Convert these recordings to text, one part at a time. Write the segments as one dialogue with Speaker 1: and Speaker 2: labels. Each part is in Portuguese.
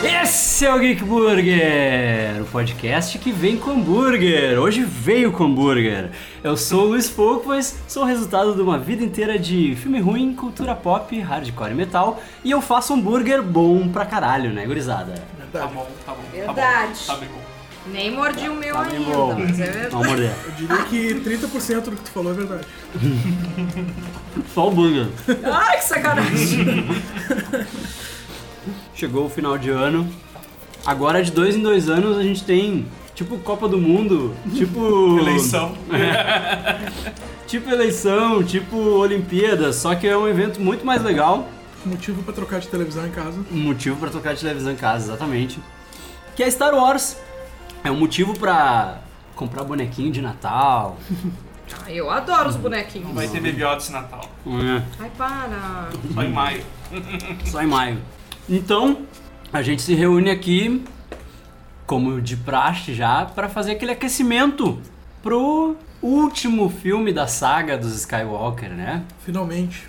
Speaker 1: Esse é o Geek Burger, o podcast que vem com hambúrguer. Hoje veio com hambúrguer. Eu sou o Luiz Pouco, mas sou o resultado de uma vida inteira de filme ruim, cultura pop, hardcore e metal. E eu faço hambúrguer bom pra caralho, né, gurizada?
Speaker 2: Tá bom, tá bom.
Speaker 3: Verdade.
Speaker 2: Tá bom, tá bom.
Speaker 3: Nem mordi o meu
Speaker 1: Tá bem
Speaker 3: ainda,
Speaker 1: bom.
Speaker 3: mas é verdade.
Speaker 1: Vamos morder.
Speaker 4: Eu diria que 30% do que tu falou é verdade.
Speaker 1: Só o hambúrguer.
Speaker 3: Ai, que sacanagem.
Speaker 1: Chegou o final de ano. Agora, de dois em dois anos, a gente tem tipo Copa do Mundo, tipo.
Speaker 2: Eleição.
Speaker 1: Tipo eleição, tipo Olimpíadas, só que é um evento muito mais legal.
Speaker 4: Motivo pra trocar de televisão em casa.
Speaker 1: Um motivo pra tocar televisão em casa, exatamente. Que é Star Wars. É um motivo pra comprar bonequinho de Natal.
Speaker 3: Ah, Eu adoro os
Speaker 2: Não
Speaker 3: bonequinhos.
Speaker 2: vai ter Baby Otis Natal.
Speaker 1: É,
Speaker 3: Ai, para.
Speaker 2: Só em maio.
Speaker 1: Só em maio. Então, a gente se reúne aqui, como de praxe já, pra fazer aquele aquecimento pro último filme da saga dos Skywalker, né?
Speaker 4: Finalmente.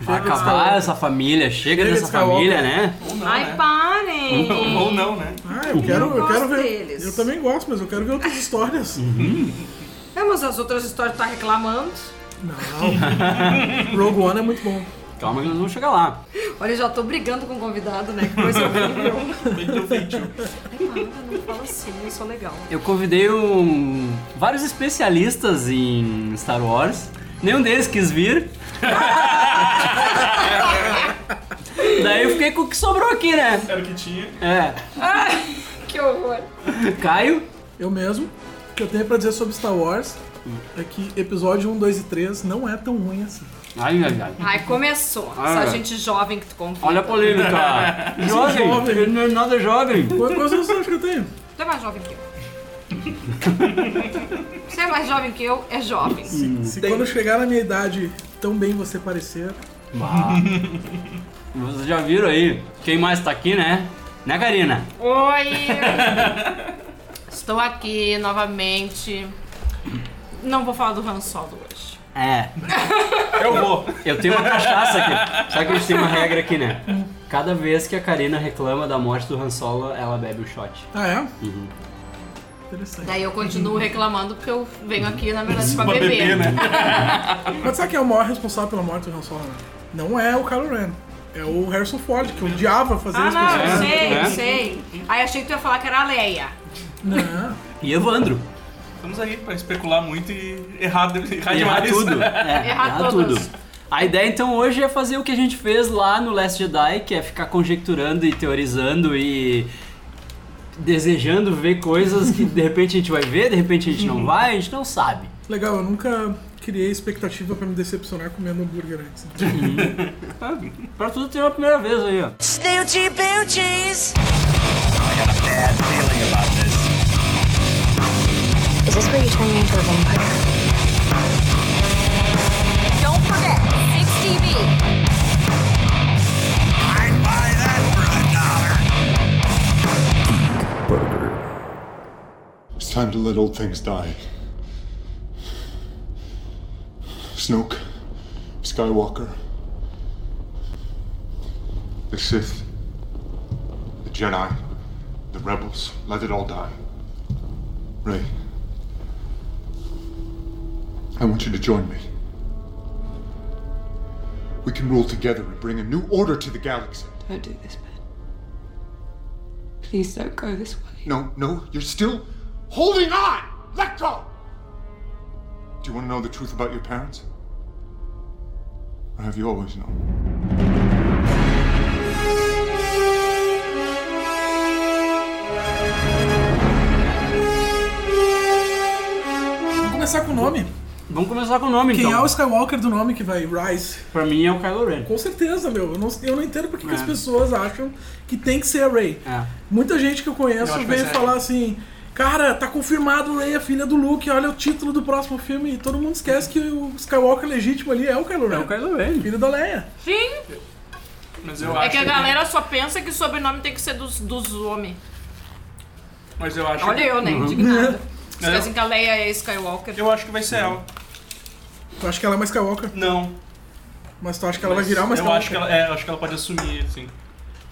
Speaker 1: Vai
Speaker 4: Chega de
Speaker 1: acabar
Speaker 4: Skywalker.
Speaker 1: essa família, chega,
Speaker 4: Chega de
Speaker 1: dessa
Speaker 4: Skywalker.
Speaker 1: família, né?
Speaker 2: Ou não,
Speaker 3: Ai,
Speaker 2: né?
Speaker 3: parem.
Speaker 2: Ou- Ou não, né?
Speaker 4: Ah, eu quero, eu
Speaker 3: gosto
Speaker 4: quero ver.
Speaker 3: deles.
Speaker 4: Eu também gosto, mas eu quero ver outras histórias.
Speaker 3: É, mas as outras histórias tá reclamando.
Speaker 4: Não. Rogue One é muito bom.
Speaker 1: Calma que nós vamos chegar lá.
Speaker 3: Olha, já tô brigando com o convidado, né? Que coisa horrível.
Speaker 2: Bem teu vídeo.
Speaker 3: Ai, para, não fala assim, eu sou legal.
Speaker 1: Eu convidei um- vários especialistas em Star Wars. Nenhum deles quis vir. Daí eu fiquei com o que sobrou aqui, né?
Speaker 2: Era o que tinha.
Speaker 1: É.
Speaker 3: Que horror.
Speaker 1: Caio.
Speaker 4: Eu mesmo. O que eu tenho pra dizer sobre Star Wars é que episódio 1, 2 e 3 não é tão ruim assim.
Speaker 1: Ai, ai, ai.
Speaker 3: Ai, começou.
Speaker 1: Ah,
Speaker 3: Essa
Speaker 1: é.
Speaker 3: gente jovem que tu convida.
Speaker 1: Olha a polêmica. Jovem.
Speaker 4: Jovem.
Speaker 1: Ele não é nada jovem.
Speaker 4: Qual é a sensação que eu tenho?
Speaker 3: Tu é mais jovem que eu. Você é mais jovem que eu, é jovem.
Speaker 4: Se quando chegar na minha idade tão bem você parecer,
Speaker 1: Bah. Vocês já viram aí quem mais tá aqui, né? Né, Karina?
Speaker 5: Oi! Estou aqui novamente.
Speaker 3: Não vou falar do Han Solo hoje.
Speaker 1: É.
Speaker 2: Eu vou.
Speaker 1: Eu tenho uma cachaça aqui. Sabe que a gente tem uma regra aqui, né? Cada vez que a Karina reclama da morte do Han Solo, ela bebe o shot.
Speaker 4: ah é? Interessante.
Speaker 5: Daí eu continuo reclamando porque eu venho aqui, na verdade, pra
Speaker 2: Pra
Speaker 5: beber.
Speaker 2: beber, né?
Speaker 4: Mas sabe quem é o maior responsável pela morte do Han Solo? né? Não é o Kylo Ren. É o Harrison Ford, que odiava fazer
Speaker 3: Ah,
Speaker 4: as
Speaker 3: não,
Speaker 4: pessoas.
Speaker 3: eu sei,
Speaker 1: né?
Speaker 3: eu sei. Aí achei que tu ia falar que era a Leia.
Speaker 4: Não.
Speaker 1: E Evandro.
Speaker 2: Estamos aí pra especular muito e errar, Tá de- errar
Speaker 1: Errar
Speaker 2: demais.
Speaker 1: tudo. É,
Speaker 3: Errar todas.
Speaker 1: A ideia então hoje é fazer o que a gente fez lá no Last Jedi, que é ficar conjecturando e teorizando e desejando ver coisas que de repente a gente vai ver, de repente a gente não vai, a gente não sabe.
Speaker 4: Legal, eu nunca criei expectativa pra me decepcionar comendo hambúrguer antes.
Speaker 1: Pra tudo tem uma primeira vez aí, ó.
Speaker 6: Snooty Booties.
Speaker 7: Is this where you turn me into a vampire?
Speaker 6: Don't forget, 6TV.
Speaker 8: It's time to let old things die. Snoke, Skywalker, the Sith, the Jedi, the Rebels. Let it all die. Ray, I want you to join me. We can rule together and bring a new order to the galaxy.
Speaker 9: Don't do this, Ben. Please don't go this way.
Speaker 8: No, no, you're still holding on! Let go! Do you want to know the truth about your parents? Or have you always known?
Speaker 4: Vamos começar com o nome.
Speaker 2: Então.
Speaker 1: Vamos começar com o nome
Speaker 4: Quem é
Speaker 1: então.
Speaker 4: o Skywalker do nome que vai? Rise.
Speaker 1: Pra mim é o Kylo Ren.
Speaker 4: Com certeza, meu. Eu não, eu não entendo porque que
Speaker 1: É.
Speaker 4: as pessoas acham que tem que ser a Rey.
Speaker 1: É.
Speaker 4: Muita gente que eu
Speaker 2: Eu
Speaker 4: conheço
Speaker 2: acho que vai
Speaker 4: veio
Speaker 2: ser
Speaker 4: falar assim... Cara, tá confirmado Rey, a filha do Luke. Olha o título do próximo filme. E todo mundo esquece que o Skywalker legítimo ali é o Kylo Ren.
Speaker 1: É o Kylo Ren.
Speaker 4: Filho da Leia.
Speaker 5: Sim!
Speaker 2: Mas eu
Speaker 5: É
Speaker 2: acho
Speaker 5: que a galera só pensa que sobrenome tem que ser dos, dos homens.
Speaker 2: Mas eu acho.
Speaker 3: Olha eu, né? Indignada.
Speaker 5: assim.
Speaker 3: Esquecem que a Leia é Skywalker.
Speaker 2: Eu acho que vai ser ela.
Speaker 4: Tu acha que ela é mais Skywalker?
Speaker 2: Não.
Speaker 4: Mas tu acha que ela
Speaker 2: mas
Speaker 4: vai virar uma
Speaker 2: Eu
Speaker 4: Skywalker?
Speaker 2: acho que ela, é, eu acho que ela pode assumir, assim.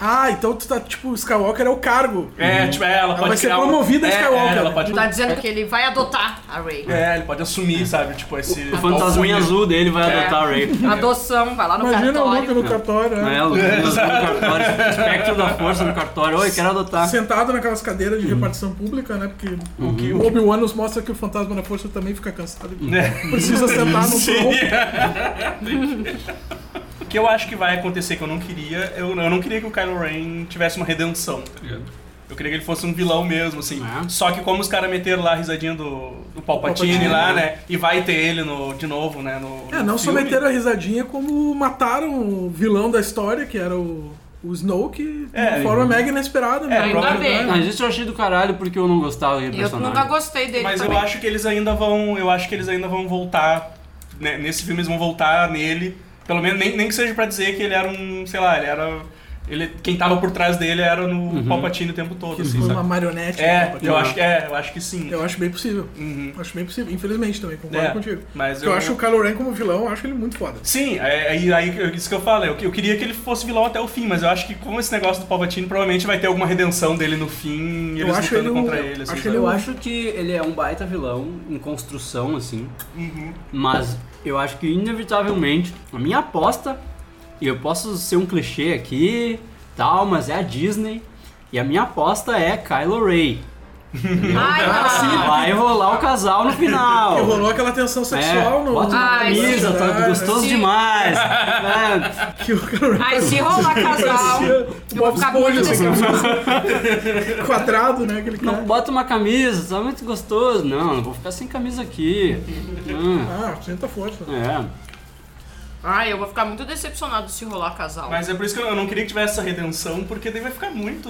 Speaker 4: Ah, então tu tá, tipo, Skywalker é o cargo.
Speaker 2: É,
Speaker 1: Uhum.
Speaker 2: tipo, é, ela pode
Speaker 4: vai ser
Speaker 2: criar um-
Speaker 4: promovida a
Speaker 2: é,
Speaker 4: Skywalker.
Speaker 2: É, ela pode...
Speaker 5: Tá dizendo que ele vai adotar a Ray.
Speaker 2: É, ele pode assumir, sabe? Tipo, esse...
Speaker 1: O fantasminha azul dele vai adotar a Ray.
Speaker 5: Adoção, vai lá no
Speaker 4: Imagina o Luke
Speaker 5: cartório.
Speaker 4: no cartório,
Speaker 1: Não
Speaker 4: né?
Speaker 1: é, o fantasminha azul no cartório. Espectro da força no cartório. Oi, quero adotar.
Speaker 4: Sentado naquelas cadeiras
Speaker 2: Uhum.
Speaker 4: de repartição pública, né? Porque o que o Obi-Wan nos mostra é que o fantasma da força também fica cansado.
Speaker 2: É.
Speaker 4: Precisa sentar no tronco.
Speaker 2: O que eu acho que vai acontecer, que eu não queria... Eu, eu não queria que o Kylo Ren tivesse uma redenção, tá ligado? Eu queria que ele fosse um vilão mesmo, assim.
Speaker 1: É.
Speaker 2: Só que como os caras meteram lá a risadinha do, do Palpatine,
Speaker 4: Palpatine,
Speaker 2: lá, né? E vai ter ele no, de novo, né? No,
Speaker 4: É,
Speaker 2: no
Speaker 4: não só
Speaker 2: filme.
Speaker 4: meteram a risadinha, como mataram o vilão da história, que era o, o Snoke, de
Speaker 2: É,
Speaker 4: uma forma mega inesperada. né?
Speaker 2: ainda
Speaker 4: Próprio,
Speaker 5: bem.
Speaker 4: né?
Speaker 1: Mas isso eu achei um do caralho porque eu não gostava do
Speaker 5: Eu
Speaker 1: personagem.
Speaker 5: nunca gostei dele
Speaker 2: Mas eu
Speaker 5: também.
Speaker 2: acho que eles ainda vão. Eu acho que eles ainda vão voltar. né, Nesse filme eles vão voltar nele. Pelo menos nem, nem que seja pra dizer que ele era um. sei lá, ele era. Ele, quem tava por trás dele era no
Speaker 4: Uhum.
Speaker 2: Palpatine o tempo todo, assim,
Speaker 4: Foi uma
Speaker 2: sabe?
Speaker 4: marionete.
Speaker 2: É,
Speaker 4: né?
Speaker 2: eu acho, que- é, eu acho que sim.
Speaker 4: Eu acho bem possível.
Speaker 2: Uhum.
Speaker 4: Acho bem possível. Infelizmente também, concordo
Speaker 2: É,
Speaker 4: contigo.
Speaker 2: mas
Speaker 4: Porque eu...
Speaker 2: eu-
Speaker 4: acho o Kylo Ren como vilão, eu acho ele muito foda.
Speaker 2: Sim, é, aí, aí eu- isso que eu falo. Eu, eu queria que ele fosse vilão até o fim, mas eu acho que com esse negócio do Palpatine, provavelmente vai ter alguma redenção dele no fim e
Speaker 4: Eu
Speaker 2: eles
Speaker 4: acho
Speaker 2: lutando
Speaker 4: ele um-
Speaker 2: contra ele. Assim,
Speaker 4: acho
Speaker 2: sabe?
Speaker 1: Eu acho que ele é um baita vilão em construção, assim.
Speaker 4: Uhum.
Speaker 1: Mas eu acho que, inevitavelmente, a minha aposta, e eu posso ser um clichê aqui, tal, mas é a Disney, e a minha aposta é Kylo Ray.
Speaker 5: Ai,
Speaker 1: Ah,
Speaker 5: não.
Speaker 1: vai rolar o casal no final.
Speaker 4: Porque rolou aquela tensão sexual
Speaker 1: É,
Speaker 4: no.
Speaker 1: bota uma
Speaker 5: Ai,
Speaker 1: camisa,
Speaker 4: sim.
Speaker 1: tá gostoso
Speaker 5: Sim.
Speaker 1: demais. né?
Speaker 4: Que o Kylo Ren
Speaker 5: Ai, se rolar casal, eu vou ficar muito assim. decepcionada.
Speaker 4: assim, quadrado, né? Aquele cara.
Speaker 1: Não, bota uma camisa, tá muito gostoso. Não, não vou ficar sem camisa aqui. Hum,
Speaker 4: Ah, senta força.
Speaker 1: é.
Speaker 5: Ai, eu vou ficar muito decepcionado se rolar casal.
Speaker 2: Mas é por isso que eu não queria que tivesse essa redenção, porque daí vai ficar muito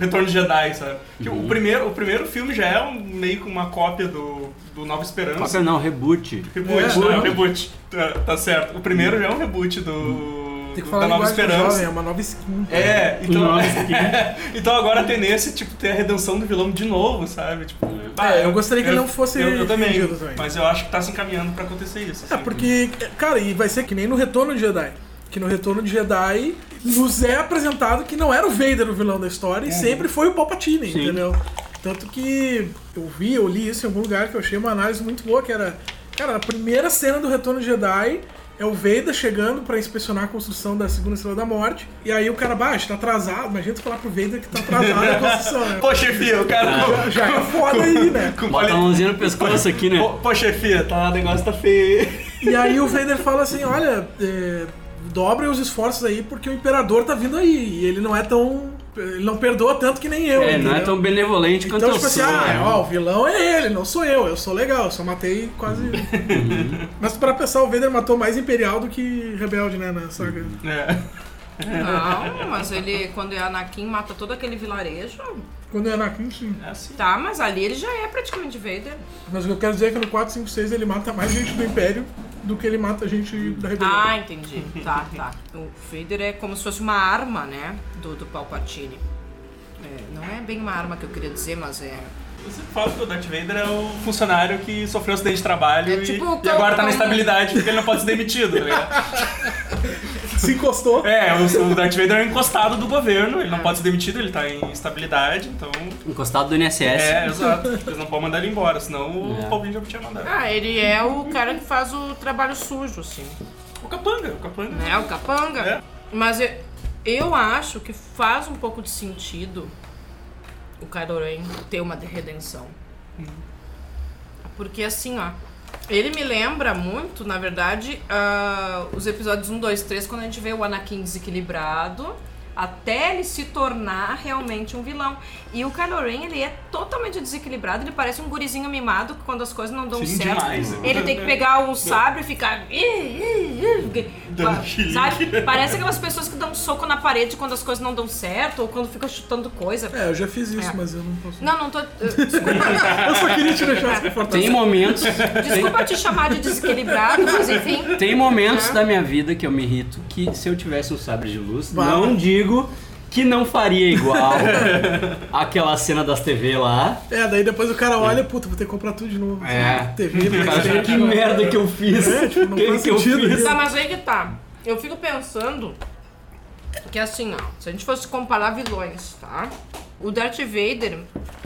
Speaker 2: Retorno de Jedi, sabe? Tipo, o, primeiro, o primeiro filme já é um- meio que uma cópia do, do Nova Esperança.
Speaker 1: Cópia não, reboot.
Speaker 2: Reboot,
Speaker 4: É.
Speaker 2: né? Reboot. Tá, tá certo. O primeiro já é um reboot do,
Speaker 4: Tem que
Speaker 2: do-
Speaker 4: falar
Speaker 2: da Nova
Speaker 4: linguagem do jovem, é
Speaker 2: Esperança.
Speaker 4: uma nova skin.
Speaker 2: É, então,
Speaker 1: Nova skin.
Speaker 2: então agora tem nesse, tipo, ter a redenção do vilão de novo, sabe? Tipo, bah,
Speaker 4: Ah, eu gostaria que ele não fosse
Speaker 2: Eu, eu também,
Speaker 4: vendido também.
Speaker 2: mas eu acho que tá se encaminhando pra acontecer isso.
Speaker 4: É,
Speaker 2: assim.
Speaker 4: porque, cara, e vai ser que nem no Retorno de Jedi. Que no Retorno de Jedi nos é apresentado que não era o Vader o vilão da história e sempre foi o Palpatine, entendeu? Tanto que eu vi, eu li isso em algum lugar que eu achei uma análise muito boa, que era, cara, na primeira cena do Retorno de Jedi é o Vader chegando pra inspecionar a construção da segunda estrela da morte, e aí o cara, baixa, tá atrasado, imagina tu falar pro Vader que tá atrasado a construção, né?
Speaker 2: Pô, chefia, o cara com-
Speaker 4: Já é foda aí, né?
Speaker 2: com,
Speaker 1: Bota a
Speaker 2: poli-
Speaker 1: mãozinha no pescoço aqui, né?
Speaker 2: Pô, pô, chefia, tá, o negócio tá feio.
Speaker 4: E aí o Vader fala assim, olha, é, dobrem os esforços aí porque o Imperador tá vindo aí. E ele não é tão... Ele não perdoa tanto que nem eu,
Speaker 1: É, não é
Speaker 4: entendeu?
Speaker 1: tão benevolente quanto
Speaker 4: Então,
Speaker 1: eu
Speaker 4: tipo assim,
Speaker 1: sou.
Speaker 4: ah,
Speaker 1: né?
Speaker 4: ó, o vilão é ele, não sou eu, eu sou legal, eu só matei quase.
Speaker 1: Uhum.
Speaker 4: Mas pra pensar, o Vader matou mais Imperial do que Rebelde, né, na saga.
Speaker 2: É.
Speaker 5: Não, mas ele, quando é Anakin, mata todo aquele vilarejo.
Speaker 4: Quando é Anakin, sim.
Speaker 2: assim,
Speaker 5: Tá, mas ali ele já é praticamente Vader.
Speaker 4: Mas o que eu quero dizer é que no 4, 5, 6 ele mata mais gente do Império do que ele mata gente da Rebelião.
Speaker 5: Ah, entendi. Tá, tá. O Vader é como se fosse uma arma, né? Do, do Palpatine. É, não é bem uma arma que eu queria dizer, mas é.
Speaker 2: Você fala que o Darth Vader é o funcionário que sofreu acidente de trabalho
Speaker 5: É
Speaker 2: e,
Speaker 5: tipo o
Speaker 2: e agora tá
Speaker 5: Capitão-
Speaker 2: na estabilidade porque ele não pode ser demitido, tá ligado?
Speaker 4: Se encostou.
Speaker 2: É, o, o Darth Vader é um encostado do governo, ele não pode ser demitido, ele tá em estabilidade, então.
Speaker 1: Encostado do INSS.
Speaker 2: É, exato. Eles não podem mandar ele embora, senão
Speaker 4: É.
Speaker 2: o Paulinho já podia mandar.
Speaker 5: Ah, ele é o cara que faz o trabalho sujo, assim.
Speaker 2: O Capanga, o Capanga.
Speaker 5: Né? O capanga.
Speaker 2: É.
Speaker 5: Mas eu, eu acho que faz um pouco de sentido o Kylo Ren ter uma de- redenção. Porque assim, ó. Ele me lembra muito, na verdade, ah, os episódios 1, 2, 3, quando a gente vê o Anakin desequilibrado, até ele se tornar realmente um vilão. E o Kylo Ren, ele é totalmente desequilibrado, ele parece um gurizinho mimado, que quando as coisas não dão
Speaker 2: Sim,
Speaker 5: certo,
Speaker 2: demais. né?
Speaker 5: ele tem que pegar o sabre e ficar... "Ih, ih, ih",
Speaker 2: Dando
Speaker 5: pa-
Speaker 2: chilique.
Speaker 5: Sabe? Parece aquelas pessoas que dão um soco na parede quando as coisas não dão certo, ou quando ficam chutando coisa.
Speaker 4: É, eu já fiz isso,
Speaker 5: É.
Speaker 4: mas eu não posso.
Speaker 5: Não, não tô... Desculpa,
Speaker 4: Eu só queria te deixar desconfortável.
Speaker 1: Tem momentos,
Speaker 5: desculpa te chamar de desequilibrado, mas enfim...
Speaker 1: tem momentos
Speaker 4: É.
Speaker 1: da minha vida que eu me irrito que se eu tivesse um sabre de luz,
Speaker 4: Bah.
Speaker 1: não digo que não faria igual aquela cena das TV lá.
Speaker 4: É, daí depois o cara olha, puta, vou ter que comprar tudo de novo.
Speaker 1: É.
Speaker 4: TV,
Speaker 1: O cara fica,
Speaker 4: PlayStation.
Speaker 1: que merda que eu fiz.
Speaker 4: É, tipo, não
Speaker 1: que
Speaker 4: faz
Speaker 1: que eu
Speaker 4: sentido
Speaker 1: fiz?
Speaker 4: isso.
Speaker 5: Tá, mas aí que tá. Eu fico pensando Que é assim, ó. Se a gente fosse comparar vilões, tá? O Darth Vader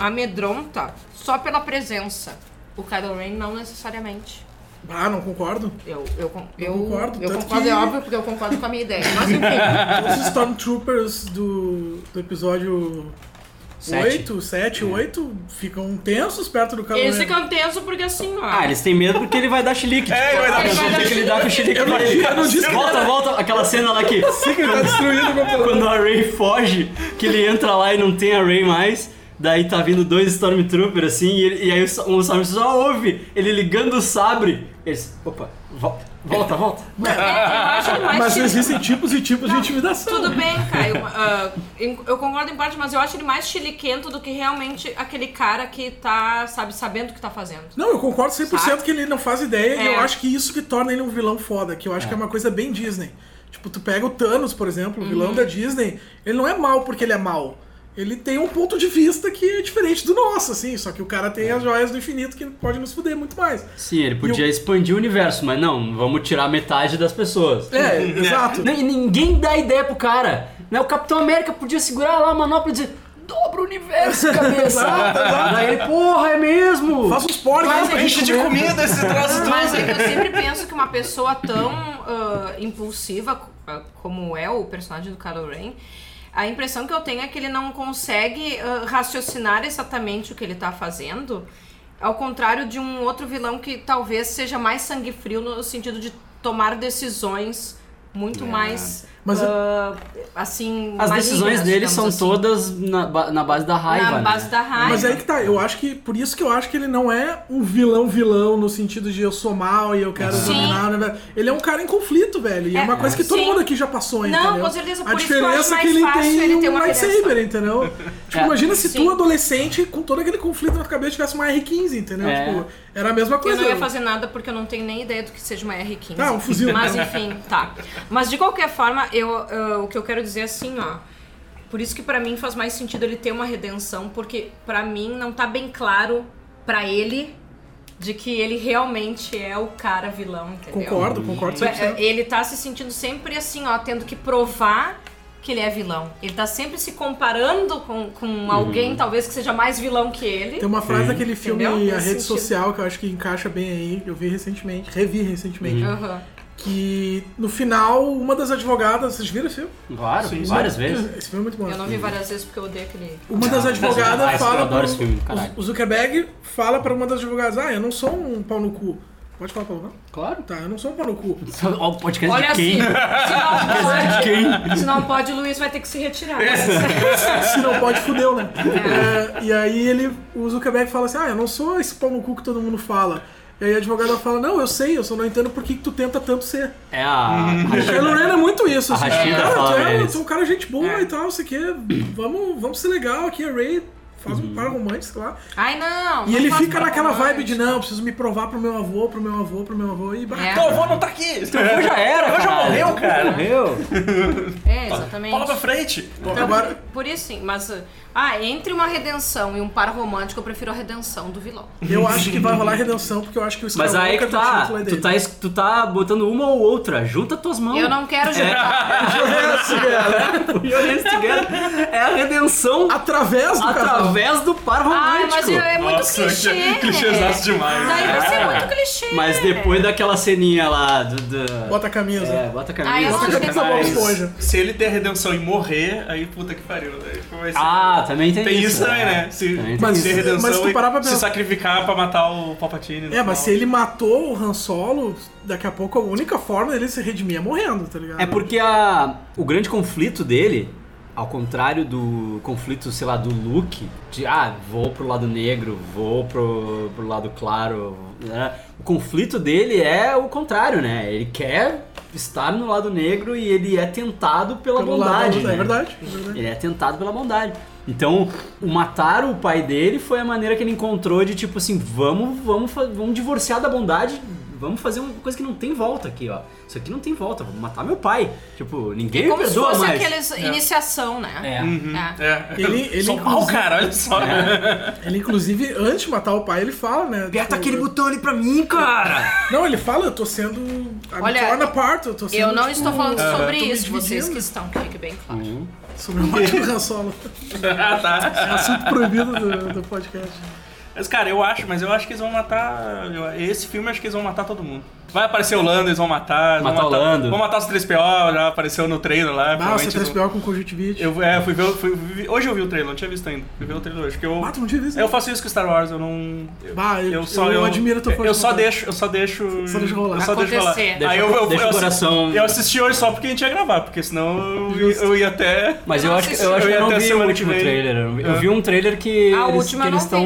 Speaker 5: amedronta só pela presença. O Kylo Ren não necessariamente.
Speaker 4: Ah, não concordo.
Speaker 5: Eu, eu, con- eu,
Speaker 4: concordo,
Speaker 5: Eu
Speaker 4: tanto
Speaker 5: concordo,
Speaker 4: que-
Speaker 5: é óbvio, porque eu concordo com a minha ideia. Mas enfim.
Speaker 4: Os Stormtroopers do, do episódio
Speaker 1: Sete. É.
Speaker 4: 8, 7, 8 ficam tensos perto do calor.
Speaker 5: Eles ficam tensos porque assim, ó.
Speaker 1: Ah, eles têm medo porque ele vai dar chilique. tipo,
Speaker 2: É, ele vai dar
Speaker 1: Eles vão ter
Speaker 5: chilique.
Speaker 1: que lidar com o chilique dele. Volta, volta. Aquela cena lá que...
Speaker 4: tá destruindo o computador.
Speaker 1: Quando a Ray foge, que ele entra lá e não tem a Ray mais. Daí tá vindo dois Stormtroopers assim, e, ele- e aí o Sa- um Stormtrooper só ouve ele ligando o sabre. Eles, opa, volta, volta, volta.
Speaker 5: é, Eu acho mais
Speaker 4: Mas um-
Speaker 5: chilique.
Speaker 4: existem tipos e tipos de intimidação.
Speaker 5: Tudo bem, Caio. ah, em- eu concordo em parte, mas eu acho ele mais chiliquento do que realmente aquele cara que tá, sabe, sabendo o que tá fazendo.
Speaker 4: Não, eu concordo 100% que ele não faz ideia e
Speaker 5: É.
Speaker 4: eu acho que isso que torna ele um vilão foda, que eu acho que é uma coisa bem Disney. Tipo, tu pega o Thanos, por exemplo, o
Speaker 5: Uhum.
Speaker 4: vilão da Disney, ele não é mal porque ele é mal. Ele tem um ponto de vista que é diferente do nosso, assim, só que o cara
Speaker 2: É.
Speaker 4: tem as joias do infinito que pode nos fuder muito mais.
Speaker 1: Sim, ele podia expandir o universo, mas não, vamos tirar metade das pessoas.
Speaker 4: É, exato.
Speaker 1: Nem- Ninguém dá ideia pro cara. Né? O Capitão América podia segurar lá a manopla e dizer: dobra o universo, cabeça. Daí ele, porra, é mesmo?
Speaker 4: Faça uns porcos,
Speaker 5: Mas
Speaker 4: né?
Speaker 5: é
Speaker 2: Enche de comida esse troço tudo.
Speaker 5: Mas é que eu sempre penso que uma pessoa tão ah, impulsiva ah, como é o personagem do Kylo Ren, a impressão que eu tenho é que ele não consegue ah, raciocinar exatamente o que ele tá fazendo, ao contrário de um outro vilão que talvez seja mais sangue frio no sentido de tomar decisões muito mais
Speaker 4: Mas eu-
Speaker 5: ah, assim
Speaker 1: As decisões
Speaker 5: malignas,
Speaker 1: dele
Speaker 5: digamos
Speaker 1: são
Speaker 5: assim.
Speaker 1: todas na, ba- na base da raiva.
Speaker 5: na
Speaker 1: né?
Speaker 5: base da raiva.
Speaker 4: Mas aí que tá, eu acho que. Por isso que eu acho que ele não é um vilão vilão no sentido de eu sou mal e eu quero
Speaker 5: Sim.
Speaker 4: dominar, né, velho? Ele é um cara em conflito, velho. E é,
Speaker 5: É,
Speaker 4: uma coisa que todo
Speaker 5: sim.
Speaker 4: mundo aqui já passou,
Speaker 5: Não,
Speaker 4: entendeu?
Speaker 5: com certeza,
Speaker 4: A
Speaker 5: por isso que eu acho
Speaker 4: diferença é que
Speaker 5: mais
Speaker 4: ele
Speaker 5: fácil
Speaker 4: tem,
Speaker 5: ele ter
Speaker 4: um
Speaker 5: uma
Speaker 4: lightsaber, entendeu? Tipo,
Speaker 1: É.
Speaker 4: imagina se tu,
Speaker 5: Sim.
Speaker 4: adolescente, com todo aquele conflito na tua cabeça, tivesse uma R15, entendeu?
Speaker 1: É.
Speaker 4: Tipo, era a mesma
Speaker 5: Eu
Speaker 4: coisa.
Speaker 5: não ia fazer nada porque eu não tenho nem ideia do que seja uma R15.
Speaker 4: é. Ah, um fuzil.
Speaker 5: Mas enfim, tá. Mas de qualquer forma, eu, ah, o que eu quero dizer é assim, ó. Por isso que pra mim faz mais sentido ele ter uma redenção, porque pra mim não tá bem claro pra ele de que ele realmente é o cara vilão, entendeu?
Speaker 4: Concordo, concordo 100%.
Speaker 5: É, Ele tá se sentindo sempre assim, ó, tendo que provar que ele é vilão. Ele tá sempre se comparando com, com alguém, talvez que seja mais vilão que ele.
Speaker 4: Tem uma frase daquele filme
Speaker 5: é. Entendeu? Nesse
Speaker 4: A Rede
Speaker 5: sentido.
Speaker 4: Social que eu acho que encaixa bem aí, eu vi recentemente, revi recentemente.
Speaker 5: Aham.
Speaker 4: Que no final, uma das advogadas. Vocês viram esse filme?
Speaker 1: Claro, várias vezes.
Speaker 4: Esse filme é muito bom.
Speaker 5: Eu não vi várias vezes porque eu odeio aquele.
Speaker 4: Uma das advogadas
Speaker 1: Ah, esse-
Speaker 4: fala.
Speaker 1: eu adoro
Speaker 4: pro-
Speaker 1: esse filme, caralho.
Speaker 4: O Zuckerberg fala pra uma das advogadas: Ah, eu não sou um pau no cu. Pode falar palavrão?
Speaker 1: Claro.
Speaker 4: Tá, eu não sou um pau no cu.
Speaker 1: Olha o podcast
Speaker 5: Olha
Speaker 1: de
Speaker 5: assim,
Speaker 1: quem?
Speaker 5: se não pode,
Speaker 1: Quem?
Speaker 5: se não pode, o Luiz vai ter que se retirar.
Speaker 4: Se não pode, fudeu, né? É, e aí ele, o Zuckerberg fala assim: Ah, eu não sou esse pau no cu que todo mundo fala. E aí a advogada fala: Não, eu sei, eu só não entendo por que que tu tenta tanto ser.
Speaker 1: É a.
Speaker 4: O Kylo Ren é muito isso.
Speaker 1: A
Speaker 4: Assim,
Speaker 1: Rashida
Speaker 4: cara, tu
Speaker 1: fala
Speaker 4: é,
Speaker 1: mesmo.
Speaker 4: tu é um cara gente boa e tal, não sei o quê. Vamos, vamos ser legal aqui, a Ray. Faz
Speaker 1: Uhum.
Speaker 4: um par romântico lá.
Speaker 5: Ai, não!
Speaker 4: E
Speaker 5: não
Speaker 4: ele
Speaker 5: faço
Speaker 4: fica naquela
Speaker 5: propaganda.
Speaker 4: vibe de não, eu preciso me provar pro meu avô, pro meu avô, pro meu avô e bah,
Speaker 5: É.
Speaker 2: Teu avô não tá aqui. Teu
Speaker 4: É.
Speaker 2: avô
Speaker 1: Já era,
Speaker 2: Teu avô já
Speaker 1: caralho.
Speaker 2: morreu, cara.
Speaker 1: Morreu.
Speaker 5: É,
Speaker 2: Bola pra
Speaker 5: exatamente.
Speaker 2: frente.
Speaker 5: Então,
Speaker 4: Agora,
Speaker 5: Por isso sim, mas. Ah, entre uma redenção e um par romântico, eu prefiro a redenção do vilão.
Speaker 4: eu acho que vai rolar redenção, porque eu acho que o
Speaker 1: Mas aí que
Speaker 4: Skywalker tem o
Speaker 1: tá.
Speaker 4: título aí
Speaker 1: Tu
Speaker 4: dele.
Speaker 1: tá, es- tu tá botando uma ou outra. Junta tuas mãos. É
Speaker 5: Eu não quero juntar.
Speaker 1: We Are Hands Together é a redenção
Speaker 4: Através do casal.
Speaker 1: através do par
Speaker 5: Ai, Ah, mas
Speaker 1: romântico.
Speaker 5: é muito
Speaker 2: Nossa,
Speaker 5: clichê. né?
Speaker 2: clichêzaço demais.
Speaker 5: Daí vai ser muito clichê.
Speaker 1: Mas depois daquela ceninha lá do. do-
Speaker 4: Bota a camisa.
Speaker 1: É, bota a
Speaker 5: Ah,
Speaker 1: camisa.
Speaker 5: eu não
Speaker 4: Bota a camisa Bob
Speaker 2: Mas
Speaker 4: Esponja.
Speaker 2: se ele ter redenção e morrer, aí puta que pariu. Daí vai ser-
Speaker 1: Ah, também tem,
Speaker 2: Tem isso também,
Speaker 1: é.
Speaker 2: né? Se,
Speaker 1: Também tem
Speaker 2: mas,
Speaker 1: isso.
Speaker 2: se redenção
Speaker 4: Mas se tu parar pra
Speaker 2: e
Speaker 4: pensar-
Speaker 2: se sacrificar pra matar o Palpatine. no
Speaker 4: É, mas
Speaker 2: final.
Speaker 4: se ele matou o Han Solo, daqui a pouco a única forma dele se redimir é morrendo, tá ligado?
Speaker 1: É porque a, o grande conflito dele, ao contrário do conflito, sei lá, do Luke, de ah, vou pro lado negro, vou pro, pro lado claro. né? O conflito dele é o contrário, né? Ele quer estar no lado negro e ele é tentado pela
Speaker 4: Pelo lado-
Speaker 1: bondade. né?
Speaker 4: É verdade, é verdade.
Speaker 1: Ele é tentado pela bondade. Então, o matar o pai dele foi a maneira que ele encontrou de tipo assim, vamos, vamos, fa- vamos divorciar da bondade, vamos fazer uma coisa que não tem volta aqui, ó. Isso aqui não tem volta, vamos matar meu pai. Tipo, ninguém me
Speaker 5: É Como se
Speaker 1: perdoa
Speaker 5: fosse
Speaker 1: mais.
Speaker 5: aqueles iniciação, né?
Speaker 1: É.
Speaker 5: É.
Speaker 2: É.
Speaker 4: Ele- ele
Speaker 2: Só mal,
Speaker 4: inclusive- É.
Speaker 2: cara, olha só.
Speaker 4: Ele, inclusive, antes de matar o pai, ele fala, né? tipo,
Speaker 1: Aperta aquele botão ali pra mim, cara!
Speaker 4: Não, ele fala, eu tô sendo. I'm
Speaker 5: Olha,
Speaker 4: torn apart, eu tô sendo.
Speaker 5: Eu não
Speaker 4: tipo,
Speaker 5: estou falando
Speaker 4: eu
Speaker 5: sobre
Speaker 4: tô me
Speaker 5: isso, vocês que
Speaker 4: dividindo
Speaker 5: estão, que fique bem claro.
Speaker 4: Sobre o Martin Han Solo.
Speaker 2: Ah, tá.
Speaker 4: É assunto proibido do, do podcast.
Speaker 2: Mas, cara, eu acho, mas eu acho que eles vão matar. eu- Esse filme eu acho que eles vão matar todo mundo. Vai aparecer o Lando, eles vão matar. eles
Speaker 1: Matar
Speaker 2: vão
Speaker 1: o Lando.
Speaker 2: Vão matar os 3PO, já apareceu no trailer lá.
Speaker 4: Ah,
Speaker 2: provavelmente
Speaker 4: você
Speaker 2: eles
Speaker 4: tá
Speaker 2: vão-
Speaker 4: pior com conjuntivite.
Speaker 2: Eu, é, fui ver, o- fui- vi- hoje eu vi o trailer, não tinha visto ainda. Fui ver o trailer hoje. porque eu,
Speaker 4: Ah, tu não tinha visto?
Speaker 2: eu faço isso com Star Wars, eu não. Eu,
Speaker 4: Bah, eu- eu admiro a tua força
Speaker 2: Eu só
Speaker 4: de vontade.
Speaker 2: deixo, eu só deixo.
Speaker 4: Só deixa rolar.
Speaker 2: Eu só deixo rolar.
Speaker 5: Acontecer.
Speaker 2: Aí eu, eu, eu,
Speaker 1: Deixa o
Speaker 2: assi-
Speaker 1: coração-
Speaker 2: eu assisti hoje só porque a gente ia gravar, porque senão eu, eu ia até.
Speaker 1: Mas eu acho, que- eu acho que
Speaker 2: Eu ia
Speaker 1: eu não
Speaker 2: até
Speaker 1: vi o
Speaker 2: semana que
Speaker 1: último
Speaker 2: vem.
Speaker 1: trailer. Eu vi- Eu vi um trailer que
Speaker 5: A
Speaker 1: eles
Speaker 5: última
Speaker 1: que
Speaker 5: eu
Speaker 1: eles
Speaker 5: não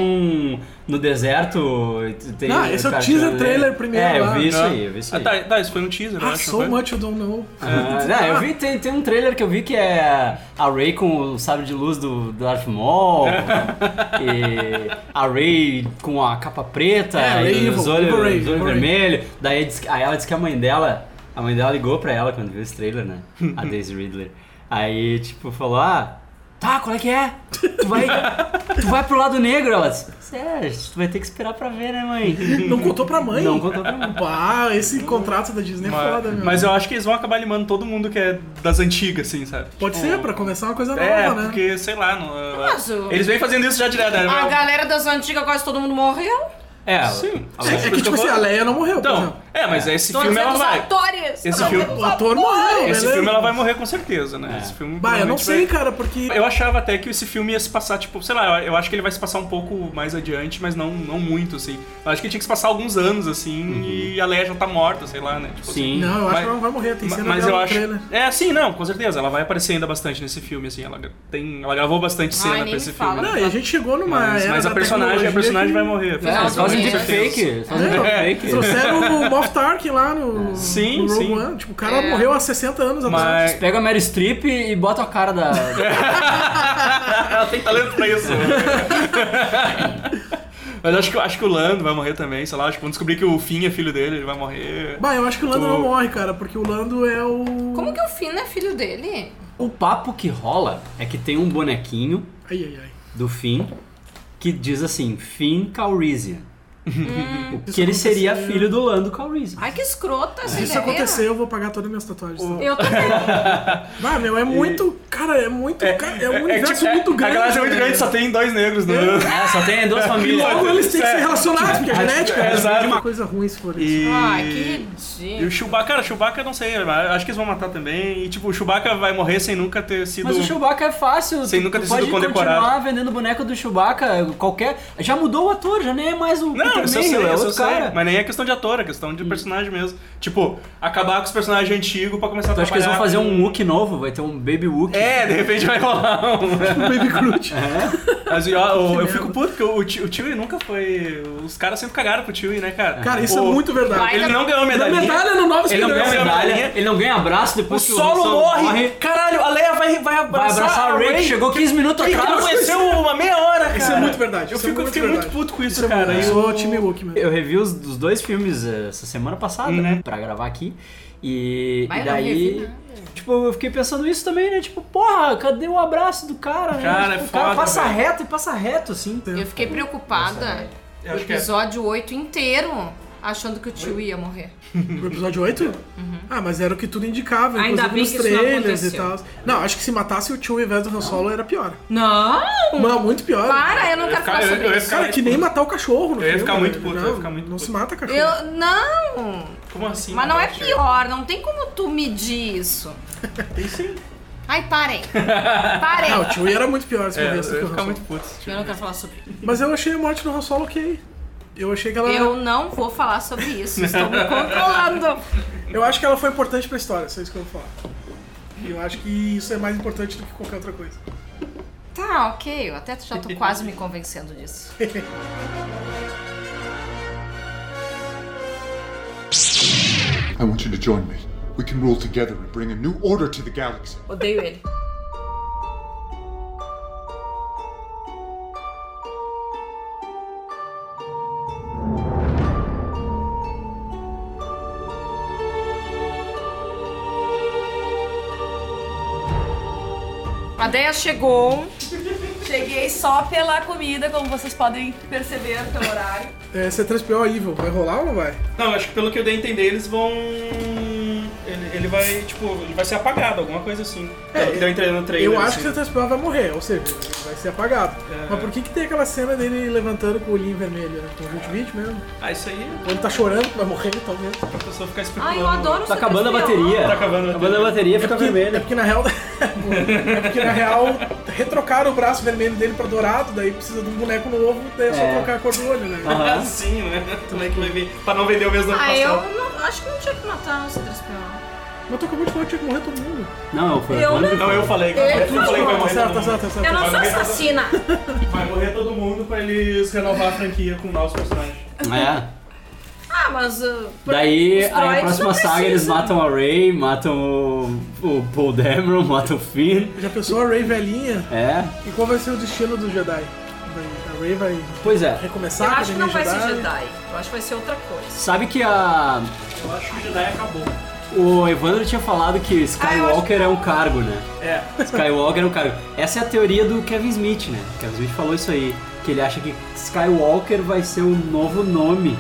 Speaker 1: estão no deserto. e t- Tem,
Speaker 4: Não, esse é o
Speaker 1: tá-
Speaker 4: teaser trailer primeiro
Speaker 1: É, eu
Speaker 4: lá.
Speaker 1: vi isso
Speaker 2: Ah.
Speaker 1: aí, eu vi isso
Speaker 2: Ah,
Speaker 1: aí.
Speaker 2: tá, tá, isso foi no teaser, eu
Speaker 4: Ah,
Speaker 2: acho. não
Speaker 4: so
Speaker 2: foi?
Speaker 4: much you don't know.
Speaker 1: Ah, não,
Speaker 2: é,
Speaker 1: eu vi, tem, tem um trailer que eu vi que é a Ray com o sabre de luz do Darth Maul, e a Ray com a capa preta,
Speaker 4: É, a Rey
Speaker 1: e os
Speaker 4: evil,
Speaker 1: olhos,
Speaker 4: evil Rey,
Speaker 1: os olhos
Speaker 4: evil Rey.
Speaker 1: vermelhos. Daí diz, que- aí ela disse que a mãe dela, a mãe dela ligou pra ela quando viu esse trailer, né? A Daisy Ridley. Aí, tipo, falou, ah, tá, qual é que é? Tu vai, tu vai pro lado negro, ela disse, sério, tu vai ter que esperar pra ver, né, mãe?
Speaker 4: Não contou pra mãe?
Speaker 1: Não contou pra mãe.
Speaker 4: Bah, esse contrato da Disney é foda,
Speaker 2: Mas,
Speaker 4: meu.
Speaker 2: mas eu acho que eles vão acabar limando todo mundo que é das antigas, assim, sabe?
Speaker 4: Pode
Speaker 2: Tipo,
Speaker 4: ser, pra começar uma coisa nova,
Speaker 2: É,
Speaker 4: né?
Speaker 2: porque, sei lá, não,
Speaker 5: Mas o-
Speaker 2: eles vêm fazendo isso já direto. né?
Speaker 5: A galera das antigas, quase todo mundo morreu.
Speaker 1: É,
Speaker 2: Sim.
Speaker 1: a-
Speaker 2: Sim.
Speaker 1: a-
Speaker 4: É que, tipo assim, a Leia não morreu, por
Speaker 2: Então,
Speaker 4: exemplo.
Speaker 2: é, mas esse
Speaker 5: Todos
Speaker 2: filme ela
Speaker 5: os
Speaker 2: vai.
Speaker 5: atores.
Speaker 2: Esse
Speaker 5: todos
Speaker 2: filme-
Speaker 5: os
Speaker 4: O ator morreu,
Speaker 2: Esse
Speaker 4: beleza?
Speaker 2: filme ela vai morrer com certeza, né? Esse filme.
Speaker 4: Bah, eu não
Speaker 2: provavelmente
Speaker 4: sei,
Speaker 2: vai-
Speaker 4: cara, porque.
Speaker 2: Eu achava até que esse filme ia se passar, tipo, sei lá, eu- eu acho que ele vai se passar um pouco mais adiante, mas não, não muito, assim. Eu acho que tinha que se passar alguns anos, assim, e a Leia já tá morta, sei lá, né? Tipo,
Speaker 1: Sim.
Speaker 4: Não, eu acho
Speaker 2: Mas-
Speaker 4: que ela não vai morrer, tem
Speaker 2: Ma-
Speaker 4: cena
Speaker 2: Mas
Speaker 4: dela
Speaker 2: eu
Speaker 4: no
Speaker 2: acho.
Speaker 4: trailer.
Speaker 2: É, sim, não, com certeza. Ela vai aparecer ainda bastante nesse filme, assim. Ela, tem... ela gravou bastante
Speaker 5: Ai,
Speaker 2: cena
Speaker 5: nem
Speaker 2: pra
Speaker 5: me
Speaker 2: esse
Speaker 5: fala.
Speaker 2: filme.
Speaker 4: Não, e a gente chegou numa
Speaker 2: Mas,
Speaker 4: era
Speaker 2: mas a
Speaker 4: da
Speaker 2: personagem, a
Speaker 4: tecnologia
Speaker 2: personagem
Speaker 4: que-
Speaker 2: vai morrer.
Speaker 1: É, eles fazem
Speaker 5: Não,
Speaker 1: deepfake, eles fazem
Speaker 4: É,
Speaker 1: deepfake.
Speaker 4: Trouxeram o Moff Tarkin lá no,
Speaker 2: Sim,
Speaker 4: no Rogue
Speaker 2: sim.
Speaker 4: One. Tipo, o cara morreu há 60 anos atrás.
Speaker 2: Mas
Speaker 1: Pega a Mary Streep e bota a cara da.
Speaker 2: ela tem talento pra isso. Mas acho que, acho que o Lando vai morrer também, sei lá. Acho que vão descobrir que o Finn é filho dele, ele vai morrer.
Speaker 4: Bah, eu acho que o Lando
Speaker 2: O-
Speaker 4: não morre, cara, porque o Lando é o.
Speaker 5: Como que o Finn é filho dele?
Speaker 1: o papo que rola é que tem um bonequinho
Speaker 4: Ai, ai, ai.
Speaker 1: do Finn que diz assim: Finn Calrissian. O que ele seria filho do Lando Calrissian.
Speaker 5: Ai, que escrota essa
Speaker 4: Se isso
Speaker 5: ideia.
Speaker 4: acontecer, eu vou pagar todas as minhas tatuagens. tá?
Speaker 5: Eu também.
Speaker 4: Bah, meu, é muito. Cara, é muito. É, é um universo
Speaker 2: tipo,
Speaker 4: muito
Speaker 2: A
Speaker 4: grande.
Speaker 2: galera é muito
Speaker 4: cara.
Speaker 2: grande, só tem dois negros, né?
Speaker 1: É, só tem duas
Speaker 4: E
Speaker 1: famílias.
Speaker 4: logo eles têm que ser relacionados, porque a genética
Speaker 2: é, exato.
Speaker 4: uma coisa ruim se for
Speaker 2: E...
Speaker 4: isso.
Speaker 5: Ai, que
Speaker 2: E o
Speaker 5: ridículo.
Speaker 2: Chewbacca, cara, o Chewbacca, não sei, acho que eles vão matar também. E, tipo, o Chewbacca vai morrer sem nunca ter sido...
Speaker 1: Mas o Chewbacca é fácil.
Speaker 2: Sem
Speaker 1: tu-
Speaker 2: nunca
Speaker 1: tu
Speaker 2: ter sido
Speaker 1: pode continuar
Speaker 2: condecorado.
Speaker 1: vendendo boneco do Chewbacca, qualquer. Já mudou o ator, já nem é mais o
Speaker 2: Não,
Speaker 1: Peter
Speaker 2: isso eu
Speaker 1: Mayhew,
Speaker 2: sei,
Speaker 1: é
Speaker 2: isso
Speaker 1: outro
Speaker 2: eu sei.
Speaker 1: cara.
Speaker 2: Mas nem é questão de ator, é questão de personagem mesmo. Tipo, acabar com os personagens antigos pra começar
Speaker 1: Tu
Speaker 2: a
Speaker 1: acha que eles vão
Speaker 2: trabalhar
Speaker 1: fazer um
Speaker 2: com-
Speaker 1: Wookie novo? Vai ter um Baby Wookie.
Speaker 2: É, de repente vai rolar um...
Speaker 4: Baby Groot.
Speaker 2: É. Mas eu, eu, eu fico puto, porque o, Ti- o Chewie nunca foi... Os caras sempre cagaram pro Chewie, né, cara?
Speaker 4: Cara, isso
Speaker 2: O-
Speaker 4: é muito verdade.
Speaker 2: Ele não ganhou
Speaker 4: Dá
Speaker 2: medalha.
Speaker 4: medalha no Nova
Speaker 1: Ele não ganha
Speaker 2: Ele não ganha
Speaker 1: medalha,
Speaker 2: medalha.
Speaker 1: ele não ganha abraço
Speaker 2: O
Speaker 1: depois que
Speaker 2: Solo morre. Caralho, a Leia vai, vai
Speaker 1: Vai
Speaker 2: abraçar,
Speaker 1: abraçar
Speaker 2: a
Speaker 1: o Ray,
Speaker 2: Rey.
Speaker 1: que chegou 15 minutos
Speaker 2: Ele
Speaker 1: atrás.
Speaker 2: apareceu uma meia hora, cara.
Speaker 4: Isso é muito verdade.
Speaker 2: Eu
Speaker 4: isso é
Speaker 2: fico,
Speaker 4: muito
Speaker 2: fiquei muito
Speaker 4: verdade.
Speaker 2: puto com isso,
Speaker 4: é
Speaker 2: cara.
Speaker 4: verdade.
Speaker 2: E
Speaker 4: Eu
Speaker 2: o-
Speaker 4: sou time Wookie, mano.
Speaker 1: Eu revi os, os dois filmes eh, essa semana passada,
Speaker 2: Uhum.
Speaker 1: né? Pra gravar aqui. E,
Speaker 5: Vai,
Speaker 1: e
Speaker 5: não revi
Speaker 1: daí. Tipo, eu fiquei pensando isso também, né? Tipo, porra, cadê o abraço do cara, né?
Speaker 2: Cara,
Speaker 1: Tipo,
Speaker 2: é
Speaker 1: o cara
Speaker 2: foda,
Speaker 1: passa
Speaker 2: velho.
Speaker 1: reto e passa reto, assim.
Speaker 5: Eu fiquei preocupada
Speaker 2: Eu
Speaker 5: o
Speaker 2: acho que é.
Speaker 5: episódio 8 inteiro achando que o tio ia morrer.
Speaker 4: O episódio 8? Ah, mas era o que tudo indicava,
Speaker 5: Uhum. Ainda
Speaker 4: inclusive
Speaker 5: bem
Speaker 4: nos
Speaker 5: que isso não
Speaker 4: trailers e tal.
Speaker 5: aconteceu.
Speaker 4: Não, acho que se matasse o Chewie ao invés do Han Solo era pior.
Speaker 5: Não!
Speaker 4: Não, muito pior.
Speaker 5: Para, eu não quero falar
Speaker 2: eu- eu
Speaker 5: sobre
Speaker 2: ia
Speaker 5: isso.
Speaker 4: Cara, é que nem matar o cachorro.
Speaker 2: Eu
Speaker 4: No
Speaker 2: ia
Speaker 4: filme,
Speaker 2: ficar muito
Speaker 4: né?
Speaker 2: puto,
Speaker 4: Não,
Speaker 2: eu ia ficar muito
Speaker 4: Não
Speaker 2: puto.
Speaker 4: se mata cachorro.
Speaker 5: Eu. Não!
Speaker 2: Como assim?
Speaker 5: Mas não é
Speaker 2: cara?
Speaker 5: pior, não tem como tu medir isso. Ai, parem! Parem!
Speaker 4: Ah, o Chewie era muito pior se
Speaker 2: É,
Speaker 4: tivesse
Speaker 2: eu
Speaker 4: que
Speaker 2: ia
Speaker 4: o Han
Speaker 2: ficar
Speaker 4: Solo.
Speaker 2: muito puto.
Speaker 5: Eu não quero falar sobre isso.
Speaker 4: Mas eu achei a morte do Han Solo ok. Eu achei que ela.
Speaker 5: Eu não vou falar sobre isso, estou me controlando.
Speaker 4: Eu acho que ela foi importante pra história, só isso que eu vou falar. E eu acho que isso é mais importante do que qualquer outra coisa.
Speaker 5: Tá, ok, eu até já tô quase me convencendo disso.
Speaker 8: I want you to join me. We can rule together and bring a new order to the galaxy.
Speaker 5: Odeio ele. A Deia chegou.
Speaker 10: Cheguei só pela comida, como vocês podem perceber pelo horário.
Speaker 4: É, C3PO Evil, vai rolar ou não vai?
Speaker 2: Não, acho que pelo que eu dei a entender, eles vão. Ele, ele vai, tipo, ele vai ser apagado, alguma coisa assim.
Speaker 4: É,
Speaker 2: pelo que deu a entender no trailer.
Speaker 4: Eu acho
Speaker 2: assim.
Speaker 4: que o C3PO vai morrer, ou seja, ele vai ser apagado.
Speaker 2: É.
Speaker 4: Mas por que, que tem aquela cena dele levantando com o olhinho vermelho, né? Com o Jutbit mesmo?
Speaker 2: Ah, isso aí é
Speaker 4: Ou ele tá chorando, vai morrer, talvez.
Speaker 2: pra pessoa ficar especulando.
Speaker 5: Ai, eu adoro
Speaker 1: Tá
Speaker 5: o
Speaker 1: acabando a bateria.
Speaker 2: Tá acabando a
Speaker 1: Acabando a bateria, fica
Speaker 4: Porque- É
Speaker 1: vermelho.
Speaker 4: porque na real. é porque na real retrocaram o braço vermelho dele pra dourado, daí precisa de um boneco novo, daí é só
Speaker 1: É.
Speaker 4: trocar a cor do olho, né?
Speaker 1: Aham.
Speaker 2: Assim, né? Como é que vai ver? Pra não vender o mesmo ano
Speaker 5: Ah, eu
Speaker 2: passado.
Speaker 5: não- acho que não tinha que matar o C3PO.
Speaker 4: Mas tu acabou de falar que tinha que morrer todo mundo.
Speaker 1: Não, foi.
Speaker 5: Eu não-
Speaker 2: Não, eu falei. É, Eu, falei que vai
Speaker 4: tá
Speaker 2: morrer
Speaker 4: certo,
Speaker 2: todo
Speaker 4: tá
Speaker 2: mundo.
Speaker 4: certo, tá certo.
Speaker 5: Eu não sou
Speaker 2: Vai morrer.
Speaker 5: assassina.
Speaker 2: Vai morrer todo mundo pra eles renovar a franquia com novos personagens.
Speaker 1: É.
Speaker 5: Ah, mas. uh, por-
Speaker 1: Daí,
Speaker 5: os
Speaker 1: aí a
Speaker 5: droids
Speaker 1: próxima
Speaker 5: não
Speaker 1: saga eles
Speaker 5: precisam.
Speaker 1: matam a Ray, matam o, o Paul Dameron, matam o Finn.
Speaker 4: Já pensou a Ray velhinha?
Speaker 1: É.
Speaker 4: E qual vai ser o destino do Jedi? Vai- a Ray vai
Speaker 1: Pois é.
Speaker 4: recomeçar
Speaker 5: Eu
Speaker 4: a
Speaker 5: acho que não vai
Speaker 4: Academia
Speaker 5: ser
Speaker 4: Jedi?
Speaker 5: Jedi. Eu acho que vai ser outra coisa.
Speaker 1: Sabe que a.
Speaker 2: Eu acho que o Jedi acabou.
Speaker 1: O Evandro tinha falado
Speaker 5: Ah,
Speaker 1: que Skywalker é um cargo, né?
Speaker 2: É.
Speaker 1: Skywalker é um cargo. Essa é a teoria do Kevin Smith, né? O Kevin Smith falou isso aí. Que ele acha que Skywalker vai ser o novo nome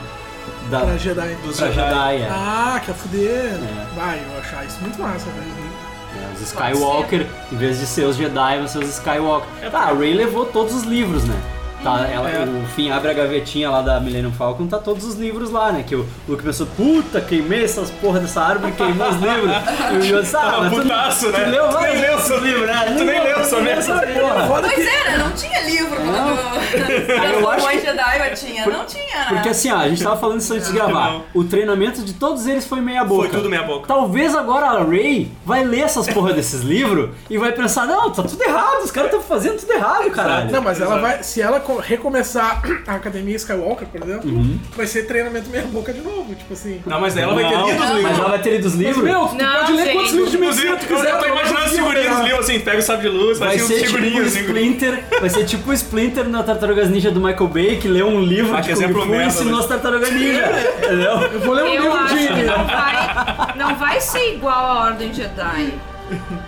Speaker 1: da
Speaker 4: Pra Jedi.
Speaker 2: Dos
Speaker 1: pra
Speaker 2: Jedi.
Speaker 1: Jedi. é.
Speaker 4: Ah, quer fuder.
Speaker 1: É.
Speaker 4: Vai, eu achar isso muito massa, né? velho.
Speaker 1: É, Os Skywalker, em vez de ser os Jedi, vão ser os Skywalker.
Speaker 2: É
Speaker 1: Tá, a Rey levou todos os livros, né?
Speaker 2: Uhum.
Speaker 1: Tá, ela-
Speaker 4: É.
Speaker 1: O Finn abre a gavetinha lá da Millennium Falcon, tá todos os livros lá, né? Que o Luke pensou, puta, queimei essas porra dessa árvore, queimei os livros. E o Yoda sabe,
Speaker 2: Tava
Speaker 1: mas tu,
Speaker 2: putaço,
Speaker 1: tu
Speaker 2: né?
Speaker 1: leu
Speaker 2: Tu nem
Speaker 1: vários
Speaker 2: leu seus livros, né? Tu nem leu sua merda.
Speaker 1: essa porra.
Speaker 4: Foda
Speaker 10: Pois
Speaker 4: que
Speaker 10: é, né? não tinha livro
Speaker 1: eu acho que-
Speaker 10: quando transformou em Jedi, eu tinha. Não tinha, né?
Speaker 1: Porque assim, ó, a gente tava falando isso antes de gravar.
Speaker 2: É, Não.
Speaker 1: O treinamento de todos eles foi meia boca.
Speaker 2: Foi tudo meia boca.
Speaker 1: Talvez agora a Ray vai ler essas porra desses livros e vai pensar, não, tá tudo errado, os caras estão fazendo tudo errado, caralho.
Speaker 4: Não, mas ela
Speaker 2: Exato.
Speaker 4: vai. Se ela co- recomeçar a academia Skywalker, por exemplo, vai ser treinamento meia boca de novo. Tipo assim.
Speaker 2: Não, mas daí ela vai ter
Speaker 1: Não,
Speaker 2: lido os
Speaker 1: Mas
Speaker 2: livros.
Speaker 1: ela vai ter lido os livros?
Speaker 4: Meu, tu
Speaker 5: Não,
Speaker 4: pode ler
Speaker 5: gente.
Speaker 4: quantos livros de medicina tu
Speaker 2: Inclusive,
Speaker 4: quiser.
Speaker 2: eu tô
Speaker 4: tu
Speaker 2: imaginando
Speaker 4: pode
Speaker 2: segurinhos
Speaker 4: pegar.
Speaker 2: os livros assim, pega o sabre de luz,
Speaker 1: Vai
Speaker 2: assim,
Speaker 1: ser
Speaker 2: uns
Speaker 1: tipo um
Speaker 2: figurinhos, assim.
Speaker 1: Splinter, vai ser tipo o Splinter na Tartarugas Ninja do Michael Bay, que leu um livro
Speaker 2: Ah,
Speaker 1: de
Speaker 2: que
Speaker 1: Kung
Speaker 2: exemplo
Speaker 1: Fu e
Speaker 2: merda,
Speaker 1: ensinou
Speaker 2: né?
Speaker 1: as Tartarugas Ninja, entendeu?
Speaker 4: Eu vou ler um
Speaker 5: Eu
Speaker 4: livro
Speaker 5: acho que
Speaker 4: de.
Speaker 5: não vai, não vai ser igual a Ordem Jedi.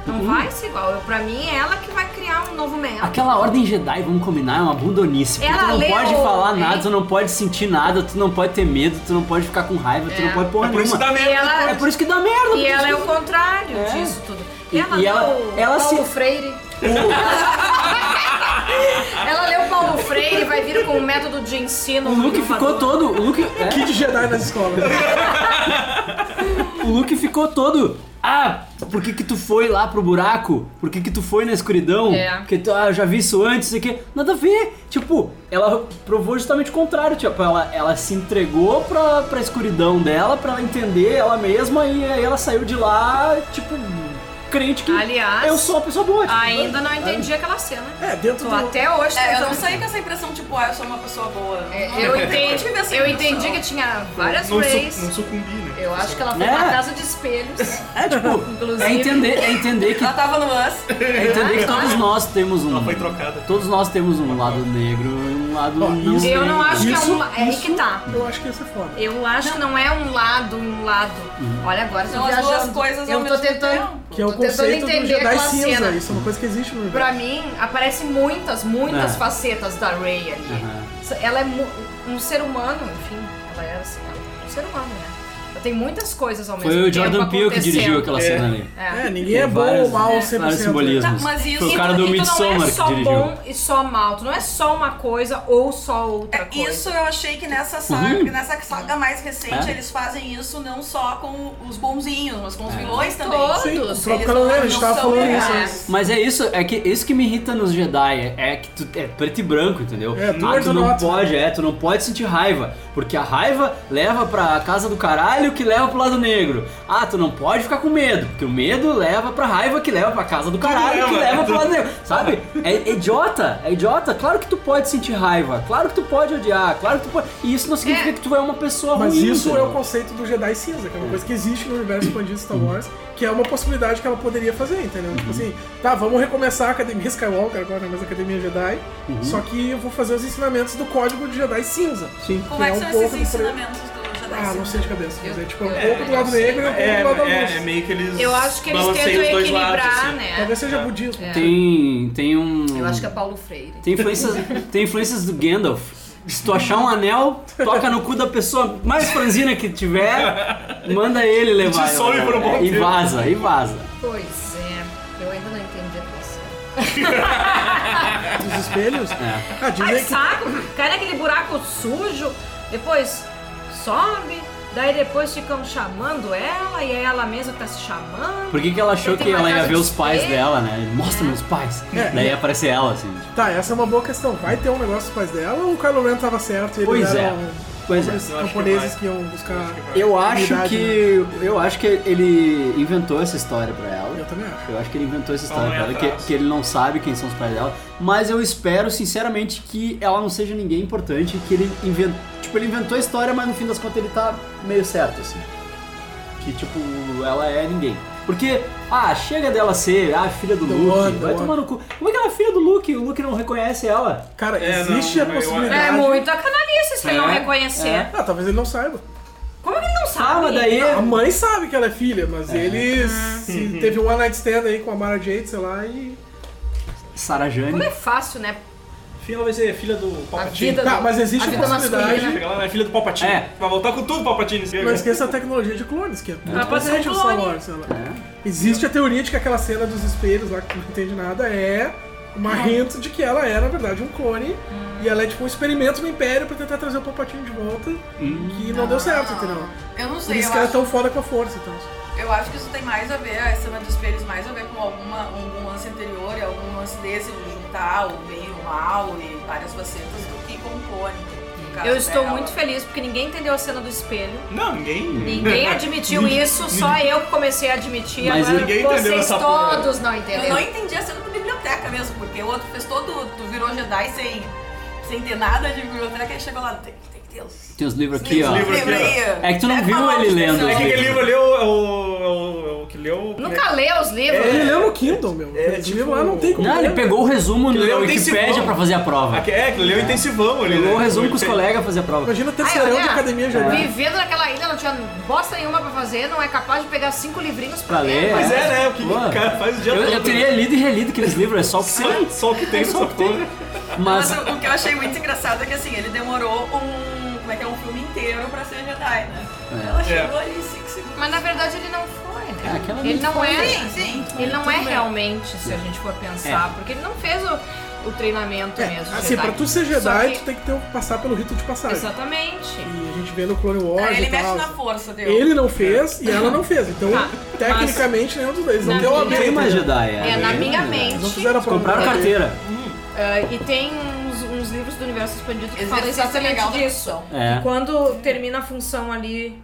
Speaker 5: Não vai ser igual. Eu- Pra mim, é ela que vai criar um novo método.
Speaker 1: Aquela Ordem Jedi, vamos combinar, é uma bundonice. Porque
Speaker 5: Ela
Speaker 1: tu não
Speaker 5: leu,
Speaker 1: pode falar
Speaker 5: hein?
Speaker 1: nada, tu não pode sentir nada, tu não pode ter medo, tu não pode ficar com raiva, tu
Speaker 5: É.
Speaker 1: não pode porra
Speaker 2: É por isso
Speaker 1: nenhuma.
Speaker 2: que dá
Speaker 5: E
Speaker 2: merda.
Speaker 5: ela,
Speaker 1: É por isso que dá merda.
Speaker 5: e ela é o contrário
Speaker 1: É.
Speaker 5: disso tudo.
Speaker 1: E-
Speaker 5: ela
Speaker 1: e ela-
Speaker 5: leu
Speaker 1: ela se-
Speaker 5: Paulo Freire. ela leu Paulo Freire e vai vir com um método de ensino.
Speaker 1: O Luke ficou
Speaker 5: inovador.
Speaker 1: todo. O Luke, é,
Speaker 4: Kid Jedi nas escolas.
Speaker 1: o Luke ficou todo. Ah, por que, que tu foi lá pro buraco? Por que, que tu foi na escuridão?
Speaker 5: É.
Speaker 1: Porque tu, ah, eu já vi isso antes, isso aqui. Nada a ver. Tipo, ela provou justamente o contrário. Tipo, ela, ela se entregou pra, pra escuridão dela, pra ela entender ela mesma, e aí ela saiu de lá, tipo, crente que
Speaker 5: Aliás,
Speaker 1: eu sou uma pessoa boa. tipo,
Speaker 5: Ainda não entendi aquela cena.
Speaker 4: É, dentro
Speaker 5: Tô
Speaker 4: do.
Speaker 5: até hoje
Speaker 10: É, eu não
Speaker 5: tentando-
Speaker 10: saí com essa impressão, tipo, ah, eu sou uma pessoa boa.
Speaker 5: É,
Speaker 10: Não,
Speaker 5: Eu
Speaker 10: não tive essa
Speaker 5: entendi, eu
Speaker 10: impressão.
Speaker 5: entendi que tinha várias
Speaker 2: Não,
Speaker 5: Rays.
Speaker 2: su não sucumbi, né?
Speaker 5: Eu acho que ela foi
Speaker 1: É.
Speaker 5: pra casa de espelhos.
Speaker 1: É, tipo,
Speaker 5: Inclusive.
Speaker 1: é entender, é entender que
Speaker 10: Ela tava no bus.
Speaker 1: É entender que todos nós temos um.
Speaker 2: Ela foi trocada.
Speaker 1: Todos nós temos um lado negro e um lado
Speaker 4: Ó,
Speaker 1: não
Speaker 4: isso-
Speaker 1: negro.
Speaker 5: Eu não acho que é
Speaker 4: Isso-
Speaker 5: um. É aí que tá.
Speaker 4: Eu acho que ia ser foda.
Speaker 5: Eu acho que não é um lado, um lado.
Speaker 1: Uhum.
Speaker 5: Olha, agora eu tô
Speaker 10: São as duas
Speaker 5: viajando.
Speaker 10: coisas
Speaker 5: eu
Speaker 10: ao
Speaker 5: tô
Speaker 10: mesmo
Speaker 5: tentando,
Speaker 10: tempo.
Speaker 4: Que é o
Speaker 5: tô tentando
Speaker 4: conceito do
Speaker 5: entender
Speaker 4: Jedi
Speaker 5: aquela
Speaker 4: cinza.
Speaker 5: cena.
Speaker 4: Isso é uma coisa que existe no universo.
Speaker 5: Pra mim, aparecem muitas, muitas
Speaker 1: É.
Speaker 5: facetas da Rey ali.
Speaker 1: Aham.
Speaker 5: Ela é mu- um ser humano, enfim. Ela é assim, um ser humano, né? Ela tem muitas coisas ao mesmo
Speaker 1: Foi o
Speaker 5: tempo
Speaker 1: Jordan Peele que
Speaker 5: acontecendo.
Speaker 1: dirigiu aquela
Speaker 2: É.
Speaker 1: cena ali.
Speaker 5: É.
Speaker 4: É, ninguém é
Speaker 1: Tem
Speaker 4: bom ou
Speaker 1: vários-
Speaker 4: mal
Speaker 1: Vários
Speaker 4: 100%.
Speaker 1: simbolismos.
Speaker 10: Tá, mas isso-
Speaker 1: Foi o cara do
Speaker 5: e tu não
Speaker 1: Midsommar
Speaker 5: é
Speaker 1: que
Speaker 5: só
Speaker 1: dirigiu.
Speaker 5: bom e só mal. Tu não é só uma coisa ou só outra coisa.
Speaker 10: É,
Speaker 5: Uhum.
Speaker 10: Isso eu achei que nessa saga, nessa saga mais recente,
Speaker 1: É.
Speaker 10: eles fazem isso não só com os bonzinhos, mas
Speaker 5: É.
Speaker 10: com os vilões também.
Speaker 5: Todos.
Speaker 4: Sim, o
Speaker 5: Eles
Speaker 4: próprio
Speaker 10: não-
Speaker 4: Caloneiro, a gente
Speaker 10: não
Speaker 4: tava
Speaker 10: são
Speaker 4: falando
Speaker 10: legais.
Speaker 4: isso. antes.
Speaker 5: É.
Speaker 1: Mas é isso, é que isso que me irrita nos Jedi, é- é que tu é preto e branco, entendeu?
Speaker 4: É, tu
Speaker 1: ah,
Speaker 4: gosta
Speaker 1: tu
Speaker 4: do
Speaker 1: não
Speaker 4: outro.
Speaker 1: pode, é, tu não pode sentir raiva, porque a raiva leva pra casa do caralho que leva pro lado negro. Ah, tu não pode ficar com medo, porque o medo leva pra raiva que leva pra casa do caralho que
Speaker 2: leva.
Speaker 1: leva pro lado negro. Sabe? É, é idiota, é idiota. Claro que tu pode sentir raiva, claro que tu pode odiar, claro que tu pode. E isso não significa que tu é uma pessoa
Speaker 4: Mas
Speaker 1: ruim.
Speaker 4: isso é
Speaker 1: entendeu?
Speaker 4: o conceito do Jedi cinza, que é uma coisa que existe no universo expandido de Star
Speaker 2: Uhum.
Speaker 4: Wars, que é uma possibilidade que ela poderia fazer, entendeu? Tipo assim, tá, vamos recomeçar a Academia Skywalker agora, não é mais Academia Jedi,
Speaker 2: Uhum.
Speaker 4: só que eu vou fazer os ensinamentos do código de Jedi cinza.
Speaker 1: Sim.
Speaker 10: Como é que
Speaker 4: É um
Speaker 10: são
Speaker 4: pouco
Speaker 10: esses
Speaker 4: do pre-
Speaker 10: ensinamentos do Jedi
Speaker 5: cabeça.
Speaker 4: Ah, não sei de cabeça. Mas é tipo, é um
Speaker 5: eu-
Speaker 4: pouco do lado negro e um pouco
Speaker 2: É,
Speaker 4: do lado da
Speaker 2: é-
Speaker 4: luz.
Speaker 2: é meio que eles.
Speaker 5: Eu acho que eles
Speaker 2: balanceiam
Speaker 5: tentam
Speaker 2: os dois
Speaker 5: equilibrar,
Speaker 2: lados, assim.
Speaker 5: né?
Speaker 4: Talvez seja budismo.
Speaker 1: É. Tem, tem um.
Speaker 10: Eu acho que é Paulo Freire.
Speaker 1: Tem influências, tem influências do Gandalf. Se tu achar um anel, toca no cu da pessoa mais franzina que tiver, manda ele levar.
Speaker 2: Te some por um bom
Speaker 1: e
Speaker 2: tempo.
Speaker 1: vaza, e vaza.
Speaker 10: Pois é. Eu ainda não entendi a pessoa.
Speaker 4: Os espelhos.
Speaker 1: É.
Speaker 4: Ah, dizem
Speaker 5: Ai,
Speaker 4: que
Speaker 5: saco! Cai naquele buraco sujo, depois sobe, daí depois ficam chamando ela e é ela mesma que tá se chamando.
Speaker 1: Por que, que ela achou
Speaker 5: Tem
Speaker 1: que
Speaker 5: uma
Speaker 1: ela ia
Speaker 5: casa
Speaker 1: ver
Speaker 5: de
Speaker 1: os pais
Speaker 5: espelho.
Speaker 1: dela, né? Mostra meus pais.
Speaker 4: É.
Speaker 1: Daí aparece ela, assim. tipo,
Speaker 4: Tá, essa é uma boa questão. Vai ter um negócio dos pais dela ou o Kylo Ren tava certo e eles
Speaker 1: Pois é.
Speaker 4: eram
Speaker 1: Pois é.
Speaker 4: os
Speaker 2: Eu acho que
Speaker 4: um camponeses
Speaker 2: vai.
Speaker 4: que iam buscar...
Speaker 1: Eu acho
Speaker 4: Unidade,
Speaker 1: que. Eu acho que ele inventou essa história pra ela.
Speaker 4: né? Eu também acho.
Speaker 1: Eu acho que ele inventou essa
Speaker 2: Só
Speaker 1: história
Speaker 2: não
Speaker 1: pra
Speaker 2: é
Speaker 1: ela, que,
Speaker 2: atrás.
Speaker 1: que ele não sabe quem são os pais dela. Mas eu espero, sinceramente, que ela não seja ninguém importante, que ele inventou. Tipo, ele inventou a história, mas no fim das contas ele tá meio certo, assim. Que, tipo, ela é ninguém. Porque, ah, chega dela ser ah, filha do
Speaker 4: The
Speaker 1: Luke,
Speaker 4: one, the
Speaker 1: vai
Speaker 4: one.
Speaker 1: tomar no cu. Como é que ela é filha do Luke? O Luke não reconhece ela.
Speaker 4: Cara,
Speaker 2: É, não,
Speaker 4: existe
Speaker 2: eu-
Speaker 4: a
Speaker 2: eu-
Speaker 4: possibilidade...
Speaker 5: É muita canalice se ele não
Speaker 1: É,
Speaker 5: reconhecer.
Speaker 1: é.
Speaker 4: Ah, talvez ele não saiba.
Speaker 5: Como que ele não sabe?
Speaker 1: Ah, mas daí.
Speaker 4: A mãe sabe que ela é filha, mas ele
Speaker 2: Uhum.
Speaker 4: se- teve um one night stand aí com a Mara Jade, sei lá, e...
Speaker 1: Sarah
Speaker 5: Como
Speaker 1: Jane.
Speaker 5: é fácil, né?
Speaker 2: Enfim, ela vai ser filha do
Speaker 10: A
Speaker 2: Palpatine.
Speaker 10: vida
Speaker 4: Tá,
Speaker 10: do-
Speaker 4: mas existe
Speaker 10: a vida
Speaker 4: a possibilidade...
Speaker 10: masculina.
Speaker 2: Ela é filha do Palpatine.
Speaker 1: É.
Speaker 2: Vai voltar com tudo Palpatine. esse
Speaker 4: Não
Speaker 2: cara.
Speaker 4: esqueça a tecnologia de clones, que é muito
Speaker 5: Ela pode ser um
Speaker 4: recente no Star
Speaker 5: clone.
Speaker 4: Wars, sei lá. Existe a teoria de que aquela cena dos espelhos lá, que não entende nada, é uma hint de que ela é, na verdade, um clone. E ela é tipo um experimento do Império pra tentar trazer o Palpatine de volta, que não deu certo, entendeu?
Speaker 10: Eu não
Speaker 4: Por
Speaker 10: sei,
Speaker 4: isso
Speaker 10: eu
Speaker 4: que ela é
Speaker 10: acho,
Speaker 4: tão foda com a força, então.
Speaker 10: eu acho que isso tem mais a ver, a cena dos espelhos, mais a ver com alguma, algum lance anterior, e algum lance desse de juntar o bem e o mal e várias facetas do que compõe. no caso né?
Speaker 5: Eu estou
Speaker 10: dela.
Speaker 5: muito feliz porque ninguém entendeu a cena do espelho.
Speaker 2: Não, ninguém.
Speaker 5: Ninguém é. admitiu isso, só eu que comecei a admitir.
Speaker 1: Mas
Speaker 5: Agora
Speaker 2: ninguém
Speaker 5: vocês
Speaker 2: entendeu essa porra.
Speaker 5: todos não
Speaker 10: Eu
Speaker 5: entenderam.
Speaker 10: não entendi a cena da biblioteca mesmo, porque o outro fez todo. Tu virou Jedi sem, sem ter nada de biblioteca e chegou lá. Tem, tem que ter os.
Speaker 1: Tem os livros aqui,
Speaker 2: Tem os
Speaker 1: ó.
Speaker 2: livros aqui, ó.
Speaker 1: É que tu não viu ele
Speaker 10: né?
Speaker 1: lendo.
Speaker 2: É que aquele livro ali é o- é o- é o é o que leu.
Speaker 5: Nunca leu os livros. né?
Speaker 4: Ele leu no Kindle, meu.
Speaker 2: é,
Speaker 4: Esse
Speaker 2: tipo,
Speaker 4: livro lá não tem como.
Speaker 1: Não, ele
Speaker 4: ler.
Speaker 1: pegou o resumo no
Speaker 2: Ele leu
Speaker 1: Wikipedia
Speaker 2: intensivão.
Speaker 1: pra fazer a prova.
Speaker 2: Aque- É, aquele leu intensivão ali.
Speaker 1: Pegou o
Speaker 2: né?
Speaker 1: resumo com os
Speaker 2: Tem-
Speaker 1: colegas fazer a prova.
Speaker 4: Imagina o
Speaker 5: Ai,
Speaker 4: terceirão
Speaker 5: olha, é
Speaker 4: de academia já. né?
Speaker 5: Vivendo naquela ilha, não tinha bosta nenhuma pra fazer, não é capaz de pegar cinco livrinhos pra,
Speaker 1: Pra ler,
Speaker 2: Mas
Speaker 1: é.
Speaker 2: é, né? O que
Speaker 1: Boa.
Speaker 2: o cara faz o dia
Speaker 1: Eu,
Speaker 2: todo.
Speaker 1: eu teria lido e relido aqueles livros, é só o que tem.
Speaker 2: Só, só o que tem nessa porra.
Speaker 1: Mas
Speaker 10: Mas o, o que eu achei muito engraçado é que assim, ele demorou um. Como é que é? Um filme inteiro pra ser Jedi, né? Ela chegou
Speaker 2: É.
Speaker 10: ali 5 segundos.
Speaker 5: Mas na verdade ele não foi,
Speaker 1: É,
Speaker 5: né?
Speaker 1: aquela
Speaker 5: ele
Speaker 1: não
Speaker 5: não é.
Speaker 10: Sim, sim.
Speaker 5: Ele não é realmente, se a gente for pensar, porque ele não fez o, o treinamento
Speaker 4: É,
Speaker 5: mesmo.
Speaker 4: assim,
Speaker 5: Jedi.
Speaker 4: pra tu ser
Speaker 5: Só
Speaker 4: Jedi,
Speaker 5: que-
Speaker 4: tu tem que ter- um- passar pelo rito de passagem.
Speaker 5: Exatamente.
Speaker 4: E a gente vê no Clone Wars
Speaker 10: Aí ele
Speaker 4: e
Speaker 10: mexe
Speaker 4: tal.
Speaker 10: na força, deu.
Speaker 4: Ele não fez e ela não fez. Então,
Speaker 5: Tá,
Speaker 4: tecnicamente, nenhum dos dois. Não
Speaker 5: Na
Speaker 4: deu a
Speaker 5: minha-
Speaker 1: tem
Speaker 4: bem,
Speaker 1: mais
Speaker 4: entendeu?
Speaker 1: Jedi.
Speaker 5: É, na
Speaker 1: Tem
Speaker 5: minha
Speaker 1: mais Jedi.
Speaker 5: mente.
Speaker 4: Não fizeram a prova.
Speaker 1: Compraram carteira.
Speaker 5: Uh, e tem uns, uns livros do universo expandido que falam
Speaker 10: Exercício
Speaker 5: exatamente
Speaker 10: legal da
Speaker 5: disso.
Speaker 1: É.
Speaker 5: Quando termina a função ali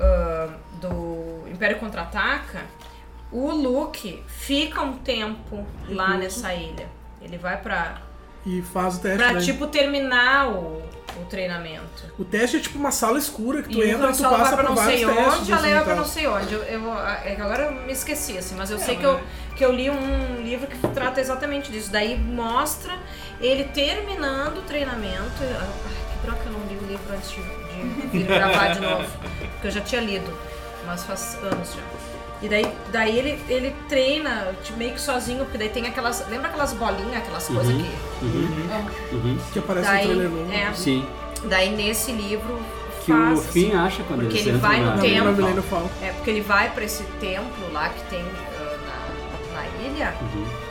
Speaker 5: ah, do Império Contra-Ataca, o Luke fica um tempo
Speaker 10: Uhum.
Speaker 5: lá nessa ilha. Ele vai pra,
Speaker 4: E faz o teste.
Speaker 5: pra
Speaker 4: né?
Speaker 5: tipo, terminar o, o treinamento.
Speaker 4: O teste é tipo uma sala escura que tu
Speaker 5: E o
Speaker 4: entra
Speaker 5: Han
Speaker 4: e tu
Speaker 5: Solo vai
Speaker 4: passa
Speaker 5: pra
Speaker 4: por
Speaker 5: não
Speaker 4: vários
Speaker 5: sei
Speaker 4: testes.
Speaker 5: onde, a
Speaker 4: assim,
Speaker 5: Leia
Speaker 4: e
Speaker 5: vai pra
Speaker 4: tal.
Speaker 5: não sei onde. Eu, eu- é que agora eu me esqueci, assim,
Speaker 4: É,
Speaker 5: mas eu sei que eu, que eu li um livro que trata exatamente disso. Daí mostra ele terminando o treinamento. Ah, que droga que eu não li o livro antes de, de vir gravar de novo. Porque eu já tinha lido, mas faz anos já. E daí, daí ele, ele treina tipo, meio que sozinho, porque daí tem aquelas. Lembra aquelas bolinhas, aquelas coisas
Speaker 1: Uhum.
Speaker 5: que.
Speaker 1: Uhum, uhum.
Speaker 4: Que aparece no
Speaker 5: Daí,
Speaker 4: trailer né? novo.
Speaker 5: é,
Speaker 1: Sim.
Speaker 5: daí nesse livro.
Speaker 1: Que
Speaker 5: faz,
Speaker 1: o Finn
Speaker 5: assim,
Speaker 1: acha quando
Speaker 5: porque
Speaker 1: eles
Speaker 5: ele
Speaker 1: entram
Speaker 5: vai no
Speaker 1: na-
Speaker 4: Na
Speaker 5: tempo.
Speaker 4: Milena
Speaker 1: na-
Speaker 4: Milena fala.
Speaker 5: é porque ele vai pra esse templo lá que tem ah, na, na ilha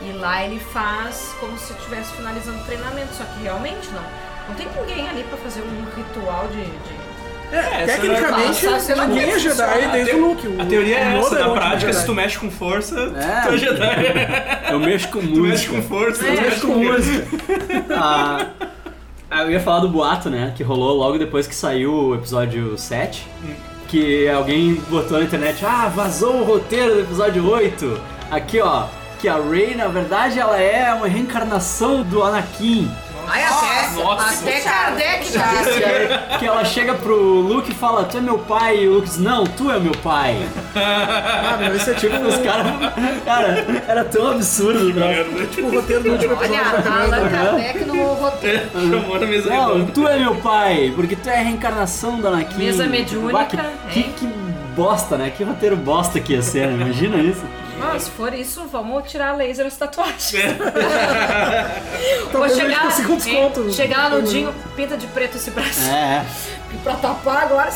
Speaker 5: e lá ele faz como se estivesse finalizando o treinamento, só que realmente não. Não tem ninguém ali pra fazer um ritual de. de-
Speaker 2: É,
Speaker 4: Tecnicamente,
Speaker 5: Nossa, sei lá
Speaker 4: ninguém
Speaker 5: como
Speaker 4: é Jedi desde o Luke. O-
Speaker 2: A teoria é
Speaker 4: o Yoda
Speaker 2: essa,
Speaker 4: o
Speaker 2: na
Speaker 4: último
Speaker 2: prática,
Speaker 4: Jedi.
Speaker 2: se tu mexe com força,
Speaker 1: É.
Speaker 2: tu é Jedi.
Speaker 1: Eu mexo com
Speaker 2: Tu mexe com
Speaker 1: música.
Speaker 2: força, tu
Speaker 5: É,
Speaker 1: Eu
Speaker 2: mexe
Speaker 1: mexo com
Speaker 5: tipo,
Speaker 1: música. Ah, ah, eu ia falar do boato, né? Que rolou logo depois que saiu o episódio 7. Que alguém botou na internet, ah, vazou o roteiro do episódio 8. Aqui, ó. Que a Rey, na verdade, ela é uma reencarnação do Anakin.
Speaker 5: Ai, até,
Speaker 2: Nossa.
Speaker 11: Até Kardec já disse.
Speaker 1: Que ela chega pro Luke e fala, tu é meu pai, e o Luke diz, não, tu é meu pai.
Speaker 4: Ah, meu, esse é tipo,
Speaker 1: Tipo, os caras. Cara, era tão absurdo, né? bro.
Speaker 4: tipo o roteiro do último
Speaker 11: Olha,
Speaker 4: episódio tá
Speaker 5: tá
Speaker 4: da primeira
Speaker 11: Allan
Speaker 4: temporada.
Speaker 11: Kardec no roteiro.
Speaker 2: É, Chamou na mesa então.
Speaker 1: Não,
Speaker 2: redonda.
Speaker 1: tu é meu pai, porque tu é a reencarnação da Anakin.
Speaker 5: Mesa
Speaker 1: Tipo,
Speaker 5: mediúnica, é
Speaker 1: bah, que, que,
Speaker 5: hein?
Speaker 1: que bosta, né? Que roteiro bosta que ia ser, né? Imagina isso.
Speaker 5: Ah, se for isso, vamos tirar laser das tatuagens. Vou
Speaker 4: Talvez a gente
Speaker 5: chegar,
Speaker 4: consiga um desconto.
Speaker 5: hein? chegar lá no Dinho, pinta de preto esse braço.
Speaker 1: É, é.
Speaker 5: Pra tapar agora.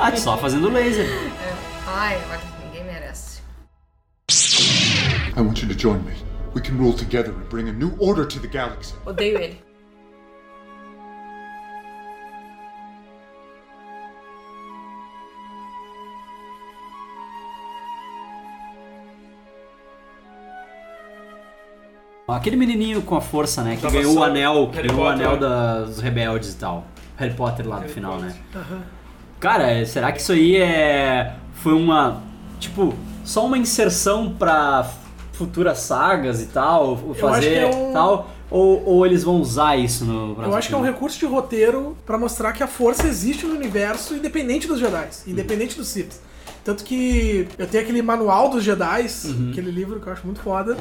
Speaker 1: Ah, só fazendo laser.
Speaker 5: Ai, olha, ninguém merece.
Speaker 8: I want you to join me. We can rule together and bring a new order to the galaxy.
Speaker 5: Odeio ele.
Speaker 1: Aquele menininho com a força, né? Que
Speaker 2: Tava
Speaker 1: ganhou o
Speaker 2: só
Speaker 1: anel, que
Speaker 2: Harry
Speaker 1: ganhou o
Speaker 2: Potter,
Speaker 1: anel
Speaker 2: né?
Speaker 1: da- dos rebeldes e tal. Harry Potter lá do final, né? Cara, é- será que isso aí é. Foi uma. Tipo, só uma inserção pra f- futuras sagas e tal? ou
Speaker 4: Eu acho que
Speaker 1: Fazer
Speaker 4: é um-
Speaker 1: tal? Ou, ou eles vão usar isso no
Speaker 4: Eu acho que é um recurso de roteiro pra mostrar que a força existe no universo independente dos Jedi, independente dos Sith. Tanto que eu tenho aquele manual dos Jedi,
Speaker 2: Uhum.
Speaker 4: aquele livro que eu acho muito foda,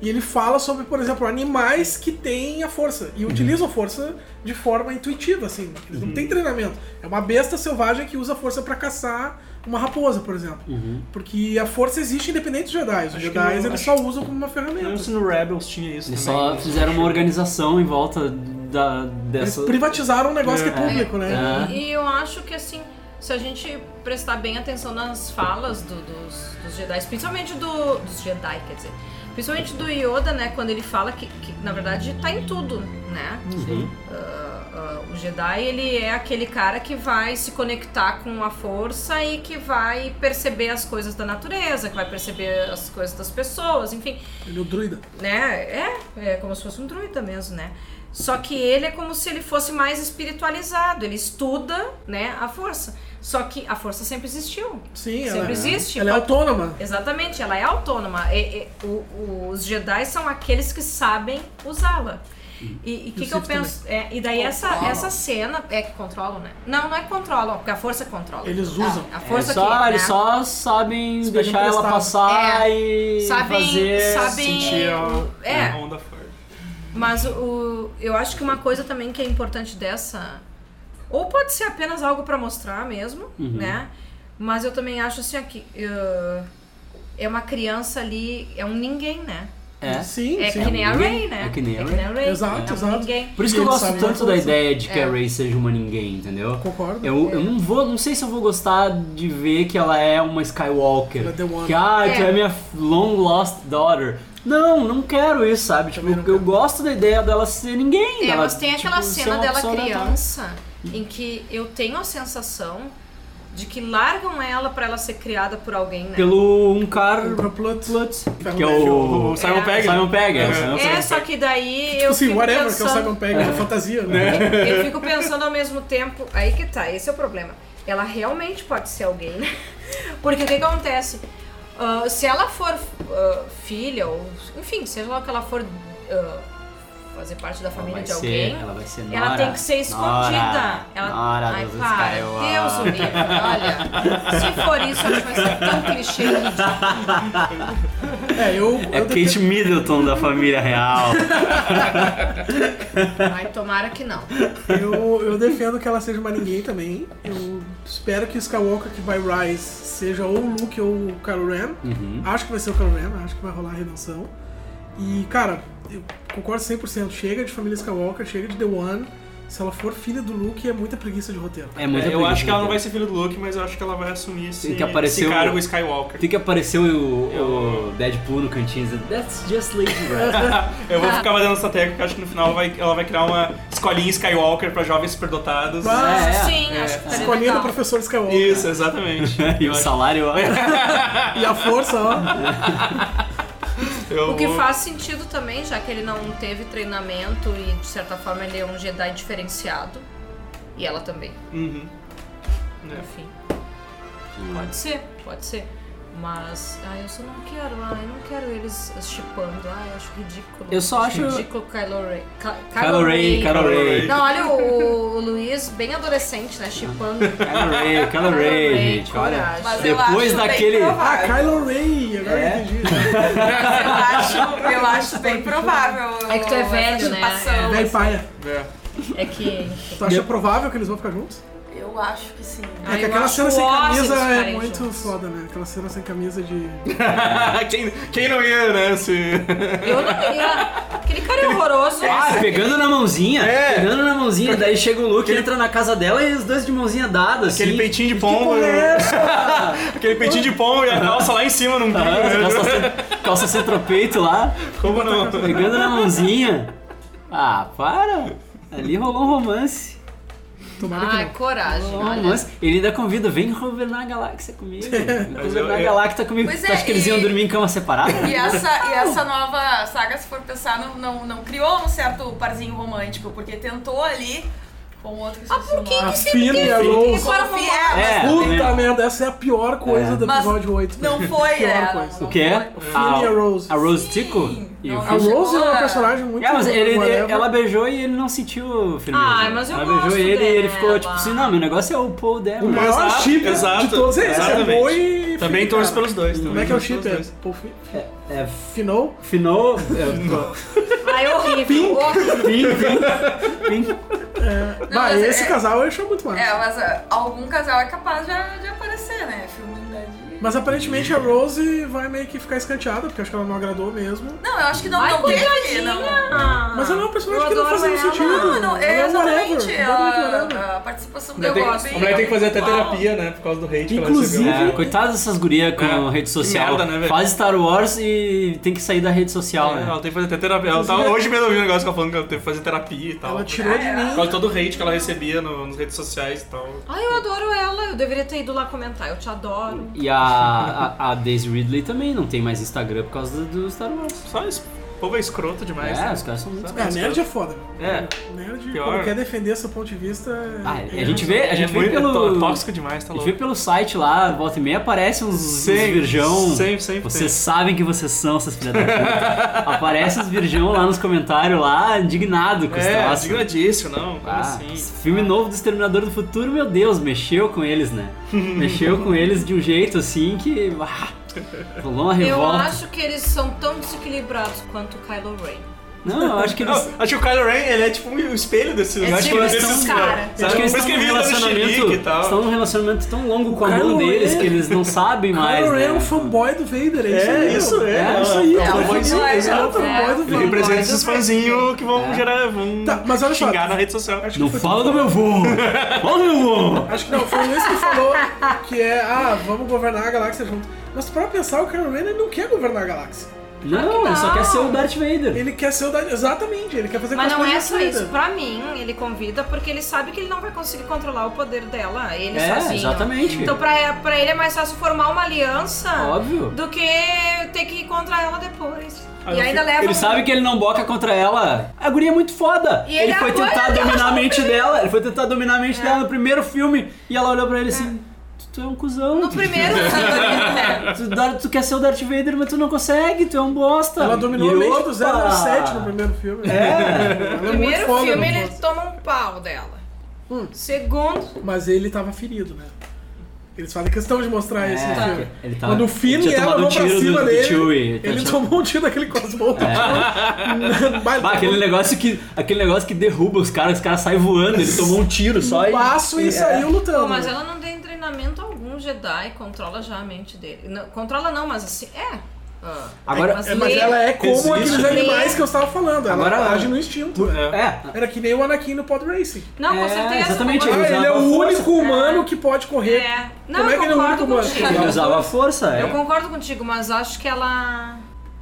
Speaker 4: e ele fala sobre, por exemplo, animais que têm a força
Speaker 2: Uhum.
Speaker 4: e utilizam a força de forma intuitiva, assim. Eles não têm treinamento. É uma besta selvagem que usa a força pra caçar uma raposa, por exemplo. Porque a força existe independente dos Jedi. Os
Speaker 2: Uhum. Acho que
Speaker 4: Jedi
Speaker 2: não-
Speaker 4: eles
Speaker 2: acho-
Speaker 4: só usam como uma ferramenta.
Speaker 2: Não sei se no Rebels tinha isso.
Speaker 1: Eles
Speaker 2: também. né?
Speaker 1: só fizeram uma organização em volta da,
Speaker 4: Eles
Speaker 1: dessa.
Speaker 4: privatizaram um negócio que é
Speaker 2: É.
Speaker 4: público, né?
Speaker 1: É.
Speaker 5: E eu acho que assim, se a gente prestar bem atenção nas falas do- dos, dos Jedi, principalmente do. Dos Jedi, quer dizer. Principalmente do Yoda, né? Quando ele fala que, que na verdade tá em tudo, né? Ah, ah, o Jedi, ele é aquele cara que vai se conectar com a força e que vai perceber as coisas da natureza, que vai perceber as coisas das pessoas, enfim
Speaker 4: Ele é o druida.
Speaker 5: né? É, é como se fosse um druida mesmo, né? Só que ele é como se ele fosse mais espiritualizado, ele estuda, né, a força. Só que a força sempre existiu.
Speaker 4: Sim,
Speaker 5: Sempre
Speaker 4: ela,
Speaker 5: existe.
Speaker 4: Ela é
Speaker 5: Pode-
Speaker 4: autônoma.
Speaker 5: Exatamente, ela é autônoma. E- e- o- o- os Jedi são aqueles que sabem usá-la. E o
Speaker 4: E
Speaker 5: que,
Speaker 4: os
Speaker 5: que eu
Speaker 4: Sith
Speaker 5: penso? é, e daí essa, essa cena. É que controlam, né? Não, não é que controlam, porque a força controla.
Speaker 4: Eles usam.
Speaker 5: A, a
Speaker 1: É
Speaker 5: força
Speaker 1: só,
Speaker 5: que,
Speaker 1: eles
Speaker 5: né?
Speaker 1: só sabem
Speaker 4: Espelho
Speaker 1: deixar ela
Speaker 4: emprestado.
Speaker 1: passar e
Speaker 5: É. Sabem-
Speaker 1: fazer
Speaker 5: sabem-
Speaker 1: sentir.
Speaker 2: Tinha a-
Speaker 5: É.
Speaker 2: a onda forte.
Speaker 5: Mas o- o, eu acho que uma coisa também que é importante dessa. Ou pode ser apenas algo pra mostrar mesmo, né? Mas eu também acho assim aqui. eh, é uma criança ali, é um ninguém, né?
Speaker 1: É.
Speaker 4: Sim,
Speaker 5: É
Speaker 4: sim.
Speaker 5: que nem a
Speaker 1: ninguém.
Speaker 5: Ray, né?
Speaker 1: É que nem a Rey.
Speaker 5: Rey.
Speaker 4: Exato,
Speaker 5: é um
Speaker 4: exato.
Speaker 5: ninguém.
Speaker 1: Por isso que eu
Speaker 4: Eles
Speaker 1: gosto
Speaker 4: sabem
Speaker 1: tanto
Speaker 4: usar
Speaker 1: da
Speaker 4: isso.
Speaker 1: ideia de que
Speaker 5: É.
Speaker 1: a Ray seja uma ninguém, entendeu?
Speaker 4: Concordo.
Speaker 1: Eu, eu não vou, não sei se eu vou gostar de ver que ela é uma
Speaker 4: Ela
Speaker 1: Skywalker.
Speaker 4: é The One.
Speaker 1: Que ah, tu
Speaker 5: É.
Speaker 1: é minha long lost daughter. Não, não quero isso, sabe? Tipo,
Speaker 4: Também não
Speaker 1: eu gosto da ideia dela ser ninguém.
Speaker 5: É,
Speaker 1: dela,
Speaker 5: mas tem
Speaker 1: tipo,
Speaker 5: aquela
Speaker 1: ser
Speaker 5: cena
Speaker 1: uma
Speaker 5: dela
Speaker 1: pessoa aleatória.
Speaker 5: criança em que eu tenho a sensação de que largam ela pra ela ser criada por alguém, né?
Speaker 1: Pelo um cara
Speaker 4: Pra Plut.
Speaker 1: Plut, que é
Speaker 4: Pegg.
Speaker 1: o,
Speaker 2: O Simon
Speaker 1: é.
Speaker 2: Pegg.
Speaker 1: Simon Pegg, é,
Speaker 2: É.
Speaker 1: o Simon Pegg.
Speaker 5: É, só que daí eu
Speaker 4: Tipo assim,
Speaker 5: fico
Speaker 4: whatever, que é o
Speaker 5: pensando...
Speaker 4: Simon Pegg, é fantasia, né?
Speaker 5: Eu fico pensando ao mesmo tempo. Aí que tá, esse é o problema. Ela realmente pode ser alguém, né? Porque o que que acontece? Ah, se ela for ah, filha, ou enfim, seja lá o que ela for ah, fazer parte da família
Speaker 1: vai
Speaker 5: de
Speaker 1: ser-
Speaker 5: alguém,
Speaker 1: ela vai ser
Speaker 5: ela
Speaker 1: Nora.
Speaker 5: tem que ser escondida.
Speaker 1: Nora.
Speaker 5: Ela,
Speaker 1: Nora
Speaker 5: ai,
Speaker 1: dos
Speaker 5: para,
Speaker 1: Skywalker.
Speaker 5: Deus o livre. Olha, se for isso, eu acho que vai ser tão clichê. ridículo.
Speaker 4: É, eu.
Speaker 1: É
Speaker 4: eu
Speaker 1: Kate Middleton da família real.
Speaker 5: Ai, tomara que não.
Speaker 4: Eu, eu defendo que ela seja uma ninguém também. Eu espero que o Skywalker que vai Rise seja ou o Luke ou o Kylo Ren. Acho que vai ser o Kylo Ren, acho que vai rolar a redenção. E, cara, eu concordo 100%. Chega de família Skywalker, chega de The One. Se ela for filha do Luke, é muita preguiça de roteiro.
Speaker 1: É muito
Speaker 2: eu acho que ela não vai ser filha do Luke, mas eu acho que ela vai assumir esse,
Speaker 1: Tem que aparecer
Speaker 2: esse
Speaker 1: o-
Speaker 2: cargo Skywalker.
Speaker 1: Tem que aparecer o, o Deadpool no cantinho dizendo That's just Lady Ray.
Speaker 2: Eu vou ficar fazendo essa técnica, porque eu acho que no final vai- ela vai criar uma escolinha Skywalker pra jovens superdotados.
Speaker 4: Bah.
Speaker 1: É, é.
Speaker 5: Sim, acho que tá
Speaker 4: Escolhendo o
Speaker 5: legal.
Speaker 4: professor Skywalker.
Speaker 2: Isso, exatamente.
Speaker 1: E o salário, ó.
Speaker 4: E a força, ó.
Speaker 2: Eu
Speaker 5: O que
Speaker 2: vou-
Speaker 5: faz sentido também, já que ele não teve treinamento e de certa forma ele é um Jedi diferenciado. E ela também,
Speaker 2: Uhum.
Speaker 5: enfim. Pode ser, pode ser. Mas, ah, eu só não quero, ah, eu não quero eles chipando, ah, eu acho ridículo.
Speaker 1: Eu só acho-
Speaker 5: Ridículo Kylo Ren. Ka-
Speaker 1: Kylo Ren, Kylo Ren.
Speaker 5: Não, olha o, o Luiz, bem adolescente, né, chipando.
Speaker 1: Kylo Ren, Kylo Ren, gente, olha.
Speaker 5: coragem.
Speaker 10: Mas eu
Speaker 1: Depois
Speaker 10: acho bem
Speaker 1: daquele.
Speaker 4: Ah,
Speaker 10: provável.
Speaker 4: Kylo Ren, agora
Speaker 1: É.
Speaker 4: eu entendi.
Speaker 10: Eu acho, eu acho bem provável.
Speaker 5: É que tu é
Speaker 10: essa assim.
Speaker 5: velho, né?
Speaker 10: chupação.
Speaker 4: Daí paia.
Speaker 5: É que, enfim.
Speaker 4: Tu acha provável que eles vão ficar juntos?
Speaker 10: Eu Ah, acho que sim.
Speaker 4: É que
Speaker 5: eu
Speaker 4: aquela
Speaker 5: acho
Speaker 4: cena sem
Speaker 5: ótimo
Speaker 4: camisa
Speaker 5: eles
Speaker 4: é
Speaker 5: ficarem
Speaker 4: muito
Speaker 5: juntos.
Speaker 4: foda, né? Aquela cena sem camisa de.
Speaker 2: quem, quem não ia, né? Se...
Speaker 5: Eu não ia. Aquele cara é horroroso.
Speaker 1: Ah, pegando na mãozinha,
Speaker 2: É.
Speaker 1: pegando na mãozinha, daí chega o Luke, entra na casa dela e os dois de mãozinha dada, assim.
Speaker 2: Aquele peitinho de pombo.
Speaker 4: porra é
Speaker 2: Aquele peitinho de pombo e a calça lá em cima num bico.
Speaker 1: Ah, calça, ce- calça centropeito lá,
Speaker 2: Como não?
Speaker 1: pegando na mãozinha. Ah, para! Ali rolou um romance.
Speaker 4: Tomara
Speaker 10: Ah,
Speaker 4: que
Speaker 5: Ai,
Speaker 4: não.
Speaker 5: coragem,
Speaker 1: Rolou um
Speaker 5: olha.
Speaker 1: romance. Ele ainda convida, vem governar a galáxia comigo. Vem
Speaker 2: Mas eu-
Speaker 1: governar a
Speaker 2: eu-
Speaker 1: galáxia tá comigo.
Speaker 10: Pois
Speaker 1: tu
Speaker 10: é,
Speaker 1: acha que eles
Speaker 10: e-
Speaker 1: iam dormir em cama separada?
Speaker 10: E essa, e essa nova saga, se for pensar, não, não, não criou um certo parzinho romântico, porque tentou ali com outro que Ah, por
Speaker 4: A Finn e a Rose.
Speaker 10: Agora
Speaker 1: É,
Speaker 4: Puta
Speaker 1: também.
Speaker 4: merda, essa é a pior coisa
Speaker 1: É.
Speaker 4: do
Speaker 10: Mas
Speaker 4: episódio 8.
Speaker 10: Não foi,
Speaker 4: Pior
Speaker 10: é.
Speaker 4: coisa.
Speaker 10: não
Speaker 1: O que é?
Speaker 10: foi.
Speaker 1: A,
Speaker 4: e a Rose.
Speaker 1: A Rose Tico? E o
Speaker 10: não,
Speaker 4: A
Speaker 1: Phil-
Speaker 4: Rose é uma personagem muito. né?
Speaker 1: É, mas ele-
Speaker 4: whatever.
Speaker 1: ela beijou e ele não sentiu firmeza.
Speaker 5: Ai, mas eu
Speaker 1: ela
Speaker 5: gosto
Speaker 1: beijou ele e ele
Speaker 5: dela.
Speaker 1: ficou tipo assim, não, meu negócio é o Paul dela.
Speaker 4: O maior
Speaker 2: Exato,
Speaker 4: chip
Speaker 2: exato,
Speaker 4: de todos é esse. É
Speaker 2: exatamente.
Speaker 4: Boa e.
Speaker 2: Também
Speaker 4: Finn,
Speaker 2: torço
Speaker 4: cara.
Speaker 2: pelos dois. também
Speaker 4: Como é que é o
Speaker 2: torço
Speaker 4: chip?
Speaker 2: pelos
Speaker 4: É
Speaker 2: dois.
Speaker 4: Paul Fi-
Speaker 1: É,
Speaker 4: Finou?
Speaker 1: finou... É,
Speaker 5: Ai, horrível. horrível.
Speaker 1: Pim, pim, pim.
Speaker 4: É. Bah,
Speaker 10: mas
Speaker 4: esse
Speaker 10: é-
Speaker 4: casal eu achou muito massa.
Speaker 10: É, mas ah, algum casal é capaz de, de aparecer, né? Filme da Disney.
Speaker 4: Mas aparentemente a Rose vai meio que ficar escanteada, porque acho que ela não agradou mesmo.
Speaker 10: Não, eu acho que não,
Speaker 5: Ai,
Speaker 10: não teve,
Speaker 5: coitadinha.
Speaker 10: não.
Speaker 4: Mas ela é um personagem
Speaker 5: eu
Speaker 4: que não faz
Speaker 5: adoro
Speaker 4: nenhum
Speaker 5: ela.
Speaker 4: sentido.
Speaker 10: Não, não,
Speaker 4: Ela
Speaker 10: é
Speaker 4: é whatever,
Speaker 10: exatamente.
Speaker 4: completamente whatever.
Speaker 10: A, a participação
Speaker 2: A mulher
Speaker 10: deu
Speaker 2: tem-
Speaker 10: gosto.
Speaker 2: A mulher tem que fazer até terapia, né? Por causa do hate que ela
Speaker 4: Inclusive-
Speaker 2: recebeu.
Speaker 1: É, coitado dessas gurias com
Speaker 2: É,
Speaker 1: rede
Speaker 2: que
Speaker 1: social.
Speaker 2: merda, né, velho?
Speaker 1: Faz Star Wars e tem que sair da rede social,
Speaker 2: É,
Speaker 1: né?
Speaker 2: Ela tem que fazer até terapia. Ela tava, hoje mesmo eu vi um negócio que ela falando que ela teve que fazer terapia e tal.
Speaker 4: Ela tirou de
Speaker 2: Por
Speaker 4: mim.
Speaker 2: causa de todo o hate que ela recebia no- nas redes sociais e tal.
Speaker 5: Ai, eu adoro ela. Eu deveria ter ido lá comentar. Eu te adoro.
Speaker 1: E a, a, a Daisy Ridley também não tem mais Instagram por causa do, do Star Wars.
Speaker 2: Só isso. O povo é escroto demais.
Speaker 1: É,
Speaker 2: né?
Speaker 1: os caras são muito...
Speaker 4: É, nerd é foda. né?
Speaker 2: É.
Speaker 4: Nerd,
Speaker 2: Pior.
Speaker 4: quando quer defender seu ponto de vista. é-
Speaker 1: Ah,
Speaker 4: é
Speaker 1: a gente vê, a gente
Speaker 2: é
Speaker 1: vê
Speaker 2: muito
Speaker 1: pelo...
Speaker 2: tó- tóxico demais, tá
Speaker 1: A gente
Speaker 2: louco.
Speaker 1: vê pelo site lá, volta e meia aparece uns, uns
Speaker 2: Sempre,
Speaker 1: virgão.
Speaker 2: sempre, sempre
Speaker 1: Vocês sabem que vocês são, essas filhas da puta. aparece os virgão lá nos comentários lá, indignado com os
Speaker 2: É,
Speaker 1: troços.
Speaker 2: desgradíssimo, não. Como
Speaker 1: tá Ah,
Speaker 2: assim?
Speaker 1: esse filme novo do Exterminador do Futuro, meu Deus, mexeu com eles, né? mexeu com eles de um jeito assim que. Ah, rolou uma
Speaker 5: Eu
Speaker 1: revolta.
Speaker 5: acho que eles são tão desequilibrados quanto o Kylo Ren.
Speaker 1: Não, eu acho que eles.
Speaker 2: Não, acho que o Kylo Ren, ele é tipo um espelho desse...
Speaker 5: É
Speaker 2: acho que
Speaker 5: tipo
Speaker 2: ele é
Speaker 5: esse
Speaker 2: desses-
Speaker 5: cara.
Speaker 2: sabe?
Speaker 1: Acho que eles
Speaker 2: Por isso
Speaker 1: estão num
Speaker 2: ele vira dando
Speaker 1: relacionamento,
Speaker 2: xerique e tal.
Speaker 1: estão num relacionamento tão longo com a
Speaker 4: Kylo
Speaker 1: mão deles
Speaker 4: Ren-
Speaker 1: que eles não sabem mais.
Speaker 4: Kylo Ren
Speaker 1: né?
Speaker 4: é um fanboy do Vader, é, isso
Speaker 2: É,
Speaker 4: aí.
Speaker 2: isso é.
Speaker 4: É isso aí,
Speaker 2: É,
Speaker 4: cara.
Speaker 2: um fanboyzinho,
Speaker 4: Ele é um
Speaker 2: exato.
Speaker 4: fanboy
Speaker 2: Ele
Speaker 4: do Vader.
Speaker 2: representa esses fãzinhos que vão
Speaker 1: É.
Speaker 2: gerar... Vão
Speaker 4: Tá, mas olha só.
Speaker 2: xingar na rede social. É.
Speaker 4: Acho que
Speaker 1: Não
Speaker 4: foi
Speaker 1: fala
Speaker 4: tudo.
Speaker 1: do meu vô! Fala do meu vô!
Speaker 4: Acho que não, foi o Luiz que falou que é, ah, vamos governar a galáxia junto. Mas pra pensar, o Kylo Ren ele não quer governar a galáxia.
Speaker 1: Não, ele só
Speaker 5: não.
Speaker 1: quer ser o Darth Vader.
Speaker 4: Ele quer ser o da... Exatamente, ele quer fazer
Speaker 5: Mas
Speaker 4: com
Speaker 5: não
Speaker 4: as
Speaker 5: é
Speaker 4: coisas
Speaker 5: só
Speaker 4: da vida.
Speaker 5: isso. Pra mim, ele convida porque ele sabe que ele não vai conseguir controlar o poder dela, ele
Speaker 1: É,
Speaker 5: sozinho.
Speaker 1: exatamente.
Speaker 5: Então pra, pra ele é mais fácil formar uma aliança
Speaker 1: Óbvio.
Speaker 5: do que ter que ir contra ela depois.
Speaker 2: Ah,
Speaker 5: e
Speaker 2: eu
Speaker 5: ainda
Speaker 2: fico-
Speaker 5: leva... um
Speaker 1: Ele sabe que ele não boca contra ela. A guria é muito foda.
Speaker 5: E ele
Speaker 1: foi
Speaker 5: apoia
Speaker 1: tentar
Speaker 5: ela,
Speaker 1: dominar a mente dela. Ele foi tentar dominar a mente dela no primeiro filme. E ela olhou pra ele assim: "Tu- Tu é um cuzão.
Speaker 5: No
Speaker 1: tu-
Speaker 5: primeiro filme, né?
Speaker 1: Tu, dar- tu quer ser o Darth Vader, mas tu não consegue. Tu é um bosta.
Speaker 4: Ela dominou
Speaker 1: E
Speaker 4: a mente
Speaker 1: opa!
Speaker 4: do 0 ao 7 no primeiro filme. É. Ela é
Speaker 5: No primeiro
Speaker 4: muito foda
Speaker 5: filme
Speaker 4: no
Speaker 5: ele
Speaker 4: ponto.
Speaker 5: toma um pau dela.
Speaker 10: Hum.
Speaker 5: Segundo,
Speaker 4: Mas ele tava ferido, né? Eles fazem questão de mostrar isso no
Speaker 1: É,
Speaker 4: né, filme.
Speaker 1: ele tava-
Speaker 4: Quando o Finn
Speaker 1: ele tinha
Speaker 4: e ela
Speaker 1: tomado
Speaker 4: vão
Speaker 1: um
Speaker 4: pra
Speaker 1: tiro
Speaker 4: cima
Speaker 1: do- do
Speaker 4: dele,
Speaker 1: Chewie, ele
Speaker 4: ele,
Speaker 1: tinha-
Speaker 4: tomou um tiro daquele crossbow. É.
Speaker 1: Bah, aquele negócio que aquele negócio que derruba os caras, os caras saem voando, ele tomou um tiro só e É,
Speaker 4: passo e, saiu lutando.
Speaker 5: pô, mas ela não tem treinamento algum Jedi, controla já a mente dele. Não, controla não, mas assim, é. Ah,
Speaker 1: Agora-
Speaker 4: É, mas ela é como
Speaker 2: Existe.
Speaker 4: aqueles animais que eu estava falando. Ela
Speaker 1: Agora-
Speaker 4: age no instinto.
Speaker 1: é,
Speaker 4: Era que nem o Anakin no Pod Racing.
Speaker 5: Não,
Speaker 1: É,
Speaker 5: com certeza.
Speaker 1: exatamente,
Speaker 4: Ah,
Speaker 5: concordo.
Speaker 1: usava
Speaker 4: ele é o
Speaker 1: força.
Speaker 4: único humano que pode correr.
Speaker 5: É. Não,
Speaker 4: como é que ele é o único
Speaker 5: concordo
Speaker 4: humano?
Speaker 5: contigo.
Speaker 1: ele usava a força, é.
Speaker 5: Eu concordo contigo, mas acho que ela.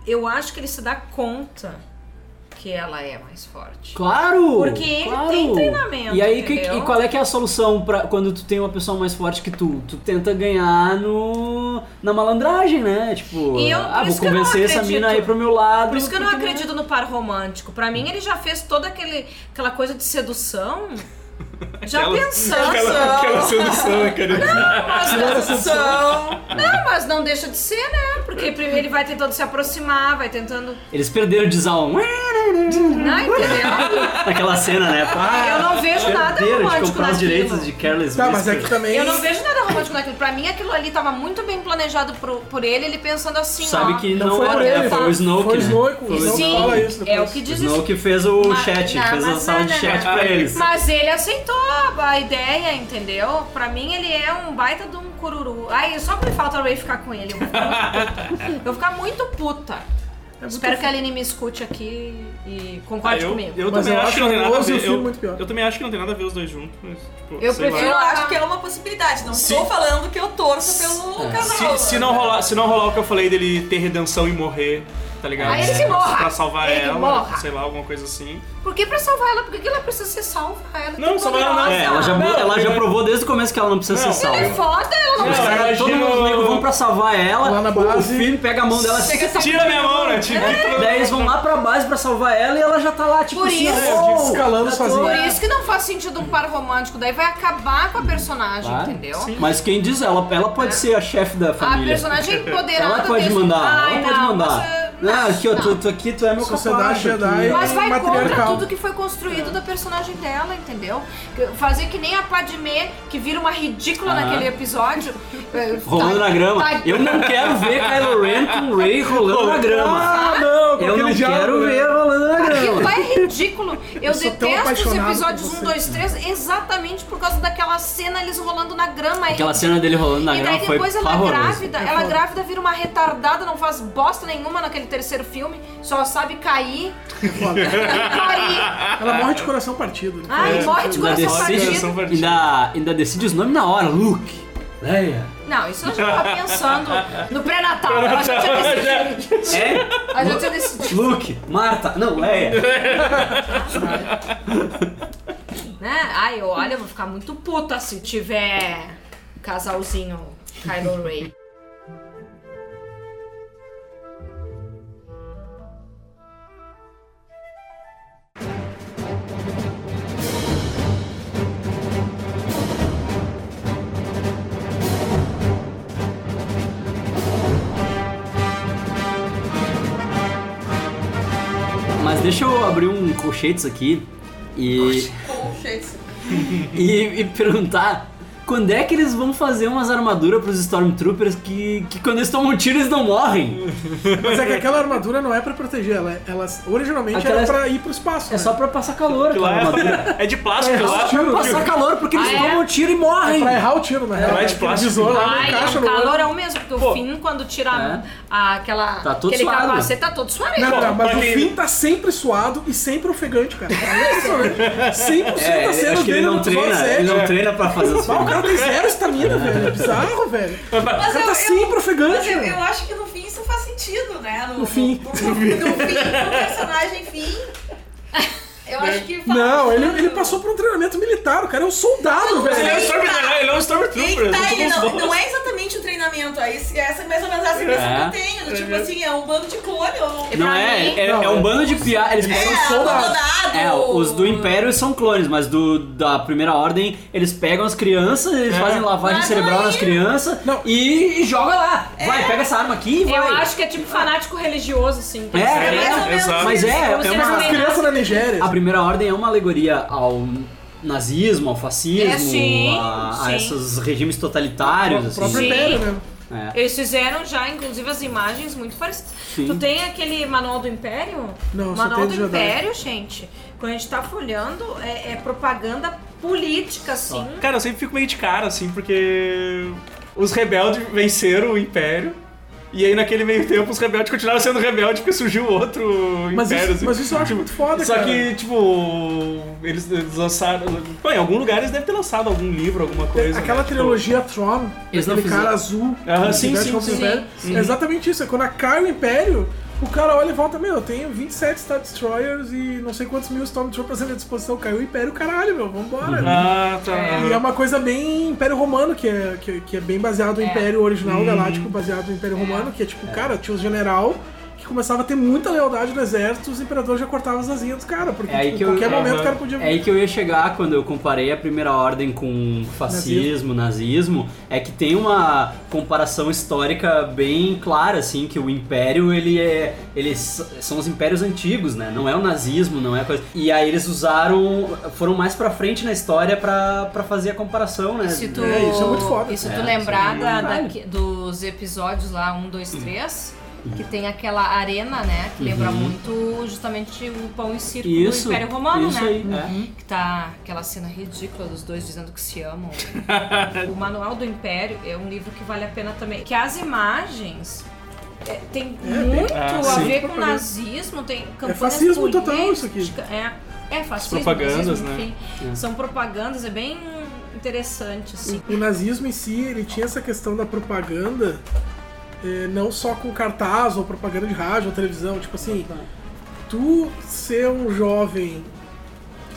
Speaker 5: Eu acho que ele se dá conta que ela é mais forte.
Speaker 1: Claro!
Speaker 5: Porque ele
Speaker 1: claro.
Speaker 5: tem treinamento,
Speaker 1: E aí, que-
Speaker 5: entendeu?
Speaker 1: e qual é que é a solução para quando tu tem uma pessoa mais forte que tu? Tu tenta ganhar no na malandragem, né? Tipo,
Speaker 5: E eu-
Speaker 1: ah,
Speaker 5: por
Speaker 1: vou
Speaker 5: isso que eu não
Speaker 1: convencer essa
Speaker 5: acredito.
Speaker 1: mina aí pro meu lado.
Speaker 5: Por isso que eu não
Speaker 1: porque- né,
Speaker 5: acredito no par romântico. Pra mim, ele já fez toda aquele, aquela coisa de sedução Já
Speaker 2: Aquela-
Speaker 5: pensamos.
Speaker 2: Aquela, aquela sedução, né, cara?
Speaker 5: Mas
Speaker 4: Não era
Speaker 5: são. Não, mas não deixa de ser, né? Porque primeiro ele vai tentando se aproximar, vai tentando.
Speaker 1: Eles perderam de Zaun.
Speaker 5: Não, entendeu?
Speaker 1: Naquela cena, né? Ah,
Speaker 5: Eu não vejo nada é
Speaker 1: perderam de
Speaker 5: romântico
Speaker 1: comprar os
Speaker 5: naquilo.
Speaker 1: direitos de Careless
Speaker 4: Tá, mas
Speaker 1: Whisper.
Speaker 4: aqui também.
Speaker 5: Eu não vejo nada romântico naquilo. Pra mim, aquilo ali tava muito bem planejado pro- por ele, ele pensando assim,
Speaker 1: Sabe
Speaker 5: ó.
Speaker 1: que
Speaker 4: Não
Speaker 1: não,
Speaker 4: foi por
Speaker 1: era,
Speaker 4: ele,
Speaker 1: né? Foi
Speaker 4: foi-
Speaker 1: o Snoke,
Speaker 4: foi o
Speaker 1: né?
Speaker 4: Snoke, o
Speaker 1: Foi
Speaker 4: Snoke.
Speaker 5: Sim,
Speaker 4: fala isso
Speaker 5: é o
Speaker 4: depois.
Speaker 5: que
Speaker 1: o
Speaker 5: diz isso.
Speaker 1: Snoke fez o
Speaker 5: Mas-
Speaker 1: chat,
Speaker 5: não,
Speaker 1: fez a
Speaker 5: mas
Speaker 1: sala
Speaker 5: não,
Speaker 1: de
Speaker 5: não,
Speaker 1: chat
Speaker 5: não.
Speaker 1: pra eles.
Speaker 5: Mas ele aceitou a ideia, entendeu? Pra mim, ele é um baita de um cururu. Ai, só me falta alguém ficar com ele. Eu vou ficar muito puta. Eu vou ficar muito puta. Espero que a Aline me escute aqui e concorde
Speaker 2: Ah, eu,
Speaker 5: comigo.
Speaker 2: eu
Speaker 4: Mas
Speaker 2: também
Speaker 4: eu
Speaker 2: acho
Speaker 4: acho
Speaker 2: que não tem nada a
Speaker 4: horroroso e o
Speaker 2: ver.
Speaker 4: filme
Speaker 2: Eu,
Speaker 4: muito pior.
Speaker 2: eu também acho que não tem nada a ver os dois juntos, mas, tipo,
Speaker 5: Eu
Speaker 2: sei lá.
Speaker 5: prefiro-
Speaker 10: Eu acho que é uma possibilidade, não
Speaker 2: Se- É.
Speaker 10: estou falando que eu torço pelo casal.
Speaker 2: Se, se não rolar, se não rolar o que eu falei dele ter redenção e morrer, tá ligado?
Speaker 5: Ah, ele que morra!
Speaker 2: Pra salvar
Speaker 5: Ele
Speaker 2: ela,
Speaker 5: morra!
Speaker 2: sei lá, alguma coisa assim.
Speaker 5: Por que pra salvar ela? Por que que ela precisa ser salva? Ela é
Speaker 2: Não,
Speaker 5: tão
Speaker 2: salvar ela não.
Speaker 5: poderosa.
Speaker 1: É, ela já,
Speaker 2: Não,
Speaker 1: ela já
Speaker 2: eu-
Speaker 1: provou desde o começo que ela não precisa
Speaker 2: Não.
Speaker 1: ser
Speaker 5: Ela é
Speaker 1: salva.
Speaker 5: foda, ela não
Speaker 1: Os
Speaker 2: Não,
Speaker 1: caras,
Speaker 2: eu
Speaker 1: todo
Speaker 2: imagino-
Speaker 1: mundo nego vão pra salvar ela.
Speaker 4: Lá na
Speaker 1: O
Speaker 4: base.
Speaker 1: filho pega a mão dela assim.
Speaker 2: Tira minha mão, né? Tira.
Speaker 5: É.
Speaker 1: Daí eles vão lá pra base pra salvar ela e ela já tá lá, tipo,
Speaker 5: Por
Speaker 1: assim,
Speaker 5: isso-
Speaker 1: "Oh,
Speaker 4: Escalando
Speaker 1: já tô-
Speaker 4: É, sozinha.
Speaker 5: Por isso que não faz sentido um par romântico, daí vai acabar com a personagem,
Speaker 1: Claro.
Speaker 5: entendeu?
Speaker 1: Tá?
Speaker 5: É.
Speaker 1: Mas quem diz ela, ela pode ser a chefe da
Speaker 5: A
Speaker 1: família.
Speaker 5: personagem é empoderada
Speaker 1: Ela pode
Speaker 5: desde-
Speaker 1: mandar,
Speaker 5: Ai,
Speaker 1: ela pode
Speaker 5: não,
Speaker 1: mandar.
Speaker 5: você-
Speaker 1: Ah, aqui, ó, tu, tu aqui, tu é meu
Speaker 4: Sociedade
Speaker 1: capacho aqui.
Speaker 4: Jedi.
Speaker 5: Mas vai contra
Speaker 4: Matriarcal.
Speaker 5: tudo que foi construído da personagem dela, entendeu? Que- Fazer que nem a Padmé, que vira uma ridícula
Speaker 1: Aham.
Speaker 5: naquele episódio. eh,
Speaker 1: Rolando
Speaker 5: tá-
Speaker 1: na grama.
Speaker 5: tá-
Speaker 1: Eu não quero ver Kylo Ren com Rey rolando na grama.
Speaker 4: Ah, não, com
Speaker 1: Eu não
Speaker 4: aquele diálogo,
Speaker 1: quero
Speaker 4: né?
Speaker 1: ver rolando na
Speaker 5: Aquilo
Speaker 1: grama.
Speaker 5: lá é ridículo. Eu,
Speaker 4: sou
Speaker 5: detesto
Speaker 4: tão
Speaker 5: os
Speaker 4: apaixonado por
Speaker 5: episódios 1,
Speaker 4: você.
Speaker 5: 2, 3 exatamente por causa daquela cena eles rolando na grama.
Speaker 1: Aquela
Speaker 5: E-
Speaker 1: cena dele rolando na
Speaker 5: E daí
Speaker 1: grama foi
Speaker 5: depois ela é
Speaker 1: pavorosa.
Speaker 4: É
Speaker 5: grávida, ela grávida vira uma retardada, não faz bosta nenhuma naquele terceiro filme, só sabe cair.
Speaker 4: É
Speaker 5: cair.
Speaker 4: Ela morre de coração partido. né?
Speaker 5: Ai, morre de
Speaker 1: Ainda
Speaker 5: coração
Speaker 1: decide,
Speaker 5: partido.
Speaker 2: coração partido.
Speaker 1: ainda, ainda decide os nomes na hora. Luke, Leia.
Speaker 5: Não, isso eu já tava pensando no pré-natal. Ela já tinha decidido.
Speaker 1: É?
Speaker 5: Ela já tinha decidido,
Speaker 1: Luke, Marta. Não, Leia.
Speaker 5: né? Ai, eu- olha, eu vou ficar muito puta se tiver casalzinho Kylo Ray.
Speaker 1: Mas deixa eu abrir um colchetes aqui e, e, e perguntar. Quando é que eles vão fazer umas armaduras pros Stormtroopers que, que quando eles tomam tiro eles não morrem?
Speaker 4: Mas é que aquela armadura não é pra proteger, ela, ela originalmente
Speaker 1: Aquela
Speaker 4: era
Speaker 1: é-
Speaker 4: pra ir pro espaço. né?
Speaker 1: É só pra passar calor
Speaker 2: Aquilo
Speaker 1: aquela
Speaker 2: lá
Speaker 1: armadura.
Speaker 2: é, é de plástico,
Speaker 1: É
Speaker 2: aquilo lá.
Speaker 1: só pra passar calor porque eles
Speaker 5: Ah, é?
Speaker 1: tomam tiro e morrem.
Speaker 4: né? pra errar o tiro, na real.
Speaker 2: é de
Speaker 4: Aquele
Speaker 2: plástico.
Speaker 4: visor lá não
Speaker 5: Ai, é
Speaker 4: encaixa
Speaker 5: um
Speaker 4: no olho.
Speaker 5: calorão mesmo, porque o
Speaker 2: Pô.
Speaker 5: Finn, quando tira
Speaker 1: É.
Speaker 5: a- aquela,
Speaker 1: Tá todo
Speaker 5: aquele
Speaker 1: suado.
Speaker 5: capacete, tá todo suado.
Speaker 4: Não, não,
Speaker 2: Pra
Speaker 4: mas o
Speaker 2: quem-
Speaker 4: Finn tá sempre suado e sempre ofegante, cara. É impressionante. 100%
Speaker 1: É,
Speaker 4: da
Speaker 1: acho
Speaker 4: cena
Speaker 1: que
Speaker 4: tá dele
Speaker 1: ele não
Speaker 4: no episódio
Speaker 1: treina,
Speaker 4: 7.
Speaker 1: ele não treina assim, né? pra fazer os filmes.
Speaker 4: Mas Ah, o cara tem zero estamina, velho. É bizarro, velho. O
Speaker 10: Mas
Speaker 4: cara tá sempre
Speaker 10: mas
Speaker 4: ofegante.
Speaker 10: eu,
Speaker 4: velho.
Speaker 10: eu acho que no fim isso faz sentido, né? No,
Speaker 4: fim.
Speaker 10: No, no, no, no fim, no personagem fim. Eu acho que faz
Speaker 4: Não, ele,
Speaker 10: sentido.
Speaker 4: ele passou por um treinamento militar. O cara é um soldado,
Speaker 2: Ele é um
Speaker 4: velho.
Speaker 2: Stormtrooper, ele é um
Speaker 10: Tem
Speaker 2: Stormtrooper.
Speaker 10: que tá,
Speaker 2: ele
Speaker 10: ele
Speaker 2: é um
Speaker 10: não,
Speaker 2: Stormtrooper.
Speaker 10: não é exatamente um treinamento. Aí, se- essa é mais ou menos essa impressão que eu tenho. do Tipo assim, é um bando de clone. Ou... um
Speaker 1: Não é, é, é um bando de piá. Eles pegam
Speaker 10: É,
Speaker 1: soldados.
Speaker 10: abandonado.
Speaker 1: É, os do Império são clones, mas do da Primeira Ordem eles pegam as crianças, eles fazem lavagem
Speaker 10: Mas
Speaker 1: cerebral
Speaker 10: não é
Speaker 1: nas
Speaker 10: isso.
Speaker 1: crianças
Speaker 4: Não.
Speaker 1: e, e joga lá. Vai, pega essa arma aqui e vai.
Speaker 5: Eu acho que é tipo fanático religioso, assim.
Speaker 1: É,
Speaker 5: Eles-
Speaker 10: mais
Speaker 1: é,
Speaker 10: ou menos
Speaker 2: exato.
Speaker 1: mas é, é
Speaker 5: Como se eles
Speaker 1: uma,
Speaker 5: treinassem.
Speaker 4: Criança na Nigéria.
Speaker 1: a Primeira Ordem é uma alegoria ao nazismo, ao fascismo,
Speaker 5: É, sim,
Speaker 1: a, a
Speaker 5: sim.
Speaker 1: esses regimes totalitários.
Speaker 4: O próprio
Speaker 1: assim.
Speaker 5: Sim.
Speaker 4: Império né? mesmo.
Speaker 1: É.
Speaker 5: Eles fizeram já, inclusive, as imagens muito parecidas.
Speaker 1: Sim.
Speaker 5: Tu tem aquele Manual do Império?
Speaker 4: Não, só
Speaker 5: Manual
Speaker 4: tem
Speaker 5: do
Speaker 4: do Jedi.
Speaker 5: Império, gente. Quando a gente tá folhando, é, é propaganda política, assim.
Speaker 2: Cara, eu sempre fico meio de cara, assim, porque os rebeldes venceram o Império. E aí, naquele meio tempo, os rebeldes continuaram sendo rebeldes porque surgiu outro
Speaker 4: Mas
Speaker 2: império.
Speaker 4: isso,
Speaker 2: assim.
Speaker 4: mas isso eu acho muito foda,
Speaker 2: Só
Speaker 4: cara.
Speaker 2: que, tipo, eles, eles lançaram. Pô, em algum lugar eles devem ter lançado algum livro, alguma coisa. né?
Speaker 4: Aquela
Speaker 2: Tipo,
Speaker 4: trilogia Tron,
Speaker 1: Eles não
Speaker 4: aquele cara
Speaker 1: fizeram.
Speaker 4: azul,
Speaker 2: Aham,
Speaker 4: que
Speaker 2: sim,
Speaker 4: veste
Speaker 2: sim,
Speaker 4: contra o
Speaker 2: sim.
Speaker 4: Império, é exatamente isso. É quando acaba o Império, o cara olha e volta, meu, eu tenho 27 Star Destroyers e não sei quantos mil Stormtroopers à minha disposição. Caiu o Império, caralho, meu, vambora.
Speaker 1: Uhum.
Speaker 2: Ah, tá.
Speaker 4: E é uma coisa bem Império Romano, que é,
Speaker 2: Uhum.
Speaker 4: que, que é bem baseado no Império original galáctico, baseado no Império Romano, que é tipo, cara, tinha os general que começava a ter muita lealdade no exército, os imperadores já cortavam as asinhas dos caras, porque
Speaker 1: É aí
Speaker 4: tipo,
Speaker 1: que
Speaker 4: em
Speaker 1: eu,
Speaker 4: qualquer momento
Speaker 1: Aham.
Speaker 4: o cara podia...
Speaker 1: É aí que eu ia chegar quando eu comparei a primeira ordem com fascismo, nazismo. é que tem uma comparação histórica bem clara assim, que o império ele é eles são os impérios antigos, né? Não é o nazismo, não é coisa. E aí eles usaram, foram mais pra frente na história pra pra fazer a comparação, né?
Speaker 5: Se tu,
Speaker 4: É, isso é muito foda.
Speaker 5: e se
Speaker 1: É,
Speaker 5: tu
Speaker 1: isso
Speaker 5: lembrar
Speaker 1: é
Speaker 5: da-
Speaker 1: caralho.
Speaker 5: daqui- dos episódios lá 1, 2, 3, que tem aquela arena, né? Que
Speaker 4: Uhum.
Speaker 5: lembra muito justamente o pão e circo
Speaker 1: Isso.
Speaker 5: do Império Romano,
Speaker 1: isso
Speaker 5: né?
Speaker 1: aí. é.
Speaker 5: Que tá aquela cena ridícula dos dois dizendo que se amam. o Manual do Império é um livro que vale a pena também. Que as imagens é, tem muito
Speaker 2: Ah,
Speaker 5: a
Speaker 2: sim.
Speaker 5: ver com nazismo, tem campanhas
Speaker 4: É fascismo total
Speaker 5: políticas,
Speaker 4: isso aqui.
Speaker 5: É, é fascismo,
Speaker 2: propagandas,
Speaker 5: nazismo,
Speaker 2: né?
Speaker 5: enfim. São propagandas, é bem interessante, assim.
Speaker 4: O nazismo em si, ele tinha essa questão da propaganda, eh, não só com cartaz ou propaganda de rádio ou televisão, tipo assim, tu ser um jovem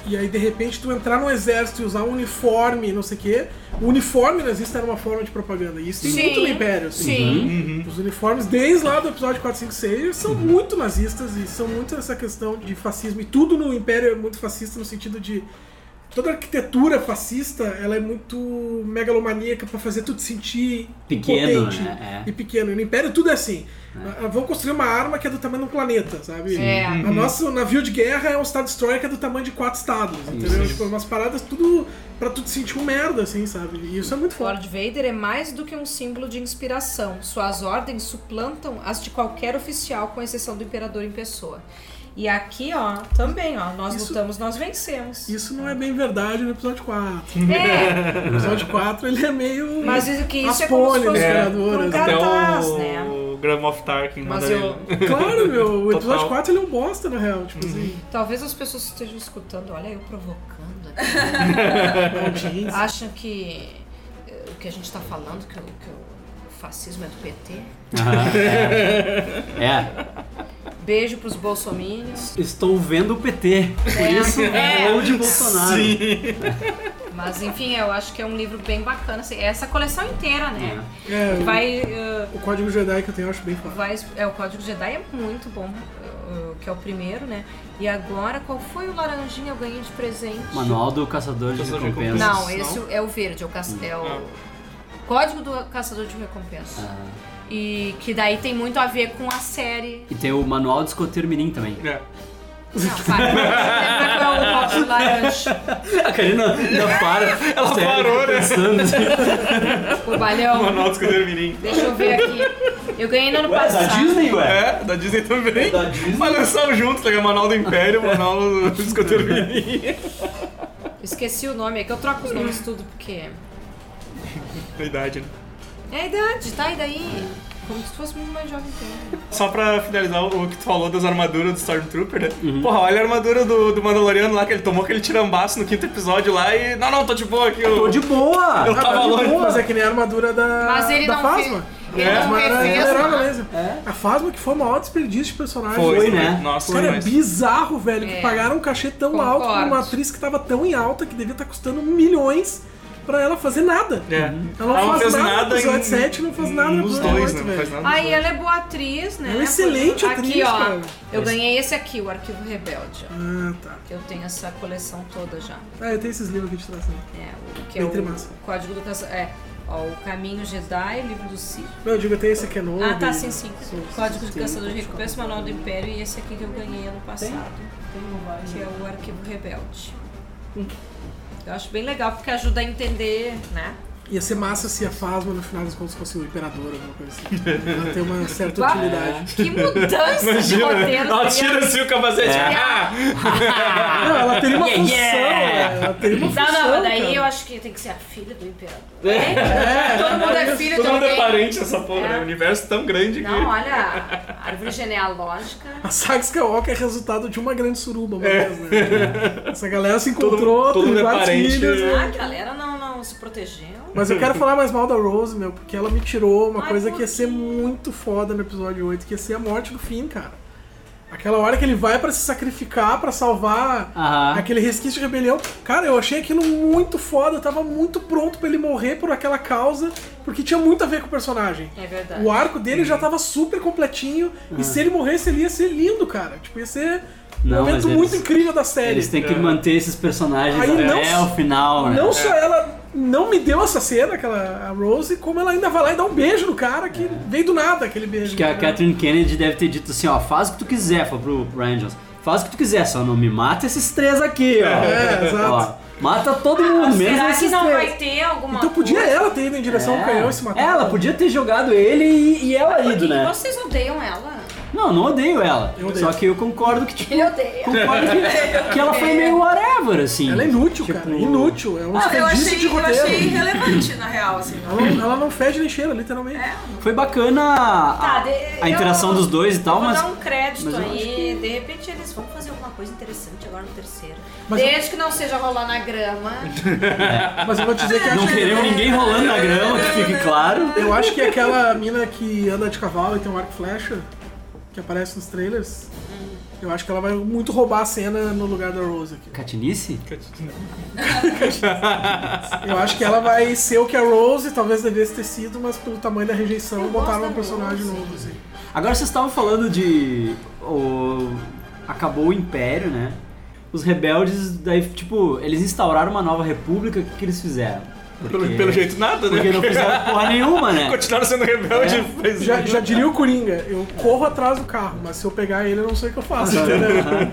Speaker 4: e aí de repente tu entrar no exército e usar um uniforme, não sei o quê, o uniforme nazista era uma forma de propaganda, e isso tem
Speaker 5: Sim,
Speaker 4: muito no Império, assim.
Speaker 5: Sim.
Speaker 4: Os uniformes, desde lá do episódio 456,
Speaker 1: Uhum.
Speaker 4: são muito nazistas e são muito essa questão de fascismo. E tudo no Império é muito fascista no sentido de. Toda a arquitetura fascista ela é muito megalomaníaca pra fazer tudo sentir
Speaker 1: Pequeno,
Speaker 4: impotente
Speaker 1: né? É.
Speaker 4: e pequeno. E no Império tudo é assim. Ah, Vamos construir uma arma que é do tamanho de um planeta, sabe?
Speaker 2: Uhum.
Speaker 5: É.
Speaker 4: A
Speaker 1: Uhum.
Speaker 4: nosso navio de guerra é um Star Destroyer que é do tamanho de quatro estados, entendeu? Tipo, umas paradas tudo pra tu te sentir um merda, assim, sabe? E isso é muito
Speaker 5: Lord
Speaker 4: forte.
Speaker 5: Vader é mais do que um símbolo de inspiração. Suas ordens suplantam as de qualquer oficial, com exceção do imperador em pessoa. E aqui, ó, também, ó, nós
Speaker 4: Isso-
Speaker 5: lutamos, nós vencemos.
Speaker 4: Isso não é bem verdade no episódio 4.
Speaker 5: É,
Speaker 4: O episódio 4 ele é meio.
Speaker 5: mas isso que isso
Speaker 4: As
Speaker 5: é como se
Speaker 4: pole,
Speaker 5: fosse
Speaker 4: né?
Speaker 5: um, um
Speaker 4: Até
Speaker 2: Até
Speaker 5: cartaz,
Speaker 2: o
Speaker 5: né?
Speaker 2: Graham of Tarkin
Speaker 5: Mas
Speaker 2: manda
Speaker 5: eu,
Speaker 2: ele.
Speaker 4: Claro, meu. O episódio
Speaker 2: Total.
Speaker 4: 4 ele é um bosta, na real. Tipo assim,
Speaker 5: talvez as pessoas estejam escutando, olha eu provocando aqui.
Speaker 2: É.
Speaker 4: maldinho.
Speaker 5: Acham que eh, o que a gente tá falando, que o, que o fascismo é do PT.
Speaker 1: Aham, é. é.
Speaker 5: Beijo pros bolsominions.
Speaker 1: Estou vendo o PT, por isso
Speaker 5: É.
Speaker 1: vou de Bolsonaro.
Speaker 5: Mas enfim, eu acho que é um livro bem bacana. assim, é essa coleção inteira, né?
Speaker 4: É, o-
Speaker 5: Vai. eh,
Speaker 4: o código Jedi que eu tenho eu acho bem foda.
Speaker 5: vai- é, o Código Jedi é muito bom, eh, que é o primeiro, né? E agora, qual foi o laranjinha que eu ganhei de presente?
Speaker 1: Manual do Caçador de
Speaker 2: Caçador de
Speaker 1: Recompensas.
Speaker 5: Não,
Speaker 2: Não?
Speaker 5: esse é o verde, é o, caça- é o
Speaker 2: Hum.
Speaker 5: Código do Caçador de Recompensa. E que daí tem muito a ver com a série. Ah,
Speaker 1: E tem o Manual do Escoteiro Mirim também.
Speaker 2: É.
Speaker 5: Não, para. Lembra qual é o Código Laranja?
Speaker 1: A Karina ainda para. Ela
Speaker 2: parou, né?
Speaker 1: Pensando.
Speaker 5: O balhão.
Speaker 2: Manual do Escudeiro Mirim.
Speaker 5: Deixa eu ver aqui. Eu ganhei no
Speaker 1: é
Speaker 5: ano passado.
Speaker 1: ué.
Speaker 2: É, da Disney também.
Speaker 1: da Disney.
Speaker 2: Mas lançaram juntos, tá ligado? Manual do Império, Manual do Escoteiro Mirim.
Speaker 5: Esqueci o nome, é que eu troco os nomes tudo porque.
Speaker 2: Da idade, né?
Speaker 5: É a idade, tá? E daí? Como se fosse muito mais jovem que eu.
Speaker 2: Só pra finalizar o que tu falou das armaduras do Stormtrooper, né?
Speaker 4: Uhum.
Speaker 2: Porra, olha a armadura do, do Mandaloriano lá que ele tomou aquele tirambaço no quinto episódio lá e. Não, não, tô de boa aqui.
Speaker 1: Tô de boa.
Speaker 2: Eu tava
Speaker 4: de
Speaker 2: longe.
Speaker 4: boa, mas é que nem a armadura da.
Speaker 5: Mas ele
Speaker 4: da
Speaker 5: não
Speaker 4: Fasma. É,
Speaker 5: fez- ele não
Speaker 4: Mas era-
Speaker 5: fez né?
Speaker 4: ela era
Speaker 5: nada.
Speaker 4: beleza.
Speaker 1: É.
Speaker 4: A Fasma que foi o maior desperdício de personagem.
Speaker 1: Foi, né?
Speaker 2: Nossa,
Speaker 4: Esse cara é
Speaker 2: mas-
Speaker 4: bizarro, velho,
Speaker 5: É.
Speaker 4: que pagaram um cachê tão
Speaker 5: Concordo.
Speaker 4: alto pra uma atriz que tava tão em alta que devia estar custando milhões pra ela fazer nada.
Speaker 2: É.
Speaker 4: Ela não
Speaker 2: Ela
Speaker 4: faz
Speaker 2: fez
Speaker 4: nada no
Speaker 2: nada
Speaker 4: episódio
Speaker 2: em-
Speaker 4: sete, não faz nada no
Speaker 2: Nos
Speaker 4: episódio
Speaker 2: dois,
Speaker 4: oito,
Speaker 2: né? Não faz
Speaker 4: velho.
Speaker 2: nada. nos
Speaker 5: Aí
Speaker 2: dois.
Speaker 5: ela é boa atriz, né?
Speaker 4: Ela é excelente
Speaker 5: Aqui,
Speaker 4: atriz,
Speaker 5: ó.
Speaker 4: cara.
Speaker 5: Eu ganhei esse aqui, o Arquivo Rebelde. ó,
Speaker 4: Ah, tá.
Speaker 5: Que eu tenho essa coleção toda já.
Speaker 4: Ah, eu tenho esses livros aqui de trás também.
Speaker 5: É, o que é
Speaker 4: Bem
Speaker 5: o
Speaker 4: trimassa.
Speaker 5: Código do Caça... É, ó, o Caminho Jedi, Livro do Sith.
Speaker 4: Não, eu digo, eu tenho esse aqui é novo.
Speaker 5: Ah, tá,
Speaker 4: e-
Speaker 5: sim, sim.
Speaker 4: Sim,
Speaker 5: Código do
Speaker 4: sim.
Speaker 5: Caçador de Recompensa, Manual do Império e esse aqui que eu ganhei ano passado.
Speaker 4: um
Speaker 5: Que é o Arquivo Rebelde.
Speaker 4: Hum.
Speaker 5: Eu acho bem legal porque ajuda a entender, né?
Speaker 4: Ia ser massa se a Fasma, no final das contas, fosse o imperador ou alguma coisa assim. Ela tem uma certa
Speaker 5: Bah,
Speaker 4: utilidade.
Speaker 5: Que mudança de roteiro!
Speaker 2: Ela
Speaker 5: seria-
Speaker 2: tira assim o capacete.
Speaker 1: É.
Speaker 2: Ah!
Speaker 4: Não, ela teria uma
Speaker 1: Yeah,
Speaker 4: função,
Speaker 1: yeah.
Speaker 4: né? Ela teria uma
Speaker 5: Não,
Speaker 4: função.
Speaker 5: não, mas daí
Speaker 4: cara.
Speaker 5: eu acho que tem que ser a filha do imperador.
Speaker 4: É,
Speaker 5: Todo mundo é filho de
Speaker 2: Todo mundo é
Speaker 5: alguém.
Speaker 2: parente essa porra, né? O universo é tão grande
Speaker 5: Não,
Speaker 2: que.
Speaker 5: olha, a árvore genealógica.
Speaker 4: a Saga Skywalker é resultado de uma grande suruba, uma vez, né? Essa galera se
Speaker 2: É.
Speaker 4: encontrou,
Speaker 2: Todo- todo
Speaker 4: tem
Speaker 2: mundo é
Speaker 4: vários
Speaker 2: parente,
Speaker 4: filhos.
Speaker 2: né?
Speaker 5: Ah, a galera não, não se protegeu.
Speaker 4: Mas eu quero falar mais mal da Rose, meu, porque ela me tirou uma
Speaker 5: Ai,
Speaker 4: coisa
Speaker 5: por
Speaker 4: que ia ser muito foda no episódio 8, que ia ser a morte do Finn, cara. Aquela hora que ele vai pra se sacrificar, pra salvar
Speaker 1: Aham.
Speaker 4: aquele resquício de rebelião. Cara, eu achei aquilo muito foda. Eu tava muito pronto pra ele morrer por aquela causa, porque tinha muito a ver com o personagem.
Speaker 3: É verdade.
Speaker 4: O arco dele
Speaker 1: Uhum.
Speaker 4: já tava super completinho. E se ele morresse, ele ia ser lindo, cara. Tipo, ia ser um
Speaker 1: Não, mas
Speaker 4: momento
Speaker 1: eles-
Speaker 4: muito incrível da série.
Speaker 1: Eles têm que manter esses personagens
Speaker 4: Aí não
Speaker 1: até
Speaker 4: s-
Speaker 1: o final, né?
Speaker 4: Não só ela não me deu essa cena, aquela a Rose, como ela ainda vai lá e dá um beijo no cara que veio do nada aquele beijo.
Speaker 1: É.
Speaker 4: né?
Speaker 1: Acho que a Catherine
Speaker 4: entendeu?
Speaker 1: Kennedy deve ter dito assim, ó, faz o que tu quiser, falou pro Ryan Johnson. Faz o que tu quiser, só não me mata esses três aqui, ó.
Speaker 4: É, exato.
Speaker 1: Ó, mata todo mundo, menos
Speaker 3: Será que
Speaker 1: esses
Speaker 3: não
Speaker 1: três. É.
Speaker 3: vai ter alguma
Speaker 4: Então podia
Speaker 3: coisa?
Speaker 4: ela ter ido em direção ao um canhão e se matar.
Speaker 1: Ela podia ter jogado ele e, e ela ido, né?
Speaker 3: Vocês odeiam ela?
Speaker 1: Não, não odeio ela.
Speaker 4: Eu odeio.
Speaker 1: Só que eu concordo que, tipo,
Speaker 3: Ele odeia.
Speaker 1: concordo que, que ela foi meio whatever, assim.
Speaker 4: Ela é inútil,
Speaker 1: Tipo-
Speaker 4: cara. Inútil. É um
Speaker 10: Ah, eu
Speaker 4: desperdício
Speaker 10: achei,
Speaker 4: de
Speaker 10: eu
Speaker 4: roteiro.
Speaker 10: achei irrelevante, na real, assim.
Speaker 4: Ela, não, ela não fede nem cheira, literalmente.
Speaker 1: Foi bacana a,
Speaker 3: Tá,
Speaker 1: a-
Speaker 3: de-
Speaker 1: a interação
Speaker 3: eu-
Speaker 1: dos dois e tal,
Speaker 3: Vou
Speaker 1: mas.
Speaker 3: dar um crédito
Speaker 1: mas eu acho
Speaker 3: aí. De repente eles vão fazer alguma coisa interessante agora no terceiro.
Speaker 4: Mas
Speaker 3: Desde que não seja rolar na grama.
Speaker 4: Mas eu vou te dizer que eu
Speaker 1: Não
Speaker 4: achei-
Speaker 1: queremos ninguém rolando na grama, que fique claro.
Speaker 4: Eu acho que aquela mina que anda de cavalo e tem um arco e flecha, que aparece nos trailers, eu acho que ela vai muito roubar a cena no lugar da Rose aqui.
Speaker 1: Catinice?
Speaker 4: Eu acho que ela vai ser o que a Rose talvez devesse ter sido, mas pelo tamanho da rejeição, botaram um personagem novo, assim.
Speaker 1: Agora vocês estavam falando de. o- acabou o Império, né? Os rebeldes, daí, tipo, eles instauraram uma nova república, o que, que eles fizeram?
Speaker 2: Pelo, pelo jeito, nada, né?
Speaker 1: Porque não fizeram porra nenhuma, né?
Speaker 2: Continuaram sendo rebelde.
Speaker 1: É.
Speaker 2: Mas
Speaker 4: Já, já diria o Coringa, eu corro atrás do carro, mas se eu pegar ele, eu não sei o que eu faço, entendeu?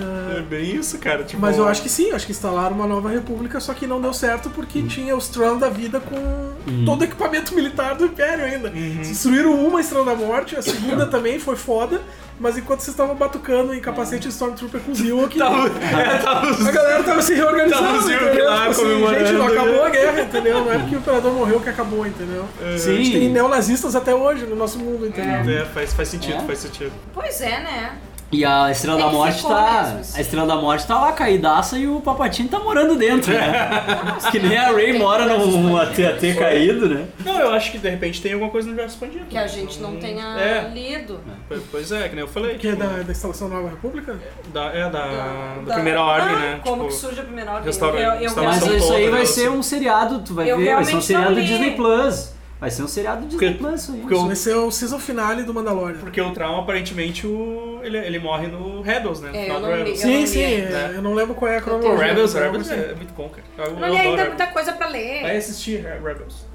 Speaker 4: Ah,
Speaker 2: É bem isso, cara. Tipo,
Speaker 4: Mas eu acho que sim, eu acho que instalaram uma nova república, só que não deu certo porque
Speaker 2: Hum.
Speaker 4: tinha o Strand da vida com todo o equipamento militar do Império ainda.
Speaker 2: Uhum.
Speaker 4: Destruíram uma Estrela da Morte, a segunda também foi foda, mas enquanto vocês estavam batucando em capacete de Stormtrooper com Zil aqui,
Speaker 2: É, tava os-
Speaker 4: a galera tava se reorganizando.
Speaker 2: Tava os Zil
Speaker 4: entendeu? Tipo assim,
Speaker 2: lá comemorando.
Speaker 4: gente, não acabou a guerra, entendeu? Não é porque o Imperador morreu que acabou, entendeu? A gente tem
Speaker 1: Sim.
Speaker 4: neonazistas até hoje no nosso mundo, entendeu?
Speaker 2: É, faz, faz sentido,
Speaker 1: É?
Speaker 2: faz sentido.
Speaker 3: Pois é, né?
Speaker 1: E a Estrela
Speaker 3: Ele
Speaker 1: da Morte
Speaker 3: ficou
Speaker 1: tá.
Speaker 3: mesmo, assim.
Speaker 1: A Estrela da Morte tá lá caidaça e o Papatinho tá morando dentro, né? que nem a Ray mora num AT-AT caído, né?
Speaker 2: Não, eu acho que de repente tem alguma coisa no universo expandido. né?
Speaker 5: Que a gente não tenha
Speaker 2: É.
Speaker 5: lido.
Speaker 2: P- Pois é, que nem eu falei.
Speaker 4: Que é
Speaker 2: tipo,
Speaker 4: da, da instalação da Nova República?
Speaker 2: da, é, da, da,
Speaker 3: Da-
Speaker 2: primeira ordem, né?
Speaker 5: Ah, Como que
Speaker 2: tipo,
Speaker 5: surge a primeira ordem?
Speaker 2: restaura-
Speaker 5: Eu- eu- eu-
Speaker 2: restaura-
Speaker 1: Mas
Speaker 2: São
Speaker 1: isso aí
Speaker 2: todas,
Speaker 1: vai
Speaker 2: né?
Speaker 1: ser um seriado, tu vai
Speaker 3: Eu
Speaker 1: ver, vai ser um
Speaker 3: realmente não
Speaker 1: seriado
Speaker 3: li.
Speaker 1: Disney Plus. Vai ser um seriado Disney
Speaker 2: Porque-
Speaker 1: Plus isso aí.
Speaker 2: porque eu-
Speaker 4: Vai ser o season finale do Mandalorian.
Speaker 2: porque o Trauma, aparentemente, o, ele, ele morre no Rebels, né? No
Speaker 5: É, eu
Speaker 2: final do
Speaker 5: não li.
Speaker 2: Rebels.
Speaker 5: Eu
Speaker 4: Sim,
Speaker 5: não
Speaker 4: sim,
Speaker 5: li
Speaker 4: é, eu não lembro qual é a
Speaker 2: O
Speaker 4: cronologia.
Speaker 2: Rebels,
Speaker 4: mas é
Speaker 2: Rebels
Speaker 4: algo assim.
Speaker 2: é muito bom, cara. Eu, eu
Speaker 5: Não li
Speaker 2: adoro
Speaker 5: ainda é
Speaker 2: Rebels.
Speaker 5: muita coisa pra ler.
Speaker 2: Vai assistir é, Rebels.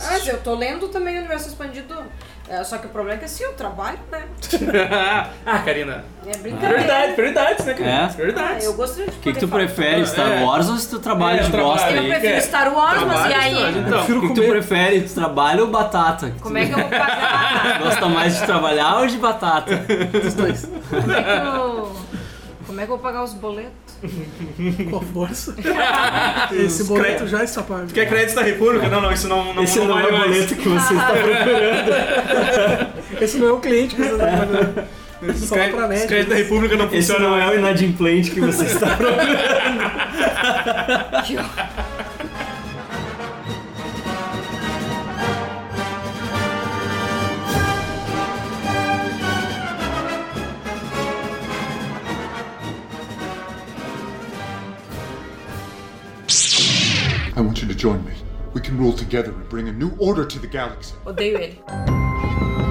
Speaker 5: Mas eu tô lendo também o Universo Expandido. é, só que o problema é que assim, eu trabalho, né?
Speaker 2: ah, Karina.
Speaker 5: É brincadeira.
Speaker 2: Prioridades, prioridades, né, Karina?
Speaker 1: É.
Speaker 5: Ah,
Speaker 2: Prioridades.
Speaker 5: eu gostaria de
Speaker 1: O que, que tu
Speaker 5: poder falar.
Speaker 1: prefere, Star
Speaker 2: É.
Speaker 1: Wars ou se tu trabalha
Speaker 2: É,
Speaker 1: de
Speaker 2: eu
Speaker 1: bosta
Speaker 2: trabalho.
Speaker 1: aí?
Speaker 5: Eu prefiro
Speaker 2: É.
Speaker 5: Star Wars, mas e
Speaker 2: Trabalho,
Speaker 5: aí?
Speaker 2: história.
Speaker 1: O
Speaker 2: Então,
Speaker 1: que, que tu
Speaker 4: comer.
Speaker 1: prefere, tu trabalha ou batata?
Speaker 5: Como é que eu vou pagar?
Speaker 1: Gosta mais de trabalhar ou de batata?
Speaker 5: Como é que eu, como é que eu vou pagar os boletos?
Speaker 4: Com a força. Esse
Speaker 2: Os
Speaker 4: boleto
Speaker 2: cre-
Speaker 4: já está pago.
Speaker 2: Quer é crédito da República? Não, não, isso não, não,
Speaker 1: Esse
Speaker 2: não,
Speaker 1: não, é
Speaker 2: vale
Speaker 1: o
Speaker 2: mais.
Speaker 1: boleto que você está procurando.
Speaker 4: Esse não é o cliente que você tá pagando. Só lá pra
Speaker 2: Os
Speaker 4: net.
Speaker 2: créditos é da República não
Speaker 1: Esse
Speaker 2: funcionam.
Speaker 1: não é o inadimplente que você está procurando.
Speaker 8: I want you to join me. We can rule together and bring a new order to the galaxy.
Speaker 5: Odeio ele.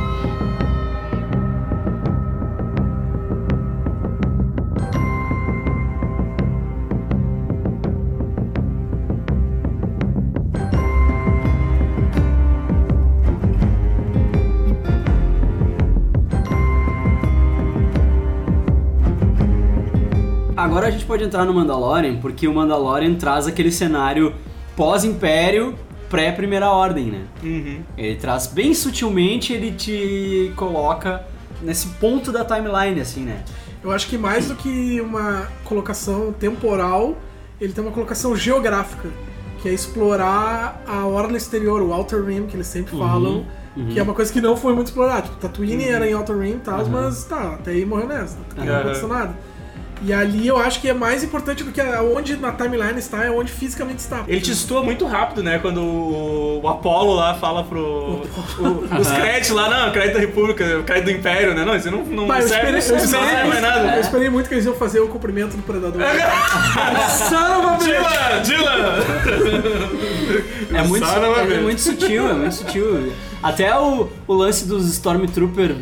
Speaker 1: Agora a gente pode entrar no Mandalorian, porque o Mandalorian traz aquele cenário pós-império, pré-primeira ordem, né?
Speaker 2: Uhum.
Speaker 1: Ele traz bem sutilmente, ele te coloca nesse ponto da timeline, assim, né?
Speaker 4: Eu acho que mais do que uma colocação temporal, ele tem uma colocação geográfica, que é explorar a orla exterior, o Outer Rim, que eles sempre falam, que é uma coisa que não foi muito explorada. Tipo, Tatooine era em Outer Rim e tal, mas tá, até aí morreu nessa, não
Speaker 2: Uhum.
Speaker 4: aconteceu nada. E ali eu acho que é mais importante do que onde na timeline está, é onde fisicamente está.
Speaker 2: Ele te estua muito rápido, né? Quando o o Apollo lá fala pro. o- os créditos lá, não, crédito da República, crédito do Império, né? Não, isso não, não
Speaker 4: Pai, eu
Speaker 2: serve,
Speaker 4: esperei,
Speaker 2: isso
Speaker 4: eu
Speaker 2: não
Speaker 4: esperei-
Speaker 2: serve mais nada.
Speaker 4: eu esperei muito que eles iam fazer o cumprimento do predador. Só uma vez.
Speaker 2: Dylan! Dylan!
Speaker 1: É muito,
Speaker 2: Só não vai
Speaker 1: é
Speaker 2: ver.
Speaker 1: muito sutil, é muito sutil. Até o, o lance dos Stormtrooper.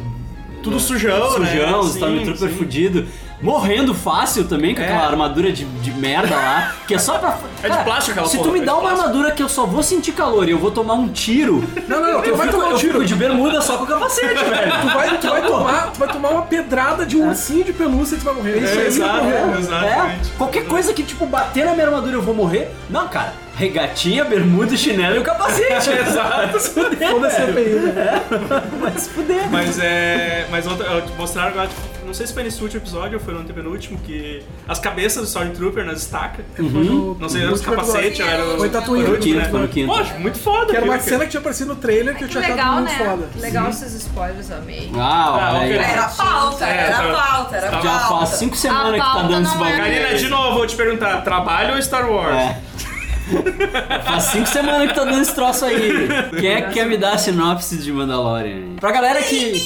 Speaker 2: Tudo sujão,
Speaker 1: sujão
Speaker 2: né?
Speaker 1: os
Speaker 2: Sim,
Speaker 1: Stormtrooper
Speaker 2: sim.
Speaker 1: fudido. Morrendo fácil também, com aquela armadura de, de merda lá, que é só pra.
Speaker 2: É de plástico aquela
Speaker 1: Se
Speaker 2: porra,
Speaker 1: tu me
Speaker 2: é de
Speaker 1: dá uma
Speaker 2: plástico.
Speaker 1: armadura que eu só vou sentir calor e eu vou tomar um tiro,
Speaker 4: Não, não, não, tu
Speaker 1: eu,
Speaker 4: vai
Speaker 1: fico,
Speaker 4: tomar um
Speaker 1: eu
Speaker 4: tiro.
Speaker 1: fico de bermuda só com o capacete, velho.
Speaker 4: Tu vai, tu, vai tomar, tu vai tomar uma pedrada de um ursinho de pelúcia e tu vai morrer.
Speaker 2: É,
Speaker 4: aí,
Speaker 2: exato,
Speaker 4: tu vai morrer.
Speaker 2: é, exatamente.
Speaker 1: É, qualquer coisa que, tipo, bater na minha armadura eu vou morrer. Não, cara. Regatinha, bermuda, chinelo e o capacete. Exato.
Speaker 4: Foda-se a CPI, né?
Speaker 1: Vai se fuder.
Speaker 2: Mas é. Mas outra, eu- mostraram agora, tipo, não sei se foi nesse último episódio ou foi no antepenúltimo, que as cabeças do Stormtrooper nas estacas. Uhum. Não sei, era os né? capacetes, era os.
Speaker 4: Foi Tatooine.
Speaker 2: Foi o último,
Speaker 1: Quinto, Uhum. foi no quinto.
Speaker 2: né? Poxa, muito foda,
Speaker 4: Que era uma
Speaker 2: aquilo,
Speaker 4: cena que tinha aparecido no trailer que eu
Speaker 3: Que
Speaker 4: tinha achado
Speaker 3: legal,
Speaker 4: muito
Speaker 3: né?
Speaker 4: foda.
Speaker 3: Que legal esses spoilers, amei.
Speaker 1: Ah,
Speaker 2: Ah,
Speaker 1: olha
Speaker 2: ok.
Speaker 1: aí.
Speaker 10: Era falta,
Speaker 2: É,
Speaker 10: era
Speaker 2: tá-
Speaker 10: falta, era
Speaker 1: Já faz
Speaker 10: falta.
Speaker 1: cinco semanas que tá
Speaker 6: pauta
Speaker 1: dando esse
Speaker 6: não é-
Speaker 1: bagulho.
Speaker 2: Karina, de novo, vou te perguntar: trabalho ou Star Wars?
Speaker 1: É. Faz cinco semanas que tá dando esse troço aí. Quem é que quer me dar a sinopse de Mandalorian? Pra galera que.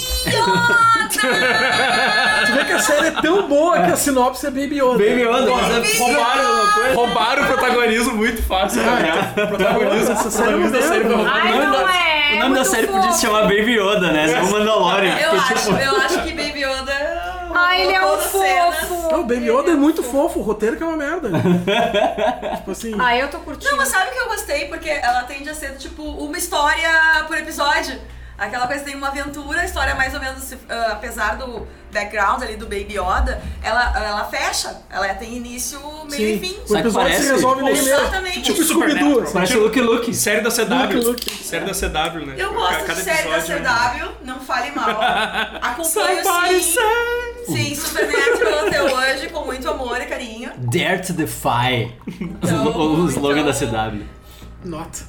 Speaker 4: Tu vê que a série é tão boa que a sinopse é Baby Yoda. né?
Speaker 1: Baby Yoda, mas é-
Speaker 2: Roubaram alguma coisa? Roubaram o protagonismo muito fácil, né? O protagonismo,
Speaker 4: Essa
Speaker 2: o
Speaker 4: série eu
Speaker 2: protagonismo da série foi
Speaker 4: lembro.
Speaker 2: roubado.
Speaker 3: Ai,
Speaker 1: o nome
Speaker 3: não
Speaker 1: da-
Speaker 3: é.
Speaker 1: o nome da
Speaker 3: muito
Speaker 1: série podia se
Speaker 3: fofo.
Speaker 1: chamar Baby Yoda, né? É o Mandalorian.
Speaker 10: Eu
Speaker 1: porque,
Speaker 10: acho,
Speaker 1: tipo,
Speaker 10: eu acho que Baby Yoda.
Speaker 3: Ai, ele é um
Speaker 10: roubou todas as cenas.
Speaker 3: fofo.
Speaker 4: Não, o Baby Yoda é muito fofo, o roteiro que é uma merda. tipo assim.
Speaker 3: Ah, eu tô curtindo.
Speaker 10: Não, mas sabe o que eu gostei? Porque ela tende a ser, tipo, uma história por episódio. Aquela coisa tem uma aventura, a história mais ou menos, ah, apesar do background ali do Baby Yoda, ela, ela fecha. Ela tem início, meio e fim.
Speaker 1: Sabe
Speaker 4: o
Speaker 1: que
Speaker 4: episódio se
Speaker 1: parece?
Speaker 4: resolve nele mesmo.
Speaker 10: Exatamente.
Speaker 4: Tipo
Speaker 2: Supernatural.
Speaker 4: Scooby-Doo. assim.
Speaker 1: Parece o Luke Luke.
Speaker 2: Série da CW.
Speaker 4: Look, look.
Speaker 2: Série da CW, né?
Speaker 10: Eu gosto
Speaker 2: Cada
Speaker 10: de série da
Speaker 2: episódio, é
Speaker 10: CW, não fale mal. Acompanho
Speaker 2: Somebody
Speaker 10: sim.
Speaker 2: say-
Speaker 10: Sim, Supernatural até hoje, com muito amor e carinho.
Speaker 1: Dare to Defy.
Speaker 10: Então,
Speaker 1: o slogan da CW.
Speaker 4: Nota.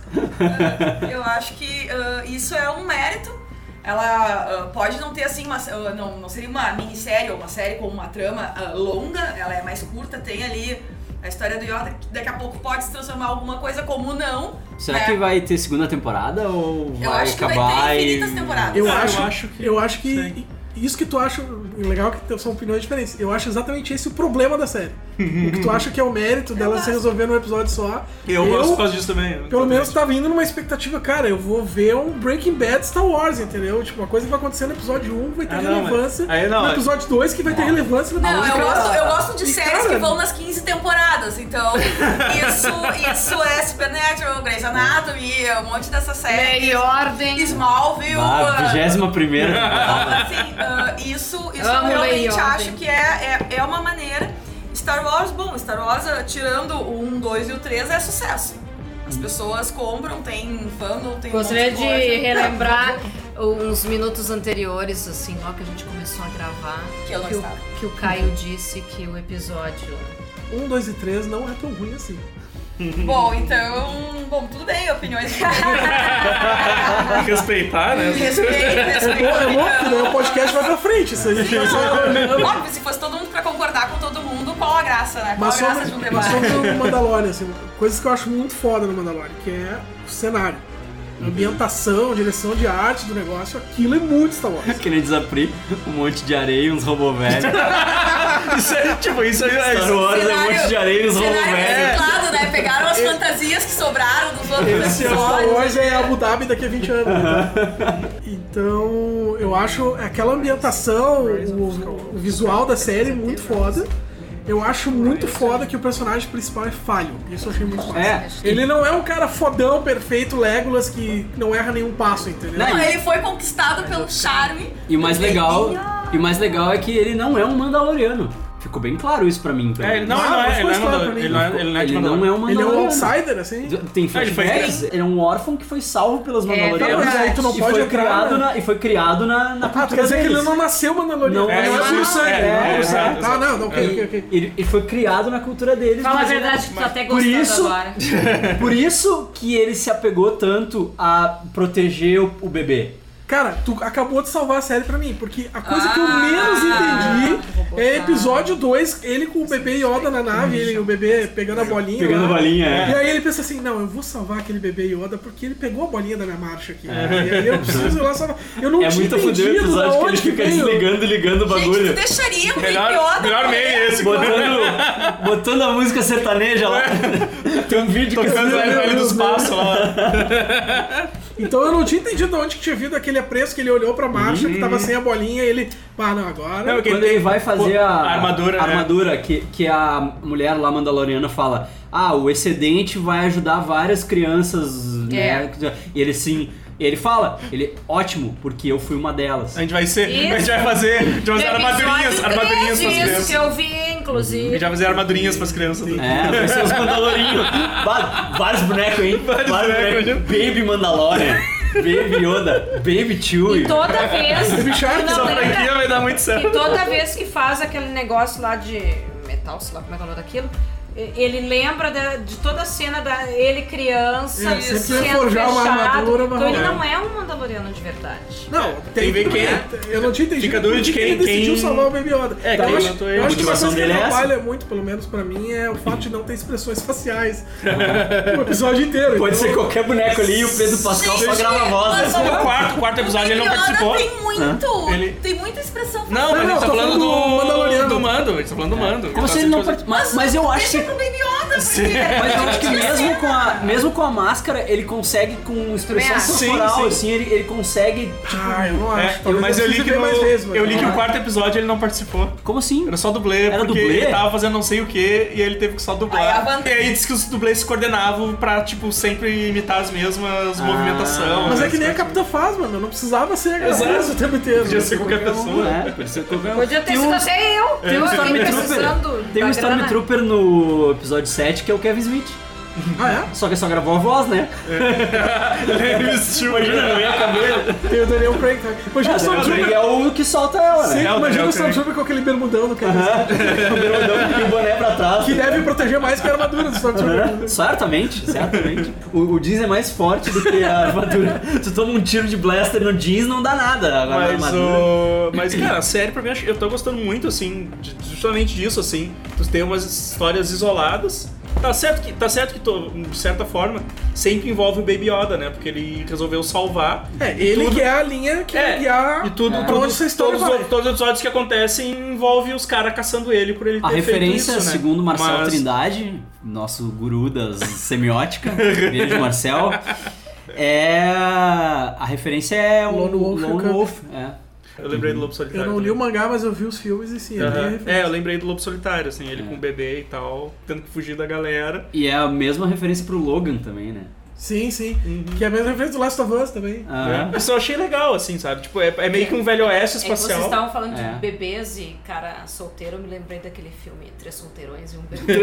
Speaker 10: Eu acho que ah, isso é um mérito. Ela ah, pode não ter assim, uma, ah, não, não seria uma minissérie ou uma série com uma trama ah, longa, ela é mais curta, tem ali a história do Yoda, que daqui a pouco pode se transformar em alguma coisa como não.
Speaker 1: Será
Speaker 10: né?
Speaker 1: que vai ter segunda temporada ou vai
Speaker 10: Eu acho que vai
Speaker 1: acabar
Speaker 10: ter
Speaker 1: e-
Speaker 10: infinitas temporadas.
Speaker 4: Eu,
Speaker 2: Ah, eu
Speaker 4: acho,
Speaker 2: acho que-
Speaker 4: eu acho que
Speaker 2: sei.
Speaker 4: isso que tu acha legal que são opiniões diferentes. Eu acho exatamente esse o problema da série. o que tu acha que é o mérito dela se resolver num episódio só.
Speaker 2: um- Eu gosto por causa disso também. né?
Speaker 4: Pelo
Speaker 2: Exatamente.
Speaker 4: menos tava indo numa expectativa, cara, eu vou ver um Breaking Bad Star Wars, entendeu? Tipo, uma coisa que vai acontecer no episódio 1 vai ter
Speaker 2: Ah, não,
Speaker 4: relevância.
Speaker 2: mas- aí não,
Speaker 4: no
Speaker 2: é-
Speaker 4: episódio 2 que vai ter relevância no
Speaker 10: Não,
Speaker 4: episódio
Speaker 10: eu
Speaker 4: três.
Speaker 10: gosto, eu gosto de
Speaker 4: E,
Speaker 10: séries
Speaker 4: cara,
Speaker 10: que vão nas 15 temporadas, então isso, isso é Supernatural, Grey's Anatomy, um monte dessas séries.
Speaker 5: Lei e ordem.
Speaker 10: Smallville.
Speaker 1: Ah,
Speaker 10: ah,
Speaker 1: 21 primeira.
Speaker 10: assim, ah, isso, isso eu
Speaker 5: Amo Lei e
Speaker 10: realmente
Speaker 5: Ordem.
Speaker 10: acho que é, é, é uma maneira. Star Wars, bom, Star Wars, ah, tirando o 1, 2 e o 3, é sucesso. As pessoas compram, tem fandom, tem um
Speaker 5: Gostaria
Speaker 10: monte
Speaker 5: de
Speaker 10: coisa.
Speaker 5: relembrar uns minutos anteriores, assim, logo que a gente começou a gravar,
Speaker 10: Que eu não
Speaker 5: o,
Speaker 10: estava.
Speaker 5: que o Caio disse que o episódio.
Speaker 4: 1, 2 Um, e 3 não é tão ruim assim.
Speaker 10: Bom, então, bom, tudo bem, opiniões de
Speaker 2: Tem que respeitar, né?
Speaker 10: Respeito, respeito.
Speaker 4: Pô, é louco, que daí o podcast vai pra frente. Isso aí.
Speaker 5: um
Speaker 10: Óbvio, se fosse todo mundo pra concordar com todo mundo, qual a graça, né? Qual
Speaker 4: Mas
Speaker 10: a
Speaker 4: sobre,
Speaker 10: graça de um
Speaker 4: mas
Speaker 10: debate?
Speaker 4: sobre o Mandalorian, assim, coisas que eu acho muito foda no Mandalorian, que é o cenário.
Speaker 1: Uhum.
Speaker 4: A Ambientação, a direção de arte do negócio, aquilo é muito Star Wars.
Speaker 1: Que nem desapri, um monte de areia, uns robô velho.
Speaker 2: Isso é, tipo, isso aí é.
Speaker 1: Star
Speaker 2: Isso.
Speaker 1: Wars é um monte de areia, uns robô
Speaker 10: Cenário
Speaker 1: velho.
Speaker 10: reciclado, né? Pegaram as fantasias que sobraram dos outros
Speaker 4: Esse é o Star
Speaker 10: episódios.
Speaker 4: Wars é Abu Dhabi daqui a 20 anos. né?
Speaker 1: Uhum.
Speaker 4: Então, eu acho aquela ambientação, o, o visual da série é muito foda. Eu acho muito foda que o personagem principal é falho. Isso eu achei muito foda.
Speaker 1: É.
Speaker 4: Ele não é um cara fodão, perfeito, Legolas, que não erra nenhum passo, entendeu?
Speaker 1: Não, é
Speaker 10: Ele foi conquistado pelo charme.
Speaker 1: E o mais legal, e o mais legal é que ele não é um Mandaloriano. Ficou bem claro isso pra mim, pelo
Speaker 2: É, ele não,
Speaker 1: menos.
Speaker 2: ele não é, ele não é,
Speaker 4: Não,
Speaker 2: mandador, ele não é, ele não é de
Speaker 1: Ele não
Speaker 2: mandador.
Speaker 1: é um Mandaloriano.
Speaker 4: Ele é um outsider, assim?
Speaker 1: Tem
Speaker 2: Ah, ele foi
Speaker 1: flashbacks, ele é um órfão que foi salvo pelos
Speaker 4: Não,
Speaker 1: Mandalorianos.
Speaker 4: mas aí tu não
Speaker 1: e
Speaker 4: pode
Speaker 1: foi
Speaker 4: entrar,
Speaker 1: criado
Speaker 4: né?
Speaker 1: na, e foi criado na, na
Speaker 4: Ah,
Speaker 1: cultura
Speaker 4: tu quer dizer que
Speaker 1: deles.
Speaker 4: ele não nasceu Mandaloriano?
Speaker 1: Não,
Speaker 4: ele não
Speaker 2: é,
Speaker 4: é puro
Speaker 2: é,
Speaker 4: sangue.
Speaker 2: é,
Speaker 4: não
Speaker 2: é,
Speaker 4: puro sangue.
Speaker 2: exato,
Speaker 4: Tá, não, não,
Speaker 1: E-
Speaker 4: ok, ok, ok.
Speaker 1: Ele, ele foi criado na cultura deles.
Speaker 5: Fala a
Speaker 1: mas ele-
Speaker 5: verdade, que tu tá até
Speaker 1: Por
Speaker 5: gostando
Speaker 1: isso-
Speaker 5: agora.
Speaker 1: Por isso que ele se apegou tanto a proteger o, o bebê.
Speaker 4: Cara, tu acabou de salvar a série pra mim, porque a coisa que eu
Speaker 10: Ah,
Speaker 4: menos
Speaker 10: vou
Speaker 4: entendi
Speaker 10: botar.
Speaker 4: é episódio 2, ele com o bebê Yoda na nave, ele e o bebê pegando a bolinha.
Speaker 1: Pegando
Speaker 4: lá.
Speaker 1: a bolinha, é.
Speaker 4: E aí ele pensa assim, não, eu vou salvar aquele bebê Yoda porque ele pegou a bolinha da minha marcha aqui. E aí eu preciso ir lá salvar. Eu não
Speaker 1: É
Speaker 4: tinha
Speaker 1: muito
Speaker 4: entendido
Speaker 1: fuder o
Speaker 4: da
Speaker 1: episódio que ele
Speaker 4: onde
Speaker 1: fica
Speaker 4: veio.
Speaker 1: desligando e ligando o
Speaker 10: Gente,
Speaker 1: bagulho.
Speaker 10: tu deixaria um o
Speaker 2: Melhor,
Speaker 10: Yoda
Speaker 2: melhor meme esse.
Speaker 1: Botando, botando a música sertaneja lá. Tem um vídeo que
Speaker 2: Tocando o velho dos passos lá.
Speaker 4: Então eu não tinha entendido de onde que tinha vindo aquele apreço que ele olhou pra marcha, que tava sem a bolinha, e ele. Ah, não, agora.
Speaker 2: Não, que
Speaker 1: Quando ele vai fazer a,
Speaker 2: a armadura,
Speaker 1: a
Speaker 2: né?
Speaker 1: armadura, que, que a mulher lá mandaloriana fala: Ah, o excedente vai ajudar várias crianças, né? E ele sim. Ele fala, ele, ótimo, porque eu fui uma delas.
Speaker 2: A gente vai ser. A gente
Speaker 3: Isso.
Speaker 2: vai fazer. De umas
Speaker 3: Episódio
Speaker 2: armadurinhas. Armadurinhas pras
Speaker 3: três, Isso que
Speaker 2: crianças.
Speaker 3: eu vi,
Speaker 2: A
Speaker 3: inclusive.
Speaker 2: gente vai fazer armadurinhas pras crianças.
Speaker 1: É, vai ser os Mandalorinhos. Ba- Vários bonecos, hein?
Speaker 2: Vários bonecos,
Speaker 1: Baby Mandalorian, Baby Yoda, Baby Chewie.
Speaker 3: E
Speaker 2: É.
Speaker 3: toda vez.
Speaker 2: Essa
Speaker 3: não, lembra?
Speaker 2: franquia vai dar muito
Speaker 3: E
Speaker 2: certo.
Speaker 3: toda vez que faz aquele negócio lá de metal, sei lá como é que é o nome daquilo, e- ele lembra da- de toda a cena da ele criança,
Speaker 4: É,
Speaker 3: sendo
Speaker 4: sempre quer forjar uma armadura, mas
Speaker 3: Então ele
Speaker 4: não é.
Speaker 3: não é um mandaloriano de verdade.
Speaker 4: Não,
Speaker 2: Tem que ver quem é.
Speaker 4: Eu não tinha entendido.
Speaker 2: Fica dúvida
Speaker 4: por
Speaker 2: de
Speaker 4: que
Speaker 2: quem-
Speaker 4: Ele decidiu
Speaker 2: quem-
Speaker 4: salvar o Baby Yoda. Então,
Speaker 2: É,
Speaker 4: eu
Speaker 2: quem
Speaker 4: acho,
Speaker 2: matou
Speaker 4: eu
Speaker 2: ele.
Speaker 4: acho que uma
Speaker 1: Motivação
Speaker 4: coisa que
Speaker 1: dele é essa.
Speaker 4: atrapalha muito, pelo menos pra mim, é o fato de não ter expressões faciais o episódio inteiro.
Speaker 1: Pode
Speaker 4: Então,
Speaker 1: ser qualquer boneco ali e o Pedro Pascal só
Speaker 10: Gente,
Speaker 1: grava a voz. né?
Speaker 10: mas só-
Speaker 2: O quarto, o quarto episódio ele não
Speaker 10: Yoda
Speaker 2: participou.
Speaker 10: Tem muito,
Speaker 2: Ele-
Speaker 10: tem muita expressão
Speaker 2: Não, mas
Speaker 4: Não,
Speaker 2: a gente
Speaker 4: não,
Speaker 2: tá
Speaker 4: tô
Speaker 2: falando
Speaker 4: falando do
Speaker 2: do.
Speaker 4: Mandaloriano. É.
Speaker 2: Do Mando. A gente tá falando do Mando.
Speaker 1: Como se ele não part- mas, mas eu acho
Speaker 10: Deixa
Speaker 1: que.
Speaker 10: pro Baby Yoda,
Speaker 2: Sim.
Speaker 10: porque...
Speaker 1: Mas eu acho que mesmo com, a, mesmo com a máscara, ele consegue, com expressão
Speaker 3: acho.
Speaker 1: corporal,
Speaker 2: Sim, sim.
Speaker 1: assim, ele, ele consegue. tipo,
Speaker 4: Ah, eu não acho.
Speaker 2: É,
Speaker 4: Talvez
Speaker 2: mas eu li
Speaker 4: precise
Speaker 2: que
Speaker 4: ver
Speaker 2: no,
Speaker 4: mais então. vezes, mas
Speaker 2: eu li que
Speaker 4: não é.
Speaker 2: o quarto episódio ele não participou.
Speaker 1: como assim?
Speaker 2: Era só dublê,
Speaker 1: Era
Speaker 2: porque
Speaker 1: dublê?
Speaker 2: ele tava fazendo não sei o que e ele teve que só
Speaker 10: Aí a
Speaker 2: dublar.
Speaker 10: vantagem-
Speaker 2: e aí disse que os dublês se coordenavam pra, tipo, sempre imitar as mesmas
Speaker 1: Ah.
Speaker 2: movimentações.
Speaker 4: Mas é que nem a
Speaker 2: né?
Speaker 4: Capitã Fasma, meu. Não precisava ser
Speaker 2: Exato.
Speaker 4: agradável o tempo inteiro.
Speaker 2: Podia ser qualquer pessoa.
Speaker 4: né?
Speaker 1: É.
Speaker 2: Podia ser qualquer um.
Speaker 3: Podia ter
Speaker 1: Tem
Speaker 3: sido
Speaker 1: um-
Speaker 3: até eu.
Speaker 1: Tem um
Speaker 3: eu fiquei
Speaker 1: Stormtrooper.
Speaker 3: precisando
Speaker 1: Tem
Speaker 3: da grana.
Speaker 1: um Stormtrooper no episódio 7 que é o Kevin Smith.
Speaker 4: Ah,
Speaker 1: Só que só gravou a voz, né?
Speaker 2: Ele vestiu, né? imagina, não ia cabelo.
Speaker 4: é? Tem o Daniel Craig. também. Imagina o
Speaker 1: O
Speaker 4: Stormtrooper.
Speaker 1: Drake é o que solta ela, né?
Speaker 4: Sim,
Speaker 2: Ah, Daniel
Speaker 4: Imagina o
Speaker 2: Craig.
Speaker 4: Stormtrooper com aquele bermudão no cara.
Speaker 1: O bermudão e o boné um pra trás.
Speaker 4: Que deve proteger mais que a armadura do Stormtrooper.
Speaker 1: Né? Certamente, certamente. O, o jeans é mais forte do que a armadura. Tu toma um tiro de blaster no jeans, não dá nada. Agora a
Speaker 2: Mas,
Speaker 1: Tá armadura.
Speaker 2: o... mas, cara, a série pra mim eu tô gostando muito, assim, de- justamente disso, assim. Tu tem umas histórias isoladas. Tá certo que, tá certo que tô- de certa forma, sempre envolve o Baby Yoda, né? Porque ele resolveu salvar.
Speaker 4: É,
Speaker 2: E
Speaker 4: ele
Speaker 2: tudo-
Speaker 4: que é a linha que vai
Speaker 2: É,
Speaker 4: guiar.
Speaker 2: e tudo,
Speaker 4: pra
Speaker 2: tudo-
Speaker 4: onde essa história
Speaker 2: todos,
Speaker 4: vai.
Speaker 2: os- todos os episódios que acontecem envolvem os caras caçando ele por ele ter
Speaker 1: A
Speaker 2: feito
Speaker 1: referência,
Speaker 2: isso, né?
Speaker 1: segundo Marcel
Speaker 2: Mas-
Speaker 1: Trindade, nosso guru da semiótica, beijo Marcel, é. A referência é o
Speaker 4: Lone Wolf,
Speaker 1: Lone
Speaker 4: cara.
Speaker 1: Wolf, é.
Speaker 2: Eu lembrei do Lobo Solitário.
Speaker 4: Eu não li o
Speaker 2: também.
Speaker 4: mangá, mas eu vi os filmes e sim, ele
Speaker 2: Aham.
Speaker 4: é referência.
Speaker 2: É, eu lembrei do Lobo Solitário, assim,
Speaker 1: É.
Speaker 2: ele com o bebê e tal, tendo que fugir da galera.
Speaker 1: E é a mesma referência pro Logan também, né?
Speaker 4: Sim, sim.
Speaker 2: Uhum.
Speaker 4: Que é a mesma referência do Last of Us também.
Speaker 1: Aham.
Speaker 2: né? Isso eu achei legal, assim, sabe? Tipo, é, é meio que um velho oeste
Speaker 3: É que vocês
Speaker 2: espacial.
Speaker 3: estavam falando
Speaker 1: É.
Speaker 3: de bebês e cara solteiro, eu me lembrei daquele filme Três Solteirões e um Bebê.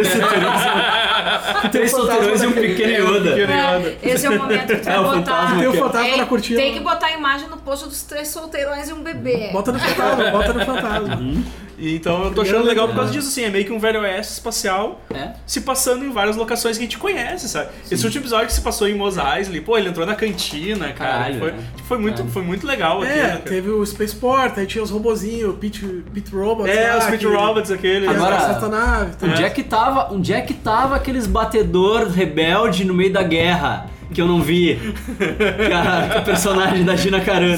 Speaker 1: Três solteirões e um pequeno Yoda.
Speaker 3: É, esse é o momento que tu
Speaker 1: É,
Speaker 3: vai
Speaker 1: o
Speaker 3: botar.
Speaker 2: Ah,
Speaker 1: fantasma
Speaker 4: Tem o
Speaker 1: que é.
Speaker 4: fantasma
Speaker 3: Tem-
Speaker 4: na cortina.
Speaker 3: Tem que botar a imagem no posto dos três solteirões e um bebê.
Speaker 4: né? Bota no fantasma, bota no fantasma.
Speaker 2: E Então eu tô achando legal por causa disso, assim, é meio que um velho oeste espacial
Speaker 1: É.
Speaker 2: se passando em várias locações que a gente conhece, sabe? Esse último episódio que se passou em Mos Eisley, pô, ele entrou na cantina, cara.
Speaker 1: Caralho,
Speaker 2: foi, tipo,
Speaker 1: né?
Speaker 2: foi, muito,
Speaker 1: Caralho.
Speaker 2: foi muito legal aqui.
Speaker 4: É, teve o Spaceport, aí tinha os robozinhos, o Pit, Pit Robots.
Speaker 2: É,
Speaker 4: lá,
Speaker 2: os Pit
Speaker 4: que-
Speaker 2: Robots, aquele.
Speaker 4: que
Speaker 1: Agora-
Speaker 4: era essa nave. tá?
Speaker 1: Onde é que tava, onde é que tava aqueles batedor rebelde no meio da guerra que eu não vi? Que a, que a personagem da Gina Carano.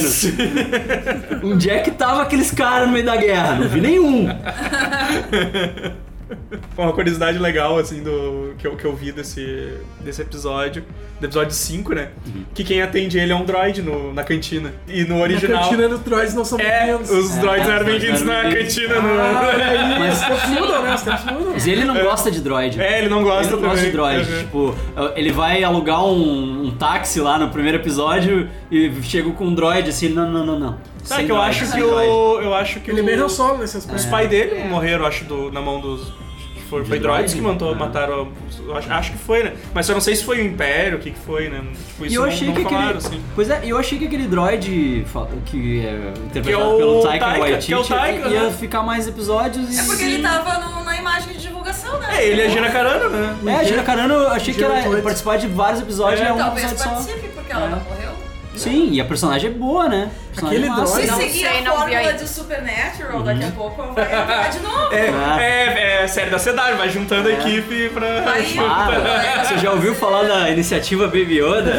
Speaker 1: Onde é que tava aqueles caras no meio da guerra? Não vi nenhum.
Speaker 2: Foi uma curiosidade legal, assim, do que eu, que eu vi desse, desse episódio, do episódio 5, né?
Speaker 1: Uhum.
Speaker 2: Que quem atende ele é um droid no, na cantina. E no
Speaker 4: Na
Speaker 2: original.
Speaker 4: cantina dos droids não são
Speaker 2: É,
Speaker 4: pequenos.
Speaker 2: os
Speaker 1: É,
Speaker 2: droids
Speaker 1: os
Speaker 2: eram
Speaker 1: droids
Speaker 2: vendidos
Speaker 1: eram
Speaker 2: na
Speaker 1: vendidos.
Speaker 2: cantina.
Speaker 4: Ah, olha
Speaker 2: no...
Speaker 4: aí,
Speaker 1: Mas-
Speaker 4: os tempos mudam, né? Os tempos mudam.
Speaker 1: Mas ele não gosta de droid.
Speaker 2: É, ele não
Speaker 1: Ele
Speaker 2: gosta
Speaker 1: não gosta de
Speaker 2: também.
Speaker 1: droid.
Speaker 2: Uhum.
Speaker 1: Tipo, ele vai alugar um, um táxi lá no primeiro episódio e chega com um droid assim, não, não, não, não.
Speaker 2: Sabe
Speaker 1: Sem
Speaker 2: que eu
Speaker 1: droid,
Speaker 2: acho
Speaker 1: sem
Speaker 2: que
Speaker 1: droid.
Speaker 2: o. Eu acho que
Speaker 4: Ele é
Speaker 2: o-
Speaker 4: meio Han solo nesse
Speaker 1: né?
Speaker 4: aspecto.
Speaker 2: Os pais dele morreram, acho, do- na mão dos. Foi, foi
Speaker 1: De
Speaker 2: droids
Speaker 1: droid?
Speaker 2: que matou,
Speaker 1: Ah.
Speaker 2: mataram. eu Acho, acho que foi, né? Mas eu não sei se foi o Império, o que, que foi, né? Tipo,
Speaker 1: E
Speaker 2: isso
Speaker 1: eu
Speaker 2: não-
Speaker 1: achei
Speaker 2: não
Speaker 1: que aquele.
Speaker 2: falaram, assim.
Speaker 1: Pois é, eu achei que aquele droid fa- que é interpretado
Speaker 2: Que é o
Speaker 1: pelo Taika,
Speaker 2: Taika,
Speaker 1: Waititi
Speaker 2: que é o Taika,
Speaker 1: ia
Speaker 2: né?
Speaker 1: ficar mais episódios e.
Speaker 10: É porque ele tava no- na imagem de divulgação, né?
Speaker 2: É, ele é Gina Carano, né?
Speaker 1: É, a Gina Carano, eu achei que
Speaker 4: Gina
Speaker 1: ela ia
Speaker 4: Waititi.
Speaker 1: participar de vários episódios, é, um
Speaker 10: Talvez
Speaker 1: episódio só.
Speaker 10: participe, né? porque ela
Speaker 1: É.
Speaker 10: não morreu.
Speaker 1: Sim, e a personagem é boa, né? A personagem
Speaker 4: Aquele
Speaker 1: é massa.
Speaker 4: droid-
Speaker 10: Se
Speaker 5: Não
Speaker 10: seguir
Speaker 5: sei,
Speaker 10: a
Speaker 5: não vi
Speaker 10: fórmula
Speaker 5: aí.
Speaker 10: de Supernatural, daqui
Speaker 2: Uhum.
Speaker 10: a pouco vai entrar de novo.
Speaker 2: É,
Speaker 1: Ah. É.
Speaker 2: é, é série da Sedar, vai juntando a equipe pra.
Speaker 10: Vai.
Speaker 1: Para! Ah, Você já ouviu falar da iniciativa Baby
Speaker 2: É
Speaker 1: Yoda?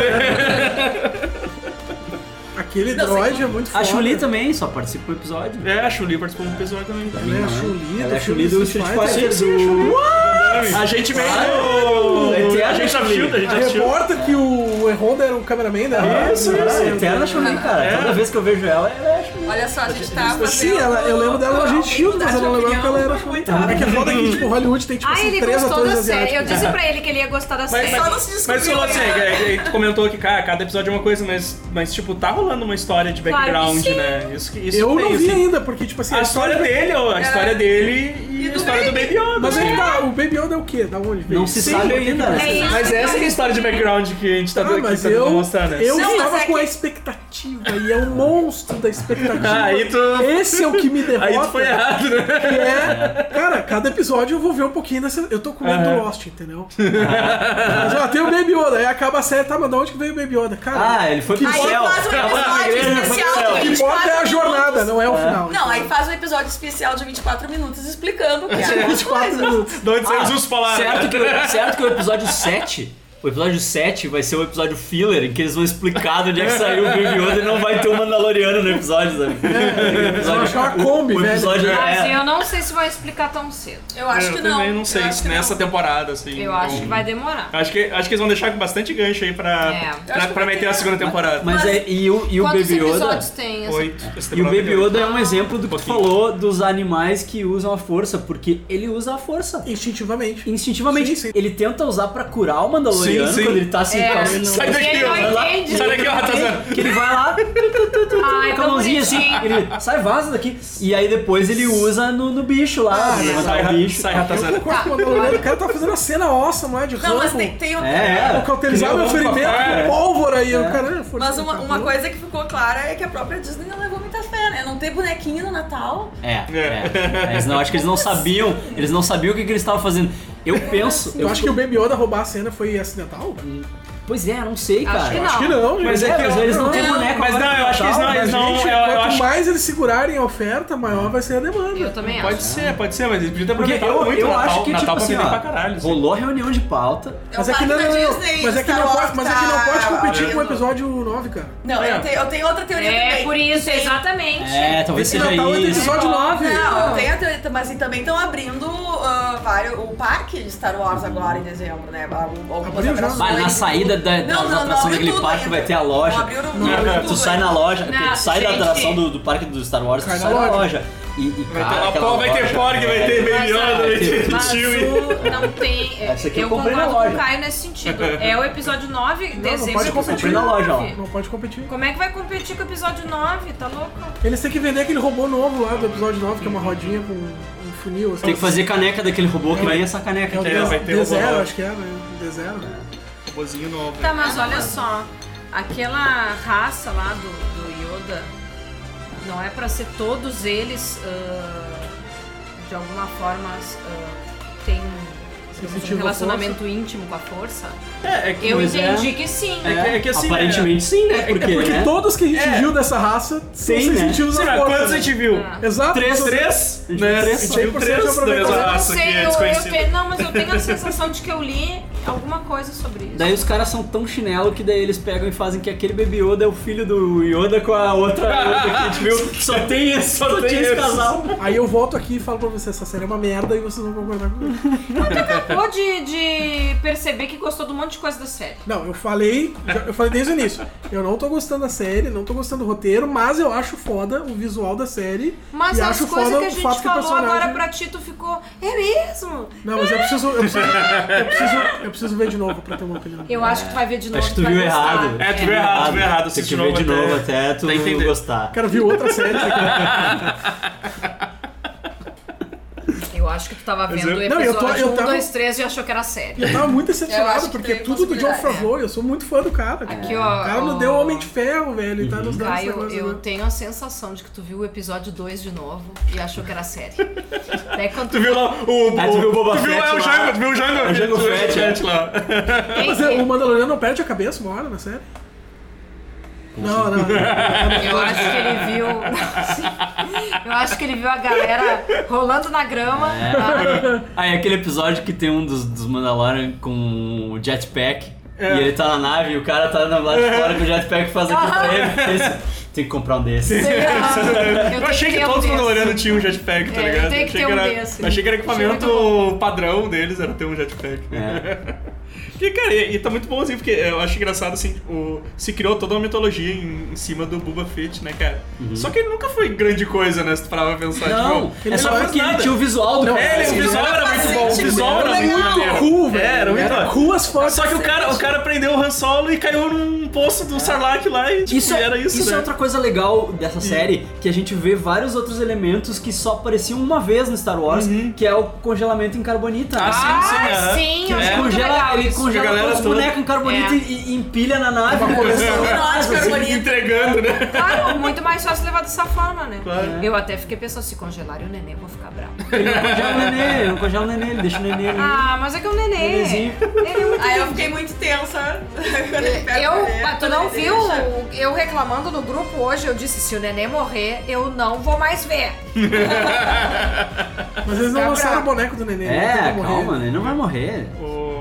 Speaker 4: Aquele
Speaker 10: Não,
Speaker 4: droid
Speaker 10: sei.
Speaker 4: é muito foda.
Speaker 1: A Chuli também, só participa do episódio.
Speaker 2: É, a Chuli participou do episódio também.
Speaker 4: Ela é a Chuli
Speaker 1: Ela é
Speaker 4: do
Speaker 1: a Chun-Li
Speaker 4: filme
Speaker 1: do Street Fighter. do-
Speaker 2: A gente meio.
Speaker 1: Eterna
Speaker 2: a gente
Speaker 1: Chun-Li.
Speaker 2: assistiu, a gente
Speaker 4: A
Speaker 2: assistiu.
Speaker 4: repórter que o Honda era o cameraman né? dela.
Speaker 1: Isso, isso, eterna Chuli, cara.
Speaker 2: É.
Speaker 1: Toda vez que eu vejo ela, ela é a Chuli.
Speaker 10: Olha só, a gente tá fazendo...
Speaker 4: Sim, assim, ela, eu lembro dela no Argentina, mas eu não lembrava que ela era É que é foda que, tipo, Hollywood tem, tipo,
Speaker 5: Ah,
Speaker 4: assim,
Speaker 5: ele
Speaker 4: três
Speaker 5: gostou
Speaker 4: atores
Speaker 5: da série. Eu
Speaker 4: asiáticos.
Speaker 5: disse pra ele que ele ia gostar da
Speaker 2: Mas,
Speaker 5: série.
Speaker 10: Só não
Speaker 2: mas,
Speaker 10: se
Speaker 2: mas,
Speaker 10: descobriu
Speaker 2: tu falou assim,
Speaker 10: ainda.
Speaker 2: é, é, tu comentou que cara, cada episódio é uma coisa, mas, mas tipo, tá rolando uma história de
Speaker 5: Claro que
Speaker 2: background,
Speaker 5: sim.
Speaker 2: né? Isso, que- isso
Speaker 4: Eu
Speaker 2: tem,
Speaker 4: não vi
Speaker 2: assim.
Speaker 4: ainda, porque, tipo assim,
Speaker 2: A história é dele, ó, a história dele e,
Speaker 10: E
Speaker 2: a
Speaker 10: do
Speaker 2: história do Baby Yoda.
Speaker 4: Mas
Speaker 2: né?
Speaker 4: aí tá, o Baby Yoda é o quê? Da onde veio?
Speaker 1: Não se sabe ainda.
Speaker 5: É isso.
Speaker 2: Mas essa é a história de background que a gente tá
Speaker 4: Ah,
Speaker 2: dando aqui
Speaker 4: mas
Speaker 2: pra
Speaker 4: eu,
Speaker 2: mostrar, né?
Speaker 4: eu
Speaker 10: Não, mas
Speaker 4: estava
Speaker 10: é
Speaker 4: com
Speaker 10: que-
Speaker 4: a expectativa e é o monstro da expectativa.
Speaker 2: Ah, Aí tu.
Speaker 4: Esse é o que me derrota.
Speaker 2: Aí tu foi errado, né?
Speaker 4: que é, cara, cada episódio eu vou ver um pouquinho dessa. Eu tô com medo do Lost, entendeu? Mas, ó, tem o Baby Yoda, aí acaba a série, tá, mas de onde que veio o Baby Yoda? Cara,
Speaker 1: Ah, ele foi pro
Speaker 10: Aí
Speaker 1: céu.
Speaker 10: faz um
Speaker 1: Ah,
Speaker 10: episódio
Speaker 1: ele foi pro
Speaker 10: especial
Speaker 1: céu.
Speaker 10: de
Speaker 4: o que
Speaker 10: 24
Speaker 4: importa é a jornada,
Speaker 10: minutos.
Speaker 4: não é o final.
Speaker 10: Não, aí faz um episódio especial de 24 minutos explicando o que é.
Speaker 4: 24 minutos.
Speaker 2: De onde saiu os ursos
Speaker 1: Ah,
Speaker 2: polares?
Speaker 1: certo, que, o- certo que o episódio 7. O episódio 7 vai ser o episódio filler, em que eles vão explicar de onde é que saiu o Baby Yoda e não vai ter o Mandaloriano no episódio, sabe?
Speaker 4: É, Eles vão achar uma Kombi,
Speaker 1: O
Speaker 4: velho.
Speaker 1: episódio
Speaker 5: Mas
Speaker 1: é.
Speaker 5: eu não sei se vai explicar tão cedo.
Speaker 10: Eu acho
Speaker 2: eu
Speaker 10: que não.
Speaker 2: também não sei
Speaker 10: Eu acho
Speaker 2: se
Speaker 10: que
Speaker 2: nessa
Speaker 10: não.
Speaker 2: temporada, assim.
Speaker 5: Eu
Speaker 2: então-
Speaker 5: acho que vai demorar.
Speaker 2: Acho que, acho que eles vão deixar com bastante gancho aí pra,
Speaker 5: É.
Speaker 2: pra,
Speaker 10: Acho que
Speaker 2: pra
Speaker 10: vai
Speaker 2: meter
Speaker 10: ter.
Speaker 2: a segunda temporada.
Speaker 1: Mas é, e o, e o
Speaker 5: Quantos
Speaker 1: Baby Yoda.
Speaker 5: episódios tem? essa-
Speaker 2: Oito. essa
Speaker 1: E o
Speaker 2: temporada
Speaker 1: Baby
Speaker 2: tem oito.
Speaker 1: Yoda é um exemplo do que tu
Speaker 2: Pouquinho.
Speaker 1: falou dos animais que usam a força, porque ele usa a força.
Speaker 4: Instintivamente.
Speaker 1: Instintivamente,
Speaker 4: Sim, sim.
Speaker 1: ele tenta usar pra curar o Mandaloriano
Speaker 2: Sim, sim.
Speaker 1: quando ele tá assim.
Speaker 5: É.
Speaker 1: com a mão-
Speaker 2: Sai daqui,
Speaker 5: Ele não
Speaker 2: ó.
Speaker 5: entende.
Speaker 2: Sai daqui, ó, tá Ratazana.
Speaker 1: Que ele vai lá,
Speaker 5: Ai,
Speaker 1: com a
Speaker 5: tão
Speaker 1: mãozinha assim,
Speaker 5: bonitinho.
Speaker 1: ele sai, vaza daqui. E aí depois ele usa no, no bicho lá, pra
Speaker 2: Ah, Sai,
Speaker 1: matar o
Speaker 2: ra-
Speaker 1: bicho.
Speaker 2: sai Ratazana.
Speaker 4: Concordo com o Mandaloriano, o cara tá fazendo a cena awesome lá de
Speaker 10: Não, mas
Speaker 4: Rambo.
Speaker 10: tem, tem um...
Speaker 1: É, é.
Speaker 4: Cauterizar
Speaker 2: Que nem
Speaker 4: meu
Speaker 2: o Rambo
Speaker 4: ferimento
Speaker 2: Afar.
Speaker 4: com pólvora aí. Eu, caralho, foda-se,
Speaker 10: Mas uma,
Speaker 4: tá
Speaker 10: uma
Speaker 4: bom.
Speaker 10: coisa que ficou clara é que a própria Disney não levou muita fé, né? Não tem bonequinho no Natal.
Speaker 1: É, é. Eles não, acho que eles não sabiam, eles não sabiam o que, que eles estavam fazendo. Eu penso,
Speaker 4: Eu
Speaker 1: eu
Speaker 4: acho que o Baby Yoda roubar a cena foi acidental?
Speaker 1: Pois é, não sei, cara.
Speaker 5: Acho que
Speaker 4: Acho que
Speaker 5: não.
Speaker 4: não,
Speaker 2: Mas
Speaker 4: gente.
Speaker 2: é que
Speaker 1: mas
Speaker 2: eu-
Speaker 1: eles não têm boneco
Speaker 2: Mas
Speaker 1: agora
Speaker 2: não, eu
Speaker 1: no
Speaker 2: acho que eles
Speaker 1: Natal,
Speaker 2: não, eles
Speaker 1: mas
Speaker 2: não.
Speaker 4: Gente,
Speaker 2: eu- eu
Speaker 4: quanto
Speaker 2: acho-
Speaker 4: mais eles segurarem a oferta, maior vai ser a
Speaker 5: Eu
Speaker 4: demanda.
Speaker 5: também
Speaker 2: Pode
Speaker 5: acho.
Speaker 2: ser, pode ser, mas eles podiam ter
Speaker 1: Porque
Speaker 2: aproveitado
Speaker 1: eu,
Speaker 2: muito
Speaker 1: eu
Speaker 2: o Natal,
Speaker 1: acho que,
Speaker 2: Natal
Speaker 1: tipo assim,
Speaker 2: pra vender
Speaker 1: ó,
Speaker 2: pra caralho. assim.
Speaker 1: rolou reunião de pauta.
Speaker 4: Mas é que não, não,
Speaker 10: faço da
Speaker 4: não.
Speaker 10: Disney,
Speaker 4: Mas é que
Speaker 10: Star
Speaker 4: não
Speaker 10: Wars
Speaker 4: pode, mas é que não
Speaker 10: tá-
Speaker 4: pode competir com o
Speaker 10: abrindo.
Speaker 4: episódio 9, cara.
Speaker 10: Não,
Speaker 2: É.
Speaker 10: eu, tenho, eu tenho outra teoria
Speaker 5: É
Speaker 10: também.
Speaker 5: por isso,
Speaker 10: Tem-
Speaker 5: exatamente.
Speaker 1: É, talvez
Speaker 4: Esse
Speaker 1: seja
Speaker 4: Natal é do
Speaker 1: isso.
Speaker 4: episódio 9.
Speaker 10: Não, tem a teoria, mas assim, também estão abrindo ah, vários, o parque de Star Wars agora em dezembro, né? Algum- Algumas
Speaker 4: Abriu já?
Speaker 10: atrações.
Speaker 1: Mas na saída da,
Speaker 10: Não,
Speaker 1: das
Speaker 10: não, não,
Speaker 1: atrações
Speaker 10: abriu
Speaker 1: daquele
Speaker 10: tudo
Speaker 1: parque
Speaker 10: ainda.
Speaker 1: vai ter a loja.
Speaker 10: Não abriu, né? não
Speaker 1: Tu-
Speaker 10: abriu
Speaker 1: tu
Speaker 10: tudo
Speaker 1: sai
Speaker 10: ainda.
Speaker 1: na loja,
Speaker 5: Não,
Speaker 1: tu sai da
Speaker 5: gente.
Speaker 1: atração do, do parque do Star Wars, tu
Speaker 4: Cai na
Speaker 1: sai da
Speaker 4: loja.
Speaker 1: loja. E, e
Speaker 2: Vai
Speaker 1: cara,
Speaker 2: ter lá
Speaker 1: aquela
Speaker 2: pó, vai ter
Speaker 1: loja-
Speaker 2: porg, vai ter
Speaker 5: Mas,
Speaker 2: Baby Yoda,
Speaker 5: ah,
Speaker 2: vai ter
Speaker 5: mas
Speaker 2: Chewie.
Speaker 5: o- não tem. é,
Speaker 1: Essa aqui eu
Speaker 5: eu
Speaker 1: comprei na
Speaker 5: concordo com
Speaker 1: loja.
Speaker 5: o Caio nesse sentido. É o episódio 9,
Speaker 4: não
Speaker 5: dezembro.
Speaker 4: pode
Speaker 5: é o
Speaker 4: competir.
Speaker 5: episódio
Speaker 1: Comprei na loja, ó.
Speaker 5: 9.
Speaker 4: Não pode competir.
Speaker 5: Como é que vai competir com o episódio 9? Tá louco?
Speaker 4: Eles têm que vender aquele robô novo lá do episódio 9, que
Speaker 2: Uhum.
Speaker 4: é uma rodinha com um funil. Assim.
Speaker 1: Tem que fazer caneca daquele robô que vem essa caneca.
Speaker 4: É o
Speaker 1: aqui, né?
Speaker 2: É,
Speaker 1: ó.
Speaker 2: vai
Speaker 4: D-
Speaker 2: ter robô
Speaker 4: D0,
Speaker 2: novo.
Speaker 4: acho que é, né? D0.
Speaker 2: Robozinho novo.
Speaker 5: Tá, mas olha só. Aquela raça lá do, do Yoda, não é pra ser todos eles, ah, de alguma forma, ah, tem um
Speaker 4: Sensitiva à
Speaker 5: relacionamento íntimo com a força?
Speaker 2: É, é que.
Speaker 5: Eu
Speaker 1: Pois é.
Speaker 5: entendi que sim. né?
Speaker 2: É que- é que assim,
Speaker 1: Aparentemente sim, né?
Speaker 4: É
Speaker 1: Porque,
Speaker 4: porque
Speaker 1: né?
Speaker 4: todos que a gente
Speaker 2: É.
Speaker 4: viu dessa raça
Speaker 1: Tem,
Speaker 4: são
Speaker 1: né?
Speaker 4: sentidos
Speaker 2: Sim,
Speaker 4: da
Speaker 2: mas
Speaker 4: força.
Speaker 2: quantos a gente viu?
Speaker 5: Ah.
Speaker 4: Exato.
Speaker 2: Três,
Speaker 4: São-
Speaker 2: três, né?
Speaker 4: Três,
Speaker 2: A gente viu
Speaker 4: 100%
Speaker 2: três da mesma
Speaker 4: aproveitou.
Speaker 5: Eu não
Speaker 2: raça que
Speaker 5: sei,
Speaker 2: é
Speaker 5: eu, eu tenho,
Speaker 2: desconhecida.
Speaker 5: não, mas eu tenho a sensação de que eu li alguma coisa sobre isso.
Speaker 1: Daí os caras são tão chinelo que daí eles pegam e fazem que aquele Baby Yoda é o filho do Yoda com a outra
Speaker 2: Ah,
Speaker 1: Yoda que a gente viu. Só tem esse, só,
Speaker 2: Só tem
Speaker 1: tinha esse
Speaker 2: esse.
Speaker 1: casal.
Speaker 4: Aí eu volto aqui e falo pra vocês, essa série é uma merda e vocês vão concordar comigo. é
Speaker 5: Acabou de, de perceber que gostou de um monte de coisa da série.
Speaker 4: Não, eu falei, já- eu falei desde o início. Eu não tô gostando da série, não tô gostando do roteiro, mas eu acho foda o visual da série.
Speaker 5: Mas
Speaker 4: e
Speaker 5: as
Speaker 4: acho
Speaker 5: coisas
Speaker 4: foda
Speaker 5: que a
Speaker 4: o
Speaker 5: gente
Speaker 4: fato que o
Speaker 5: falou
Speaker 4: personagem...
Speaker 5: agora pra ti, tu ficou. É mesmo?
Speaker 4: Não, mas eu preciso, eu preciso, eu preciso, eu preciso ver de novo pra ter uma opinião.
Speaker 5: Eu acho que tu vai ver de novo.
Speaker 1: Acho que tu
Speaker 5: vai
Speaker 1: viu
Speaker 5: gostar.
Speaker 1: errado.
Speaker 2: É, tu viu errado, tu viu errado.
Speaker 1: Tem
Speaker 2: assiste
Speaker 1: que ver de novo até tu
Speaker 2: Tá entendendo.
Speaker 1: gostar.
Speaker 4: Cara, viu outra série. né, Cara.
Speaker 5: Eu acho que tu tava vendo o
Speaker 4: eu- Não, eu tô-
Speaker 5: episódio
Speaker 4: eu
Speaker 5: 1,
Speaker 4: tava-
Speaker 5: 2, 3 e achou que era série.
Speaker 4: Eu tava muito
Speaker 10: Eu
Speaker 4: decepcionado,
Speaker 10: acho que
Speaker 4: porque é
Speaker 10: tem
Speaker 4: tudo do John
Speaker 10: possibilidade,
Speaker 4: Favreau. Eu sou muito fã do cara. cara.
Speaker 5: Aqui,
Speaker 4: o
Speaker 5: ó.
Speaker 4: cara
Speaker 5: ó,
Speaker 4: não deu Homem de Ferro, velho. Ele tá nos dando esse
Speaker 5: Caio,
Speaker 4: negócio,
Speaker 5: eu
Speaker 4: né?
Speaker 5: tenho a sensação de que tu viu o episódio 2 de novo e achou que era série. Daí quando
Speaker 2: Tu viu lá o.
Speaker 1: Ah, tu viu o Boba
Speaker 2: Tu viu
Speaker 1: Fett
Speaker 2: é, o
Speaker 1: lá.
Speaker 2: Jango, tu viu o Jango.
Speaker 1: É o Jango
Speaker 2: tu viu
Speaker 1: Fett,
Speaker 2: lá.
Speaker 5: Tem-
Speaker 4: é, um Mas é, o Mandaloriano não perde a cabeça uma hora na série. Não, não. não.
Speaker 5: Eu acho que ele viu. Eu acho que ele viu a galera rolando na grama.
Speaker 1: É. Aí aquele episódio que tem um dos, dos Mandalorian com o jetpack.
Speaker 2: É.
Speaker 1: E ele tá na nave e o cara tá na lá de fora com o jetpack faz aquilo pra ele. Esse, tem que comprar um desses.
Speaker 5: Eu,
Speaker 2: Eu achei que todos quando olhando tinham um jetpack, tá
Speaker 5: É, eu
Speaker 2: ligado?
Speaker 5: tenho que
Speaker 2: achei,
Speaker 5: ter um
Speaker 2: era,
Speaker 5: desse.
Speaker 2: achei que era
Speaker 5: Achei muito
Speaker 2: equipamento padrão deles, era ter um jetpack.
Speaker 1: É.
Speaker 2: E, cara, e, e tá muito bom, assim, porque eu acho engraçado, assim, o, se criou toda uma mitologia em, em cima do Boba Fett, né, cara?
Speaker 1: Uhum.
Speaker 2: Só que ele nunca foi grande coisa, né, se tu parar pra pensar.
Speaker 1: Não,
Speaker 2: tipo,
Speaker 1: é só
Speaker 2: faz
Speaker 1: porque ele
Speaker 2: nada.
Speaker 1: tinha o visual do
Speaker 4: Não,
Speaker 1: cara.
Speaker 2: É, ele, o
Speaker 1: assim,
Speaker 2: visual
Speaker 1: né?
Speaker 2: era muito bom, o visual era muito
Speaker 4: Era
Speaker 2: legal.
Speaker 4: é cool, velho.
Speaker 2: Era muito
Speaker 4: Era
Speaker 2: legal.
Speaker 4: cool as fotos. assim.
Speaker 2: Só que o cara, o cara prendeu o Han Solo e caiu num poço do Sarlacc lá e tipo,
Speaker 1: Isso, é,
Speaker 2: era isso,
Speaker 1: isso
Speaker 2: né? Hum.
Speaker 1: é outra coisa legal dessa série, que a gente vê vários outros elementos que só apareciam uma vez no Star Wars, que é o congelamento em carbonita.
Speaker 2: Uhum. Ah, sim,
Speaker 5: Ah,
Speaker 2: aham.
Speaker 5: sim, eu
Speaker 1: Ele
Speaker 5: acho muito
Speaker 1: congela,
Speaker 5: legal
Speaker 1: ele
Speaker 5: isso.
Speaker 1: congela
Speaker 2: A galera
Speaker 1: todos os
Speaker 2: toda-
Speaker 1: bonecos em carbonita
Speaker 5: É.
Speaker 1: e, e empilha na nave.
Speaker 2: Entregando, né?
Speaker 5: Claro, muito mais fácil levar dessa forma, né?
Speaker 2: Claro.
Speaker 5: Eu até fiquei pensando, se congelarem o neném, eu vou ficar bravo.
Speaker 1: Ele não congela o nenê, ele não congela o nenê, ele deixa o nenê ali.
Speaker 5: Ah, mas é que é um neném.
Speaker 1: Nenenzinho.
Speaker 5: Ele é muito
Speaker 10: Aí eu fiquei muito tensa. quando ele pega
Speaker 5: É, Eu,
Speaker 10: o bebê,
Speaker 5: mas tu
Speaker 10: quando
Speaker 5: não
Speaker 10: ele
Speaker 5: viu
Speaker 10: deixa.
Speaker 5: o- eu reclamando no grupo hoje? Eu disse: se o neném morrer, eu não vou mais ver.
Speaker 4: Mas eles não
Speaker 5: Tá
Speaker 4: lançaram o
Speaker 5: bravo.
Speaker 4: boneco do neném. então tá não
Speaker 1: é,
Speaker 4: tem como morrer.
Speaker 1: calma, ele não vai morrer.
Speaker 2: O-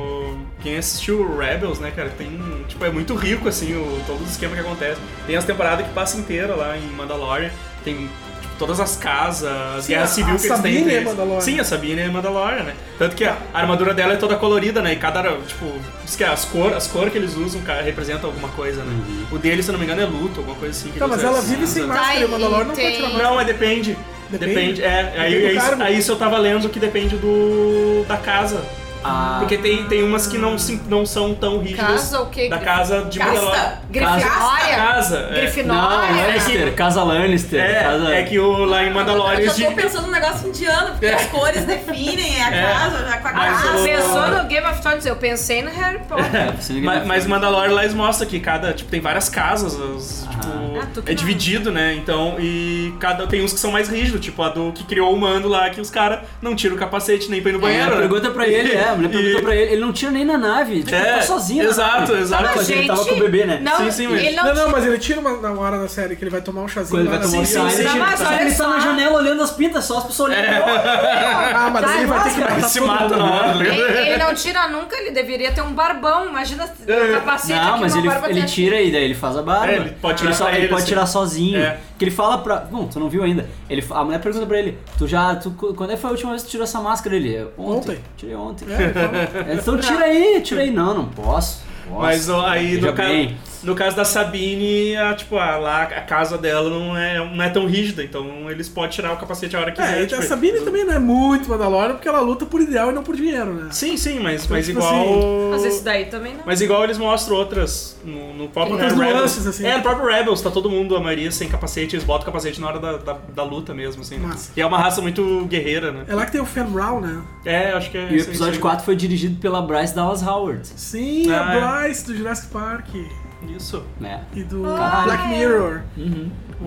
Speaker 2: Quem assistiu o Rebels, né, cara, tem. Tipo, é muito rico, assim, o... todo o esquema que acontece. Tem as temporadas que passa inteira lá em Mandalorian. Tem tipo, todas as casas, as
Speaker 4: Sim,
Speaker 2: guerras
Speaker 4: a-
Speaker 2: civis
Speaker 4: a
Speaker 2: que eles têm.
Speaker 4: Sabine
Speaker 2: entre
Speaker 4: é
Speaker 2: eles.
Speaker 4: Mandalorian.
Speaker 2: Sim, a Sabine é Mandalorian, né? Tanto que a a armadura dela é toda colorida, né? E cada. Tipo, diz que as cores as cor que eles usam cara, representam alguma coisa, né? O dele, se eu não me engano, é luto, alguma coisa assim. que
Speaker 4: Uhum. Tá,
Speaker 2: ele
Speaker 4: mas
Speaker 2: usa
Speaker 4: ela
Speaker 2: cinza.
Speaker 4: vive sem máscara e o Mandalorian não pode tirar
Speaker 5: tem-
Speaker 4: máscara.
Speaker 2: Não, mas depende.
Speaker 4: Depende?
Speaker 2: Depende, é. Aí,
Speaker 4: Depende do
Speaker 2: aí,
Speaker 4: cargo. né?
Speaker 2: aí isso eu tava lendo que depende do. da casa.
Speaker 1: Ah.
Speaker 2: Porque tem, tem umas que não, se- não são tão rígidas.
Speaker 5: Casa o quê? Ah,
Speaker 2: Da casa de Mandalorian.
Speaker 5: Grifinória?
Speaker 2: Casa. É.
Speaker 1: Não,
Speaker 5: Grifinória?
Speaker 1: Lannister, casa Lannister. casa...
Speaker 2: É, é que o, lá
Speaker 5: Ah,
Speaker 2: em Mandalorian.
Speaker 10: Eu já tô
Speaker 2: de-
Speaker 10: pensando num negócio indiano, porque as cores definem a
Speaker 2: É.
Speaker 10: casa, já com a
Speaker 2: Mas
Speaker 10: casa.
Speaker 2: o-
Speaker 5: Pensou no Game of Thrones? Eu pensei no Harry Potter.
Speaker 1: É, você não
Speaker 2: Ma-
Speaker 1: ganha-
Speaker 2: Mas Mandalorian lá eles mostram que cada, tipo, tem várias casas, as-
Speaker 1: Ah.
Speaker 5: Ah, tu
Speaker 2: tipo,
Speaker 5: que
Speaker 2: é
Speaker 5: não.
Speaker 2: dividido, né? Então, e cada tem uns que são mais rígidos, tipo a do que criou o mando lá, que os caras não tiram o capacete nem pra ir no
Speaker 1: É,
Speaker 2: banheiro. né?
Speaker 1: pergunta pra ele, é, a mulher
Speaker 2: E-
Speaker 1: perguntou pra ele, ele não tinha nem na nave, tipo,
Speaker 2: É,
Speaker 1: tá sozinho. na
Speaker 2: exato,
Speaker 1: nave.
Speaker 2: exato.
Speaker 1: Tá, mas ele tava com o bebê, né?
Speaker 5: Não,
Speaker 2: Sim, sim, mas-
Speaker 5: ele não,
Speaker 4: Não, não,
Speaker 5: tinha-
Speaker 4: mas ele tira uma, na hora da série que ele vai tomar um chazinho.
Speaker 1: Quando ele
Speaker 4: lá
Speaker 1: vai
Speaker 4: na
Speaker 1: tomar um
Speaker 2: sim,
Speaker 1: chá,
Speaker 2: sim,
Speaker 1: ele
Speaker 2: sim.
Speaker 1: tira-
Speaker 5: Mas
Speaker 1: só que
Speaker 5: olha
Speaker 1: ele tá na
Speaker 5: só.
Speaker 1: janela olhando as pintas, só as pessoas olhando.
Speaker 2: É.
Speaker 4: Ah, mas ele vai ter que
Speaker 2: Ele
Speaker 4: matar
Speaker 2: se
Speaker 4: todo
Speaker 2: mata
Speaker 4: mundo.
Speaker 2: na
Speaker 1: é.
Speaker 2: hora, né?
Speaker 5: ele, ele não tira nunca, ele deveria ter um barbão. Imagina o capacete
Speaker 1: É. Não,
Speaker 5: aqui,
Speaker 1: mas
Speaker 5: uma
Speaker 1: ele,
Speaker 5: barba
Speaker 1: ele
Speaker 5: tem-
Speaker 1: tira e daí ele faz a barba.
Speaker 2: É, ele pode tirar
Speaker 1: ele, só-
Speaker 2: pra
Speaker 1: ele
Speaker 2: ele,
Speaker 1: pode
Speaker 2: assim.
Speaker 1: tirar sozinho.
Speaker 2: É.
Speaker 1: Que ele fala pra. Bom, tu não viu ainda. Ele, a mulher pergunta pra ele: Tu já. Tu, quando é que foi a última vez que tu tirou essa máscara? Ele: "É Ontem.
Speaker 4: Ontem.
Speaker 1: Tirei ontem.
Speaker 4: É, então,
Speaker 1: É, Então tira aí, tira aí. Não, não posso. posso.
Speaker 2: Mas ó, aí
Speaker 1: Veja
Speaker 2: no, ca-
Speaker 1: bem.
Speaker 2: no caso da Sabine, a, tipo, a, lá, a casa dela não é, não é tão rígida, então eles podem tirar o capacete a hora que
Speaker 4: É,
Speaker 2: quiser.
Speaker 4: e
Speaker 2: tipo,
Speaker 4: a Sabine também não é muito Mandalorian porque ela luta por ideal e não por dinheiro, né?
Speaker 2: Sim, sim, mas, mas
Speaker 4: tipo
Speaker 2: igual.
Speaker 5: Mas esse daí também não.
Speaker 2: Mas igual eles mostram outras no, no próprio
Speaker 4: Outras
Speaker 2: Rebels.
Speaker 4: nuances, assim.
Speaker 2: É, no próprio Rebels, tá todo mundo, a maioria, sem capacete, eles botam o capacete na hora da, da, da luta mesmo, assim. né?
Speaker 4: Massa.
Speaker 2: E é uma raça muito guerreira, né?
Speaker 4: É lá que tem o Fenral, né?
Speaker 2: É, acho que é.
Speaker 1: E o
Speaker 2: isso aí, isso
Speaker 1: episódio
Speaker 2: aí.
Speaker 1: 4 foi dirigido pela Bryce Dallas Howard.
Speaker 4: Sim,
Speaker 2: Ah,
Speaker 1: é.
Speaker 4: a Bryce do Jurassic Park
Speaker 2: Isso.
Speaker 1: Né?
Speaker 4: e do
Speaker 1: Caralho.
Speaker 4: Black Mirror.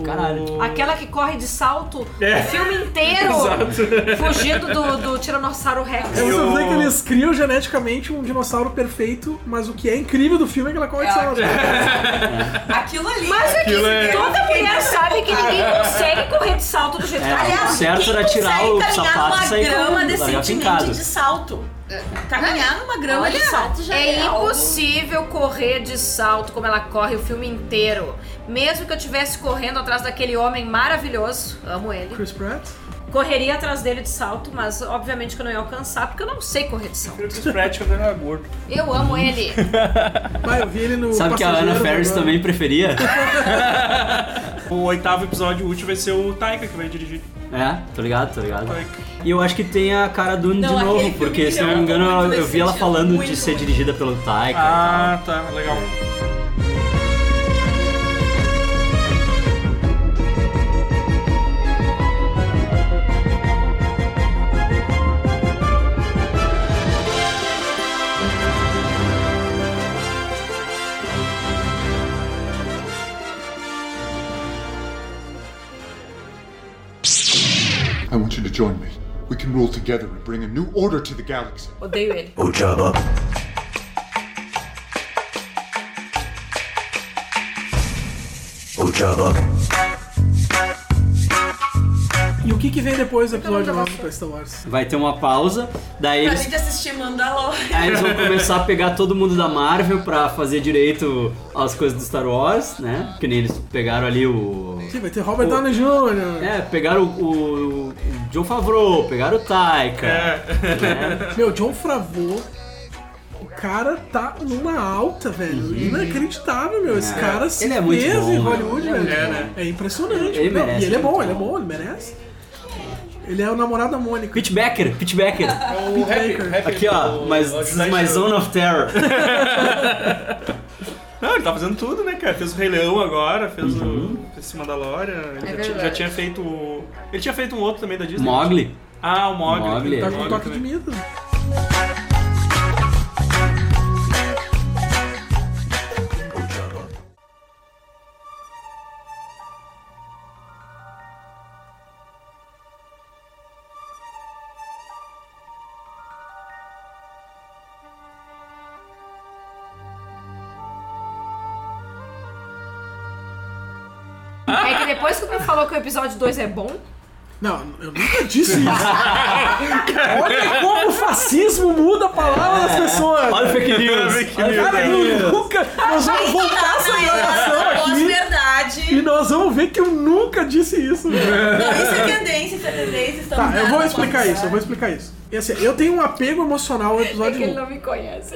Speaker 1: Caralho.
Speaker 5: Aquela que corre de salto
Speaker 2: É.
Speaker 5: o filme inteiro fugindo do, do Tiranossauro Rex.
Speaker 4: Eu
Speaker 2: Eu-
Speaker 4: só dizer que eles criam geneticamente um dinossauro perfeito, mas o que é incrível do filme é que ela corre de salto.
Speaker 10: Aquilo ali.
Speaker 5: Mas é que
Speaker 2: Aquilo é-
Speaker 5: toda mulher sabe que ninguém consegue correr de salto do jeito
Speaker 1: É,
Speaker 5: que
Speaker 1: o
Speaker 10: Aliás,
Speaker 1: certo
Speaker 10: quem
Speaker 1: era tirar
Speaker 10: consegue
Speaker 1: o
Speaker 10: caminhar
Speaker 1: sapato
Speaker 10: numa
Speaker 1: e sair
Speaker 10: grama
Speaker 1: correndo, tá largar
Speaker 10: decentemente
Speaker 1: fincado.
Speaker 10: de salto. Caminhar numa grama de salto já
Speaker 5: é
Speaker 10: é, algo-
Speaker 5: impossível correr de salto como ela corre o filme inteiro. Mesmo que eu estivesse correndo atrás daquele homem maravilhoso, amo ele,
Speaker 4: Chris Pratt.
Speaker 5: correria atrás dele de salto, mas obviamente que eu não ia alcançar, porque eu não sei correr de salto.
Speaker 2: O Scratch quando era gordo.
Speaker 5: Eu amo ele.
Speaker 4: Vai, eu vi ele no
Speaker 1: Sabe que a Ana
Speaker 4: Passageiro
Speaker 1: Ferris
Speaker 4: agora.
Speaker 1: também preferia?
Speaker 2: O oitavo episódio útil vai ser o Taika que vai dirigir.
Speaker 1: É, tô ligado, tô ligado.
Speaker 2: Taika.
Speaker 1: E eu acho que tem a cara Dune
Speaker 10: Não,
Speaker 1: de
Speaker 10: aquele
Speaker 1: novo,
Speaker 10: filme
Speaker 1: porque
Speaker 10: que
Speaker 1: se eu não
Speaker 10: era
Speaker 1: me engano
Speaker 10: muito
Speaker 1: eu, eu vi ela
Speaker 10: decente,
Speaker 1: falando de
Speaker 10: muito
Speaker 1: ser
Speaker 10: ruim.
Speaker 1: dirigida pelo Taika.
Speaker 2: Ah, tá, legal.
Speaker 8: I want you to join me. We can rule together and bring a new order to the galaxy.
Speaker 5: Odeio ele.
Speaker 12: each other.
Speaker 4: E o que, que vem depois do episódio
Speaker 10: já
Speaker 4: 9 pra Star Wars?
Speaker 1: Vai ter uma pausa, daí
Speaker 10: Pra
Speaker 1: eles,
Speaker 10: gente assistir Mandalorian.
Speaker 1: aí eles vão começar a pegar todo mundo da Marvel pra fazer direito às coisas do Star Wars, né? Que nem eles pegaram ali o.
Speaker 4: Sim, vai ter Robert Downey Jr.
Speaker 1: É, pegaram o, o, o John Favreau, pegaram o Taika. né?
Speaker 4: Meu, John Favreau, o cara tá numa alta, velho. Inacreditável, meu. Esse
Speaker 1: Uhum. É.
Speaker 4: cara se
Speaker 1: Ele é muito
Speaker 4: fez
Speaker 1: bom,
Speaker 4: em
Speaker 1: né? Ele
Speaker 4: Hollywood,
Speaker 1: é
Speaker 4: velho.
Speaker 1: muito bom.
Speaker 4: É impressionante.
Speaker 1: Ele
Speaker 4: Não,
Speaker 1: merece,
Speaker 4: e ele é
Speaker 1: muito
Speaker 4: bom, ele é
Speaker 1: bom.
Speaker 4: bom, ele merece. Ele é o namorado da Mônica.
Speaker 1: Pit Becker, Pit Becker.
Speaker 4: Pete Baker.
Speaker 1: Aqui ó, mas this is my zone of terror.
Speaker 2: Não, ele tá fazendo tudo, né, cara? Fez o Rei Leão agora, fez
Speaker 1: Uhum.
Speaker 2: o. Fez esse Mandalorian. ele já, tinha,
Speaker 3: verdade.
Speaker 2: já tinha feito. o- Ele tinha feito um outro também da Disney.
Speaker 1: Mogli.
Speaker 2: Ah, o Mogli.
Speaker 1: Mogli,
Speaker 4: Tá
Speaker 1: é.
Speaker 4: com um toque de medo.
Speaker 5: É que depois que o Pedro falou que o episódio 2 é bom,
Speaker 4: Não, eu nunca disse isso. Olha como o fascismo muda a palavra das pessoas.
Speaker 1: É. Olha o fake news. Olha o
Speaker 4: Cara, eu nunca. Nós vamos voltar essa gravação aqui
Speaker 10: Pós-verdade.
Speaker 4: e nós vamos ver que eu nunca disse isso.
Speaker 10: Não, isso é tendência, isso é tendência. Estamos
Speaker 4: Tá, eu vou
Speaker 10: nada
Speaker 4: explicar
Speaker 10: pós-
Speaker 4: isso, eu vou explicar isso. E assim, eu tenho um apego emocional ao
Speaker 5: é que
Speaker 4: episódio
Speaker 5: ele
Speaker 4: 1.
Speaker 5: não me conhece.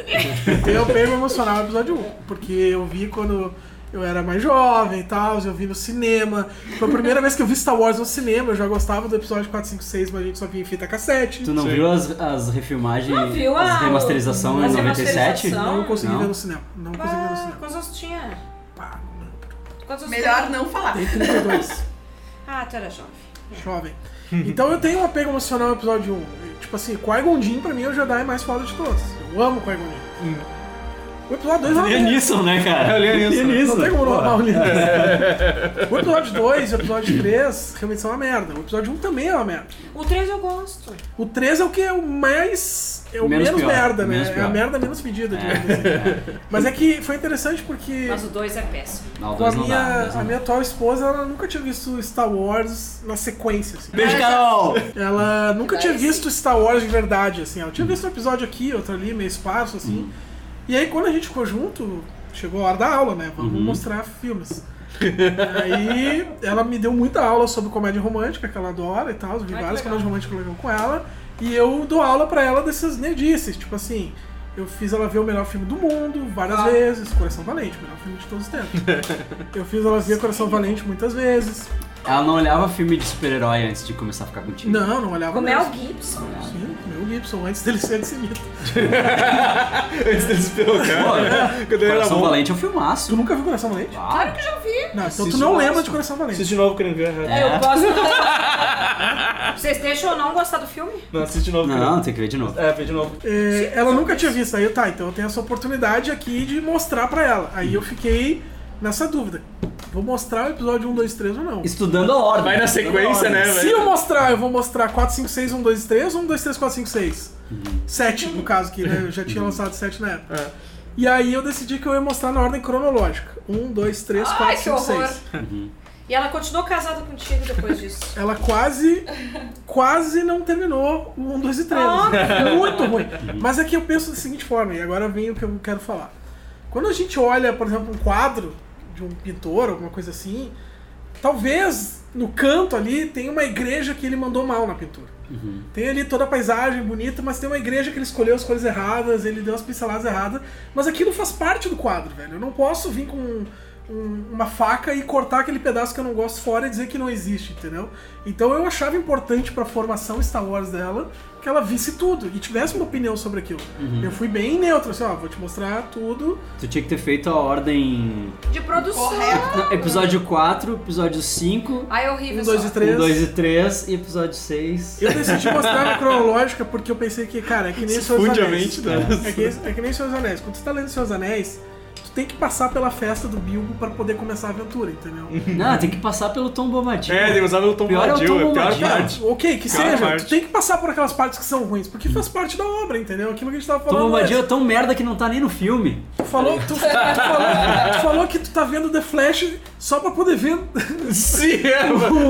Speaker 4: Eu tenho um apego emocional ao episódio 1, porque eu vi quando eu era mais jovem e tal, eu vi no cinema. Foi a primeira vez que eu vi Star Wars no cinema, eu já gostava do episódio 4, 5, 6, mas a gente só via em fita cassete.
Speaker 1: Tu não viu as, as refilmagens,
Speaker 5: Não viu
Speaker 1: as
Speaker 5: a-
Speaker 1: remasterizações
Speaker 5: as
Speaker 1: em 97?
Speaker 5: remasterização?
Speaker 4: Não consegui
Speaker 1: Não.
Speaker 4: ver no cinema. Não consegui ver no cinema.
Speaker 5: Ah, Quantos anos Ah, tinha? Quantos
Speaker 10: Melhor não falar.
Speaker 4: Tem 32.
Speaker 5: Ah, tu era jovem.
Speaker 4: Jovem. Então eu tenho um apego emocional ao episódio 1. Tipo assim, Qui-Gon Jinn pra mim é o Jedi mais foda de todos. Eu amo Qui-Gon Jinn.
Speaker 1: Hum.
Speaker 4: O episódio 2 é uma merda.
Speaker 1: Lianisson, né, cara?
Speaker 2: Lianisson.
Speaker 4: Não tem como não amar
Speaker 1: pô.
Speaker 4: o Lianisson. O episódio 2 e o episódio 3 realmente são uma merda. O episódio 1 também é uma merda.
Speaker 5: O 3 eu gosto.
Speaker 4: O 3 é o que é o mais. É o menos,
Speaker 1: Menos pior,
Speaker 4: merda, né?
Speaker 1: menos
Speaker 4: é a
Speaker 1: pior.
Speaker 4: merda menos pedida, digamos assim. Mas é que foi interessante porque.
Speaker 5: Mas o 2 é péssimo.
Speaker 1: Não, o
Speaker 4: Com a
Speaker 1: dois não dá, o
Speaker 4: minha,
Speaker 1: dois não
Speaker 4: a
Speaker 1: dá.
Speaker 4: minha atual esposa, ela nunca tinha visto Star Wars na sequência, assim.
Speaker 1: Beijo, Carol!
Speaker 4: Ela
Speaker 5: Hum.
Speaker 4: nunca tinha visto Star Wars de verdade, assim. Ela tinha visto um episódio aqui, outro ali, meio espaço, assim.
Speaker 5: Hum.
Speaker 4: E aí, quando a gente ficou junto, chegou a hora da aula, né?
Speaker 5: Uhum.
Speaker 4: Vamos mostrar filmes. aí, ela me deu muita aula sobre comédia romântica, que ela adora e tal. Eu vi
Speaker 5: Ai, que legal.
Speaker 4: várias comédias românticas legal com ela. E eu dou aula pra ela dessas nerdices. Tipo assim, eu fiz ela ver o melhor filme do mundo
Speaker 5: Ah.
Speaker 4: várias vezes. Coração Valente, o melhor filme de todos os tempos. eu fiz ela ver Coração Valente muitas vezes.
Speaker 1: Ela não olhava filme de super-herói antes de começar a ficar contigo.
Speaker 4: Não, não olhava
Speaker 5: Hum. é O
Speaker 4: mesmo.
Speaker 5: Mel Gibson.
Speaker 4: Sim, Mel Gibson, antes dele ser antissemita.
Speaker 2: Antes deles pegar.
Speaker 1: Pô,
Speaker 2: Quando ele era
Speaker 1: Coração
Speaker 2: bom.
Speaker 1: Valente é um
Speaker 4: Tu
Speaker 1: filmaço.
Speaker 4: nunca viu Coração Valente?
Speaker 1: Ah,
Speaker 5: Eu já vi.
Speaker 4: Não, então tu
Speaker 2: Assiste
Speaker 4: não
Speaker 2: lá,
Speaker 4: lembra
Speaker 2: sim.
Speaker 4: de Coração Valente.
Speaker 2: Assiste de novo querendo ver.
Speaker 1: é.
Speaker 5: Eu gosto. Vocês deixam eu não gostar do filme?
Speaker 2: Não, assiste de novo.
Speaker 1: Não,
Speaker 2: querendo-
Speaker 1: não, tem que ver de novo.
Speaker 2: É, vê de novo.
Speaker 4: É, ela nunca tinha visto, aí eu, tá, então eu tenho essa oportunidade aqui de mostrar pra ela. Aí eu fiquei nessa dúvida. Vou mostrar o episódio 1, 2, 3 ou não?
Speaker 1: Estudando a ordem.
Speaker 2: Vai na sequência, né,
Speaker 4: Se eu
Speaker 2: velho?
Speaker 4: mostrar, eu vou mostrar 4, 5, 6, 1, 2, 3 ou 1, 2, 3, 4, 5, 6? 7, no caso, que né, eu já tinha lançado 7 na época.
Speaker 2: É.
Speaker 4: E aí eu decidi que eu ia mostrar na ordem cronológica. 1, 2, 3,
Speaker 5: Ai,
Speaker 4: 4,
Speaker 5: que
Speaker 4: 5,
Speaker 5: horror.
Speaker 4: 6.
Speaker 5: E ela continuou casada contigo depois disso.
Speaker 4: Ela quase, quase não terminou o 1, 2 e 3. Muito ruim. Mas é que eu penso da seguinte forma, e agora vem o que eu quero falar. Quando a gente olha, por exemplo, um quadro de um pintor, alguma coisa assim, talvez no canto ali tem uma igreja que ele mandou mal na pintura. Tem ali toda a paisagem bonita, mas tem uma igreja que ele escolheu as cores erradas, ele deu as pinceladas erradas. Mas aquilo faz parte do quadro, velho. Eu não posso vir com um- um- uma faca e cortar aquele pedaço que eu não gosto fora e dizer que não existe, entendeu? Então eu achava importante pra formação Star Wars dela que ela visse tudo e tivesse uma opinião sobre aquilo.
Speaker 2: Uhum.
Speaker 4: Eu fui bem neutro, assim, ó, vou te mostrar tudo.
Speaker 1: Tu tinha que ter feito a ordem.
Speaker 5: De produção.
Speaker 1: Não, Episódio 4, episódio 5,
Speaker 5: Ai, é
Speaker 4: Um,
Speaker 5: horrível
Speaker 4: dois
Speaker 5: só.
Speaker 4: e
Speaker 1: 1,
Speaker 4: três.
Speaker 1: 2 e 3 e episódio 6.
Speaker 4: Eu decidi mostrar na cronológica porque eu pensei que, cara, é que nem
Speaker 2: Se
Speaker 4: Seus
Speaker 2: funde a
Speaker 4: Anéis.
Speaker 2: mente, né?
Speaker 4: É que, é que nem Seus Anéis. Quando tu tá lendo Seus Anéis, tu tem que passar pela festa do Bilbo pra poder começar a aventura, entendeu?
Speaker 2: Uhum.
Speaker 1: Não, tem que passar pelo Tom Bombadil.
Speaker 2: É, tem que passar pelo Tom
Speaker 1: Pior
Speaker 2: Bombadil,
Speaker 1: É o Tom
Speaker 2: é a pior
Speaker 1: Bombadil.
Speaker 2: parte.
Speaker 4: Ok, que
Speaker 2: Pior
Speaker 4: seja,
Speaker 2: parte.
Speaker 4: tu tem que passar por aquelas partes que são ruins, porque
Speaker 2: Uhum.
Speaker 4: faz parte da obra, entendeu? Aquilo que a gente tava
Speaker 1: Tom
Speaker 4: falando.
Speaker 1: Bombadil é
Speaker 4: antes.
Speaker 1: tão merda que não tá nem no filme.
Speaker 4: Tu falou, tu, tu falou, tu falou que tu tá vendo The Flash só pra poder ver.
Speaker 2: Sim, é,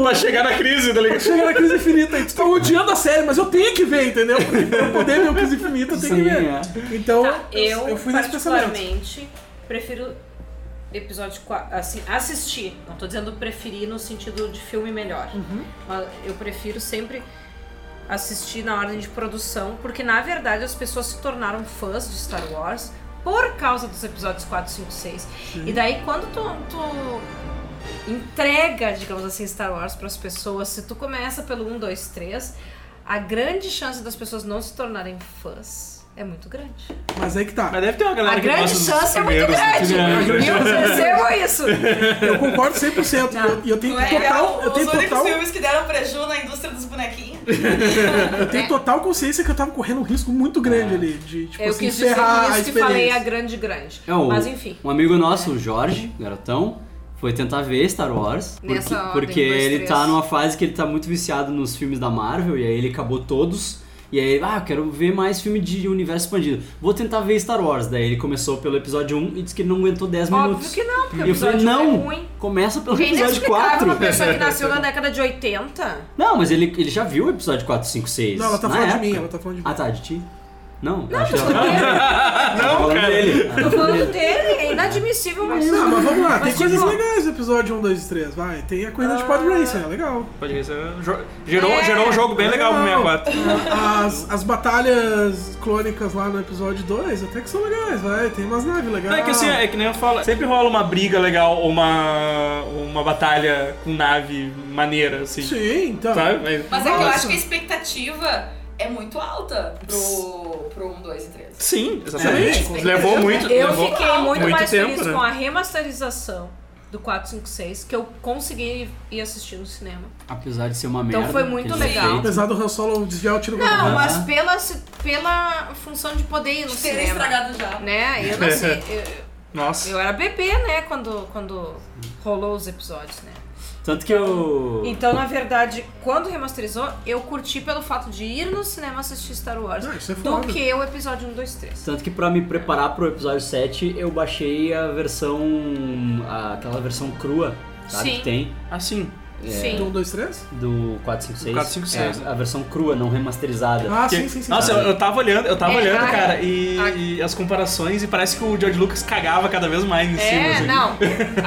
Speaker 2: pra chegar na crise, tá ligado?
Speaker 4: Chega na crise infinita, e tu tá odiando a série, mas eu tenho que ver, entendeu? Porque pra eu poder ver o crise infinita, eu tenho
Speaker 1: Sim,
Speaker 4: que ver.
Speaker 1: é.
Speaker 4: Então,
Speaker 5: Tá, eu,
Speaker 4: eu, fui nesse pensamento.
Speaker 5: particularmente prefiro episódio 4, assim, assistir. Não tô dizendo preferir no sentido de filme melhor.
Speaker 4: Uhum.
Speaker 5: Mas eu prefiro sempre assistir na ordem de produção, porque na verdade as pessoas se tornaram fãs de Star Wars por causa dos episódios 4, 5, 6. E daí quando tu, tu entrega, digamos assim, Star Wars para as pessoas, se tu começa pelo 1, 2, 3, a grande chance das pessoas não se tornarem fãs é muito grande.
Speaker 4: Mas aí que tá.
Speaker 2: Mas deve ter uma
Speaker 5: A
Speaker 2: galera que
Speaker 5: grande
Speaker 2: gosta dos
Speaker 5: chance é muito
Speaker 2: primeiros,
Speaker 5: grande.
Speaker 2: né?
Speaker 5: Meu aconteceu isso.
Speaker 4: Eu concordo 100%.
Speaker 5: Tá.
Speaker 4: E eu, e eu tenho
Speaker 10: Não é
Speaker 4: total.
Speaker 10: real?
Speaker 4: Eu tenho
Speaker 10: Os únicos
Speaker 4: total.
Speaker 10: filmes que deram prejuízo na indústria dos bonequinhos.
Speaker 4: Eu tenho total consciência que eu tava correndo um risco muito grande
Speaker 1: É.
Speaker 4: ali de, tipo,
Speaker 5: né? Eu
Speaker 4: assim,
Speaker 5: quis dizer
Speaker 4: ferrar
Speaker 5: com
Speaker 4: a
Speaker 5: isso que falei a
Speaker 4: experiência.
Speaker 5: grande grande.
Speaker 1: É, o-
Speaker 5: Mas enfim. É.
Speaker 1: Um amigo nosso, o Jorge, garotão, foi tentar ver Star Wars. Porque,
Speaker 13: Nessa ordem,
Speaker 1: porque
Speaker 13: um, dois,
Speaker 1: ele
Speaker 13: três.
Speaker 1: tá numa fase que ele tá muito viciado nos filmes da Marvel, e aí ele acabou todos. E aí, ele, ah, eu quero ver mais filme de universo expandido. Vou tentar ver Star Wars. Daí ele começou pelo episódio 1 e disse que ele não aguentou 10
Speaker 5: Óbvio
Speaker 1: minutos.
Speaker 5: que não, porque o
Speaker 1: e eu falei,
Speaker 5: episódio
Speaker 1: não,
Speaker 5: é ruim.
Speaker 1: começa pelo
Speaker 5: Porque é
Speaker 1: episódio
Speaker 5: inexplicável
Speaker 1: 4.
Speaker 5: uma pessoa que nasceu na década de 80.
Speaker 1: Não, mas ele, ele já viu o episódio 4, 5, 6.
Speaker 4: Não, ela tá
Speaker 1: na
Speaker 4: falando de
Speaker 1: época.
Speaker 4: mim, ela tá falando de mim.
Speaker 1: Ah, tá, de ti? Não, não,
Speaker 5: tô falando dele.
Speaker 1: não,
Speaker 2: cara.
Speaker 1: tá dele.
Speaker 5: Tô falando dele, é inadmissível, mas.
Speaker 4: Não, mas vamos lá, tem
Speaker 5: Mas, Ah.
Speaker 4: coisas
Speaker 5: tipo,
Speaker 4: legais no episódio 1, 2 e 3, vai. Tem a corrida de pod racing, é legal.
Speaker 2: Pode ver, isso é- jo- gerou, gerou um jogo bem legal pro 64.
Speaker 4: As, as batalhas clônicas lá no episódio 2 até que são legais, vai. Tem umas naves legais.
Speaker 2: Não, é que assim, é que nem eu falo, sempre rola uma briga legal ou uma, uma batalha com nave maneira, assim.
Speaker 4: Sim, então.
Speaker 2: Sabe? Mas,
Speaker 10: Mas é que eu
Speaker 4: Nossa.
Speaker 10: acho que a expectativa é muito alta pro, pro 1, 2 e 3.
Speaker 2: Sim, exatamente. levou muito.
Speaker 5: Eu
Speaker 2: levou
Speaker 5: fiquei muito,
Speaker 2: muito
Speaker 5: mais
Speaker 2: tempo,
Speaker 5: feliz
Speaker 2: né?
Speaker 5: com a remasterização do 456 que eu consegui ir assistir no cinema.
Speaker 1: Apesar de ser uma merda.
Speaker 5: Então foi muito
Speaker 1: aquele
Speaker 5: legal.
Speaker 1: efeito.
Speaker 4: Apesar do Han Solo desviar o tiro com
Speaker 5: Não,
Speaker 1: Aham.
Speaker 5: mas pela, ci- pela função de poder ir no
Speaker 10: Teria
Speaker 5: cinema.
Speaker 10: estragado já.
Speaker 5: Né? Eu nasci. Eu,
Speaker 2: Nossa.
Speaker 5: eu era bebê, né? Quando, quando rolou os episódios, né?
Speaker 1: Tanto que eu.
Speaker 5: Então, na verdade, quando remasterizou, eu curti pelo fato de ir no cinema assistir Star Wars
Speaker 4: Ah, isso é
Speaker 5: do
Speaker 4: foda.
Speaker 5: que o episódio 1, 2, 3.
Speaker 1: Tanto que pra me preparar pro episódio 7, eu baixei a versão. a- aquela versão crua, sabe?
Speaker 5: Sim.
Speaker 1: Que tem.
Speaker 2: Assim.
Speaker 4: Do
Speaker 5: Sim.
Speaker 4: 1, 2 e 3?
Speaker 1: Do 456.
Speaker 2: Do 456,
Speaker 1: É,
Speaker 2: né?
Speaker 1: a versão crua, não remasterizada.
Speaker 4: Ah,
Speaker 2: Que-
Speaker 4: sim, sim, sim.
Speaker 2: Nossa,
Speaker 4: sim.
Speaker 2: eu, eu tava olhando, eu tava
Speaker 5: É,
Speaker 2: olhando,
Speaker 5: a-
Speaker 2: cara, e,
Speaker 5: a-
Speaker 2: e as comparações, e parece que o George Lucas cagava cada vez mais em cima.
Speaker 5: É,
Speaker 2: assim.
Speaker 5: não.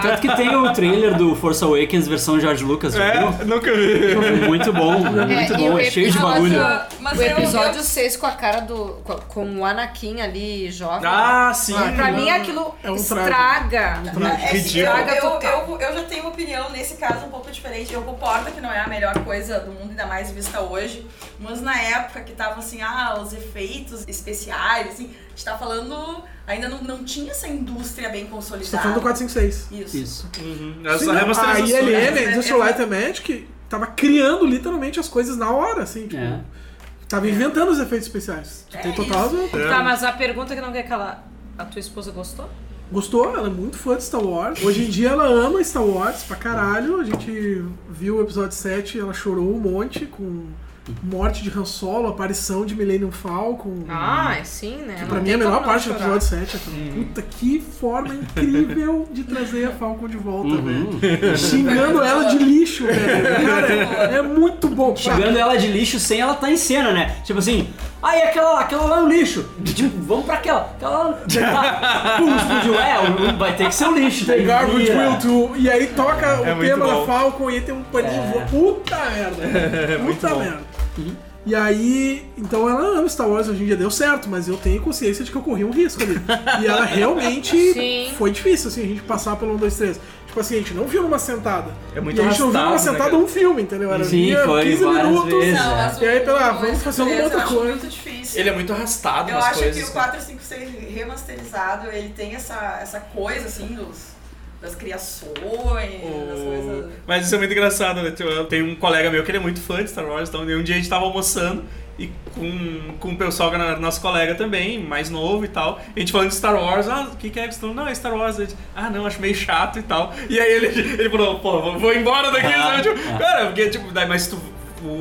Speaker 1: Tanto que tem o trailer do Force Awakens versão George Lucas, já
Speaker 2: É, nunca vi.
Speaker 1: viu? Muito bom, muito
Speaker 5: e
Speaker 1: bom,
Speaker 5: o
Speaker 1: é cheio de
Speaker 5: episódio-
Speaker 1: bagulho.
Speaker 10: Mas
Speaker 5: o
Speaker 10: eu-
Speaker 5: episódio 6 com a cara do. com- Com o Anakin ali, jovem.
Speaker 2: Ah, sim. Uhum.
Speaker 5: pra mim aquilo
Speaker 4: É um
Speaker 5: estraga.
Speaker 10: É, sim, eu,
Speaker 2: Ridículo.
Speaker 5: Estraga
Speaker 10: eu,
Speaker 5: total.
Speaker 10: eu, eu já tenho uma opinião nesse caso um pouco diferente. Eu concordo que não é a melhor coisa do mundo, ainda mais vista hoje. Mas na época que tava assim, ah, os efeitos especiais, assim, a gente tá falando. Ainda não, não tinha essa indústria bem
Speaker 4: Você tá
Speaker 10: consolidada.
Speaker 4: falando do 456.
Speaker 10: Isso.
Speaker 1: Isso.
Speaker 2: Uhum.
Speaker 4: Sim,
Speaker 2: Essa
Speaker 4: não, a
Speaker 2: remasterização.
Speaker 4: ILM,
Speaker 5: É,
Speaker 10: né?
Speaker 4: Industrial Light and Magic, tava criando literalmente as coisas na hora, assim. Tipo,
Speaker 1: É.
Speaker 4: Tava inventando os efeitos especiais.
Speaker 5: É
Speaker 4: Tu tem total razão.
Speaker 5: Tá, mas a pergunta que não quer calar. A tua esposa gostou?
Speaker 4: Gostou? Ela é muito fã de Star Wars. Hoje em dia ela ama Star Wars pra caralho. A gente viu o episódio 7, ela chorou um monte com morte de Han Solo, aparição de Millennium Falcon.
Speaker 5: Ah, é sim, né?
Speaker 4: Hum. Que
Speaker 5: Não
Speaker 4: pra mim
Speaker 5: tem
Speaker 4: é a melhor
Speaker 5: como não
Speaker 4: parte do
Speaker 5: chorar.
Speaker 4: episódio 7. é que, Puta, que forma incrível de trazer a Falcon de volta, velho. Xingando ela de lixo, velho. Cara, é é muito bom.
Speaker 1: Xingando ela de lixo sem ela tá em cena, né? Tipo assim, aí aquela lá, aquela lá é um lixo. Tipo, vamos pra aquela. Aquela lá. Tá, pum, explodiu. É, o- vai ter que ser um lixo.
Speaker 4: The
Speaker 1: daí
Speaker 4: Garbage
Speaker 1: vira.
Speaker 4: Will Do. E aí toca
Speaker 2: É
Speaker 4: o
Speaker 2: muito
Speaker 4: tema da
Speaker 2: bom. É
Speaker 4: Falcon e aí tem um paninho
Speaker 10: É.
Speaker 4: voando. Puta merda.
Speaker 2: muito
Speaker 4: Puta
Speaker 2: bom.
Speaker 4: merda. E aí, então ela ama Star Wars hoje em dia, deu certo, mas eu tenho consciência de que eu corri um risco ali. E ela realmente
Speaker 5: Sim.
Speaker 4: foi difícil, assim, a gente passar pelo 1, 2, 3. Tipo assim, a gente não viu numa sentada.
Speaker 2: É muito
Speaker 4: e a gente não viu numa
Speaker 2: arrastado, né,
Speaker 4: sentada
Speaker 2: cara?
Speaker 4: um filme, entendeu? Era
Speaker 1: Sim,
Speaker 4: via
Speaker 1: foi
Speaker 4: 15
Speaker 1: várias
Speaker 4: minutos.
Speaker 1: vezes.
Speaker 2: né?
Speaker 10: Não, mas
Speaker 4: E aí, pela-
Speaker 10: o-
Speaker 4: vamos
Speaker 10: o
Speaker 4: fazer alguma
Speaker 10: três eu
Speaker 4: outra
Speaker 10: acho
Speaker 4: coisa.
Speaker 10: muito difícil.
Speaker 2: Ele é muito arrastado
Speaker 10: Eu
Speaker 2: nas
Speaker 10: acho
Speaker 2: coisas. assim.
Speaker 10: que o
Speaker 2: cara.
Speaker 10: 456 remasterizado, ele tem essa, essa coisa, assim, dos, das criações, das coisas.
Speaker 2: Mas isso é muito engraçado, né? Eu tenho um colega meu que ele é muito fã de Star Wars, então e um dia a gente tava almoçando e com, com o pessoal, que era nosso colega também, mais novo e tal, e a gente falando de Star Wars, ah, o que, que é que estão? Não, é Star Wars, a gente, ah, não, acho meio chato e tal. E aí ele, ele falou, pô, vou- vou embora daqui,
Speaker 4: Ah,
Speaker 2: sabe? Tipo, cara, porque, tipo, daí, mas se tu,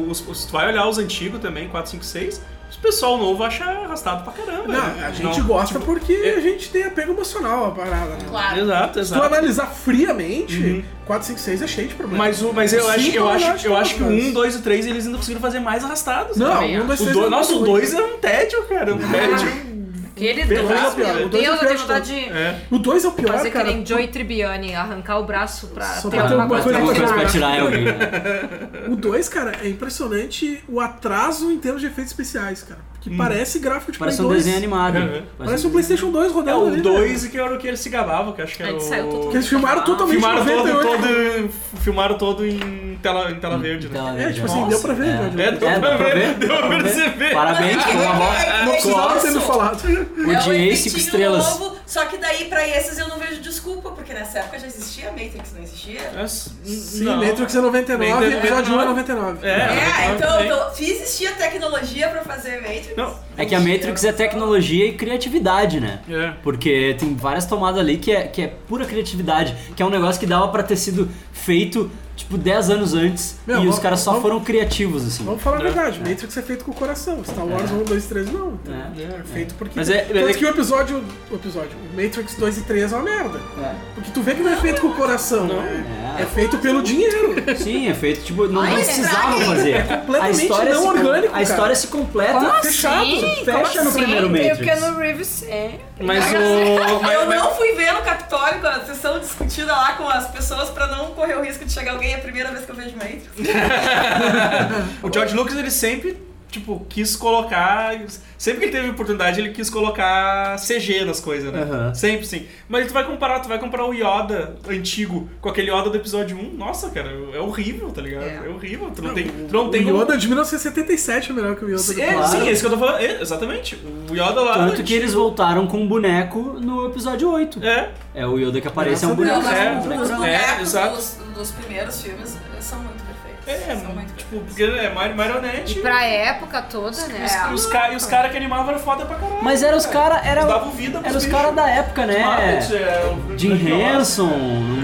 Speaker 2: os, os- tu vai olhar os antigos também, 4, 5, 6, o pessoal novo acha arrastado pra caramba.
Speaker 4: Não,
Speaker 2: né?
Speaker 4: a gente
Speaker 2: Não,
Speaker 4: gosta
Speaker 2: tipo,
Speaker 4: porque a gente tem apego emocional à parada, né?
Speaker 10: Claro.
Speaker 2: Exato,
Speaker 4: Se tu
Speaker 2: exato.
Speaker 4: analisar friamente, 456 é cheio de problema.
Speaker 2: Uhum. Mas, o, mas eu,
Speaker 4: Sim,
Speaker 2: acho, eu,
Speaker 4: na
Speaker 2: acho,
Speaker 4: verdade,
Speaker 2: eu
Speaker 4: tá
Speaker 2: acho que é o
Speaker 4: atrás.
Speaker 2: 1, 2 e 3 eles ainda conseguiram fazer mais arrastados.
Speaker 4: Não,
Speaker 2: também.
Speaker 4: um, dois,
Speaker 2: O
Speaker 4: três
Speaker 2: do-
Speaker 4: é
Speaker 2: Nossa, o
Speaker 4: muito
Speaker 2: 2 é um tédio, cara. é Um tédio.
Speaker 5: Aquele
Speaker 2: Bem,
Speaker 5: do
Speaker 2: dois é
Speaker 5: braço,
Speaker 4: pior,
Speaker 5: meu
Speaker 4: o dois
Speaker 5: Deus,
Speaker 4: é pior
Speaker 5: eu tenho
Speaker 4: de
Speaker 5: vontade de
Speaker 2: É.
Speaker 4: O 2 é o pior,
Speaker 5: fazer que
Speaker 4: cara.
Speaker 5: nem Joey Tribbiani, arrancar o braço pra
Speaker 4: Só
Speaker 5: ter
Speaker 4: pra ter
Speaker 5: alguma
Speaker 4: alguma
Speaker 5: coisa pra
Speaker 4: coisa
Speaker 5: tirar.
Speaker 1: pra tirar alguém. né?
Speaker 4: O 2, cara, é impressionante o atraso em termos de efeitos especiais, cara. Que
Speaker 2: Uhum.
Speaker 4: parece gráfico de
Speaker 1: Parece
Speaker 4: Play
Speaker 1: um
Speaker 4: 2.
Speaker 1: desenho animado.
Speaker 2: É, é.
Speaker 4: Parece um PlayStation 2
Speaker 2: É
Speaker 4: rodando ali.
Speaker 2: o
Speaker 4: né?
Speaker 2: 2 que era o que eles se gabava, que acho que era
Speaker 5: Aí saiu
Speaker 2: o...
Speaker 5: tudo
Speaker 4: Que é eles filmaram totalmente
Speaker 2: Filmaram todo,
Speaker 4: 98.
Speaker 2: todo, filmaram todo em tela, em tela verde, né?
Speaker 1: Então,
Speaker 4: É, tipo assim,
Speaker 1: Nossa,
Speaker 4: deu pra ver,
Speaker 1: é.
Speaker 4: velho.
Speaker 2: É, deu pra ver, deu pra
Speaker 1: deu
Speaker 2: perceber.
Speaker 1: Parabéns, com uma voz.
Speaker 4: Não precisava ter me falado.
Speaker 1: Odiei cinco
Speaker 4: um
Speaker 10: efeitinho
Speaker 1: estrelas.
Speaker 10: Novo, um só que daí pra esses eu não vejo desculpa, porque nessa época já existia, Matrix não existia.
Speaker 4: Sim,
Speaker 2: Sim,
Speaker 4: Matrix é 99,
Speaker 2: Matrix é
Speaker 4: episódio 1 é
Speaker 2: 99.
Speaker 4: 99.
Speaker 2: É,
Speaker 10: É, então,
Speaker 2: também.
Speaker 10: então se existia tecnologia pra fazer Matrix.
Speaker 2: Não.
Speaker 1: É que a Matrix é tecnologia e criatividade, né?
Speaker 2: É.
Speaker 1: Porque tem várias tomadas ali que é, que é pura criatividade, que é um negócio que dava pra ter sido feito, tipo, 10 anos antes
Speaker 4: Meu,
Speaker 1: e
Speaker 4: vamos-
Speaker 1: os caras só
Speaker 4: vamos-
Speaker 1: foram criativos, assim.
Speaker 4: Vamos falar a verdade, Matrix é feito com o coração. Star Wars 1, 2, 3 não. entendeu?
Speaker 1: É.
Speaker 4: É feito porque.
Speaker 1: Mas é-
Speaker 4: Tanto
Speaker 1: mas é-
Speaker 4: que o episódio. O episódio. O Matrix 2 e 3 é uma merda. Porque tu vê que não é feito com o coração, né? É feito pelo dinheiro.
Speaker 1: Sim, é feito, tipo, não, não
Speaker 10: Ai, é
Speaker 1: precisavam fazer. a
Speaker 4: é completamente
Speaker 1: história
Speaker 4: não
Speaker 1: se, com-
Speaker 4: orgânico,
Speaker 1: A
Speaker 4: cara.
Speaker 1: história se
Speaker 2: Tá
Speaker 1: completa.
Speaker 5: Como
Speaker 4: Tá fechado,
Speaker 5: assim?
Speaker 1: fecha
Speaker 5: Como
Speaker 1: no
Speaker 5: assim?
Speaker 1: primeiro Matrix.
Speaker 5: Eu quero no Reeves sempre.
Speaker 2: Mas o...
Speaker 10: Eu
Speaker 2: mas-
Speaker 10: não fui ver no Capitólio quando vocês estão discutindo lá com as pessoas pra não correr o risco de chegar alguém, é a primeira vez que eu vejo Matrix.
Speaker 2: O George Lucas, ele sempre, tipo, quis colocar. Sempre que ele teve oportunidade, ele quis colocar CG nas coisas, né?
Speaker 1: Aham.
Speaker 2: Sempre sim. Mas tu vai comparar, tu vai comparar o Yoda antigo com aquele Yoda do episódio 1. Nossa, cara, é horrível, tá ligado? É,
Speaker 10: É.
Speaker 2: horrível. Tu não tem. Tu não tem
Speaker 4: o
Speaker 2: como-
Speaker 4: Yoda de 1977 é melhor que o Yoda do
Speaker 2: É,
Speaker 4: Clássico.
Speaker 2: sim, é isso que eu tô falando. É, exatamente. O Yoda lá.
Speaker 1: Tanto que
Speaker 2: antigo-
Speaker 4: tipo-
Speaker 1: eles voltaram com um boneco no episódio 8.
Speaker 2: É,
Speaker 1: É o Yoda que aparece, é um
Speaker 4: Graças a
Speaker 1: boneco.
Speaker 10: Não,
Speaker 4: Deus.
Speaker 10: mas
Speaker 2: É,
Speaker 10: os
Speaker 2: é,
Speaker 10: bonecos
Speaker 2: exato.
Speaker 10: dos, dos primeiros filmes eh, são muito perfeitos.
Speaker 2: é,
Speaker 10: são muito
Speaker 2: tipo, porque é mar- marionete.
Speaker 5: E pra época toda, né?
Speaker 10: É.
Speaker 2: Os ca- e os caras que animavam eram foda pra caralho.
Speaker 1: Mas eram os caras. Era,
Speaker 2: Eles davam vida pros
Speaker 1: era os
Speaker 2: bichos.
Speaker 1: caras da época, né?
Speaker 2: Muppets, é, o-
Speaker 1: Jim
Speaker 2: Grande
Speaker 1: Henson,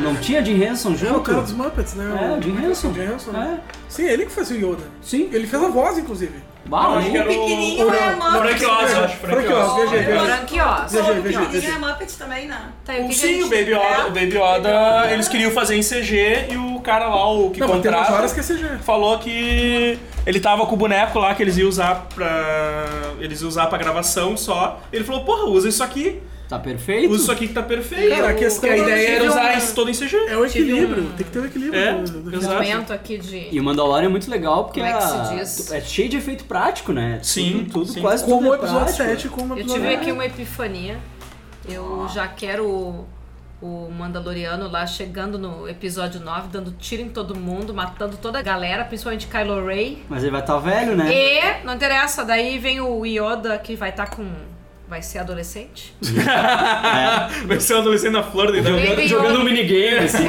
Speaker 1: não tinha Jim Henson
Speaker 4: É o
Speaker 1: junto?
Speaker 4: cara dos Muppets, né?
Speaker 1: É, o Jim Henson.
Speaker 4: Jim Henson, né?
Speaker 1: É,
Speaker 4: Sim, ele que faz o Yoda.
Speaker 1: sim.
Speaker 4: Ele fez a voz, inclusive.
Speaker 1: É,
Speaker 5: Ah,
Speaker 1: Bah, um
Speaker 2: Eu acho que era
Speaker 10: O pequenininho é
Speaker 4: não,
Speaker 10: Muppet.
Speaker 2: Frank Oz, eu acho. Frank
Speaker 4: Frank Oz,
Speaker 2: Oz.
Speaker 4: viajei, viajei.
Speaker 5: Franquiós.
Speaker 4: Veja aí, veja
Speaker 10: O
Speaker 4: aí, veja
Speaker 10: pequenininho é
Speaker 4: aí.
Speaker 10: Muppet também, né?
Speaker 5: Tá, e o que que a
Speaker 2: Um Sim,
Speaker 5: gente-
Speaker 2: o Baby Yoda, o Baby Yoda, eles queriam fazer em CG e o cara lá, o que
Speaker 4: Não, mas tem umas
Speaker 2: contrata,
Speaker 4: horas que é CG.
Speaker 2: falou que ele tava com o boneco lá que eles iam usar pra. Eles iam usar pra gravação só. Ele falou, porra, usa isso aqui,
Speaker 1: Tá perfeito?
Speaker 2: usa isso aqui que tá perfeito.
Speaker 4: Cara, a questão
Speaker 2: a ideia era
Speaker 5: tive
Speaker 2: usar
Speaker 5: um-
Speaker 2: isso todo em CG.
Speaker 4: É o
Speaker 5: Tive
Speaker 4: equilíbrio, tem que ter o equilíbrio.
Speaker 2: É,
Speaker 4: do- do-
Speaker 2: exato.
Speaker 5: momento aqui de.
Speaker 1: E o Mandalorian é muito legal porque
Speaker 5: Como é que se
Speaker 1: a-
Speaker 5: diz?
Speaker 1: é cheio de efeito prático, né?
Speaker 2: Sim,
Speaker 1: Tudo, tudo
Speaker 2: sim.
Speaker 1: quase
Speaker 4: Como
Speaker 1: tudo
Speaker 4: o
Speaker 1: é
Speaker 4: episódio
Speaker 1: prático.
Speaker 4: 7, como o
Speaker 5: Eu
Speaker 4: episódio
Speaker 5: tive
Speaker 4: 9.
Speaker 5: aqui uma epifania. Eu já quero o, o Mandaloriano lá chegando no episódio 9, dando tiro em todo mundo, matando toda a galera, principalmente Kylo Ray.
Speaker 1: Mas ele vai estar velho,
Speaker 2: É.
Speaker 1: né?
Speaker 5: E, não interessa, daí vem o Yoda que vai estar com. vai ser adolescente.
Speaker 2: Vai ser um adolescente na flor da idade.
Speaker 5: Baby
Speaker 1: Jogando
Speaker 5: Yoda.
Speaker 1: um minigame, assim.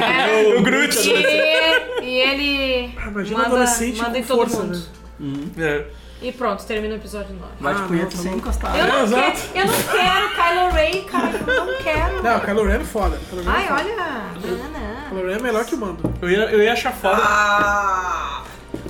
Speaker 5: É.
Speaker 2: O Groot.
Speaker 5: E, e ele.
Speaker 4: Ah, Imagina
Speaker 5: manda,
Speaker 4: adolescente
Speaker 5: manda
Speaker 4: com
Speaker 5: em todo
Speaker 4: força,
Speaker 5: mundo.
Speaker 4: né?
Speaker 2: É.
Speaker 5: E pronto, termina o episódio 9.
Speaker 1: Vai
Speaker 4: Ah,
Speaker 1: de punheta
Speaker 4: não, tá
Speaker 1: sem
Speaker 4: bom.
Speaker 1: encostar.
Speaker 5: Eu
Speaker 1: né?
Speaker 5: não,
Speaker 4: exato.
Speaker 5: quero, eu não quero Kylo Ray, cara. Eu não quero.
Speaker 4: Não, o Kylo Ren é foda. Kylo Ren é
Speaker 5: Ai,
Speaker 4: foda.
Speaker 5: olha.
Speaker 4: O Kylo Ren é melhor que o Mando.
Speaker 2: Eu ia, eu ia achar foda.
Speaker 5: Ah!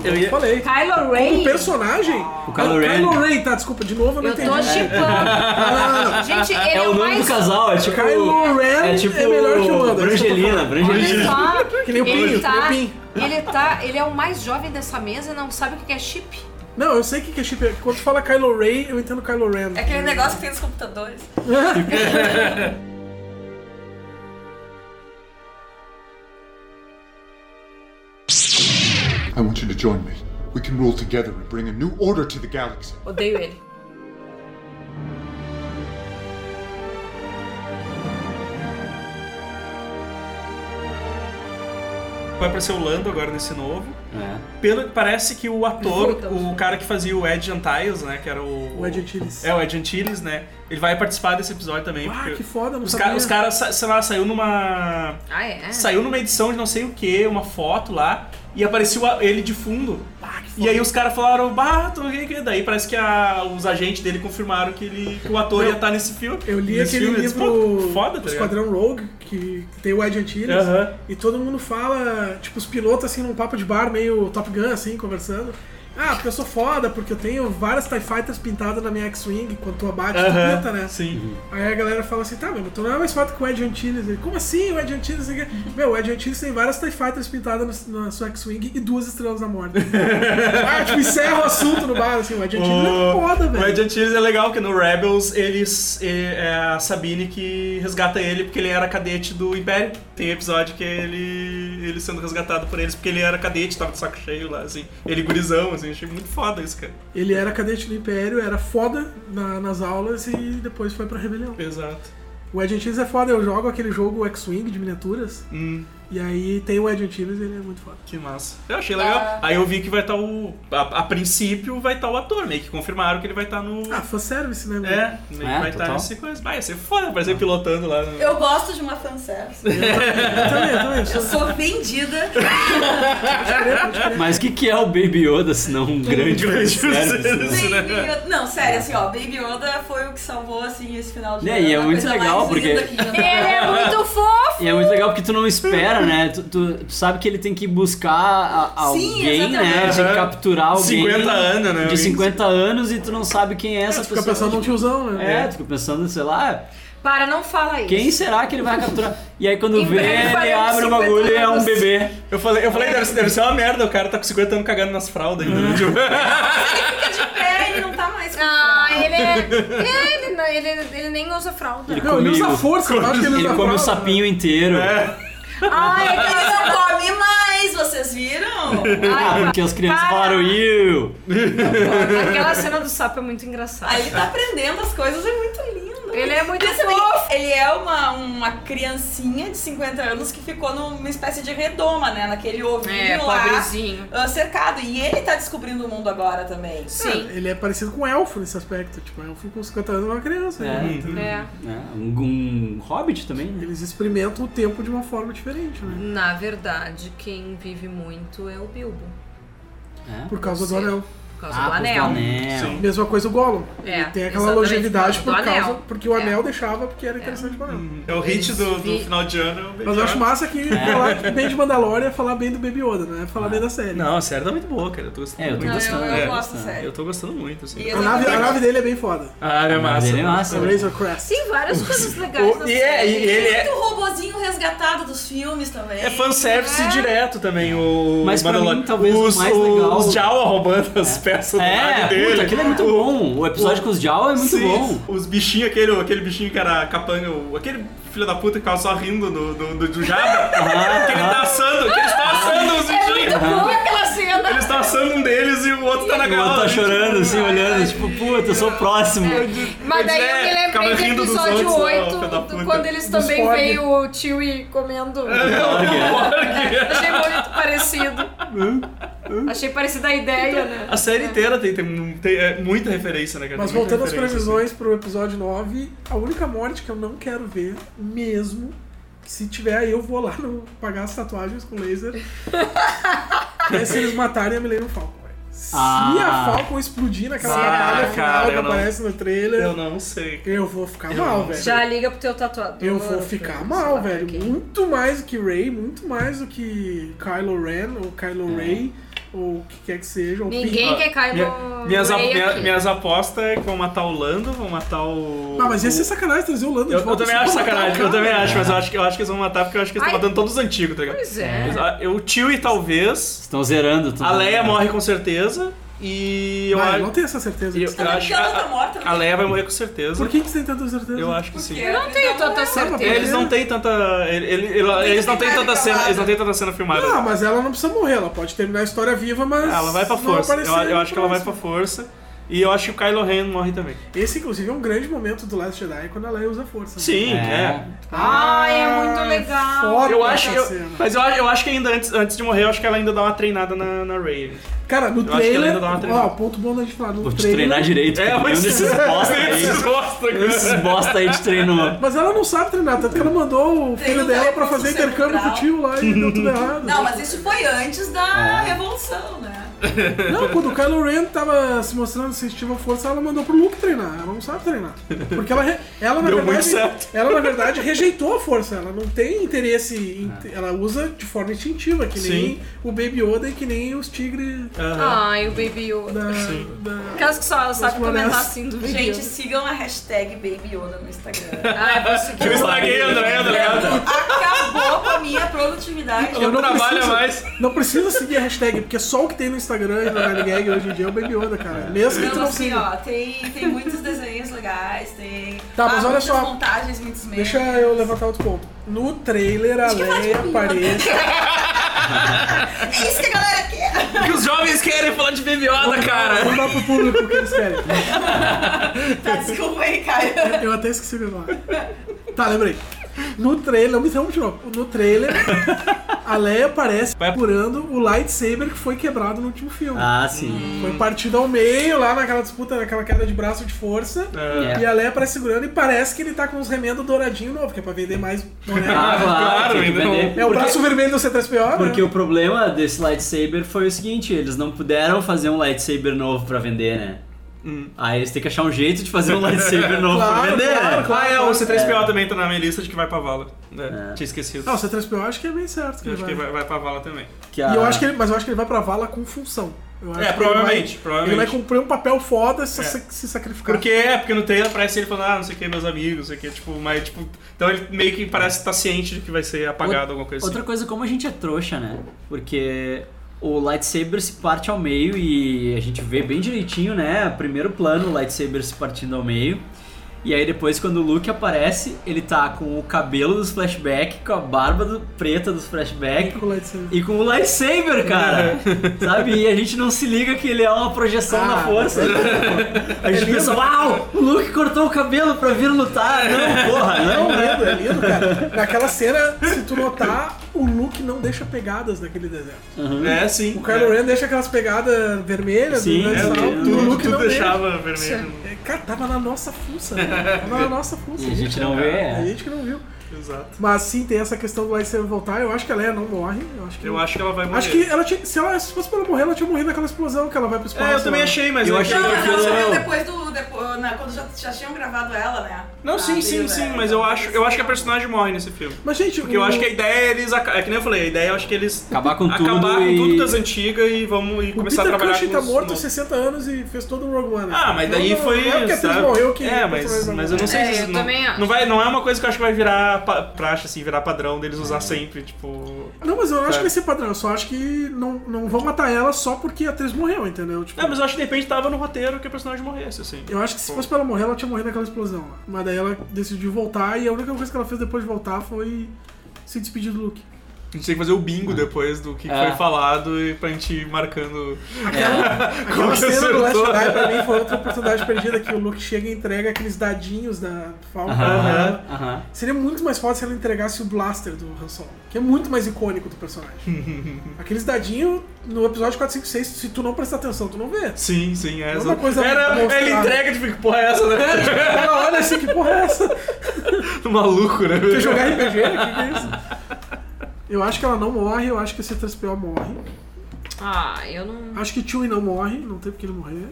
Speaker 2: Eu ia...
Speaker 4: Falei.
Speaker 5: Kylo
Speaker 4: O
Speaker 5: Ray.
Speaker 4: personagem...
Speaker 1: O Kylo
Speaker 4: Ah, Kylo
Speaker 1: Ren.
Speaker 4: Ren, tá, desculpa, de novo eu não
Speaker 5: Eu
Speaker 4: entendi.
Speaker 5: tô chipando.
Speaker 4: Ah,
Speaker 5: Gente, ele é,
Speaker 1: É o nome
Speaker 5: mais.
Speaker 1: do casal, é tipo.
Speaker 4: Kylo Ren
Speaker 1: é tipo.
Speaker 4: é melhor que o Wanda,
Speaker 1: Brangelina,
Speaker 5: Olha
Speaker 1: Brangelina.
Speaker 5: só.
Speaker 4: Que nem o
Speaker 5: ele,
Speaker 4: Pinho,
Speaker 5: tá,
Speaker 4: que nem o Pinho.
Speaker 5: ele tá. Ele é o mais jovem dessa mesa e não sabe o que é chip.
Speaker 4: Não, eu sei o que que é chip. Quando tu fala Kylo Ray, eu entendo Kylo Ren.
Speaker 10: É aquele negócio que tem nos computadores.
Speaker 8: I want you to join me. We can rule together and bring a new order to the galaxy.
Speaker 5: Odeio ele.
Speaker 2: vai aparecer o Lando agora nesse novo.
Speaker 1: É.
Speaker 2: Pelo que parece que o ator,
Speaker 3: Volta.
Speaker 2: o cara que fazia o Ed Gentiles, né? Que era o.
Speaker 4: O Ed Antilles.
Speaker 2: É, o Ed Antilles, né? Ele vai participar desse episódio também.
Speaker 4: Ah,
Speaker 2: porque
Speaker 4: que foda, não
Speaker 2: os,
Speaker 4: sabia.
Speaker 2: ca- os caras, sa- sei lá, saiu numa.
Speaker 3: Ah, é?
Speaker 2: Saiu numa edição de não sei o que, uma foto lá, e apareceu a- ele de fundo.
Speaker 4: Ah,
Speaker 2: E aí os caras falaram, bah, tô vendo que-" daí parece que a- os agentes dele confirmaram que, ele, que o ator ia estar nesse filme.
Speaker 4: Eu li
Speaker 2: nesse
Speaker 4: aquele
Speaker 2: filme. disse,
Speaker 4: livro
Speaker 2: Pô, foda, tá ligado?
Speaker 4: Esquadrão Rogue, que tem o Ed Antilles,
Speaker 2: Aham.
Speaker 4: e todo mundo fala, tipo, os pilotos assim num papo de bar, meio Top Gun, assim, conversando. Ah, porque eu sou foda, porque eu tenho várias TIE Fighters pintadas na minha X-Wing, quando tu abate, tu
Speaker 2: Aham,
Speaker 4: pinta, né?
Speaker 2: Sim.
Speaker 4: Aí a galera fala assim, tá, mas tu não é mais foda que o Ed Antilles. Ele, Como assim o Ed Antilles? Ele, Meu, o Ed Antilles tem várias TIE Fighters pintadas no- na sua X-Wing e duas estrelas na morte. ah, tipo, encerra o assunto no bar, assim, o Ed Antilles é foda, velho.
Speaker 2: O Ed Antilles é legal, porque no Rebels eles, ele- é a Sabine que resgata ele porque ele era cadete do Império. Tem episódio que ele, ele sendo resgatado por eles porque ele era cadete, tava de saco cheio lá, assim. Ele gurizão, assim, achei muito foda isso, cara.
Speaker 4: Ele era cadete do Império, era foda na- nas aulas e depois foi pra rebelião.
Speaker 2: Exato.
Speaker 4: O Ed Antilles é foda, eu jogo aquele jogo X-Wing de miniaturas,
Speaker 2: Hum,
Speaker 4: e aí tem o Ed Antilles e ele é muito foda.
Speaker 2: que massa. Eu achei legal. Aí eu vi que vai estar o. A, a princípio vai estar o ator, meio que confirmaram que ele vai estar no.
Speaker 4: Ah, fanservice, né? meu?
Speaker 2: É, meio que
Speaker 1: É,
Speaker 2: vai estar
Speaker 1: total.
Speaker 2: nesse coisa. Vai ser foda, vai ser pilotando lá. né? no-
Speaker 10: Eu gosto de uma fanservice.
Speaker 4: Eu também, eu também. eu
Speaker 10: Eu
Speaker 4: sou-
Speaker 10: sou vendida.
Speaker 1: Mas o que, que é o Baby Yoda se não um grande
Speaker 2: grande
Speaker 1: fanservice?
Speaker 2: Isso, né?
Speaker 10: Baby Yoda. Não, sério, assim, ó, Baby Yoda foi o que salvou, assim, esse final de
Speaker 1: É,
Speaker 10: ano.
Speaker 1: e é
Speaker 10: A
Speaker 1: muito
Speaker 10: coisa
Speaker 1: legal,
Speaker 10: mais linda
Speaker 1: porque-
Speaker 10: que já-
Speaker 3: Ele é muito fofo!
Speaker 1: E é muito legal porque tu não espera, né? Tu, tu- tu sabe que ele tem que buscar a- a
Speaker 10: Sim,
Speaker 1: alguém, né?
Speaker 10: exatamente.
Speaker 1: Tem que capturar alguém.
Speaker 2: 50 anos, né?
Speaker 1: De 50 anos e tu não sabe quem é essa
Speaker 4: Tu
Speaker 1: pessoa.
Speaker 4: fica pensando num tiozão, né?
Speaker 1: É, tu fica pensando, sei lá,
Speaker 3: Para, não fala isso.
Speaker 1: quem será que ele vai capturar? E aí quando
Speaker 3: Em
Speaker 1: vê,
Speaker 3: breve
Speaker 1: ele
Speaker 3: faremos
Speaker 1: abre o
Speaker 3: 50
Speaker 1: bagulho e é um
Speaker 3: anos.
Speaker 1: bebê.
Speaker 2: Eu falei, eu falei deve, deve ser uma merda, o cara tá com 50 anos cagando nas fraldas ainda. né? Tipo,
Speaker 10: Fica de pé, ele não tá mais com
Speaker 3: Ah,
Speaker 10: fralda.
Speaker 3: ele é. Ele, não- ele, ele nem usa fralda.
Speaker 4: Não, ele usa
Speaker 1: Comigo.
Speaker 4: força, eu acho que ele usa
Speaker 1: Ele come o
Speaker 4: fralda, né?
Speaker 1: sapinho inteiro.
Speaker 3: Ah, ele.
Speaker 10: Ele não come mais, vocês viram?
Speaker 1: Ah, porque as crianças
Speaker 3: Para.
Speaker 1: falaram, you!
Speaker 3: Aquela cena do sapo é muito engraçada.
Speaker 10: Aí ele tá aprendendo as coisas, é muito lindo.
Speaker 3: Ele é muito
Speaker 10: Pensa bem,
Speaker 3: fofo.
Speaker 10: Ele é uma, uma criancinha de 50 anos que ficou numa espécie de redoma, né? Naquele ovinho
Speaker 5: É,
Speaker 10: lá.
Speaker 5: pobrezinho.
Speaker 10: ah, Cercado. E ele tá descobrindo o mundo agora também.
Speaker 5: Sim.
Speaker 4: Ele é parecido com um elfo nesse aspecto. Tipo, um elfo com 50 anos é uma criança.
Speaker 1: É.
Speaker 3: Uhum.
Speaker 4: né? Então,
Speaker 5: É.
Speaker 1: né? Um, um hobbit também, né?
Speaker 4: Eles experimentam o tempo de uma forma diferente, né?
Speaker 5: Na verdade, quem vive muito é o Bilbo.
Speaker 1: É.
Speaker 4: Por causa do
Speaker 5: Sim.
Speaker 4: anel.
Speaker 5: Por causa
Speaker 1: Ah,
Speaker 5: do
Speaker 1: por
Speaker 5: anel.
Speaker 1: anel.
Speaker 2: Sim.
Speaker 4: Mesma coisa o Gollum.
Speaker 5: É,
Speaker 4: ele tem aquela
Speaker 5: exatamente,
Speaker 4: longevidade por
Speaker 5: por causa do
Speaker 4: causa.
Speaker 5: anel.
Speaker 4: Porque o
Speaker 5: É.
Speaker 4: anel deixava porque era interessante pra ela.
Speaker 2: É o hit
Speaker 5: Eles
Speaker 2: do, do
Speaker 5: vi-
Speaker 2: final de ano. é o Baby
Speaker 4: Mas eu acho
Speaker 2: Yoda.
Speaker 4: massa que falar bem de Mandalorian é falar bem do Baby Yoda, não é falar bem da série.
Speaker 2: Não, a série tá muito boa, cara. Eu tô gostando
Speaker 1: É, eu tô
Speaker 2: muito.
Speaker 10: Não, eu,
Speaker 1: gostando.
Speaker 10: eu
Speaker 2: É.
Speaker 10: gosto, sério.
Speaker 2: Eu tô gostando muito, assim.
Speaker 10: E
Speaker 4: A nave, a nave dele é bem foda.
Speaker 2: Ah, é massa.
Speaker 1: Ele é
Speaker 4: É
Speaker 1: massa.
Speaker 4: o Razor Crest.
Speaker 3: Tem várias coisas legais assim.
Speaker 2: O-
Speaker 3: na
Speaker 2: e, é, e
Speaker 3: série.
Speaker 2: ele é,
Speaker 10: Muito robozinho resgatado dos filmes também.
Speaker 2: é fanservice direto também, o
Speaker 1: Mas pra
Speaker 2: Mandalorian.
Speaker 1: mim, talvez o
Speaker 2: os,
Speaker 1: mais
Speaker 2: os,
Speaker 1: legal-
Speaker 2: Os Jawa roubando as peças do
Speaker 1: É,
Speaker 2: lado dele.
Speaker 1: puta, aquilo é muito bom. O episódio com os Jawa é muito
Speaker 2: Sim,
Speaker 1: bom.
Speaker 2: Os bichinhos, aquele, aquele bichinho que era capanga, o- aquele filho da puta que tava só rindo do, do, do, do
Speaker 1: Ah,
Speaker 2: Jabba. que ele tá assando, que eles estão assando os bichinhos.
Speaker 3: Boa aquela cena.
Speaker 2: Eles estão assando um deles e o outro tá na
Speaker 1: O outro
Speaker 2: galera.
Speaker 1: tá chorando, assim, olhando, tipo, puta, eu sou o próximo.
Speaker 2: Pois
Speaker 3: Mas daí
Speaker 2: é,
Speaker 3: eu me
Speaker 2: ficava
Speaker 3: lembrei do
Speaker 2: rindo dos
Speaker 3: episódio
Speaker 2: outros lá,
Speaker 3: 8,
Speaker 2: filho da
Speaker 3: do-
Speaker 2: puta.
Speaker 3: quando eles também
Speaker 4: Ford.
Speaker 3: veem o Chewie comendo. Achei muito parecido. Achei parecida a ideia, né?
Speaker 2: A série inteira tem, tem, tem, é, muita referência, né, cara?
Speaker 4: Mas
Speaker 2: Muita
Speaker 4: voltando às
Speaker 2: referência,
Speaker 4: previsões pro episódio 9, a única morte que eu não quero ver, mesmo, que se tiver, eu vou lá no, pagar as tatuagens com laser. é se eles matarem a Millennium Falcon, velho. Se
Speaker 1: Ah.
Speaker 4: a Falcon explodir naquela
Speaker 2: Ah,
Speaker 4: batalha final
Speaker 2: cara,
Speaker 4: que
Speaker 2: eu não-
Speaker 4: aparece no
Speaker 2: assim.
Speaker 4: trailer,
Speaker 2: Eu não sei.
Speaker 4: eu vou ficar
Speaker 2: Eu
Speaker 4: mal,
Speaker 2: não-
Speaker 4: velho.
Speaker 3: Já liga pro teu tatuador.
Speaker 4: Eu vou ficar mal, velho.
Speaker 2: é?
Speaker 4: Muito mais do que Ray, muito mais do que Kylo Ren, ou Kylo
Speaker 2: É.
Speaker 4: Ray, ou o que quer que seja. Ou
Speaker 3: Ninguém
Speaker 4: Pin-
Speaker 3: quer cair
Speaker 2: Minha-
Speaker 3: no.
Speaker 2: minhas,
Speaker 3: Ray
Speaker 2: a- minha-
Speaker 3: É aqui.
Speaker 2: minhas apostas é que vão matar o Lando, vão matar o.
Speaker 4: Ah, mas ia ser
Speaker 2: o-
Speaker 4: sacanagem trazer o Lando
Speaker 2: eu,
Speaker 4: de
Speaker 2: eu
Speaker 4: volta.
Speaker 2: também
Speaker 4: só
Speaker 2: acho
Speaker 4: pra matar o
Speaker 2: sacanagem, eu
Speaker 4: cara.
Speaker 2: também acho, mas eu acho, que- eu acho que eles vão matar porque eu acho que eles estão
Speaker 3: Ai.
Speaker 2: matando todos os antigos, tá ligado?
Speaker 5: Pois é.
Speaker 2: Mas, ah, Eu, tio e talvez.
Speaker 1: Estão zerando. tão
Speaker 2: A Leia
Speaker 1: zerando.
Speaker 2: morre com certeza. E eu
Speaker 4: Não, eu
Speaker 2: acho.
Speaker 4: não tenho essa certeza.
Speaker 2: Eu,
Speaker 4: disso.
Speaker 2: eu
Speaker 10: Mas
Speaker 2: acho que
Speaker 10: ela tá
Speaker 2: a-
Speaker 10: morta, né?
Speaker 2: a Leia vai morrer com certeza.
Speaker 4: Por que que você tem tanta certeza?
Speaker 2: Eu acho que sim.
Speaker 10: Eu não
Speaker 3: Tenho
Speaker 5: então.
Speaker 3: tanta
Speaker 4: Sabe,
Speaker 3: certeza.
Speaker 2: É, Eles não têm tanta. ele- ele- ele- Eles não têm tanta cena. Eles não têm tanta cena filmada.
Speaker 4: Ah, mas ela não precisa morrer, ela pode terminar a história viva, mas.
Speaker 2: Ah, Ela vai pra
Speaker 4: não
Speaker 2: força. Eu,
Speaker 4: aparecer
Speaker 2: eu acho que ela vai
Speaker 4: no
Speaker 2: pra
Speaker 4: próximo.
Speaker 2: força. E eu acho que o Kylo Ren morre também.
Speaker 4: Esse, inclusive, é um grande momento do Last Jedi quando ela usa a força. né?
Speaker 2: Sim, é.
Speaker 3: Ah, é muito legal.
Speaker 4: Foda
Speaker 2: Eu acho,
Speaker 4: essa
Speaker 2: eu-
Speaker 4: cena.
Speaker 2: mas eu, acho- eu acho que ainda antes, antes de morrer, eu acho que ela ainda dá uma treinada na, na Ray.
Speaker 4: Cara,
Speaker 2: Eu
Speaker 4: no
Speaker 2: acho que ela
Speaker 4: trailer.
Speaker 2: ainda dá uma treinada.
Speaker 4: Ó, ponto bom da gente falar. No
Speaker 1: Vou te
Speaker 4: trailer-
Speaker 1: treinar direito.
Speaker 2: É,
Speaker 1: porque
Speaker 2: mas
Speaker 1: nenhum desses bosta aí.
Speaker 2: Esses bosta,
Speaker 1: nenhum desses
Speaker 2: cara.
Speaker 1: bosta aí te treinou.
Speaker 4: Mas ela não sabe treinar, tanto que ela mandou
Speaker 3: um
Speaker 4: o filho
Speaker 10: Treino
Speaker 4: dela pra
Speaker 10: teleconfusão
Speaker 4: fazer intercâmbio com o
Speaker 10: cerebral.
Speaker 4: tio lá e deu tudo errado.
Speaker 10: Não, mas isso foi antes da Revolução, né?
Speaker 4: Não, quando o Kylo Ren tava se mostrando sensitiva à força, ela mandou pro Luke treinar. Ela não sabe treinar. Porque ela, re- ela na
Speaker 2: Deu muito
Speaker 4: verdade,
Speaker 2: certo.
Speaker 4: ela na verdade rejeitou a força. Ela não tem interesse, em- ela usa de forma instintiva, que nem
Speaker 2: Sim.
Speaker 4: o Baby Yoda e que nem os tigres
Speaker 2: Aham.
Speaker 5: Ai, o Baby Yoda.
Speaker 4: da,
Speaker 2: Sim.
Speaker 4: da-
Speaker 5: Caso que só ela sabe comentar
Speaker 4: florestas.
Speaker 5: assim do vídeo.
Speaker 10: Gente, sigam a hashtag Baby Yoda no Instagram.
Speaker 5: Ai, vou seguir.
Speaker 2: Eu estraguei a Andréia, tá ligado?
Speaker 10: Acabou com a minha produtividade.
Speaker 2: Ela não trabalha
Speaker 4: preciso.
Speaker 2: mais.
Speaker 4: Não precisa seguir a hashtag, porque só o que tem no Instagram e no Vale Gag hoje em dia é o Baby Yoda, cara. Mesmo que tu
Speaker 10: Não,
Speaker 4: não
Speaker 10: assim,
Speaker 4: siga.
Speaker 10: ó, tem, tem muitos desenhos legais, tem
Speaker 4: Tá, mas olha
Speaker 10: ah, muitas
Speaker 4: só.
Speaker 10: montagens, muitos memes.
Speaker 4: Deixa eu levantar outro ponto. No trailer, a
Speaker 10: Acho que eu
Speaker 4: Leia
Speaker 10: faço Baby Yoda.
Speaker 4: aparece.
Speaker 10: né? É isso que a galera quer!
Speaker 2: O que os jovens querem falar de bebioda, cara?
Speaker 4: Não dá pro público o que eles querem.
Speaker 10: Tá, desculpa aí, Caio.
Speaker 4: Eu até esqueci o nome. Tá, lembrei. No trailer, não me interrompa de novo. No trailer, a Leia aparece
Speaker 2: Vai-
Speaker 4: procurando o lightsaber que foi quebrado no último filme.
Speaker 1: Ah, sim.
Speaker 4: Foi partido ao meio, lá naquela disputa, naquela queda de braço de força.
Speaker 1: É.
Speaker 4: Hum. E a Leia aparece segurando e parece que ele tá com uns remendos douradinhos novo, que é pra vender mais boneco.
Speaker 1: Ah,
Speaker 2: Claro,
Speaker 1: tem que
Speaker 2: ainda
Speaker 1: vender.
Speaker 2: não.
Speaker 4: É o braço vermelho do C3PO,
Speaker 1: Porque
Speaker 4: né?
Speaker 1: o problema desse lightsaber foi o seguinte, eles não puderam fazer um lightsaber novo pra vender, né? Aí eles têm que achar um jeito de fazer um lightsaber novo pra
Speaker 4: Hum. Claro,
Speaker 1: vender,
Speaker 4: claro,
Speaker 1: né?
Speaker 4: claro.
Speaker 2: Ah, é, o C3PO
Speaker 1: É.
Speaker 2: também tá na minha lista de que vai pra vala. né?
Speaker 1: É.
Speaker 2: Tinha esquecido.
Speaker 4: Não, o C3PO acho que é bem certo. que
Speaker 2: Eu acho que
Speaker 4: ele vai.
Speaker 2: vai, vai pra vala também.
Speaker 1: Que a-
Speaker 4: E eu acho que é ele, mas eu acho que ele vai pra vala com função. Eu acho que
Speaker 2: É,
Speaker 4: ele
Speaker 2: provavelmente,
Speaker 4: vai-
Speaker 2: provavelmente.
Speaker 4: Ele vai cumprir um papel foda se,
Speaker 2: É.
Speaker 4: se sacrificar.
Speaker 2: Porque é, porque no trailer parece ele falando, ah, não sei o que, meus amigos, não sei o que, tipo, mas tipo. Então ele meio que parece estar ciente de que vai ser apagado alguma coisa
Speaker 1: Outra
Speaker 2: assim.
Speaker 1: coisa, como a gente é trouxa, né? Porque o lightsaber se parte ao meio e a gente vê bem direitinho, né? Primeiro plano, o lightsaber se partindo ao meio. E aí depois, quando o Luke aparece, ele tá com o cabelo dos flashback, com a barba do- preta dos flashback
Speaker 4: Com o lightsaber.
Speaker 1: e com o lightsaber, cara. Sabe? E a gente não se liga que ele é uma projeção
Speaker 4: Ah,
Speaker 1: da força. A gente pensa, uau, o Luke cortou o cabelo pra vir lutar. Não, porra,
Speaker 4: Não,
Speaker 1: não.
Speaker 4: é lindo, é lindo, cara. Naquela cena, se tu notar, o Luke não deixa pegadas naquele deserto.
Speaker 1: Uhum.
Speaker 2: É, sim.
Speaker 4: O Kylo
Speaker 2: é.
Speaker 4: Ren deixa aquelas pegadas vermelhas
Speaker 1: Sim,
Speaker 4: do
Speaker 1: é,
Speaker 4: grande salto,
Speaker 1: tudo-
Speaker 4: e o Luke
Speaker 2: tudo
Speaker 4: não deixa.
Speaker 2: deixava vermelho.
Speaker 4: É, Cara, tava na nossa fuça, né? Tava na nossa fuça.
Speaker 1: E a gente não vê, é.
Speaker 4: A gente que não viu.
Speaker 2: Exato.
Speaker 4: Mas sim, tem essa questão do lightsaber voltar. Eu acho que a Leia não morre. Eu acho que,
Speaker 2: Eu acho que ela vai morrer.
Speaker 4: Acho que ela tinha. Se, ela, se fosse pra ela morrer, ela tinha morrido naquela explosão que ela vai pro espaço. né?
Speaker 2: É, eu também
Speaker 4: lá.
Speaker 2: achei, mas
Speaker 1: Eu
Speaker 2: é que-
Speaker 1: achei
Speaker 10: Não, mas ela
Speaker 1: não.
Speaker 10: sumiu depois do. depois- na- quando já, já tinham gravado ela, né?
Speaker 2: Não,
Speaker 10: Ah,
Speaker 2: sim, sim,
Speaker 10: Deus,
Speaker 2: sim,
Speaker 10: é.
Speaker 2: mas eu acho, eu acho que a personagem morre nesse filme.
Speaker 4: Mas, gente,
Speaker 2: Porque eu acho que a ideia é eles. aca- É que nem eu falei, a ideia eu acho que eles.
Speaker 1: Acabar com tudo
Speaker 2: Acabar com
Speaker 1: e-
Speaker 2: tudo das antigas e vamos e
Speaker 4: o
Speaker 2: começar
Speaker 4: Peter
Speaker 2: a trabalhar
Speaker 4: Cushing
Speaker 2: com
Speaker 4: tá
Speaker 2: os
Speaker 4: morto há
Speaker 2: novos.
Speaker 4: 60 anos e fez todo o Rogue One. né?
Speaker 2: Ah, mas daí
Speaker 4: Não, não,
Speaker 2: foi.
Speaker 4: não é porque a atriz
Speaker 2: sabe?
Speaker 4: morreu né? que
Speaker 2: É,
Speaker 4: o personagem
Speaker 2: mas,
Speaker 4: vai
Speaker 2: mas eu não sei
Speaker 5: É,
Speaker 2: se.
Speaker 5: eu
Speaker 2: não,
Speaker 5: também acho.
Speaker 2: Não, vai, não é uma coisa que eu acho que vai virar pa- praxe, assim, virar padrão deles usar sempre, tipo.
Speaker 4: É. Não, mas eu não acho
Speaker 2: Sabe?
Speaker 4: que vai ser padrão. Eu só acho que não, não vão matar ela só porque a atriz morreu, entendeu? Tipo,
Speaker 2: É, mas eu acho que de repente tava no roteiro que a personagem morresse, assim.
Speaker 4: Eu acho que se fosse pra ela morrer, ela tinha morrido naquela explosão. lá. Mas daí ela decidiu voltar e a única coisa que ela fez depois de voltar foi se despedir do Luke.
Speaker 2: A gente tem que fazer o bingo depois do que
Speaker 1: É.
Speaker 2: foi falado e pra gente ir marcando.
Speaker 5: É.
Speaker 4: Aquela
Speaker 2: que
Speaker 4: cena do Last
Speaker 2: acertou?
Speaker 4: Jedi pra mim foi outra oportunidade perdida que o Luke chega e entrega aqueles dadinhos da Falcon. né?
Speaker 1: Aham, aham.
Speaker 4: Seria muito mais foda se ela entregasse o blaster do Han Solo, que é muito mais icônico do personagem. Aqueles dadinhos no episódio 456, se tu não prestar atenção, tu não vê.
Speaker 2: Sim, sim, é.
Speaker 4: Uma
Speaker 2: exato.
Speaker 4: coisa
Speaker 2: Era,
Speaker 4: mostrar.
Speaker 2: ele entrega, tipo, que porra é essa, né?
Speaker 4: Ela olha assim, que porra é essa?
Speaker 2: Maluco, né?
Speaker 4: Quer jogar RPG? O que, que é isso? Eu acho que ela não morre, eu acho que o C3PO morre.
Speaker 5: Ah, eu não.
Speaker 4: Acho que Chewie não morre, não tem porque ele morrer.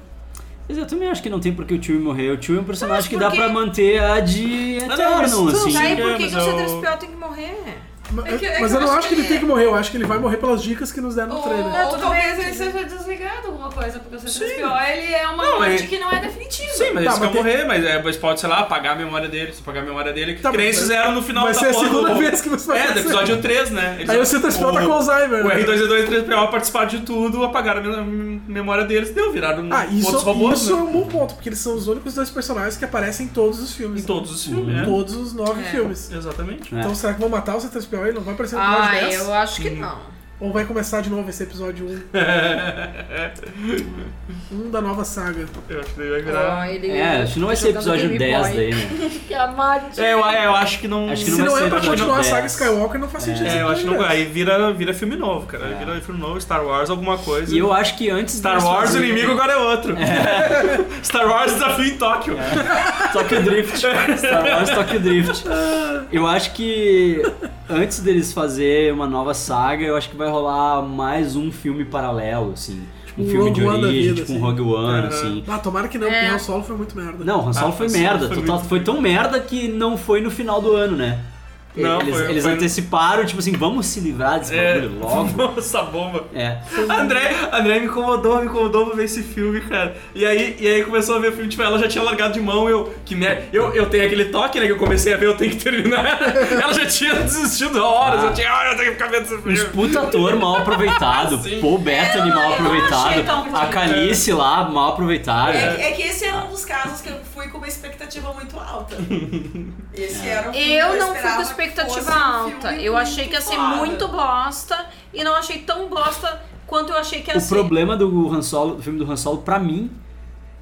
Speaker 1: Mas eu também acho que não tem porque o Chewie morrer. O Chewie é um personagem que
Speaker 5: porque-
Speaker 1: dá pra manter a de
Speaker 2: não,
Speaker 1: eterno,
Speaker 2: mas-
Speaker 1: assim.
Speaker 5: Tá, e por
Speaker 2: é,
Speaker 5: que, que o
Speaker 2: mas eu-
Speaker 5: C3PO tem que morrer?
Speaker 4: Ma-
Speaker 10: É que- é
Speaker 4: mas
Speaker 10: que
Speaker 4: eu não acho que ele
Speaker 10: é.
Speaker 4: tem que morrer, eu acho que ele vai morrer pelas dicas que nos deram no
Speaker 10: Ou,
Speaker 4: trailer.
Speaker 10: ou talvez ele seja desligado alguma coisa, porque o C3PO ele é uma
Speaker 2: Não,
Speaker 10: morte
Speaker 2: é-
Speaker 10: que não é definitiva.
Speaker 2: Sim, mas
Speaker 4: Tá,
Speaker 2: eles
Speaker 4: mas
Speaker 2: vão
Speaker 4: tem-
Speaker 2: morrer, mas, é, mas pode, sei lá, apagar a memória dele. Se apagar a memória dele, que
Speaker 4: Tá,
Speaker 2: que nem
Speaker 4: mas-
Speaker 2: eles fizeram no final
Speaker 4: vai
Speaker 2: da
Speaker 4: ser a
Speaker 2: porra
Speaker 4: segunda
Speaker 2: do-
Speaker 4: vez que isso vai
Speaker 2: É, do
Speaker 4: acontecer.
Speaker 2: episódio 3, né? Eles-
Speaker 4: Aí o C3PO tá com Alzheimer,
Speaker 2: O
Speaker 4: né?
Speaker 2: R2-D2 e 3PO participaram de tudo, apagaram a mem- memória deles, deu, viraram
Speaker 4: Ah, isso,
Speaker 2: outros robôs
Speaker 4: isso
Speaker 2: né?
Speaker 4: é um bom ponto, porque eles são os únicos dois personagens que aparecem em todos os filmes.
Speaker 2: em todos os
Speaker 4: Em
Speaker 2: filmes, né?
Speaker 4: todos os nove filmes.
Speaker 2: Exatamente.
Speaker 1: É.
Speaker 4: Então será que vão matar o C3PO? Ele não vai aparecer no episódio
Speaker 5: Ah,
Speaker 4: 10?
Speaker 5: eu acho que não.
Speaker 4: Ou vai começar de novo esse episódio 1? 1 da nova saga.
Speaker 2: Eu acho que daí vai virar.
Speaker 14: Ah, ele
Speaker 1: É, acho que não vai ser
Speaker 14: jogando
Speaker 1: episódio
Speaker 14: Game
Speaker 1: 10
Speaker 14: Boy.
Speaker 1: daí, né?
Speaker 14: Que amado.
Speaker 2: É, eu, eu acho que não.
Speaker 1: Acho que
Speaker 4: Se não,
Speaker 1: vai ser
Speaker 4: é pra
Speaker 1: episódio
Speaker 4: continuar a
Speaker 1: 10.
Speaker 4: saga Skywalker, não faz sentido.
Speaker 2: É, eu
Speaker 4: esse
Speaker 2: acho que não.
Speaker 4: episódio.
Speaker 2: Aí vira, vira filme novo, cara. Vira filme novo, Star Wars, alguma coisa.
Speaker 1: É. E eu acho que antes assim,
Speaker 2: Star
Speaker 1: deles
Speaker 2: Wars, o
Speaker 1: fazerem-
Speaker 2: inimigo agora é outro.
Speaker 1: É.
Speaker 2: Star Wars, desafio em Tóquio.
Speaker 1: Tokyo Drift. Star Wars Tokyo Drift. Eu acho que antes deles fazer uma nova saga, eu acho que vai rolar mais um filme paralelo, assim. Tipo, um
Speaker 4: Um
Speaker 1: filme de
Speaker 4: Rogue One da
Speaker 1: origem,
Speaker 4: vida,
Speaker 1: tipo um
Speaker 4: assim.
Speaker 1: Rogue One,
Speaker 2: Aham.
Speaker 1: assim.
Speaker 4: Ah, tomara que não,
Speaker 5: É.
Speaker 4: porque o Han Solo foi muito merda.
Speaker 1: Não, Han Solo
Speaker 2: Ah,
Speaker 1: foi
Speaker 2: Han Solo
Speaker 1: merda.
Speaker 2: foi
Speaker 1: Total- Foi,
Speaker 2: muito
Speaker 1: tão merda que não foi no final do ano, né?
Speaker 2: Não,
Speaker 1: eles
Speaker 2: foi-
Speaker 1: eles
Speaker 2: foi-
Speaker 1: anteciparam, tipo assim, vamos se livrar desse
Speaker 2: É.
Speaker 1: bagulho logo.
Speaker 2: Essa bomba.
Speaker 1: É.
Speaker 2: André, André me incomodou, me incomodou pra ver esse filme, cara. E aí, e aí começou a ver o filme, tipo, ela já tinha largado de mão, eu. Que mer... eu, eu tenho aquele toque, né? Que eu comecei a ver, eu tenho que terminar. Ela já tinha desistido há horas,
Speaker 1: Ah. tipo,
Speaker 2: eu tinha, ah, eu tenho que ficar vendo esse
Speaker 1: Uns
Speaker 2: filme.
Speaker 1: puta ator mal aproveitado,
Speaker 2: Sim.
Speaker 1: Paul Bettany mal
Speaker 10: eu não achei tão
Speaker 1: aproveitado, a
Speaker 10: bonito.
Speaker 1: Calice lá mal aproveitada.
Speaker 10: É, que- é que esse era um dos casos que eu fui com uma expectativa muito alta. Esse era um filme que
Speaker 5: É. Eu não fui com
Speaker 10: esperava que
Speaker 5: expectativa
Speaker 10: fosse um
Speaker 5: alta.
Speaker 10: filme
Speaker 5: Eu achei que ia ser
Speaker 10: foda.
Speaker 5: muito bosta e não achei tão bosta quanto eu achei que ia
Speaker 1: O
Speaker 5: ser.
Speaker 1: problema do Han Solo, do filme do Han Solo, pra mim,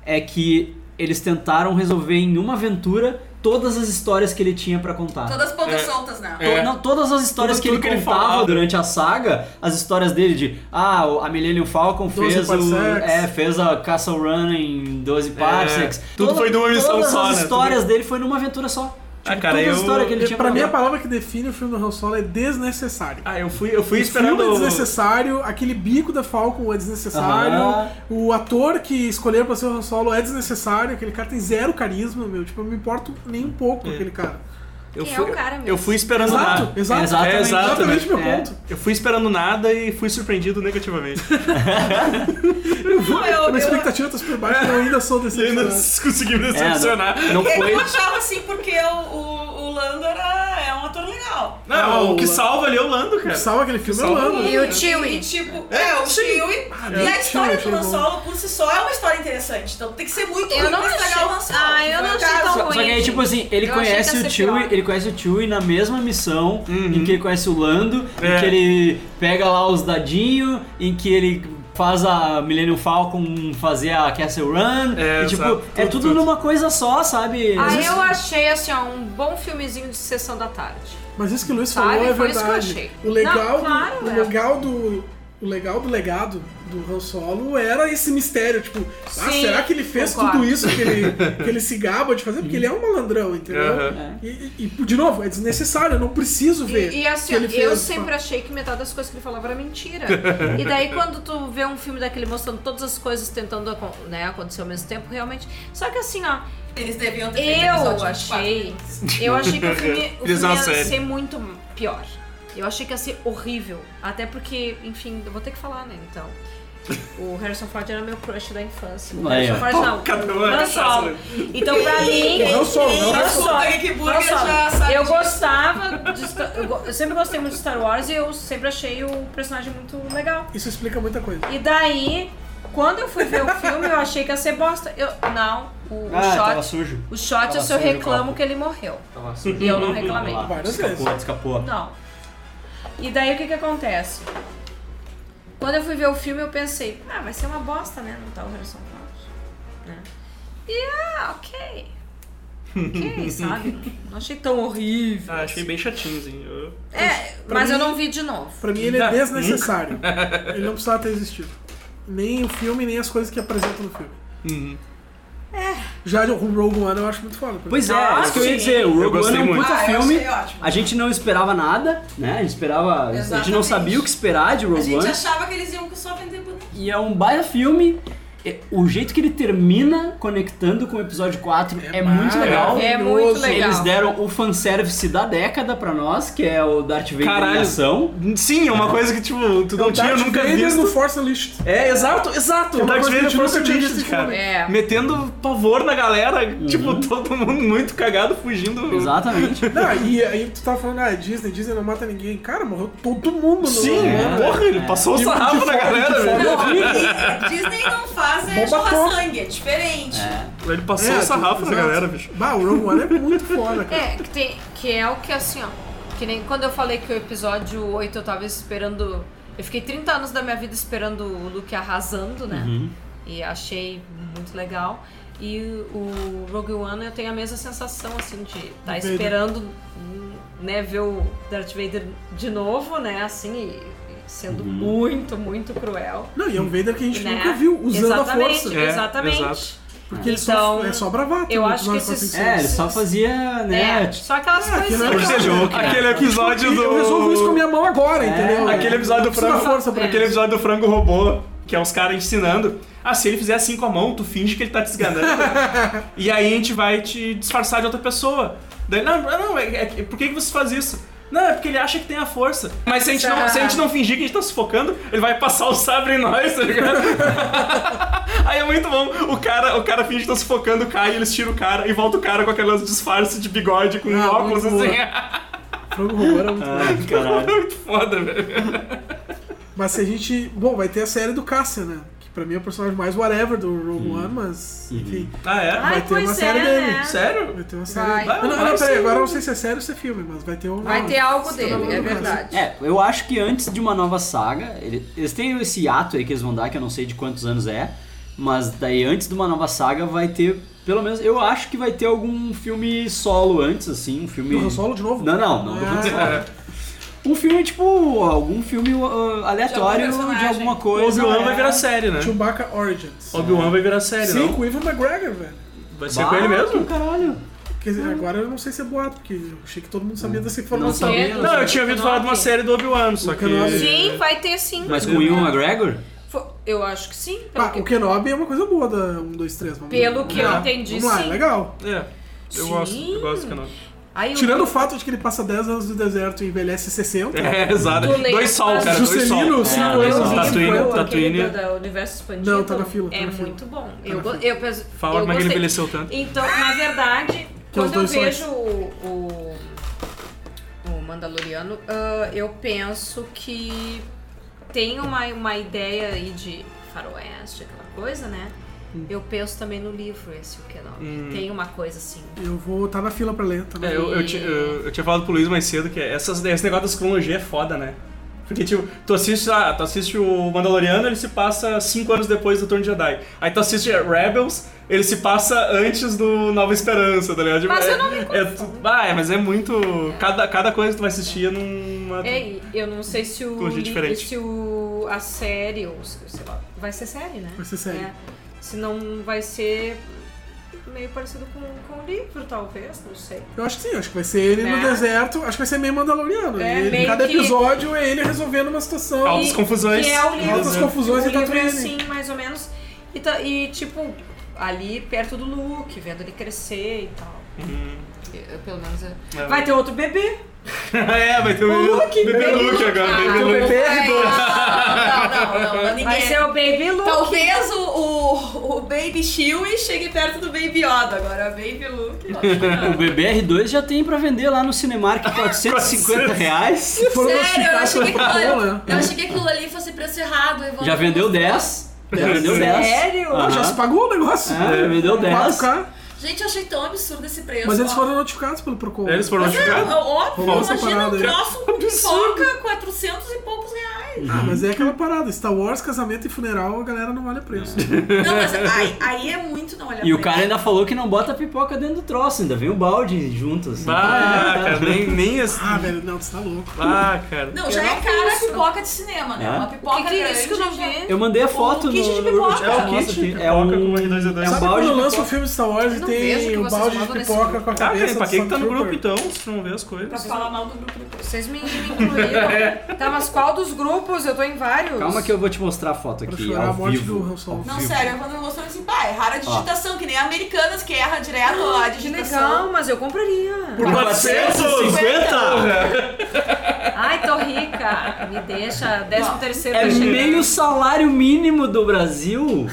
Speaker 1: é que eles tentaram resolver em uma aventura todas as histórias que ele tinha pra contar.
Speaker 10: Todas as pontas
Speaker 2: É.
Speaker 10: soltas, né?
Speaker 1: To- não, todas as histórias
Speaker 2: Tudo-
Speaker 1: que ele
Speaker 2: tudo que ele
Speaker 1: contava
Speaker 2: falava.
Speaker 1: durante a saga, as histórias dele de ah, o- a Millennium Falcon
Speaker 4: 12
Speaker 1: fez o,
Speaker 4: parsecs.
Speaker 1: é, fez a Castle Run em 12 parsecs.
Speaker 2: É. tudo foi numa missão
Speaker 1: todas
Speaker 2: só,
Speaker 1: As
Speaker 2: né?
Speaker 1: histórias dele foi numa aventura só.
Speaker 2: Ah, cara,
Speaker 1: todas as
Speaker 2: eu-
Speaker 1: histórias que ele
Speaker 4: E
Speaker 1: tinha
Speaker 4: pra mim, a
Speaker 1: contar.
Speaker 4: palavra que define o filme do Han Solo é desnecessário.
Speaker 2: Ah, eu fui, eu fui
Speaker 4: O filme é
Speaker 2: esperando.
Speaker 4: desnecessário, aquele bico da Falcon é desnecessário,
Speaker 1: Aham.
Speaker 4: o ator que escolheram pra ser o Han Solo é desnecessário, aquele cara tem zero carisma, meu. Tipo, eu não me importo nem um pouco com
Speaker 2: É.
Speaker 4: aquele cara.
Speaker 2: Eu
Speaker 5: Quem é
Speaker 2: fui,
Speaker 5: o cara mesmo?
Speaker 2: eu fui esperando
Speaker 4: Exato,
Speaker 2: nada.
Speaker 4: exato.
Speaker 1: É, exatamente.
Speaker 2: É, exato,
Speaker 4: Exatamente
Speaker 1: né?
Speaker 4: meu
Speaker 1: É.
Speaker 4: ponto.
Speaker 2: Eu fui esperando nada e fui surpreendido negativamente.
Speaker 10: Não, Ah, eu,
Speaker 4: Minha
Speaker 10: eu,
Speaker 4: expectativa tá super baixa, eu ainda sou
Speaker 2: e ainda
Speaker 4: decepcionado.
Speaker 2: consegui me decepcionar.
Speaker 1: É, não, não
Speaker 10: eu
Speaker 1: foi.
Speaker 10: achava assim porque o, o, o Lando era, é um ator legal.
Speaker 2: Não,
Speaker 4: Ah,
Speaker 2: o que
Speaker 4: o-
Speaker 2: salva ali é o Lando, cara.
Speaker 4: Salva aquele filme, eu
Speaker 2: Salva
Speaker 4: amo.
Speaker 5: E o Chewie?
Speaker 10: E tipo, é, o Chewie. E
Speaker 4: é,
Speaker 10: a história
Speaker 4: Chewie,
Speaker 10: do Han
Speaker 4: Chewie.
Speaker 10: Solo por si só é uma história interessante. Então tem que ser muito
Speaker 5: Eu
Speaker 10: ruim
Speaker 5: não
Speaker 10: pra estragar o Han
Speaker 5: achei-
Speaker 10: Solo.
Speaker 5: Ah, eu
Speaker 10: Não é
Speaker 5: não
Speaker 10: o
Speaker 5: achei
Speaker 10: caso.
Speaker 5: tão
Speaker 1: Só que aí, tipo assim, ele
Speaker 5: Eu achei que
Speaker 1: conhece
Speaker 5: ia
Speaker 1: o
Speaker 5: ser
Speaker 1: Chewie,
Speaker 5: pior.
Speaker 1: ele conhece o Chewie na mesma missão em que ele conhece o Lando, em
Speaker 2: Uhum. É.
Speaker 1: que ele pega lá os dadinhos, em que ele faz a Millennium Falcon fazer a Castle Run,
Speaker 2: É,
Speaker 1: e, tipo,
Speaker 2: exato.
Speaker 1: é
Speaker 2: Tudo,
Speaker 1: tudo,
Speaker 2: tudo.
Speaker 1: numa coisa só, sabe?
Speaker 5: Ah,
Speaker 1: Mas
Speaker 5: eu
Speaker 1: isso-
Speaker 5: achei assim, ó, um bom filmezinho de sessão da tarde.
Speaker 4: Mas isso que o Luiz
Speaker 5: Sabe?
Speaker 4: falou é
Speaker 5: Foi isso que eu
Speaker 4: verdade.
Speaker 5: achei.
Speaker 4: O legal,
Speaker 5: Não, claro,
Speaker 4: do, o
Speaker 5: é.
Speaker 4: legal do o legal do legado do Han Solo era esse mistério, tipo, ah,
Speaker 5: Sim,
Speaker 4: será que ele fez
Speaker 5: concordo.
Speaker 4: tudo isso que ele, que ele se gaba de fazer? Porque ele é um
Speaker 1: Uhum.
Speaker 4: malandrão, entendeu?
Speaker 2: Aham.
Speaker 4: E, e- e, de novo, é desnecessário, eu não preciso ver.
Speaker 5: E, e assim,
Speaker 4: que
Speaker 5: ó,
Speaker 4: ele fez,
Speaker 5: eu sempre achei que metade das coisas que ele falava era mentira. e daí, quando tu vê um filme daquele mostrando todas as coisas tentando acon- né, acontecer ao mesmo tempo, realmente. Só que assim, ó,
Speaker 10: Eles deviam ter feito
Speaker 5: eu
Speaker 10: episódio 24.
Speaker 5: achei. Eu achei que o filme, o
Speaker 2: Eles
Speaker 5: filme
Speaker 2: não
Speaker 5: ia
Speaker 2: sério.
Speaker 5: ser muito pior. Eu achei que ia ser horrível. Até porque, enfim, eu vou ter que falar, né? Então. O Harrison Ford era meu crush da infância. O
Speaker 1: Aí,
Speaker 5: Harrison
Speaker 1: é, ó.
Speaker 5: Ford não.
Speaker 2: Cada um
Speaker 5: o
Speaker 2: é
Speaker 5: Han Solo. Então, pra mim,
Speaker 4: não sou, não,
Speaker 10: Eu
Speaker 5: Olha
Speaker 10: sou
Speaker 5: só,
Speaker 10: o Rick Burger,
Speaker 5: olha só,
Speaker 10: já sabe
Speaker 5: eu
Speaker 10: disso.
Speaker 5: gostava de Star- eu, go- eu sempre gostei muito de Star Wars e eu sempre achei o personagem muito legal.
Speaker 4: Isso explica muita coisa.
Speaker 5: E daí, quando eu fui ver o filme, eu achei que ia ser bosta. Eu, não, o, o
Speaker 1: Ah, tava
Speaker 5: shot.
Speaker 1: sujo.
Speaker 5: O shot,
Speaker 1: Tava
Speaker 5: eu
Speaker 1: sujo
Speaker 5: só
Speaker 1: o
Speaker 5: reclamo
Speaker 1: copo.
Speaker 5: que ele morreu.
Speaker 1: Tava sujo.
Speaker 5: E eu não reclamei.
Speaker 1: Então, assim, Lá,
Speaker 4: Várias
Speaker 1: escapou,
Speaker 4: vezes.
Speaker 1: escapou.
Speaker 5: Não. E daí o que que acontece? Quando eu fui ver o filme, eu pensei, ah, vai ser uma bosta, né? Não tá o Harrison Ford. Né? E ah, ok. Ok, sabe? Não achei tão horrível.
Speaker 2: Ah, achei bem chatinhozinho. Eu-
Speaker 5: É,
Speaker 4: pra
Speaker 5: mas eu
Speaker 4: mim-
Speaker 5: não vi de novo.
Speaker 4: Pra mim ele é desnecessário. ele não precisava ter existido. Nem o filme, nem as coisas que apresentam no filme.
Speaker 5: É.
Speaker 4: Já o Rogue One eu acho muito foda. por
Speaker 1: Uhum. Pois é,
Speaker 5: Ah,
Speaker 1: isso que eu ia
Speaker 5: sim.
Speaker 1: dizer. O
Speaker 2: Eu
Speaker 1: Rogue One é
Speaker 2: gostei
Speaker 1: um
Speaker 2: muito.
Speaker 1: puta
Speaker 10: Ah, eu
Speaker 1: filme.
Speaker 10: achei ótimo.
Speaker 1: A gente não esperava nada, né? A gente esperava. A gente não
Speaker 10: Exatamente.
Speaker 1: sabia o que esperar de
Speaker 10: A
Speaker 1: Rogue
Speaker 10: gente
Speaker 1: One.
Speaker 10: achava que eles iam só vender bonequinho.
Speaker 1: E é um baita filme. É- O jeito que ele termina conectando com o episódio 4 é, muito legal.
Speaker 5: É muito legal.
Speaker 1: Eles deram o fanservice da década pra nós, que é o Darth Vader
Speaker 2: Caralho.
Speaker 1: em ação.
Speaker 2: Sim, é uma coisa que, tipo, tu
Speaker 4: É o
Speaker 2: não tinha, eu
Speaker 4: Darth
Speaker 2: nunca
Speaker 4: Vader
Speaker 2: visto.
Speaker 4: no Force Unleashed.
Speaker 2: É, exato, exato.
Speaker 4: É
Speaker 2: O
Speaker 4: uma
Speaker 2: Darth
Speaker 4: coisa
Speaker 2: Vader
Speaker 4: que eu
Speaker 2: Force
Speaker 4: nunca tinha
Speaker 2: Unleashed,
Speaker 4: assistido,
Speaker 2: cara.
Speaker 5: É.
Speaker 2: Metendo pavor na galera,
Speaker 4: Uhum.
Speaker 2: tipo, todo mundo muito cagado, fugindo.
Speaker 1: Exatamente.
Speaker 4: É, Não, e aí tu tava falando, ah, Disney, Disney não mata ninguém. Cara, morreu todo mundo no
Speaker 2: Sim,
Speaker 4: Rogue One.
Speaker 2: porra, ele passou o
Speaker 4: De- de
Speaker 2: sarrafo na
Speaker 4: forma-
Speaker 2: galera,
Speaker 4: de forma
Speaker 2: velho.
Speaker 4: horrível.
Speaker 10: Disney não faz é
Speaker 4: Bomba
Speaker 10: jorra
Speaker 4: atômica.
Speaker 10: sangue, é diferente.
Speaker 2: Ele passou
Speaker 4: É,
Speaker 2: o sarrafo na
Speaker 4: exato.
Speaker 2: galera, bicho.
Speaker 4: Bah, o Rogue One é muito foda, cara.
Speaker 5: É, que, tem, que é o que assim, ó. Que nem quando eu falei que o episódio 8 eu tava esperando Eu fiquei 30 anos da minha vida esperando o Luke arrasando, né?
Speaker 1: Uhum.
Speaker 5: E achei muito legal. E o Rogue One eu tenho a mesma sensação, assim, de estar
Speaker 4: Vader.
Speaker 5: esperando, né, ver o Darth Vader de novo, né? Assim, e, e sendo muito, muito cruel.
Speaker 4: Não, e é um Vader que Uhum. a gente
Speaker 5: Né?
Speaker 4: nunca viu usando
Speaker 5: Exatamente,
Speaker 4: a força.
Speaker 5: É, Exatamente. exato.
Speaker 4: Porque ele
Speaker 5: Então,
Speaker 4: só, é só bravata.
Speaker 5: eu
Speaker 4: né?
Speaker 5: acho que
Speaker 4: Não
Speaker 5: esses-
Speaker 4: consegue ser.
Speaker 1: É, ele só fazia, né?
Speaker 5: É, só aquelas
Speaker 4: aquilo é-
Speaker 5: coisinhas.
Speaker 4: Ou seja,
Speaker 2: Aquele É, episódio do.
Speaker 4: Eu resolvo isso com a minha mão
Speaker 5: É.
Speaker 4: agora, entendeu?
Speaker 2: Aquele episódio do
Speaker 4: É. Não precisa
Speaker 2: frango.
Speaker 4: força pra
Speaker 2: aquele episódio do frango robô, que é os caras ensinando. Ah, se ele fizer assim com a mão, tu finge que ele tá te esganando. e aí a gente vai te disfarçar de outra pessoa. Daí, não, não, é, é- por que, que você faz isso? Não, é porque ele acha que tem a força. Mas se a gente, não, se a gente não fingir que a gente tá sufocando, ele vai passar o sabre em nós, tá ligado? Aí é muito bom. O cara, o cara finge que tá sufocando, cai, eles tiram o cara e volta o cara com aquelas disfarces de bigode com
Speaker 4: Ah,
Speaker 2: óculos
Speaker 4: muito
Speaker 2: assim. É
Speaker 4: Frango robô era muito bom.
Speaker 1: Ai, Ah, caralho.
Speaker 2: muito foda, velho.
Speaker 4: Mas se a gente. Bom, vai ter a série do Cassian, né? Que pra mim é o personagem mais whatever do Rogue One, mas. Enfim.
Speaker 2: Ah, é?
Speaker 4: Vai
Speaker 3: Ai,
Speaker 4: ter
Speaker 3: pois
Speaker 4: uma série
Speaker 3: é,
Speaker 4: dele.
Speaker 3: né?
Speaker 2: Sério?
Speaker 4: Vai ter uma série.
Speaker 3: Vai.
Speaker 4: Ah, Não, não, não,
Speaker 2: Vai
Speaker 4: peraí,
Speaker 2: ser
Speaker 4: agora eu
Speaker 2: um-
Speaker 4: não sei se é sério ou se é filme, mas vai ter um.
Speaker 3: Vai ter algo dele, é
Speaker 4: não,
Speaker 3: verdade.
Speaker 1: É, eu acho que antes de uma nova saga, ele- eles têm esse ato aí que eles vão dar, que eu não sei de quantos anos é, mas daí antes de uma nova saga vai ter, pelo menos, eu acho que vai ter algum filme solo antes, assim, um filme...
Speaker 4: Do Han Solo de novo?
Speaker 1: Não, não, não do Han
Speaker 4: Ah.
Speaker 1: Solo. Um filme, tipo, algum filme ah, aleatório
Speaker 10: De algum
Speaker 1: de,
Speaker 10: personagem.
Speaker 1: alguma
Speaker 2: O
Speaker 1: coisa.
Speaker 2: Obi-Wan
Speaker 1: é.
Speaker 2: vai virar série, né?
Speaker 4: Chewbacca Origins.
Speaker 2: Obi-Wan vai virar série,
Speaker 4: Sim,
Speaker 2: não?
Speaker 4: com o Ivan McGregor, velho.
Speaker 2: Vai ser com ele
Speaker 1: Bah, que
Speaker 2: mesmo?
Speaker 1: Caralho.
Speaker 4: Quer dizer, agora eu não sei se é boato, porque eu achei que todo mundo sabia dessa
Speaker 1: Hum. Não
Speaker 4: informação.
Speaker 1: sabia.
Speaker 2: Não, eu tinha ouvido falar de uma série do Obi-Wan, só que... é,
Speaker 4: Kenobi.
Speaker 5: Sim, vai ter sim.
Speaker 1: Mas com o Ewan McGregor?
Speaker 5: Fo- Eu acho que sim. Pelo
Speaker 4: Ah,
Speaker 5: que,
Speaker 4: o Kenobi é uma coisa boa da 1, 2, 3. Vamos
Speaker 5: pelo que eu
Speaker 2: Ah,
Speaker 5: entendi,
Speaker 4: Vamos lá, é
Speaker 5: sim.
Speaker 4: legal.
Speaker 2: É, eu
Speaker 5: Sim.
Speaker 2: gosto, eu gosto do Kenobi.
Speaker 5: Aí o-
Speaker 4: Tirando o fato de que ele passa 10 anos no deserto e envelhece 60.
Speaker 2: É, exato.
Speaker 5: Do Leia
Speaker 2: Dois sol, cara, dois sol.
Speaker 4: Juscelino,
Speaker 1: É,
Speaker 4: cinco
Speaker 1: dois
Speaker 4: anos.
Speaker 1: sol.
Speaker 2: Tatooine,
Speaker 5: Aquele
Speaker 2: Tatooine.
Speaker 5: do- do universo expandido.
Speaker 4: Não, tá na fila, tá
Speaker 5: é
Speaker 4: na fila.
Speaker 5: muito bom. eu, go- eu, penso-
Speaker 2: Fala
Speaker 5: eu
Speaker 2: como é que ele
Speaker 5: gostei.
Speaker 2: envelheceu tanto.
Speaker 5: Então, na verdade,
Speaker 4: Que é os
Speaker 5: quando eu
Speaker 4: dois sóis.
Speaker 5: vejo o, o, o Mandaloriano, ah, eu penso que tem uma, uma ideia aí de faroeste, aquela coisa, né?
Speaker 4: Hum.
Speaker 5: Eu penso também no livro esse, o Kenobi.
Speaker 2: Hum.
Speaker 5: Tem uma coisa assim.
Speaker 4: Eu vou estar na fila pra ler, tá?
Speaker 2: É, eu, eu, tinha- eu, eu tinha falado pro Luiz mais cedo que essas, esse negócio das cronologias é foda, né? Porque, tipo, tu assiste, ah, tu assiste o Mandaloriano, ele se passa cinco anos depois do Torno Jedi. Aí tu assiste Rebels, ele se passa antes do Nova Esperança, tá ligado? Tipo,
Speaker 5: Mas
Speaker 2: é,
Speaker 5: eu não me
Speaker 2: é, tu- Ah, é, mas é muito... Cada, cada coisa que tu vai assistir é numa...
Speaker 5: É, e eu não sei se o,
Speaker 2: Coisa
Speaker 5: li-
Speaker 2: diferente.
Speaker 5: se o a série ou se- sei lá, vai ser série, né?
Speaker 4: Vai ser série.
Speaker 5: É. se não vai ser meio parecido com, com o livro, talvez, não sei.
Speaker 4: Eu acho que sim, acho que vai ser ele no
Speaker 5: Né?
Speaker 4: deserto, acho que vai ser meio Mandaloriano.
Speaker 5: É,
Speaker 4: ele,
Speaker 5: meio
Speaker 4: cada
Speaker 5: que-
Speaker 4: episódio é ele resolvendo uma situação.
Speaker 2: Altas
Speaker 5: E-
Speaker 2: confusões.
Speaker 5: Que é o livro.
Speaker 4: Altas confusões
Speaker 5: o
Speaker 4: e
Speaker 5: livro é
Speaker 4: Tatooine.
Speaker 5: assim, mais ou menos. E, ta- e, tipo, ali perto do Luke, vendo ele crescer e tal.
Speaker 4: Uhum.
Speaker 5: Eu- pelo menos. é-
Speaker 2: É.
Speaker 5: Vai ter outro bebê.
Speaker 2: é, vai ter o
Speaker 4: Luke,
Speaker 2: bebê Luke agora.
Speaker 10: Ah,
Speaker 2: bebê Luke.
Speaker 10: Não, não, não, não, ninguém.
Speaker 5: Vai ser o Baby Luke.
Speaker 10: Talvez o, o, o Baby Chewie chegue perto do Baby Yoda agora. é Baby Luke. eu acho que não.
Speaker 1: O BBR2 já tem pra vender lá no Cinemark 450 reais.
Speaker 4: Foram
Speaker 10: Sério, eu
Speaker 4: notificados né?
Speaker 10: achei, que
Speaker 4: pela
Speaker 10: aquilo,
Speaker 4: Coca-Cola, né?
Speaker 10: eu achei que aquilo ali fosse preço errado. eu vou-
Speaker 1: Já vendeu 10. Já vendeu 10.
Speaker 5: Sério?
Speaker 1: Aham.
Speaker 4: Ah, já se pagou o negócio.
Speaker 1: É, já vendeu 10.
Speaker 4: 4K.
Speaker 10: Gente, eu achei tão absurdo esse preço.
Speaker 4: Mas eles
Speaker 10: ó.
Speaker 4: foram notificados pelo Procon.
Speaker 5: Ah,
Speaker 2: Eles foram
Speaker 10: Mas é,
Speaker 2: notificados?
Speaker 10: óbvio,
Speaker 4: Rolou essa
Speaker 10: imagina
Speaker 4: parada
Speaker 10: um
Speaker 4: aí.
Speaker 10: troço com pipoca, 400 e poucos reais.
Speaker 4: Ah, mas é aquela parada. Star Wars, casamento e funeral, a galera não olha preço.
Speaker 10: Não, mas aí, aí é muito não olhar
Speaker 1: E o
Speaker 10: pra
Speaker 1: cara
Speaker 10: isso.
Speaker 1: ainda falou que não bota pipoca dentro do troço, ainda vem o balde junto, assim.
Speaker 2: Ah, cara, nem, nem esse...
Speaker 4: Ah, velho, não, você tá louco.
Speaker 2: Ah, cara.
Speaker 10: Não, já é cara a pipoca de cinema, né?
Speaker 1: É?
Speaker 10: Uma pipoca
Speaker 5: Que que é
Speaker 10: grande,
Speaker 5: isso que eu não
Speaker 10: já-
Speaker 5: vi?
Speaker 1: Eu mandei a foto
Speaker 10: O kit de
Speaker 1: no, no
Speaker 10: pipoca.
Speaker 1: grupo de
Speaker 2: É o
Speaker 1: nossa,
Speaker 2: kit
Speaker 1: que
Speaker 2: de
Speaker 1: é
Speaker 2: pipoca
Speaker 1: um-
Speaker 2: com R2D2.
Speaker 1: É um
Speaker 4: Sabe
Speaker 1: balde
Speaker 4: quando
Speaker 1: de
Speaker 4: lança o
Speaker 1: pipoca.
Speaker 4: filme Star Wars e
Speaker 5: não vejo
Speaker 4: tem
Speaker 5: que
Speaker 4: o
Speaker 5: vocês
Speaker 4: balde de
Speaker 5: falam nesse
Speaker 4: pipoca
Speaker 5: grupo.
Speaker 4: com a
Speaker 2: Ah,
Speaker 4: cabeça
Speaker 2: cara, pra
Speaker 4: do
Speaker 2: quem que tá no
Speaker 4: Stormtrooper?
Speaker 2: grupo então, se não vê as coisas.
Speaker 1: Tá
Speaker 10: Pra falar mal do grupo depois.
Speaker 5: Vocês me, me incluíram. tá, mas qual dos grupos? Eu tô em vários.
Speaker 1: É. Calma que eu vou te mostrar a foto
Speaker 4: Pra
Speaker 1: aqui,
Speaker 4: chorar a
Speaker 1: ao
Speaker 4: morte
Speaker 1: vivo.
Speaker 4: do Han Solo.
Speaker 1: Ao
Speaker 10: Não,
Speaker 1: vivo.
Speaker 10: sério, quando me mostrou assim, pá, erraram a digitação, que nem americanas que erra direto a
Speaker 5: Ah, Que
Speaker 10: digitação.
Speaker 5: legal, Tá mas eu compraria.
Speaker 2: Por
Speaker 1: 450?
Speaker 5: Ai, tô rica. Me deixa, décimo terceiro.
Speaker 1: É
Speaker 5: tá chegando.
Speaker 1: meio salário mínimo do Brasil.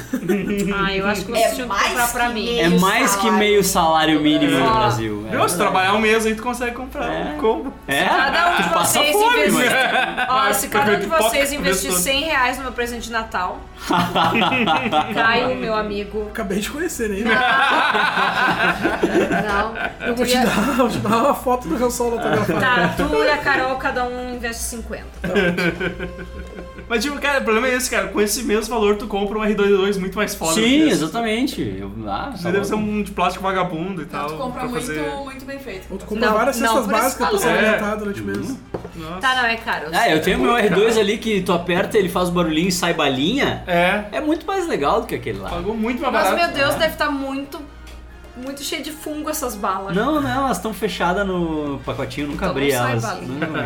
Speaker 5: Ah, eu acho que
Speaker 10: É
Speaker 5: vocês tinham que
Speaker 10: mais
Speaker 5: comprar pra
Speaker 10: que
Speaker 5: mim.
Speaker 10: meio.
Speaker 1: É mais que meio salário mínimo do
Speaker 5: É.
Speaker 1: Brasil.
Speaker 2: Meu, se trabalhar um mês aí, tu consegue comprar
Speaker 1: É.
Speaker 2: um combo.
Speaker 1: É? É?
Speaker 5: Cada um
Speaker 1: Tu
Speaker 5: de
Speaker 1: passa
Speaker 5: vocês
Speaker 1: fome,
Speaker 5: investir.
Speaker 1: mas-
Speaker 5: Ó, se cada um
Speaker 2: É,
Speaker 5: de
Speaker 2: Pipoca
Speaker 5: vocês
Speaker 2: o mês
Speaker 5: investir
Speaker 2: todo.
Speaker 5: 100 reais no meu presente de Natal, Caio, meu amigo.
Speaker 4: Acabei de conhecer, né?
Speaker 5: Não.
Speaker 4: Eu vou
Speaker 5: Tu
Speaker 4: te
Speaker 5: e a-
Speaker 2: É.
Speaker 4: dar, vou te dar uma foto do Han Solo autografado.
Speaker 5: Tá, tu e a Carol, cada um investe 50.
Speaker 2: Mas tipo, cara, o problema é esse, cara. Com esse mesmo valor, tu compra um R2D2 muito mais foda. do que
Speaker 1: Sim,
Speaker 2: esse.
Speaker 1: exatamente. Eu, ah,
Speaker 2: Isso
Speaker 1: tá
Speaker 2: aí deve ser
Speaker 1: louco.
Speaker 2: um de plástico vagabundo e tal.
Speaker 10: Tu compra
Speaker 2: pra
Speaker 10: muito,
Speaker 2: fazer...
Speaker 10: muito bem feito.
Speaker 4: Ou tu compra
Speaker 3: Não,
Speaker 4: várias
Speaker 3: não,
Speaker 4: cestas
Speaker 3: por esse
Speaker 4: básicas pra se
Speaker 2: valor.
Speaker 4: alimentar
Speaker 2: É.
Speaker 4: durante o mês.
Speaker 2: Nossa.
Speaker 3: Tá, não, é caro. eu
Speaker 1: Ah,
Speaker 3: sei.
Speaker 1: eu tenho meu R2 ali que tu aperta, ele faz o barulhinho e sai balinha.
Speaker 2: É,
Speaker 1: É muito mais legal do que aquele lá.
Speaker 2: pagou muito mais
Speaker 3: Mas,
Speaker 2: barato.
Speaker 3: meu Deus, deve estar muito, muito cheio de fungo essas balas.
Speaker 1: Não, não, elas estão fechadas no pacotinho, eu nunca
Speaker 3: Então
Speaker 1: abri
Speaker 3: não sai
Speaker 1: elas.
Speaker 3: balinha.
Speaker 1: Não.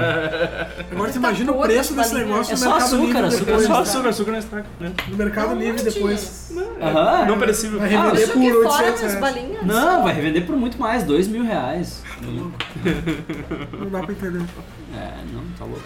Speaker 4: Agora
Speaker 3: Tá
Speaker 4: tu imagina o
Speaker 3: podre
Speaker 4: preço
Speaker 3: essa
Speaker 4: desse
Speaker 3: balinha.
Speaker 4: negócio
Speaker 1: É
Speaker 4: no
Speaker 1: só
Speaker 4: Mercado
Speaker 1: açúcar,
Speaker 4: Livre
Speaker 1: açúcar,
Speaker 2: É
Speaker 4: depois.
Speaker 2: só
Speaker 1: Tá.
Speaker 2: açúcar, açúcar não estraga. Né?
Speaker 4: No Mercado Livre depois.
Speaker 1: Aham.
Speaker 2: Não perecível.
Speaker 4: Vai
Speaker 1: Ah,
Speaker 4: revender
Speaker 3: Deixa
Speaker 4: por
Speaker 3: aqui fora
Speaker 4: 800
Speaker 3: minhas
Speaker 4: reais.
Speaker 3: balinhas.
Speaker 1: Não, vai revender por muito mais, dois mil reais.
Speaker 4: Não dá pra entender.
Speaker 1: É, não, tá louco.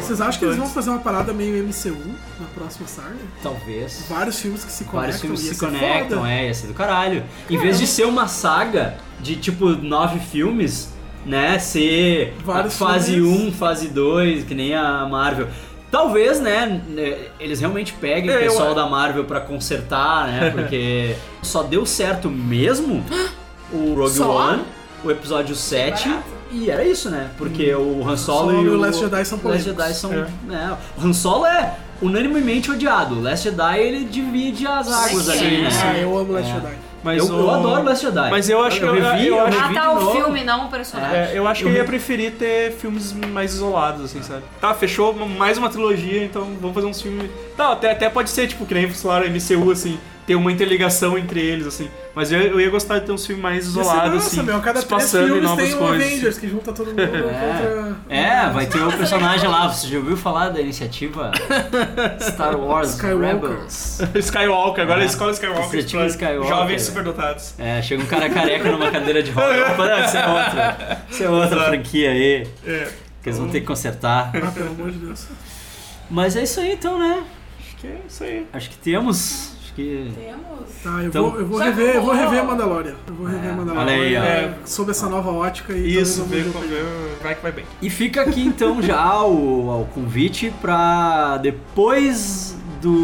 Speaker 4: Vocês acham que eles vão fazer uma parada meio MCU na próxima saga?
Speaker 1: Talvez.
Speaker 4: Vários filmes que se conectam.
Speaker 1: Vários filmes
Speaker 4: ia
Speaker 1: se
Speaker 4: ser
Speaker 1: conectam,
Speaker 4: foda.
Speaker 1: é, ia ser do caralho. Em vez de ser uma saga de tipo nove filmes, né? Ser
Speaker 4: Vários
Speaker 1: a fase
Speaker 4: filmes.
Speaker 1: 1, um, fase 2, que nem a Marvel. Talvez, né, né, eles realmente peguem
Speaker 2: É,
Speaker 1: o
Speaker 2: eu-
Speaker 1: pessoal da Marvel pra consertar, né? Porque só deu certo mesmo o Rogue
Speaker 3: Só?
Speaker 1: One, o episódio 7. E era isso, né? Porque o Han Solo,
Speaker 4: Solo
Speaker 1: e o
Speaker 4: Hum. Last Jedi são
Speaker 1: Last
Speaker 4: polêmicos.
Speaker 1: Jedi são,
Speaker 2: É.
Speaker 1: né, O Han Solo é unanimemente odiado. O Last Jedi ele divide as águas ali, né?
Speaker 4: Ah, eu amo Last Jedi.
Speaker 2: Mas
Speaker 1: eu, eu
Speaker 2: o-
Speaker 1: adoro Last Jedi.
Speaker 2: Mas eu acho que eu-
Speaker 1: revi,
Speaker 2: eu acho-
Speaker 1: revi
Speaker 3: Ah,
Speaker 1: de
Speaker 3: tá, o
Speaker 1: novo.
Speaker 3: filme, não o personagem.
Speaker 2: É, eu acho que eu
Speaker 1: Eu-
Speaker 2: ia preferir ter filmes mais isolados, assim, sabe? Tá, fechou uma- mais uma trilogia, então vamos fazer uns filmes. Tá, até, até pode ser, tipo, que nem falaram MCU, assim, ter uma interligação entre eles, assim. Mas eu, eu ia gostar de ter uns filmes mais isolados, assim.
Speaker 4: meu, cada três
Speaker 2: espaçando em
Speaker 4: filmes
Speaker 2: novas
Speaker 4: tem um
Speaker 2: coisas.
Speaker 4: Avengers que junta todo mundo contra...
Speaker 1: É, vai ter o personagem lá. Você já ouviu falar da iniciativa Star Wars
Speaker 4: Skywalker.
Speaker 1: Rebels?
Speaker 2: Skywalker, agora
Speaker 1: É.
Speaker 2: é escola Skywalker.
Speaker 1: Esse tipo
Speaker 2: tipo,
Speaker 1: Skywalker,
Speaker 2: Jovens
Speaker 1: é.
Speaker 2: superdotados.
Speaker 1: É, chega um cara careca numa cadeira de roda. Opa, não, isso é outra. Isso é outra franquia aí.
Speaker 2: É.
Speaker 1: Que eles vão ter que consertar.
Speaker 4: Ah, pelo amor de Deus.
Speaker 1: Mas é isso aí então, né?
Speaker 2: Acho que é isso aí.
Speaker 1: Acho que temos. Acho que.
Speaker 10: Temos.
Speaker 4: Tá, eu,
Speaker 1: Então-
Speaker 4: vou, eu vou
Speaker 10: Já
Speaker 4: rever, eu vou
Speaker 10: acabou.
Speaker 4: rever Mandalorian. Eu vou rever
Speaker 1: É,
Speaker 4: Mandalorian.
Speaker 1: olha aí, ó.
Speaker 4: é, Sob essa nova ótica e
Speaker 2: Isso,
Speaker 4: talvez eu
Speaker 2: vê
Speaker 4: mude
Speaker 2: como vai que vai bem.
Speaker 1: E fica aqui então já o, o convite pra depois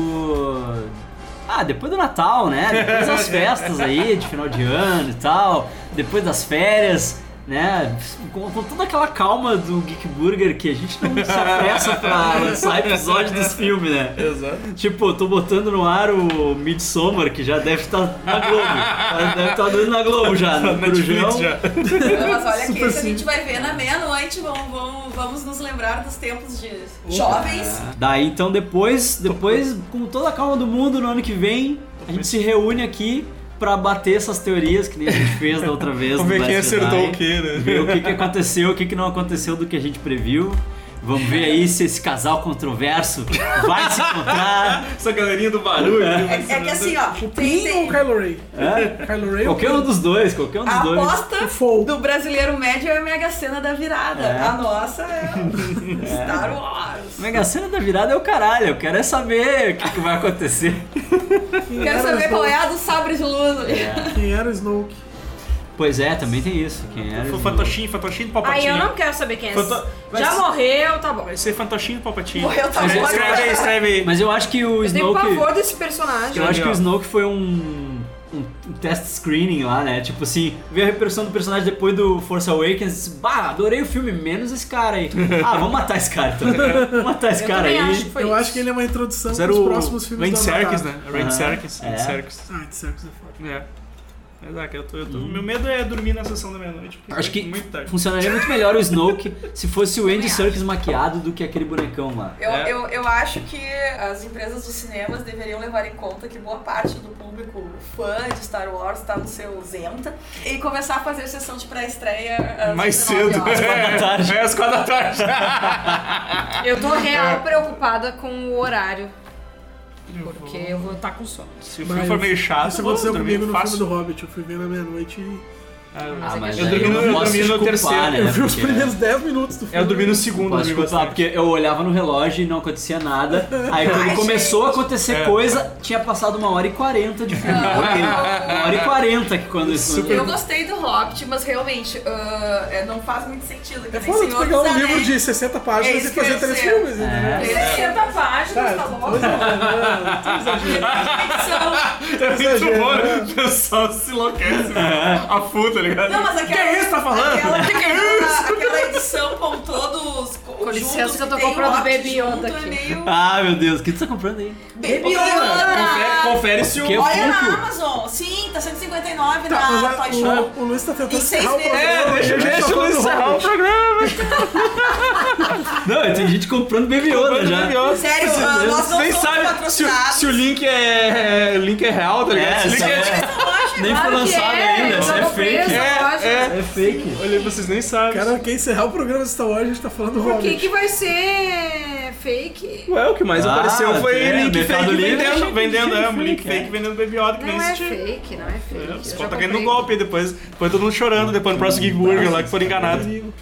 Speaker 1: do. Ah, depois do Natal, né? Depois das festas aí, de final de ano e tal, depois das férias, né? Com, com toda aquela calma do Geek Burger que a gente não se apressa pra lançar episódio dos filmes, né?
Speaker 2: Exato.
Speaker 1: Tipo, eu tô botando no ar o Midsommar, que já deve estar na Globo. Deve estar dando na Globo já, né? no
Speaker 2: Tá, Netflix
Speaker 1: Brujão.
Speaker 2: já.
Speaker 10: Mas olha que isso a gente vai ver na meia-noite. Vamos, vamos, vamos nos lembrar dos tempos de jovens.
Speaker 1: Daí então depois, depois com toda a calma do mundo no ano que vem, a gente se reúne aqui pra bater essas teorias que nem a gente fez da outra vez.
Speaker 2: Vamos
Speaker 1: no
Speaker 2: ver quem
Speaker 1: Last
Speaker 2: acertou
Speaker 1: Jedi.
Speaker 2: o quê, né?
Speaker 1: Ver o que, que aconteceu, o que, que não aconteceu do que a gente previu. Vamos ver aí se esse casal controverso vai se encontrar.
Speaker 2: Essa galerinha do barulho. né?
Speaker 10: É, é que assim, ó.
Speaker 4: O
Speaker 10: Tem,
Speaker 4: Pin ou o
Speaker 10: tem,
Speaker 4: Kylo Ren?
Speaker 1: É?
Speaker 4: Kylo Ren ou
Speaker 1: Qualquer um dos dois, qualquer um dos
Speaker 10: a
Speaker 1: dois.
Speaker 10: aposta
Speaker 4: o Fold?
Speaker 10: do brasileiro médio é a mega cena da virada.
Speaker 1: É.
Speaker 10: A nossa é o Star Wars.
Speaker 1: Mega cena da virada é o caralho, eu quero é saber o que, que vai acontecer.
Speaker 4: Quem era
Speaker 10: Quero
Speaker 4: o
Speaker 10: saber qual é
Speaker 4: Snoke?
Speaker 10: a do sabre de luz ali.
Speaker 4: Quem era o Snoke?
Speaker 1: É. Pois é, também tem isso. Quem é era? o-
Speaker 2: Foi fantochinho, fantochinho do
Speaker 3: Aí
Speaker 2: papatinho.
Speaker 3: eu não quero saber quem é.
Speaker 2: É, Foi
Speaker 3: esse.
Speaker 2: to- vai
Speaker 3: Já
Speaker 2: ser-
Speaker 3: morreu, tá bom.
Speaker 2: Vai ser fantochinho do papatinho.
Speaker 10: Morreu, tá
Speaker 1: Mas
Speaker 10: morto.
Speaker 2: Escreve aí, escreve aí.
Speaker 1: Mas eu acho que o
Speaker 2: um
Speaker 3: Eu tenho
Speaker 1: Snoke.
Speaker 3: pavor desse personagem.
Speaker 1: Eu acho que o
Speaker 2: Daniel.
Speaker 1: Snoke foi um, um, um test screening lá, né? Tipo assim, ver a repercussão do personagem depois do Force Awakens. disse, Bah, adorei o filme, menos esse cara aí. Ah, vamos matar esse cara então. Vamos matar esse
Speaker 3: Eu
Speaker 1: cara aí.
Speaker 3: também acho que foi
Speaker 4: eu
Speaker 3: isso.
Speaker 4: acho que ele é uma introdução
Speaker 2: Era
Speaker 4: para os
Speaker 2: o
Speaker 4: próximos filmes
Speaker 2: Randy
Speaker 4: da
Speaker 2: Serkis, né?
Speaker 4: Avatar.
Speaker 2: Randy
Speaker 1: Aham.
Speaker 2: Serkis. Randy
Speaker 1: É.
Speaker 2: Serkis.
Speaker 4: Ah, de Serkis é foda.
Speaker 2: É. Mas é, que eu tô, eu tô- meu medo é dormir na sessão da meia-noite. porque
Speaker 1: Acho que
Speaker 2: Muito tarde.
Speaker 1: funcionaria muito melhor o Snoke se fosse o Andy Serkis maquiado do que aquele bonecão lá.
Speaker 10: Eu,
Speaker 2: É.
Speaker 10: eu, eu acho que as empresas dos cinemas deveriam levar em conta que boa parte do público fã de Star Wars tá no seu Zenta e começar a fazer sessão de pré-estreia às
Speaker 2: Mais
Speaker 10: 19
Speaker 2: cedo.
Speaker 10: horas.
Speaker 2: É,
Speaker 1: tarde.
Speaker 2: É, às quatro da tarde.
Speaker 3: Eu tô
Speaker 4: É.
Speaker 3: real preocupada com o horário. Porque eu
Speaker 5: tá
Speaker 3: vou estar com sono.
Speaker 2: Se o
Speaker 4: Mas
Speaker 2: filme for meio chato,
Speaker 4: Isso
Speaker 2: eu vou
Speaker 4: aconteceu
Speaker 2: dormir
Speaker 4: comigo no
Speaker 2: fácil.
Speaker 4: filme do Hobbit. Eu fui ver na meia-noite e
Speaker 2: Ah,
Speaker 1: mas
Speaker 2: eu
Speaker 1: aí
Speaker 2: dormi
Speaker 1: eu
Speaker 2: no,
Speaker 1: não
Speaker 2: eu
Speaker 1: posso
Speaker 2: dormi
Speaker 1: te
Speaker 2: no
Speaker 1: culpar,
Speaker 2: terceiro.
Speaker 1: né?
Speaker 4: Eu vi os
Speaker 1: Porque-
Speaker 4: primeiros 10 minutos do filme.
Speaker 2: é- Eu dormi no segundo.
Speaker 1: Posso
Speaker 2: dormi
Speaker 1: desculpar,
Speaker 2: bastante.
Speaker 1: porque eu olhava no relógio e não acontecia nada. Aí quando
Speaker 10: Ai,
Speaker 1: começou a acontecer
Speaker 2: É.
Speaker 1: coisa, tinha passado uma hora e quarenta de filme. Ok, Uma hora e quarenta que quando isso.
Speaker 10: Eu gostei do Hobbit, mas realmente ah, é, não faz muito sentido. que
Speaker 4: É
Speaker 10: nem
Speaker 4: foda tu
Speaker 10: Senhor
Speaker 4: pegar
Speaker 10: dos
Speaker 4: um livro
Speaker 10: Anéis.
Speaker 4: de 60
Speaker 10: É
Speaker 4: páginas
Speaker 10: isso
Speaker 4: e
Speaker 10: que eu
Speaker 4: fazer
Speaker 10: ia
Speaker 4: três
Speaker 10: dizer.
Speaker 2: É.
Speaker 4: filmes, entendeu?
Speaker 10: 300 páginas, tá
Speaker 4: Tá,
Speaker 10: louco?
Speaker 4: tô exagerando, tô exagerando.
Speaker 2: É muito
Speaker 4: Exagero,
Speaker 2: bom, né?
Speaker 4: né?
Speaker 2: O pessoal se enlouquece. A full, tá ligado?
Speaker 10: Não, mas aquela.
Speaker 4: Que isso, tá falando?
Speaker 10: Aquela, aquela, aquela edição com todos. Com,
Speaker 5: licença
Speaker 10: juntos
Speaker 5: que eu tô
Speaker 10: tem o
Speaker 5: comprando
Speaker 10: Hobbit
Speaker 5: Baby Yoda
Speaker 10: junto, É
Speaker 5: aqui.
Speaker 10: meio.
Speaker 1: Ah, meu Deus, o que tu tá comprando aí?
Speaker 10: Baby
Speaker 2: Confere,
Speaker 10: Yoda!
Speaker 2: confere se o.
Speaker 1: Que-
Speaker 10: Olha
Speaker 1: Funko.
Speaker 10: na Amazon. Sim, tá é 159
Speaker 4: Tá, mas
Speaker 10: na
Speaker 4: a-
Speaker 10: Toy Shop.
Speaker 4: o, o Luiz tá tentando
Speaker 10: Em seis
Speaker 4: encerrar o
Speaker 10: meses.
Speaker 2: É,
Speaker 4: programa.
Speaker 2: Deixa,
Speaker 4: Ele tá
Speaker 2: deixa eu
Speaker 4: falando do
Speaker 2: encerrar o
Speaker 4: Hobbit.
Speaker 2: programa.
Speaker 1: Não, tem gente comprando Baby
Speaker 2: né?
Speaker 1: Yoda já.
Speaker 10: Sério, ah, nós não
Speaker 2: Nem
Speaker 10: somos
Speaker 2: sabe se o,
Speaker 10: patrocinados.
Speaker 2: se o link é, é- o link é real, tá ligado?
Speaker 1: É,
Speaker 2: Se o link
Speaker 1: sabe?
Speaker 2: é,
Speaker 1: Nem foi lançado ainda, isso é fake.
Speaker 2: é,
Speaker 1: É fake.
Speaker 2: Olha, vocês nem sabem.
Speaker 4: Cara, quer encerrar o programa de Star Wars, a gente tá falando do
Speaker 5: Por que,
Speaker 4: Hobbit.
Speaker 5: que vai ser fake?
Speaker 2: Ué, o que mais
Speaker 1: Ah,
Speaker 2: apareceu foi
Speaker 1: é,
Speaker 2: link
Speaker 1: Mercado
Speaker 2: fake
Speaker 1: Livre,
Speaker 2: vendendo,
Speaker 1: achei que
Speaker 2: vendendo,
Speaker 1: tinha
Speaker 2: é, um link
Speaker 1: fake,
Speaker 2: fake vendendo Baby Yoda que nem
Speaker 5: Não é
Speaker 2: existia.
Speaker 5: fake, não é fake. Eu
Speaker 2: Os
Speaker 5: já
Speaker 2: caras tá
Speaker 5: comprei.
Speaker 2: caindo no golpe aí depois, depois todo mundo chorando, depois no próximo Geek Burger lá que foram enganados.
Speaker 1: É, demais.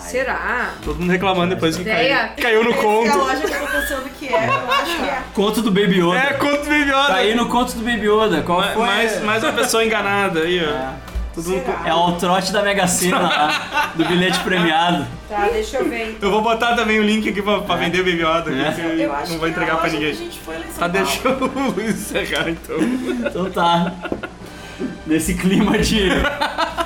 Speaker 5: Será?
Speaker 2: Todo mundo reclamando depois que
Speaker 5: Ideia.
Speaker 2: caiu, caiu no
Speaker 10: É a
Speaker 2: conto.
Speaker 10: loja que eu tô pensando que é, eu acho que é.
Speaker 1: Conto do Baby Yoda.
Speaker 2: É, conto do Baby Yoda.
Speaker 1: Tá aí no conto do Baby Yoda. Qual
Speaker 2: Ma-
Speaker 1: foi?
Speaker 2: mais, mais uma pessoa enganada aí, ó. Todo mundo-
Speaker 1: É o trote da Mega Sena lá, do bilhete premiado.
Speaker 3: Tá, deixa eu ver.
Speaker 2: Eu vou botar também o link aqui pra, pra vender Baby Yoda,
Speaker 1: É.
Speaker 2: que
Speaker 10: Eu
Speaker 2: eu não
Speaker 10: acho que
Speaker 2: vou
Speaker 10: é a
Speaker 2: entregar pra
Speaker 10: loja que a
Speaker 2: ninguém.
Speaker 10: gente foi lá em São
Speaker 2: Tá,
Speaker 10: Paulo.
Speaker 2: deixa o Luiz encerrar então.
Speaker 1: Então tá. Nesse clima de.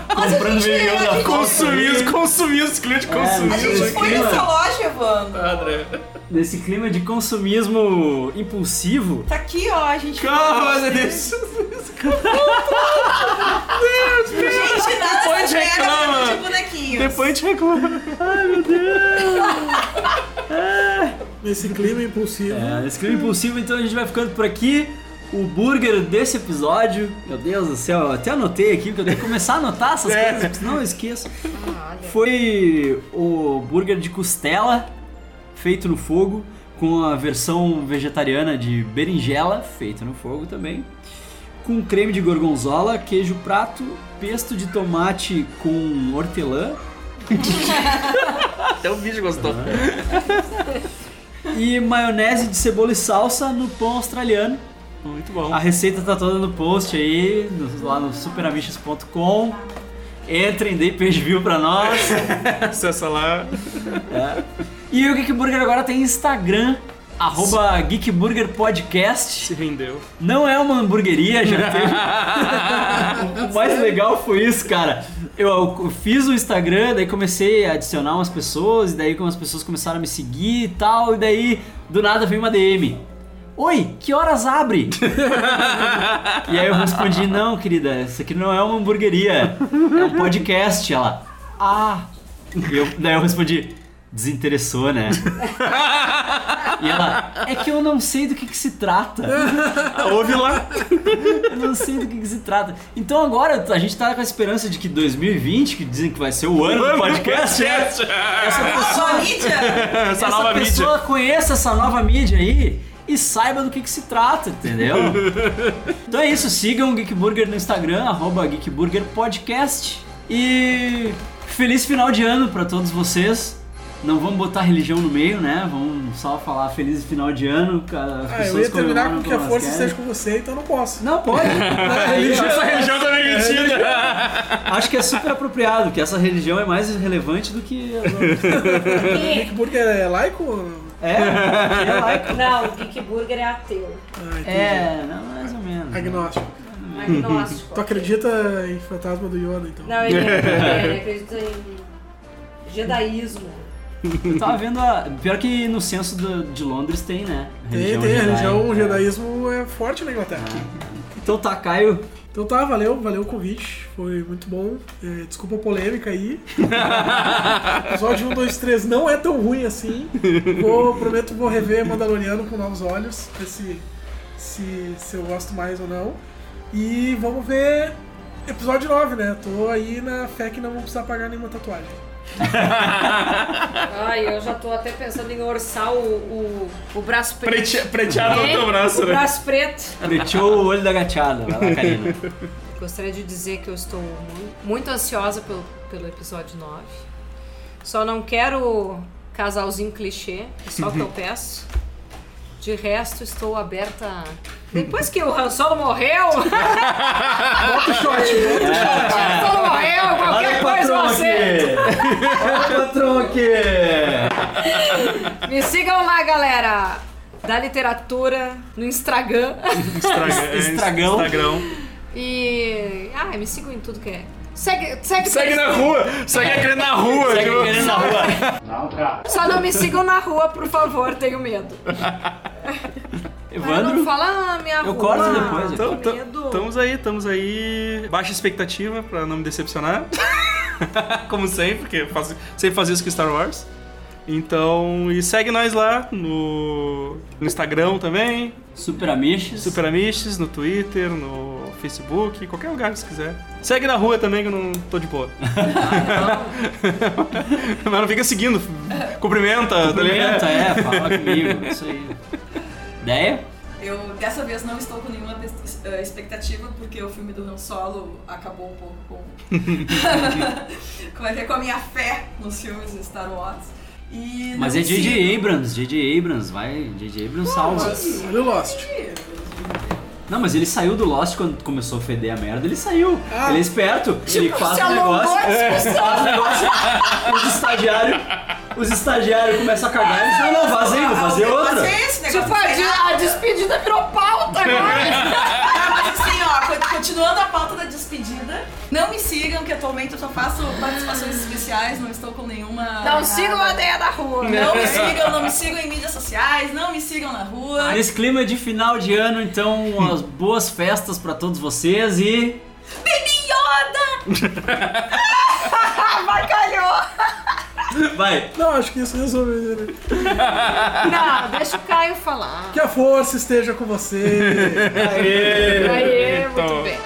Speaker 1: comprando Baby Yoda.
Speaker 2: Consumiu, consumiu, os clientes
Speaker 1: mas
Speaker 10: A gente
Speaker 2: consumiu.
Speaker 10: foi nessa loja, Evandro.
Speaker 2: Padre.
Speaker 1: Nesse clima de consumismo impulsivo.
Speaker 10: Tá aqui, ó, a gente.
Speaker 2: Calma, Deus.
Speaker 10: Gente, nada
Speaker 2: Depois
Speaker 10: se pega
Speaker 2: reclama.
Speaker 10: pra de bonequinhos.
Speaker 2: Depois a gente reclama.
Speaker 4: Nesse clima impulsivo.
Speaker 1: É, nesse clima impulsivo, então a gente vai ficando por aqui. O burger desse episódio, meu Deus do céu, eu até anotei aqui, porque eu tenho que começar a anotar essas
Speaker 2: É.
Speaker 1: coisas, senão eu esqueço. Foi o burger de costela, feito no fogo, com a versão vegetariana de berinjela, feita no fogo também. Com creme de gorgonzola, queijo prato, pesto de tomate com hortelã,
Speaker 2: Até o bicho gostou.
Speaker 1: e maionese de cebola e salsa no pão australiano.
Speaker 2: Muito bom. Ah,
Speaker 1: A receita tá toda no post aí, no- lá no superamichas.com. Entrem, deem page view pra nós.
Speaker 2: Acessa lá.
Speaker 1: E o Geek Burger agora tem Instagram, arroba Geek Burger
Speaker 2: Se
Speaker 1: Podcast.
Speaker 2: rendeu.
Speaker 1: Não é uma hamburgueria, já teve. o mais legal foi isso, cara. Eu, eu fiz o Instagram, daí comecei a adicionar umas pessoas, e daí como as pessoas começaram a me seguir e tal, e daí do nada veio uma DM. Oi, que horas abre? E aí eu respondi, não, querida, isso aqui não é uma hamburgueria, é um podcast. Ela, ah. E eu- daí eu respondi, desinteressou, né? E ela, é que eu não sei do que, que se trata.
Speaker 2: Ah, ouve lá.
Speaker 1: Eu não sei do que, que se trata. Então agora a gente tá com a esperança de que 2020, que dizem que vai ser o ano do podcast,
Speaker 2: Podcast.
Speaker 1: essa
Speaker 10: Só
Speaker 1: pessoa,
Speaker 10: mídia?
Speaker 2: É, Essa,
Speaker 1: essa
Speaker 2: nova mídia.
Speaker 1: pessoa conheça essa nova mídia aí e saiba do que, que se trata, entendeu? então é isso, sigam o Geek Burger no Instagram, arroba Geek Burger Podcast. E feliz final de ano pra todos vocês. Não vamos botar religião no meio, né? Vamos só falar feliz final de ano. que As
Speaker 4: Ah,
Speaker 1: pessoas
Speaker 4: eu ia terminar
Speaker 1: comemoram
Speaker 4: com
Speaker 1: como
Speaker 4: que a
Speaker 1: elas
Speaker 4: força
Speaker 1: querem.
Speaker 4: esteja com você, então eu não posso.
Speaker 1: Não, pode.
Speaker 2: Essa religião tá mentira.
Speaker 1: Acho que é super apropriado, que essa religião é mais relevante do que. as outras.
Speaker 4: Nick Burger é laico? ou não?
Speaker 1: É, é laico.
Speaker 3: Não, o Geek Burger é ateu.
Speaker 4: Ah, entendi.
Speaker 1: É, não, mais ou menos.
Speaker 4: Agnóstico.
Speaker 3: Agnóstico.
Speaker 4: Tu acredita em fantasma do Yoda, então?
Speaker 3: Não, ele, é ele acredita em jedaísmo.
Speaker 1: Eu tava vendo a. Pior que no censo do- de Londres tem, né?
Speaker 4: Tem, tem, a
Speaker 1: Jedi.
Speaker 4: religião, o judaísmo é forte na Inglaterra.
Speaker 1: Então tá, Caio.
Speaker 4: Então tá, valeu, valeu o convite, foi muito bom. É, desculpa a polêmica aí. O episódio 1, 2, 3 não é tão ruim assim. Vou, prometo vou rever Mandaloriano com novos olhos, ver se, se, se eu gosto mais ou não. E vamos ver episódio 9, né? Tô aí na fé que não vou precisar pagar nenhuma tatuagem.
Speaker 5: Ai, eu já tô até pensando em orçar o, o, o braço preto.
Speaker 2: Prete- Preteado no teu braço,
Speaker 5: o
Speaker 2: né?
Speaker 5: braço preto.
Speaker 1: Preteou o olho da gateada. Vai lá, Karina.
Speaker 5: gostaria de dizer que eu estou mu- muito ansiosa pelo, pelo episódio 9. Só não quero casalzinho clichê, é só o que eu peço. De resto, estou aberta. a- Depois que o Han Solo morreu.
Speaker 4: Bota o shot, bota o shot.
Speaker 5: Han Solo morreu,
Speaker 1: Olha
Speaker 5: qualquer
Speaker 1: o
Speaker 5: coisa eu
Speaker 1: patrão
Speaker 5: aceito.
Speaker 1: aqui! Olha o patrão aqui!
Speaker 5: Me sigam lá, galera! Da literatura no Instagram.
Speaker 2: Estraga-
Speaker 1: Estragão.
Speaker 2: Estragão.
Speaker 5: E. Ah, me sigam em tudo que é. Segue, segue,
Speaker 2: Segue na rua! Segue aquele na rua!
Speaker 1: Segue
Speaker 2: tipo.
Speaker 1: querendo na rua.
Speaker 5: Só não me sigam na rua, por favor, tenho medo. Mas não
Speaker 1: Evandro?
Speaker 5: fala ah, minha
Speaker 1: Eu
Speaker 5: rua.
Speaker 1: corto depois, eu
Speaker 5: tenho
Speaker 2: Então, tam-
Speaker 5: medo.
Speaker 2: estamos aí, estamos aí. Baixa expectativa pra não me decepcionar. Como sempre, porque eu faço- sempre fazia isso com Star Wars. Então, e segue nós lá no, no Instagram também,
Speaker 1: Super Amiches.
Speaker 2: Super Amishes, no Twitter, no Facebook, qualquer lugar que você quiser. Segue na rua também que eu não tô de boa. Mas não fica seguindo, cumprimenta. tá
Speaker 1: Cumprimenta,
Speaker 2: ligado?
Speaker 1: é, fala comigo, isso aí. Ideia?
Speaker 10: Eu dessa vez não estou com nenhuma pes- eh, expectativa, porque o filme do Han Solo acabou um pouco com. Como é que é? Com a minha fé nos filmes de Star Wars. E
Speaker 1: Mas
Speaker 10: não
Speaker 1: é J.J. Abrams, J.J. Abrams, vai, J.J. Abrams salva.
Speaker 4: Olha o Lost.
Speaker 1: Não, mas ele saiu do Lost quando começou a feder a merda, ele saiu.
Speaker 4: Ah.
Speaker 1: Ele é esperto, ele faz
Speaker 5: se
Speaker 1: um
Speaker 5: alongou
Speaker 1: negócio,
Speaker 5: a
Speaker 1: faz um negócio, os estagiários, os estagiários começam a cagar, eles, não, não, vazei, vou fazer outra.
Speaker 10: Mas é esse negócio.
Speaker 5: Tipo, a, de- a despedida virou pauta agora.
Speaker 10: Ah, mas assim, ó, co- continuando a pauta da despedida, não me sigam, que atualmente eu só faço participações especiais, não estou com nenhuma.
Speaker 5: Não sigam a
Speaker 10: nada.
Speaker 5: ideia da rua.
Speaker 10: Não me sigam, não me sigam em mídias sociais, não me sigam na rua.
Speaker 1: Nesse clima de final de ano, então, as boas festas pra todos vocês e...
Speaker 10: Baby Yoda!
Speaker 5: Bacalhou.
Speaker 1: Vai!
Speaker 4: Não, acho que isso resolveu. né?
Speaker 5: Não, deixa o Caio falar.
Speaker 4: Que a força esteja com você.
Speaker 5: Aê,
Speaker 2: Então.
Speaker 5: muito bem.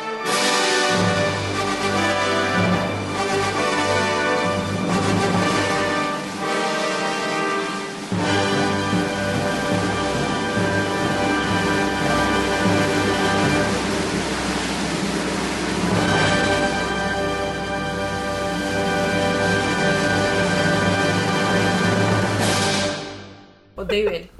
Speaker 5: Odeio ele.